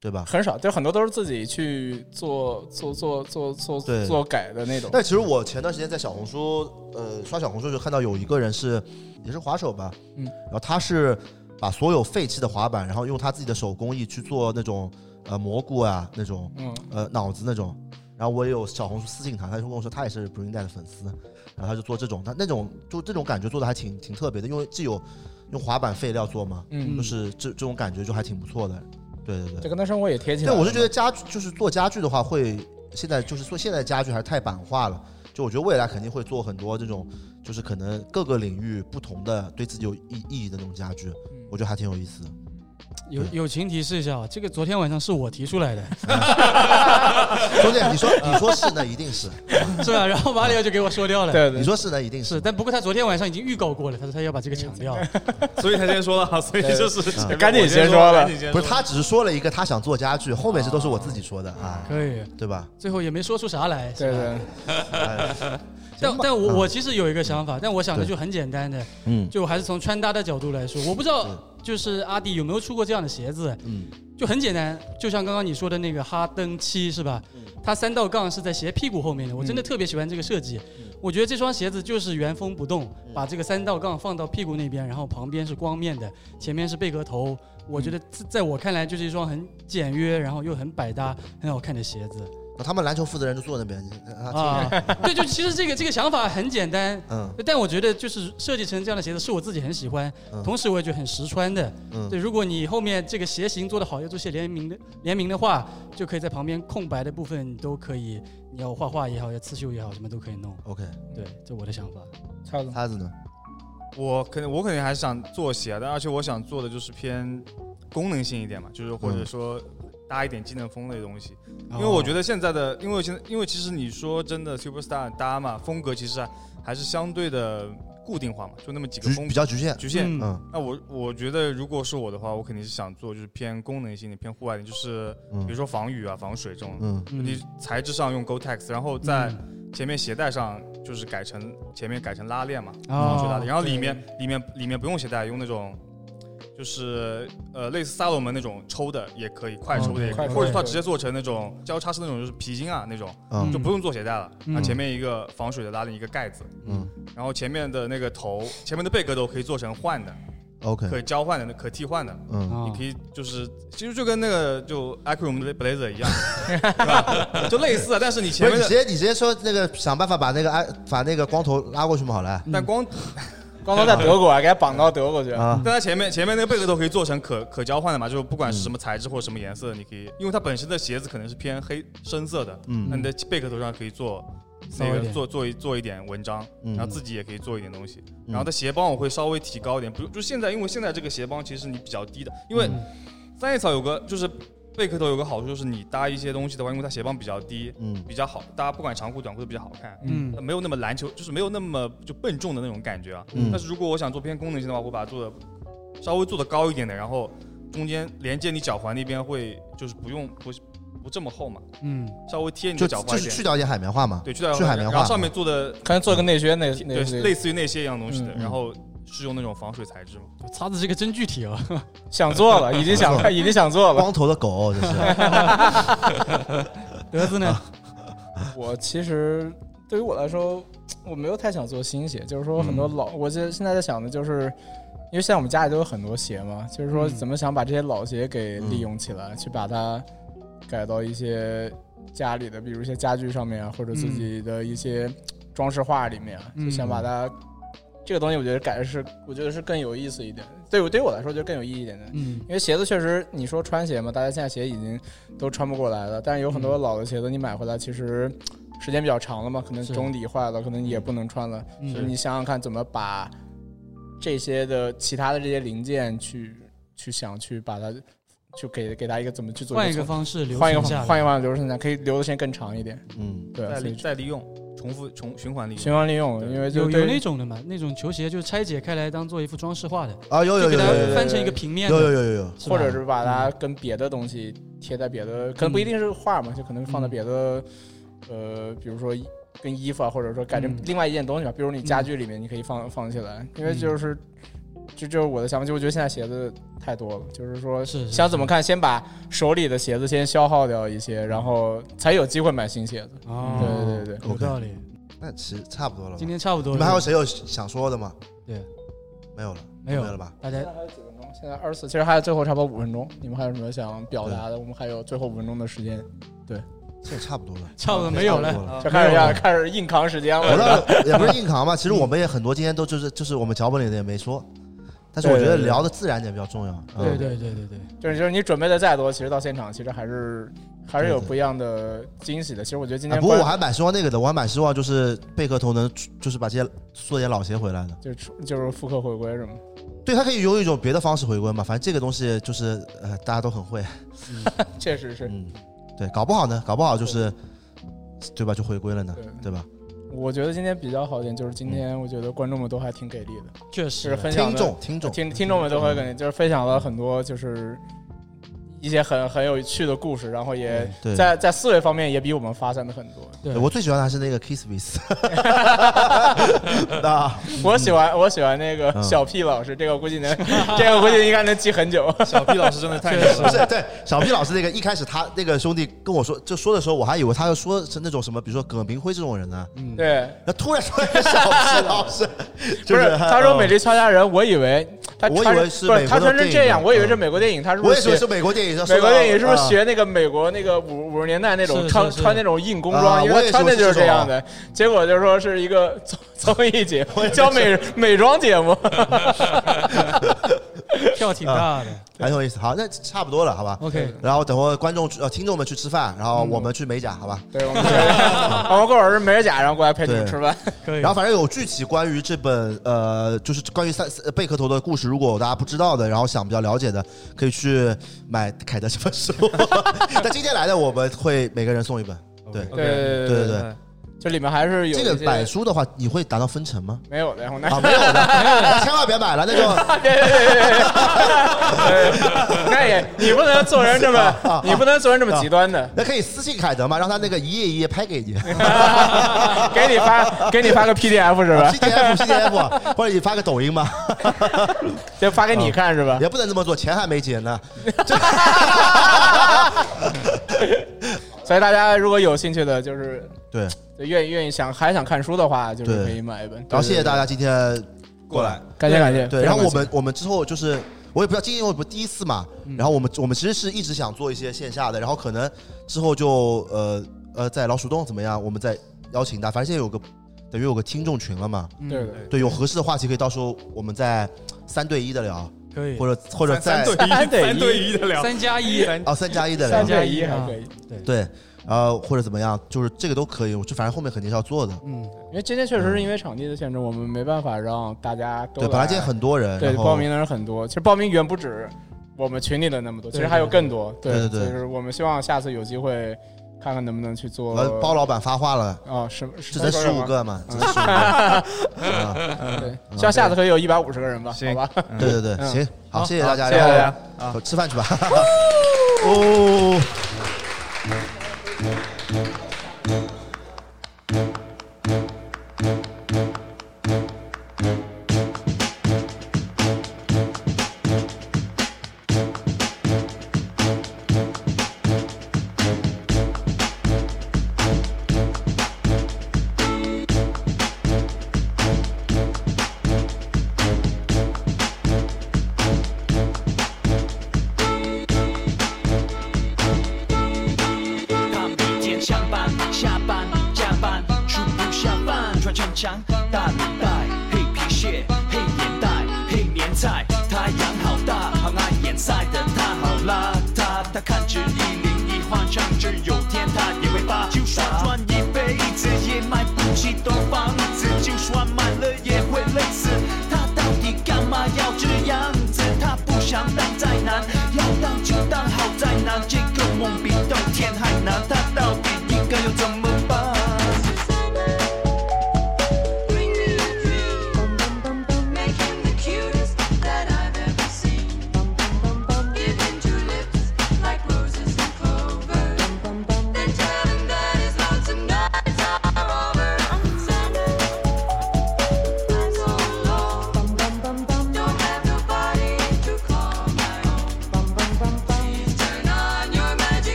Speaker 4: 对吧？
Speaker 7: 很少，就很多都是自己去做做做做做
Speaker 4: 对
Speaker 7: 做改的那种。
Speaker 4: 但其实我前段时间在小红书，呃，刷小红书就看到有一个人是也是滑手吧，
Speaker 7: 嗯
Speaker 4: 然后他是把所有废弃的滑板，然后用他自己的手工艺去做那种呃蘑菇啊那种，
Speaker 7: 嗯
Speaker 4: 呃脑子那种。然后我也有小红书私信他，他就跟我说他也是 Bring That 的粉丝，然后他就做这种，他那种就这种感觉做的还挺挺特别的，因为既有用滑板废料做嘛，
Speaker 7: 嗯
Speaker 4: 就是这这种感觉就还挺不错的，对对对，
Speaker 7: 这跟他生活也贴近。
Speaker 4: 对，我是觉得家具就是做家具的话会，现在就是做现在家具还是太板化了。就我觉得未来肯定会做很多这种，就是可能各个领域不同的对自己有意意义的那种家具，
Speaker 7: 嗯
Speaker 4: 我觉得还挺有意思的。
Speaker 2: 友友情提示一下啊，这个昨天晚上是我提出来的，
Speaker 4: 中间你说你说是那一定是，
Speaker 2: 是吧？然后马里奥就给我说掉了，
Speaker 7: 对对
Speaker 4: 你说是那一定是，
Speaker 2: 是，但不过他昨天晚上已经预告过了，他说他要把这个抢掉，
Speaker 6: 所以他先说了，所以就是
Speaker 4: 啊
Speaker 6: 前面我说赶紧先
Speaker 4: 不是他只是说了一个他想做家具，后面这都是我自己说的啊，
Speaker 2: 可以，
Speaker 4: 对吧？
Speaker 2: 最后也没说出啥来，是吧？
Speaker 4: 哎
Speaker 2: 但
Speaker 4: 行吧
Speaker 2: 但我
Speaker 4: 嗯
Speaker 2: 我其实有一个想法，但我想的
Speaker 4: 对
Speaker 2: 就很简单的，
Speaker 4: 嗯
Speaker 2: 就还是从穿搭的角度来说，我不知道就是阿迪有没有出过这样的鞋子，
Speaker 4: 嗯，
Speaker 2: 就很简单，就像刚刚你说的那个哈登七是吧？
Speaker 4: 嗯
Speaker 2: 它三道杠是在鞋屁股后面的，我真的特别喜欢这个设计，
Speaker 4: 嗯
Speaker 2: 我觉得这双鞋子就是原封不动，把这个三道杠放到屁股那边，然后旁边是光面的，前面是贝壳头，我
Speaker 4: 嗯
Speaker 2: 觉得在在我看来就是一双很简约，然后又很百搭、很好看的鞋子。
Speaker 4: 那他们篮球负责人就坐那边
Speaker 2: 啊
Speaker 4: 啊，
Speaker 2: 对，就其实这个这个想法很简单，
Speaker 4: 嗯
Speaker 2: 但我觉得就是设计成这样的鞋子是我自己很喜欢，
Speaker 4: 嗯
Speaker 2: 同时我也觉得很实穿的，
Speaker 4: 嗯
Speaker 2: 对，如果你后面这个鞋型做得好，要做些联名的联名的话，就可以在旁边空白的部分都可以，你要画画也好，要刺绣也好，什么都可以弄。
Speaker 4: OK，
Speaker 2: 对，这我的想法。
Speaker 7: 叉子，
Speaker 4: 叉子呢？
Speaker 6: 我肯定，我肯定还是想做鞋的，而且我想做的就是偏功能性一点嘛，就是或者
Speaker 4: 嗯
Speaker 6: 说搭一点技能风类的东西。
Speaker 4: 哦
Speaker 6: 因为我觉得现在的，因为现在，因为其实你说真的，Superstar 搭嘛，风格其实还还是相对的固定化嘛，就那么几个
Speaker 4: 局
Speaker 6: 风格
Speaker 4: 比较局限
Speaker 6: 局限。
Speaker 4: 嗯
Speaker 6: 那我我觉得如果是我的话，我肯定是想做就是偏功能性的、偏户外的，就是
Speaker 4: 嗯
Speaker 6: 比如说防雨啊、防水这种。
Speaker 4: 嗯
Speaker 6: 你材质上用 Gore-Tex，然后在前面鞋带上就是改成前面改成拉链嘛，防
Speaker 2: 哦
Speaker 6: 水拉链，然后里
Speaker 2: 对
Speaker 6: 面里面里面不用鞋带，用那种就是呃类似萨洛门那种抽的也可以，快抽的也可以，
Speaker 7: 嗯
Speaker 6: 或者它直接做成那种交叉式那种就是皮筋啊那种，
Speaker 4: 嗯
Speaker 6: 就不用做鞋带了。啊
Speaker 4: 嗯
Speaker 6: 它前面一个防水的拉链，一个盖子，
Speaker 4: 嗯
Speaker 6: 然后前面的那个头，前面的贝壳头可以做成换的。
Speaker 4: ，OK，
Speaker 6: 可以交换的、可替换的，
Speaker 4: 嗯
Speaker 6: 你可以就是其实就跟那个就 Acroom 的 Blazer 一样， 对 吧？就类似啊，但是你前
Speaker 4: 不
Speaker 6: 面的
Speaker 4: 是你直接你直接说那个想办法把那个哎把那个光头拉过去嘛好了。
Speaker 2: 嗯
Speaker 6: 但光
Speaker 7: 光头在德国啊，给他绑到德国去
Speaker 4: 啊
Speaker 6: 但它前面前面那个贝壳头可以做成可可交换的嘛，就是不管是什么材质或者什么颜色，你可以，因为它本身的鞋子可能是偏黑深色的，
Speaker 4: 嗯
Speaker 6: 那你的贝壳头上可以做
Speaker 2: 骚
Speaker 6: 那
Speaker 2: 一
Speaker 6: 个
Speaker 2: 点
Speaker 6: 做做一做一点文章，
Speaker 4: 嗯
Speaker 6: 然后自己也可以做一点东西。
Speaker 4: 嗯
Speaker 6: 然后它鞋帮我会稍微提高一点，不就现在，因为现在这个鞋帮其实你比较低的，因为三叶草有个就是贝壳头有个好处就是你搭一些东西的话，因为它鞋帮比较低，
Speaker 4: 嗯
Speaker 6: 比较好搭，不管长裤短裤都比较好看，
Speaker 4: 嗯
Speaker 6: 没有那么篮球，就是没有那么就笨重的那种感觉啊。
Speaker 4: 嗯
Speaker 6: 但是如果我想做偏功能性的话，我把它做的稍微做的高一点的，然后中间连接你脚踝那边会就是不用不不这么厚嘛，
Speaker 2: 嗯，
Speaker 6: 稍微贴你
Speaker 4: 就
Speaker 6: 的脚踝一
Speaker 4: 就
Speaker 6: 点，
Speaker 4: 是去掉一些海绵化嘛
Speaker 6: 对，去掉
Speaker 4: 去海绵化
Speaker 6: 然后上面做的
Speaker 7: 可能做个内靴那那
Speaker 6: 对，类似于那些一样东西的，
Speaker 7: 嗯
Speaker 6: 然后是用那种防水材质嘛。
Speaker 2: 擦子这个真具 体啊，
Speaker 7: 想做了已经 想已经想做了
Speaker 4: 光头的狗这是
Speaker 2: 德子呢？
Speaker 7: 我其实对于我来说，我没有太想做新鞋，就是说很
Speaker 4: 嗯
Speaker 7: 多老，我现现在在想的就是，因为现在我们家里都有很多鞋嘛，就是说
Speaker 13: 嗯
Speaker 7: 怎么想把这些老鞋给利用起
Speaker 4: 嗯
Speaker 7: 来，去把它改到一些家里的，比如一些家具上面啊，或者
Speaker 4: 嗯
Speaker 7: 自己的一些装饰画里面啊，
Speaker 13: 嗯
Speaker 7: 就想把它。这个东西我觉得改的是，我觉得是更有意思一点。对我对于我来说就更有意义一点的，
Speaker 2: 嗯
Speaker 7: 因为鞋子确实，你说穿鞋嘛，大家现在鞋已经都穿不过来了，但是有很
Speaker 2: 嗯
Speaker 7: 多老的鞋子，你买回来其实时间比较长了嘛，可能
Speaker 2: 是
Speaker 7: 中底坏了，可能也不能穿了。
Speaker 2: 嗯
Speaker 7: 所以你想想看，怎么把这些的其他的这些零件去去想去把它。去给给它一个怎么去做
Speaker 2: 换
Speaker 7: 一
Speaker 2: 一个
Speaker 7: 个
Speaker 2: 方式留
Speaker 7: 换一个
Speaker 2: 存下
Speaker 7: 方
Speaker 2: 来
Speaker 7: 换一个方式留存下来，可以留的时间更长一点。
Speaker 4: 嗯
Speaker 7: 对，
Speaker 6: 再
Speaker 7: 所以
Speaker 6: 利再利用，重复重循环利用，
Speaker 7: 循环利用因为就
Speaker 2: 有有
Speaker 7: 对
Speaker 2: 那种的嘛，那种球鞋就拆解开来当做一副装饰画的
Speaker 4: 啊有有
Speaker 2: 就给
Speaker 4: 有
Speaker 2: 它
Speaker 4: 有有有
Speaker 2: 翻成一个平面的，嗯
Speaker 4: 有有有有有
Speaker 2: 是吧
Speaker 7: 或者是把它跟别的东西贴在别的，
Speaker 2: 嗯
Speaker 7: 可能不一定是画嘛，就可能放在别的，呃，比如说衣跟衣服啊，或者说改成
Speaker 13: 嗯
Speaker 7: 另外一件东西吧，比如你
Speaker 2: 嗯
Speaker 7: 家具里面你可以放放起来，因为就是。这就是 我的想法，就我觉得现在鞋子太多了，就是说想怎么看，先把手里的鞋子先消耗掉一些，然后才有机会买新鞋子。
Speaker 2: 哦
Speaker 7: 对对对对，
Speaker 2: 有道理。
Speaker 4: 那其实差不多了吧，
Speaker 2: 今天差不多了
Speaker 4: 你们还有谁有想说的吗？
Speaker 2: 对，
Speaker 4: 没有了，
Speaker 2: 没有
Speaker 4: 了吧？
Speaker 2: 大家
Speaker 7: 还有几分钟？现在二十四，其实还有最后差不多五分钟，你们还有什么想表达的？我们还有最后五分钟的时间。对，啊
Speaker 4: 这也差不多了，
Speaker 2: 差不多没有了
Speaker 7: 就开始要
Speaker 4: 没有了
Speaker 7: 开始硬扛时间
Speaker 4: 我
Speaker 7: 了。
Speaker 4: 倒也不是硬扛吧，其实我们也很多今天都就是就是我们脚本里的也没说，但是我觉得
Speaker 7: 对对对
Speaker 4: 聊的自然点比较重要。
Speaker 7: 对
Speaker 4: 嗯
Speaker 7: 对
Speaker 2: 对对对，
Speaker 7: 就是就是你准备的再多，其实到现场其实还是还是有不一样的惊喜的。其实我觉得今
Speaker 4: 哎
Speaker 7: 天
Speaker 4: 不过
Speaker 7: 观
Speaker 4: 我还蛮希望那个的，我还蛮希望就是贝壳头能就是把这些做点老鞋回来的。
Speaker 7: 就是出就是复刻回归是吗？
Speaker 4: 对，他可以用一种别的方式回归嘛，反正这个东西就是呃大家都很会，嗯
Speaker 7: 确实是。
Speaker 4: 对，搞不好呢，搞不好就是对吧就回归了呢，对吧？
Speaker 7: 我觉得今天比较好一点，就是今天我觉得观众们都还挺给力的，
Speaker 2: 确
Speaker 7: 就
Speaker 2: 实
Speaker 7: 是分享的
Speaker 4: 嗯听众听众嗯
Speaker 7: 听听众们都会给力，就是分享了很多就是一些很很有趣的故事，然后也
Speaker 4: 嗯对
Speaker 7: 在在思维方面也比我们发散的很 多。
Speaker 4: 我最喜欢的还是那个 Kiss Kiss，
Speaker 7: 我喜欢我喜欢那个
Speaker 4: 嗯
Speaker 7: 小 P 老师，这个我估计能， 这个我估计应该能记很久。小
Speaker 6: P 老师真的太
Speaker 4: 不是对小 P 老师那个一开始他那个兄弟跟我说就说的时候，我还以为他要说是那种什么，比如说葛明辉这种人呢，
Speaker 2: 嗯，
Speaker 7: 对，
Speaker 4: 那突然说一个小 P 老师，
Speaker 7: 不，
Speaker 4: 就是嗯
Speaker 7: 他说《美
Speaker 4: 丽。
Speaker 7: 丽俏佳人》，我以为哎他
Speaker 4: 我以
Speaker 7: 他
Speaker 4: 为是
Speaker 7: 不
Speaker 4: 美
Speaker 7: 是
Speaker 4: 国
Speaker 7: 他
Speaker 4: 的
Speaker 7: 说成
Speaker 4: 电
Speaker 7: 这
Speaker 4: 影啊嗯
Speaker 7: 样，我以为是美国电影，他是不
Speaker 4: 我
Speaker 7: 是
Speaker 4: 也以为
Speaker 7: 学
Speaker 4: 是美国电影是吧
Speaker 7: 美国电影是不是
Speaker 4: 啊
Speaker 7: 学那个美国那个五五十年代那
Speaker 4: 是
Speaker 7: 种
Speaker 4: 是
Speaker 7: 穿
Speaker 4: 是
Speaker 7: 穿那种硬工
Speaker 4: 啊
Speaker 7: 装，因
Speaker 4: 我
Speaker 7: 为
Speaker 4: 也
Speaker 7: 他穿的
Speaker 4: 以为
Speaker 7: 就是是
Speaker 4: 这
Speaker 7: 这样
Speaker 4: 种啊
Speaker 7: 的，结果就是说是一个综 综艺节目教美美妆节目，
Speaker 2: 跳挺大的
Speaker 4: 啊，很有意思。好，那差不多了，好吧
Speaker 2: OK
Speaker 4: 然后等会儿观众呃听众们去吃饭，然后我们去美甲，好吧？
Speaker 7: 对，我们 我们过会儿是美人甲，然后过来陪你们吃饭，
Speaker 4: 然后反正有具体关于这本呃，就是关于三呃贝壳头的故事，如果有大家不知道的，然后想比较了解的，可以去买凯德这本书。 但今天来的我们会每个人送一本，对
Speaker 7: 对对
Speaker 4: 对
Speaker 7: 对
Speaker 4: 对。
Speaker 7: 就里面还是有
Speaker 4: 这个
Speaker 7: 一些
Speaker 4: 买书的话，你会达到分成吗？
Speaker 7: 没有的，我那
Speaker 4: 啊，没 有的，那千万别买了，那就
Speaker 7: 对对对对对， 那也你不能做人 这么，你不能做人这么极端的，
Speaker 4: 那可以私信凯德嘛，让他那个一页一页拍给你。
Speaker 7: 给你发给你发个 PDF 是吧
Speaker 4: PDF PDF，或者你发个抖音吧，
Speaker 7: 就 发给你看是吧？
Speaker 4: 也不能这啊么做，钱还没结呢。
Speaker 7: 所以大家如果有兴趣的，就是
Speaker 4: 对，
Speaker 7: 就愿意愿意想还想看书的话，就是可以买一本。
Speaker 4: 然后谢谢大家今天
Speaker 7: 过来感谢感谢嗯
Speaker 4: 对，
Speaker 7: 非
Speaker 4: 然
Speaker 7: 常
Speaker 4: 后我
Speaker 7: 感
Speaker 4: 们我们之后就是。我也不知道，今天我不第一次嘛，然后我们我们其实是一直想做一些线下的，然后可能之后就呃呃在老鼠洞怎么样，我们再邀请大家，反正现在有个等于有个听众群了嘛，
Speaker 7: 对嗯对
Speaker 4: 对，有合适的话题可以到时候我们再三对一的聊，
Speaker 2: 可以
Speaker 4: 或者或者
Speaker 2: 三
Speaker 4: 再
Speaker 2: 三对一三对一三对一的聊三加一
Speaker 4: 哦三加一的聊，
Speaker 2: 三加一还可以
Speaker 4: 对，呃，或者怎么样，就是这个都可以，我就反正后面肯定是要做的。
Speaker 7: 嗯，因为今天确实是因为场地的限制，我们没办法让大家都
Speaker 4: 对本来
Speaker 7: 来
Speaker 4: 今天很多人
Speaker 7: 对
Speaker 4: 然后
Speaker 7: 报名的人很多，其实报名远不止我们群里的那么多，其实还有更多。
Speaker 4: 对对对对
Speaker 7: 就是我们希望下次有机会看看能不能去做
Speaker 4: 呃。包老板发话了
Speaker 7: 啊，是
Speaker 4: 这才15个嘛这才15个 啊
Speaker 7: 嗯对，
Speaker 4: 嗯
Speaker 7: 希望下次可以有一百五十个人吧，好
Speaker 4: 行
Speaker 7: 吧？
Speaker 4: 对对对，
Speaker 7: 嗯
Speaker 4: 行，好，谢谢大家，
Speaker 7: 谢谢大家
Speaker 4: 然
Speaker 7: 啊
Speaker 4: 后吃饭去吧。哦。
Speaker 18: 胖每天上班、下班、加班，吃不下饭，穿城墙，